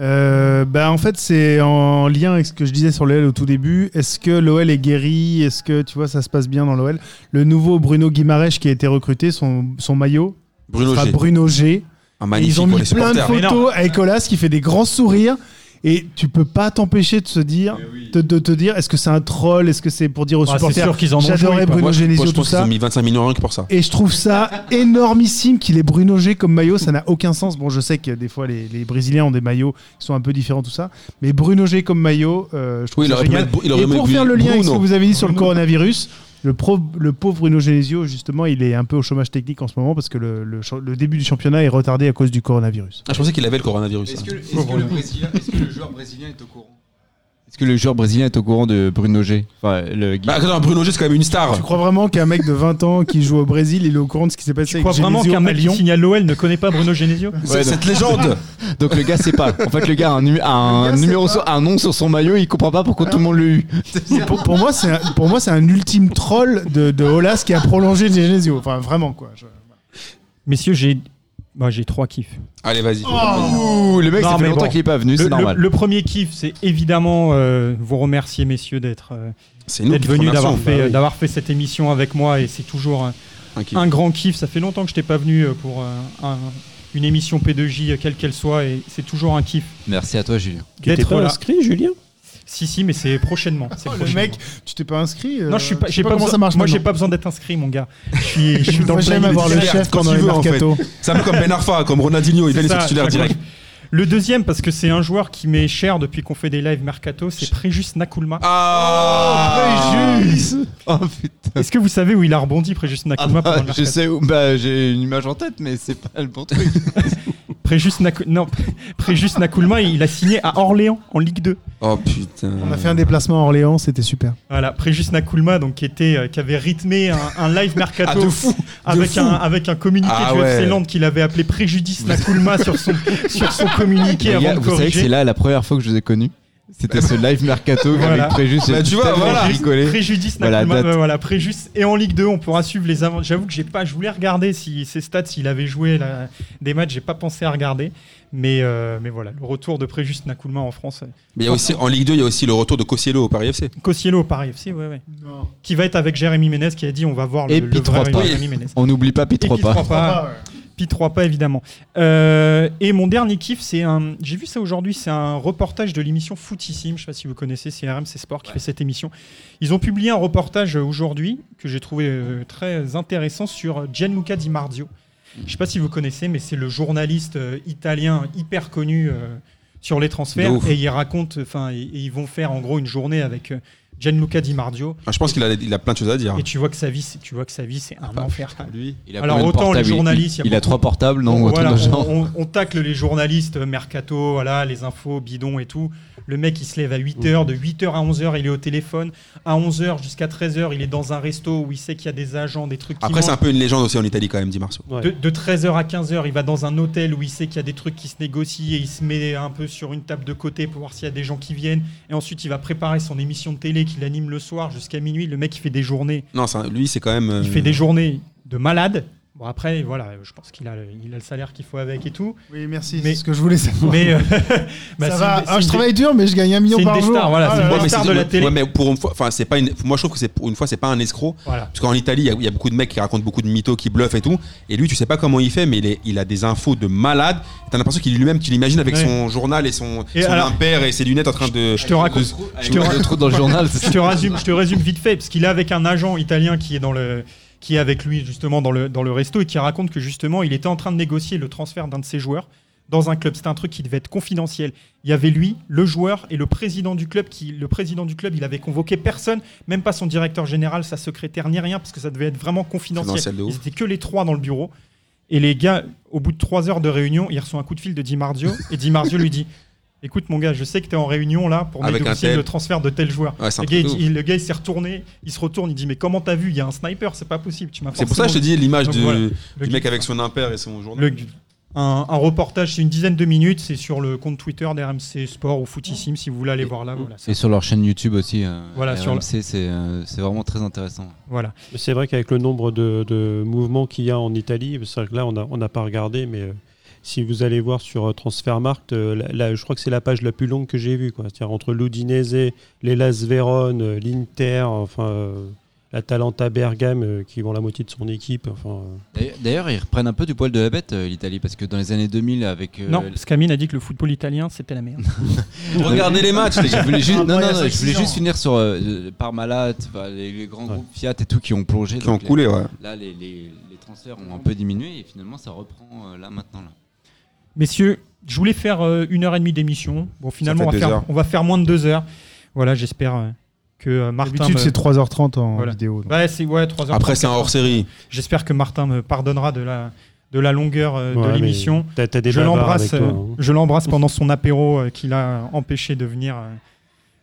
Speaker 5: Euh, bah en fait c'est en lien avec ce que je disais sur l'OL au tout début. Est-ce que l'OL est guéri Est-ce que tu vois ça se passe bien dans l'OL Le nouveau Bruno Guimaraes qui a été recruté, son, son maillot
Speaker 2: Bruno
Speaker 5: sera
Speaker 2: G.
Speaker 5: Bruno G.
Speaker 2: Un
Speaker 5: Et
Speaker 2: magnifique
Speaker 5: ils ont
Speaker 2: pour
Speaker 5: mis
Speaker 2: les
Speaker 5: plein de
Speaker 2: supporters.
Speaker 1: Mais non.
Speaker 5: photos avec Olas qui fait des grands sourires. Et tu peux pas t'empêcher de se dire, de, de te dire, est-ce que c'est un troll, est-ce que c'est pour dire aux
Speaker 1: Eh Bah, c'est
Speaker 5: supporters,
Speaker 1: sûr qu'ils en ont joué,
Speaker 5: j'adorais
Speaker 1: quoi.
Speaker 5: Bruno
Speaker 2: Moi, je, moi,
Speaker 5: Genesio
Speaker 2: je
Speaker 5: tout
Speaker 2: pense qu'ils
Speaker 5: ça.
Speaker 2: ont mis 25 millions rien que pour ça.
Speaker 5: Et je trouve ça énormissime qu'il ait Bruno G comme maillot, ça n'a aucun sens. Bon, je sais que des fois les, les Brésiliens ont des maillots qui sont un peu différents, tout ça, mais Bruno G comme maillot, euh, je trouve
Speaker 2: Oui, il
Speaker 5: ça
Speaker 2: aurait pu
Speaker 5: génial.
Speaker 2: mettre Bru- il aurait
Speaker 5: Et
Speaker 2: pu
Speaker 5: pour
Speaker 2: mettre
Speaker 5: faire le lien avec ce que
Speaker 2: Bruno.
Speaker 5: vous avez dit sur le coronavirus, le, pro- le pauvre Bruno Genesio, justement, il est un peu au chômage technique en ce moment parce que le, le cha- le début du championnat est retardé à cause du coronavirus.
Speaker 2: Ah, je pensais qu'il avait le coronavirus.
Speaker 6: Est-ce
Speaker 2: hein.
Speaker 6: que, est-ce que le Brésilien- est-ce que le joueur brésilien est au courant Est-ce que le joueur brésilien est au courant de Bruno G Enfin, le
Speaker 2: Bah, attends, Bruno G, c'est quand même une star.
Speaker 5: Tu crois vraiment qu'un mec de 20 ans qui joue au Brésil, il est au courant de ce qui s'est passé
Speaker 1: Tu
Speaker 5: avec
Speaker 1: crois vraiment
Speaker 5: Genesio
Speaker 1: qu'un
Speaker 5: à
Speaker 1: mec qui
Speaker 5: Lyon
Speaker 1: signe à l'OL ne connaît pas Bruno Genesio
Speaker 2: C'est- Cette légende.
Speaker 6: Donc le gars sait pas. En fait, le gars a un, nu- a un
Speaker 5: Le gars sait
Speaker 6: numéro,
Speaker 5: pas.
Speaker 6: sur- a un nom sur son maillot, il comprend pas pourquoi tout le monde l'a eu.
Speaker 5: pour, pour moi, c'est un- pour moi, c'est un ultime troll de, de Olas qui a prolongé Genesio. Enfin, vraiment, quoi. Je-
Speaker 1: Messieurs, j'ai bah, j'ai trois kiffs.
Speaker 2: Allez, vas-y.
Speaker 6: Oh. Ouh, le mec,
Speaker 1: Non,
Speaker 6: ça fait
Speaker 1: mais
Speaker 6: longtemps
Speaker 1: bon.
Speaker 6: qu'il est pas venu,
Speaker 1: Le,
Speaker 6: c'est
Speaker 1: le-
Speaker 6: normal.
Speaker 1: le premier kiff, c'est évidemment euh, vous remercier, messieurs, d'être euh,
Speaker 2: C'est nous
Speaker 1: d'être
Speaker 2: qui
Speaker 1: venus,
Speaker 2: te
Speaker 1: d'avoir
Speaker 2: remercions.
Speaker 1: fait, d'avoir fait cette émission avec moi. Et c'est toujours un,
Speaker 2: Un kiff.
Speaker 1: un grand kiff. Ça fait longtemps que je t'ai pas venu euh, pour euh, un- une émission P2J, euh, quelle qu'elle soit. Et c'est toujours un kiff
Speaker 6: Merci à toi, Julien.
Speaker 4: Tu t'es
Speaker 1: d'être
Speaker 4: pas
Speaker 1: là.
Speaker 4: inscrit, Julien
Speaker 1: Si, si, mais c'est prochainement. c'est
Speaker 5: Oh, le
Speaker 1: prochainement.
Speaker 5: mec, tu t'es pas inscrit euh,
Speaker 1: Non, je suis pas,
Speaker 5: je sais
Speaker 1: j'ai pas
Speaker 5: comment
Speaker 1: besoin-
Speaker 5: ça marche.
Speaker 1: Moi, j'ai
Speaker 5: maintenant.
Speaker 1: pas besoin d'être inscrit, mon gars. Je suis, je suis dans
Speaker 5: Moi,
Speaker 1: le
Speaker 5: j'aime
Speaker 1: planning
Speaker 5: avoir
Speaker 1: des
Speaker 5: le
Speaker 1: experts.
Speaker 5: chef
Speaker 2: quand
Speaker 5: pendant
Speaker 2: il
Speaker 5: les
Speaker 2: veut, en fait.
Speaker 5: mercato.
Speaker 2: C'est un peu comme Ben Arfa, comme Ronaldinho, il
Speaker 1: C'est
Speaker 2: vient les
Speaker 1: ça,
Speaker 2: titulaires
Speaker 1: je
Speaker 2: direct.
Speaker 1: Le deuxième, parce que c'est un joueur qui m'est cher depuis qu'on fait des lives mercato, c'est Préjus Nakulma.
Speaker 2: Ah
Speaker 6: Oh putain.
Speaker 1: Est-ce que vous savez où il a rebondi, Préjus Nakulma pendant le
Speaker 6: je
Speaker 1: mercato
Speaker 6: sais où. Bah, j'ai une image en tête, mais c'est pas le bon truc.
Speaker 1: Préjus Naku- non, Préjus Nakulma, il a signé à Orléans en Ligue 2.
Speaker 2: Oh putain.
Speaker 5: On a fait un déplacement à Orléans, c'était super.
Speaker 1: Voilà, Préjus Nakulma, donc qui était, euh, qui avait rythmé un, un live mercato
Speaker 2: Ah, de fou
Speaker 1: avec un avec un communiqué
Speaker 2: Ah
Speaker 1: du
Speaker 2: ouais.
Speaker 1: FC Nantes qu'il avait appelé Préjudice Nakulma sur son sur son communiqué
Speaker 6: Les
Speaker 1: avant
Speaker 6: gars,
Speaker 1: de
Speaker 6: vous savez que
Speaker 1: corriger.
Speaker 6: c'est là la première fois que je vous ai connu. C'était ce live mercato
Speaker 1: Voilà.
Speaker 6: avec Préjus.
Speaker 2: Bah,
Speaker 6: j'ai
Speaker 2: tu vois,
Speaker 6: tellement
Speaker 2: voilà.
Speaker 6: rigolé.
Speaker 1: Préjudice
Speaker 6: Voilà,
Speaker 1: Nakulma,
Speaker 6: date.
Speaker 1: euh, voilà, Préjudice. Et en Ligue 2, on pourra suivre les avant. J'avoue que j'ai pas, je voulais regarder si ses stats, s'il avait joué là, des matchs, j'ai pas pensé à regarder. Mais, euh, mais voilà, le retour de Préjudice Nakulma en France.
Speaker 2: Mais il y a aussi, en Ligue 2, il y a aussi le retour de Cossiello au Paris FC.
Speaker 1: Cossiello au Paris FC, ouais, ouais. Qui va être avec Jérémy Ménez, qui a dit on va voir le,
Speaker 6: Et
Speaker 1: le
Speaker 6: Pitre
Speaker 1: vrai
Speaker 6: Pas.
Speaker 1: Jérémy Ménez.
Speaker 6: On n'oublie pas
Speaker 1: Et
Speaker 6: Pitre
Speaker 1: Pitre
Speaker 6: pas.
Speaker 1: Pas. Pitre pas, évidemment. Euh, et mon dernier kiff, c'est un. J'ai vu ça aujourd'hui, c'est un reportage de l'émission Footissime. Je sais pas si vous connaissez, c'est RMC Sport qui fait cette émission. Ils ont publié un reportage euh, aujourd'hui que j'ai trouvé euh, très intéressant sur Gianluca Di Marzio. Je sais pas si vous connaissez, mais c'est le journaliste euh, italien hyper connu euh, sur les transferts.
Speaker 2: De ouf.
Speaker 1: Et il raconte, enfin, et- et ils vont faire en gros une journée avec euh, Gianluca Di Marzio.
Speaker 2: Ah, je pense qu'il a, il a plein de choses à dire. hein.
Speaker 1: Et tu vois que sa vie, c'est- tu vois que sa vie, c'est
Speaker 2: Ah,
Speaker 1: un
Speaker 2: bah,
Speaker 1: enfer. quoi.
Speaker 2: Lui.
Speaker 6: Il a
Speaker 1: Alors,
Speaker 6: combien de
Speaker 1: autant les
Speaker 6: portables Il-
Speaker 1: journalistes, il y a
Speaker 6: Il, a
Speaker 1: beaucoup-
Speaker 6: trois portables, non
Speaker 1: Bon,
Speaker 6: ou un truc
Speaker 1: voilà,
Speaker 6: dans le genre.
Speaker 1: on, on- on tacle les journalistes, euh, mercato, voilà, les infos, bidons et tout. Le mec, il se lève à 8h, de 8h à 11h, il est au téléphone. À 11h jusqu'à 13h, il est dans un resto où il sait qu'il y a des agents, des trucs qui
Speaker 2: Après, c'est un
Speaker 1: mangent.
Speaker 2: peu une légende aussi en Italie quand même, dit Marceau.
Speaker 4: Ouais.
Speaker 1: De, 13h à 15h, il va dans un hôtel où il sait qu'il y a des trucs qui se négocient et il se met un peu sur une table de côté pour voir s'il y a des gens qui viennent. Et ensuite, il va préparer son émission de télé qu'il anime le soir jusqu'à minuit. Le mec, il fait des journées.
Speaker 2: Non, c'est un- lui, c'est quand même. euh,
Speaker 1: Il fait des journées de malade. Bon, après, voilà, je pense qu'il a, le- il a le salaire qu'il faut avec et tout.
Speaker 5: Oui, merci,
Speaker 1: Mais-
Speaker 5: c'est ce que je voulais savoir.
Speaker 1: Mais euh, bah, c'est
Speaker 5: ça va,
Speaker 1: une-
Speaker 5: Ah,
Speaker 1: c'est
Speaker 5: je
Speaker 1: une-
Speaker 5: travaille dur, mais je gagne un million
Speaker 1: c'est une
Speaker 5: par
Speaker 1: des
Speaker 5: jour.
Speaker 1: stars, voilà,
Speaker 5: Ah
Speaker 1: c'est
Speaker 5: là
Speaker 1: une
Speaker 5: là.
Speaker 1: des star de la
Speaker 2: ouais,
Speaker 1: télé.
Speaker 2: mais pour une fois, enfin, c'est pas une. Moi, je trouve que c'est pour une fois, c'est pas un escroc.
Speaker 1: Voilà.
Speaker 2: Parce qu'en Italie, il y a- il y, a beaucoup de mecs qui racontent beaucoup de mythos, qui bluffent et tout. Et lui, tu sais pas comment il fait, mais il, est- il a des infos de malade. T'as l'impression qu'il est lui-même, tu l'imagines avec
Speaker 1: Ouais.
Speaker 2: son journal et son,
Speaker 1: Et
Speaker 2: son
Speaker 1: alors-
Speaker 2: impair et ses lunettes en train de.
Speaker 1: Je te raconte. Je te, ra-
Speaker 6: Le trou dans le journal, c'est
Speaker 1: je te résume, je te résume vite fait, parce qu'il est avec un agent italien qui est dans le qui est avec lui justement dans le dans le resto et qui raconte que justement il était en train de négocier le transfert d'un de ses joueurs dans un club. C'était un truc qui devait être confidentiel. Il y avait lui, le joueur et le président du club qui le président du club il avait convoqué personne, même pas son directeur général, sa secrétaire ni rien parce que ça devait être vraiment confidentiel.
Speaker 2: Confidentiel de ouf.
Speaker 1: Ils étaient que les trois dans le bureau. Et les gars, au bout de trois heures de réunion, ils reçoivent un coup de fil de Di Marzio et Di Marzio lui dit Écoute, mon gars, je sais que tu es en réunion là pour
Speaker 2: Avec
Speaker 1: mes
Speaker 2: un
Speaker 1: dossiers
Speaker 2: tel.
Speaker 1: de transfert de tel joueur.
Speaker 2: Ouais, c'est un
Speaker 1: le, gars,
Speaker 2: truc de
Speaker 1: il dit- le gars, il s'est retourné, il se retourne, il dit Mais comment t'as vu Il y a un sniper, c'est pas possible. Tu m'as
Speaker 2: C'est pour ça que je te
Speaker 1: forcément-
Speaker 2: dis l'image
Speaker 1: Donc
Speaker 2: du,
Speaker 1: voilà,
Speaker 2: du
Speaker 1: le-
Speaker 2: mec avec son impair et son journal.
Speaker 1: le- un, un reportage, c'est une dizaine de minutes, c'est sur le compte Twitter d'RMC Sport ou Footissime si vous voulez aller voir là. Voilà.
Speaker 6: Et sur leur chaîne YouTube aussi. euh,
Speaker 1: Voilà, sur
Speaker 6: RMC, c'est euh, c'est vraiment très intéressant.
Speaker 1: voilà.
Speaker 4: Mais C'est vrai qu'avec le nombre de, de mouvements qu'il y a en Italie, c'est vrai que là, on n'a on n'a pas regardé, mais euh, si vous allez voir sur euh, Transfermarkt, euh, la- la- je crois que c'est la page la plus longue que j'ai vue. quoi. C'est-à-dire entre l'Udinese, l'Elas Vérone, l'Inter, enfin, euh, la Talenta Bergame euh, qui vend la moitié de son équipe. Enfin, euh,
Speaker 6: D'ailleurs- D'ailleurs, ils reprennent un peu du poil de la bête, euh, l'Italie, parce que dans les années 2000, avec. euh,
Speaker 1: Non,
Speaker 6: l-
Speaker 1: parce qu'Amine a dit que le football italien, c'était la merde.
Speaker 6: Regardez les matchs. les gars. Je voulais juste, non, non,
Speaker 5: Ah, il y a
Speaker 6: non,
Speaker 5: cinq,
Speaker 6: je voulais
Speaker 5: six
Speaker 6: juste
Speaker 5: ans.
Speaker 6: finir sur euh, euh, Parmalat, enfin, les, les grands
Speaker 4: Ouais.
Speaker 6: groupes Fiat et tout qui ont plongé.
Speaker 2: Qui ont
Speaker 6: donc les-
Speaker 2: coulé, ouais.
Speaker 6: Là, les, les- les transferts ont un peu diminué et finalement, ça reprend euh, là maintenant. Là.
Speaker 1: Messieurs, je voulais faire euh, une heure et demie d'émission. Bon, finalement,
Speaker 2: fait
Speaker 1: on va,
Speaker 2: deux
Speaker 1: faire,
Speaker 2: heures.
Speaker 1: on va faire moins de deux heures. Voilà, j'espère euh, que euh, Martin.
Speaker 5: D'habitude,
Speaker 1: me-
Speaker 5: c'est 3h30 en
Speaker 1: Voilà. Bah,
Speaker 5: vidéo. donc.
Speaker 1: Ouais, c'est ouais, trois heures.
Speaker 2: Après, c'est un hors série.
Speaker 1: J'espère que Martin me pardonnera de la, de la longueur euh,
Speaker 4: ouais,
Speaker 1: de
Speaker 4: mais
Speaker 1: l'émission.
Speaker 4: t'as- t'as des
Speaker 1: Je
Speaker 4: bavards
Speaker 1: l'embrasse.
Speaker 4: avec toi,
Speaker 1: euh,
Speaker 4: hein.
Speaker 1: Je l'embrasse pendant son apéro euh, qu'il a empêché de venir, euh,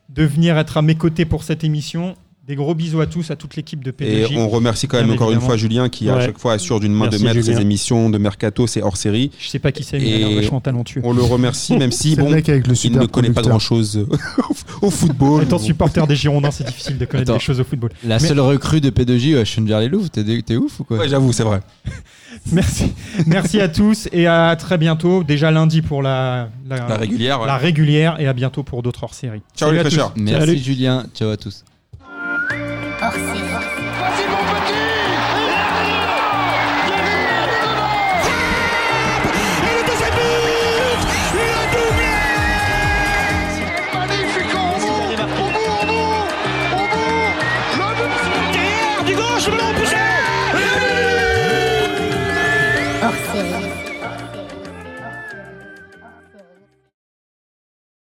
Speaker 1: de venir être à mes côtés pour cette émission. Des gros bisous à tous, à toute l'équipe de
Speaker 2: Et
Speaker 1: PDJ.
Speaker 2: on remercie quand même
Speaker 1: Bien
Speaker 2: encore une
Speaker 1: évidemment.
Speaker 2: fois Julien qui à
Speaker 4: Ouais.
Speaker 2: chaque fois assure d'une main
Speaker 4: Merci,
Speaker 2: de maître
Speaker 4: Julien.
Speaker 2: ses émissions de mercato, c'est hors série.
Speaker 1: Je sais pas qui c'est, mais il a
Speaker 2: Et
Speaker 1: l'air vachement talentueux.
Speaker 2: On le remercie même si
Speaker 5: C'est le
Speaker 2: bon,
Speaker 5: mec avec le
Speaker 2: il
Speaker 5: super
Speaker 2: ne connaît pas
Speaker 5: producteur.
Speaker 2: grand chose au football.
Speaker 1: Étant supporter des Girondins, c'est difficile de connaître
Speaker 6: Attends.
Speaker 1: des choses au football.
Speaker 6: La
Speaker 1: Mais-
Speaker 6: seule recrue de P2J, Schunjar les Louvres, euh, t'es t'es ouf ou quoi
Speaker 2: Ouais, j'avoue, c'est vrai.
Speaker 1: Merci, merci à tous et à très bientôt. Déjà lundi pour la, la,
Speaker 2: La régulière. ouais.
Speaker 1: la régulière et à bientôt pour d'autres hors-séries.
Speaker 2: Ciao
Speaker 1: Salut
Speaker 2: les
Speaker 1: à tous.
Speaker 2: fraîcheurs.
Speaker 6: Merci
Speaker 4: Salut.
Speaker 6: Julien, ciao à tous.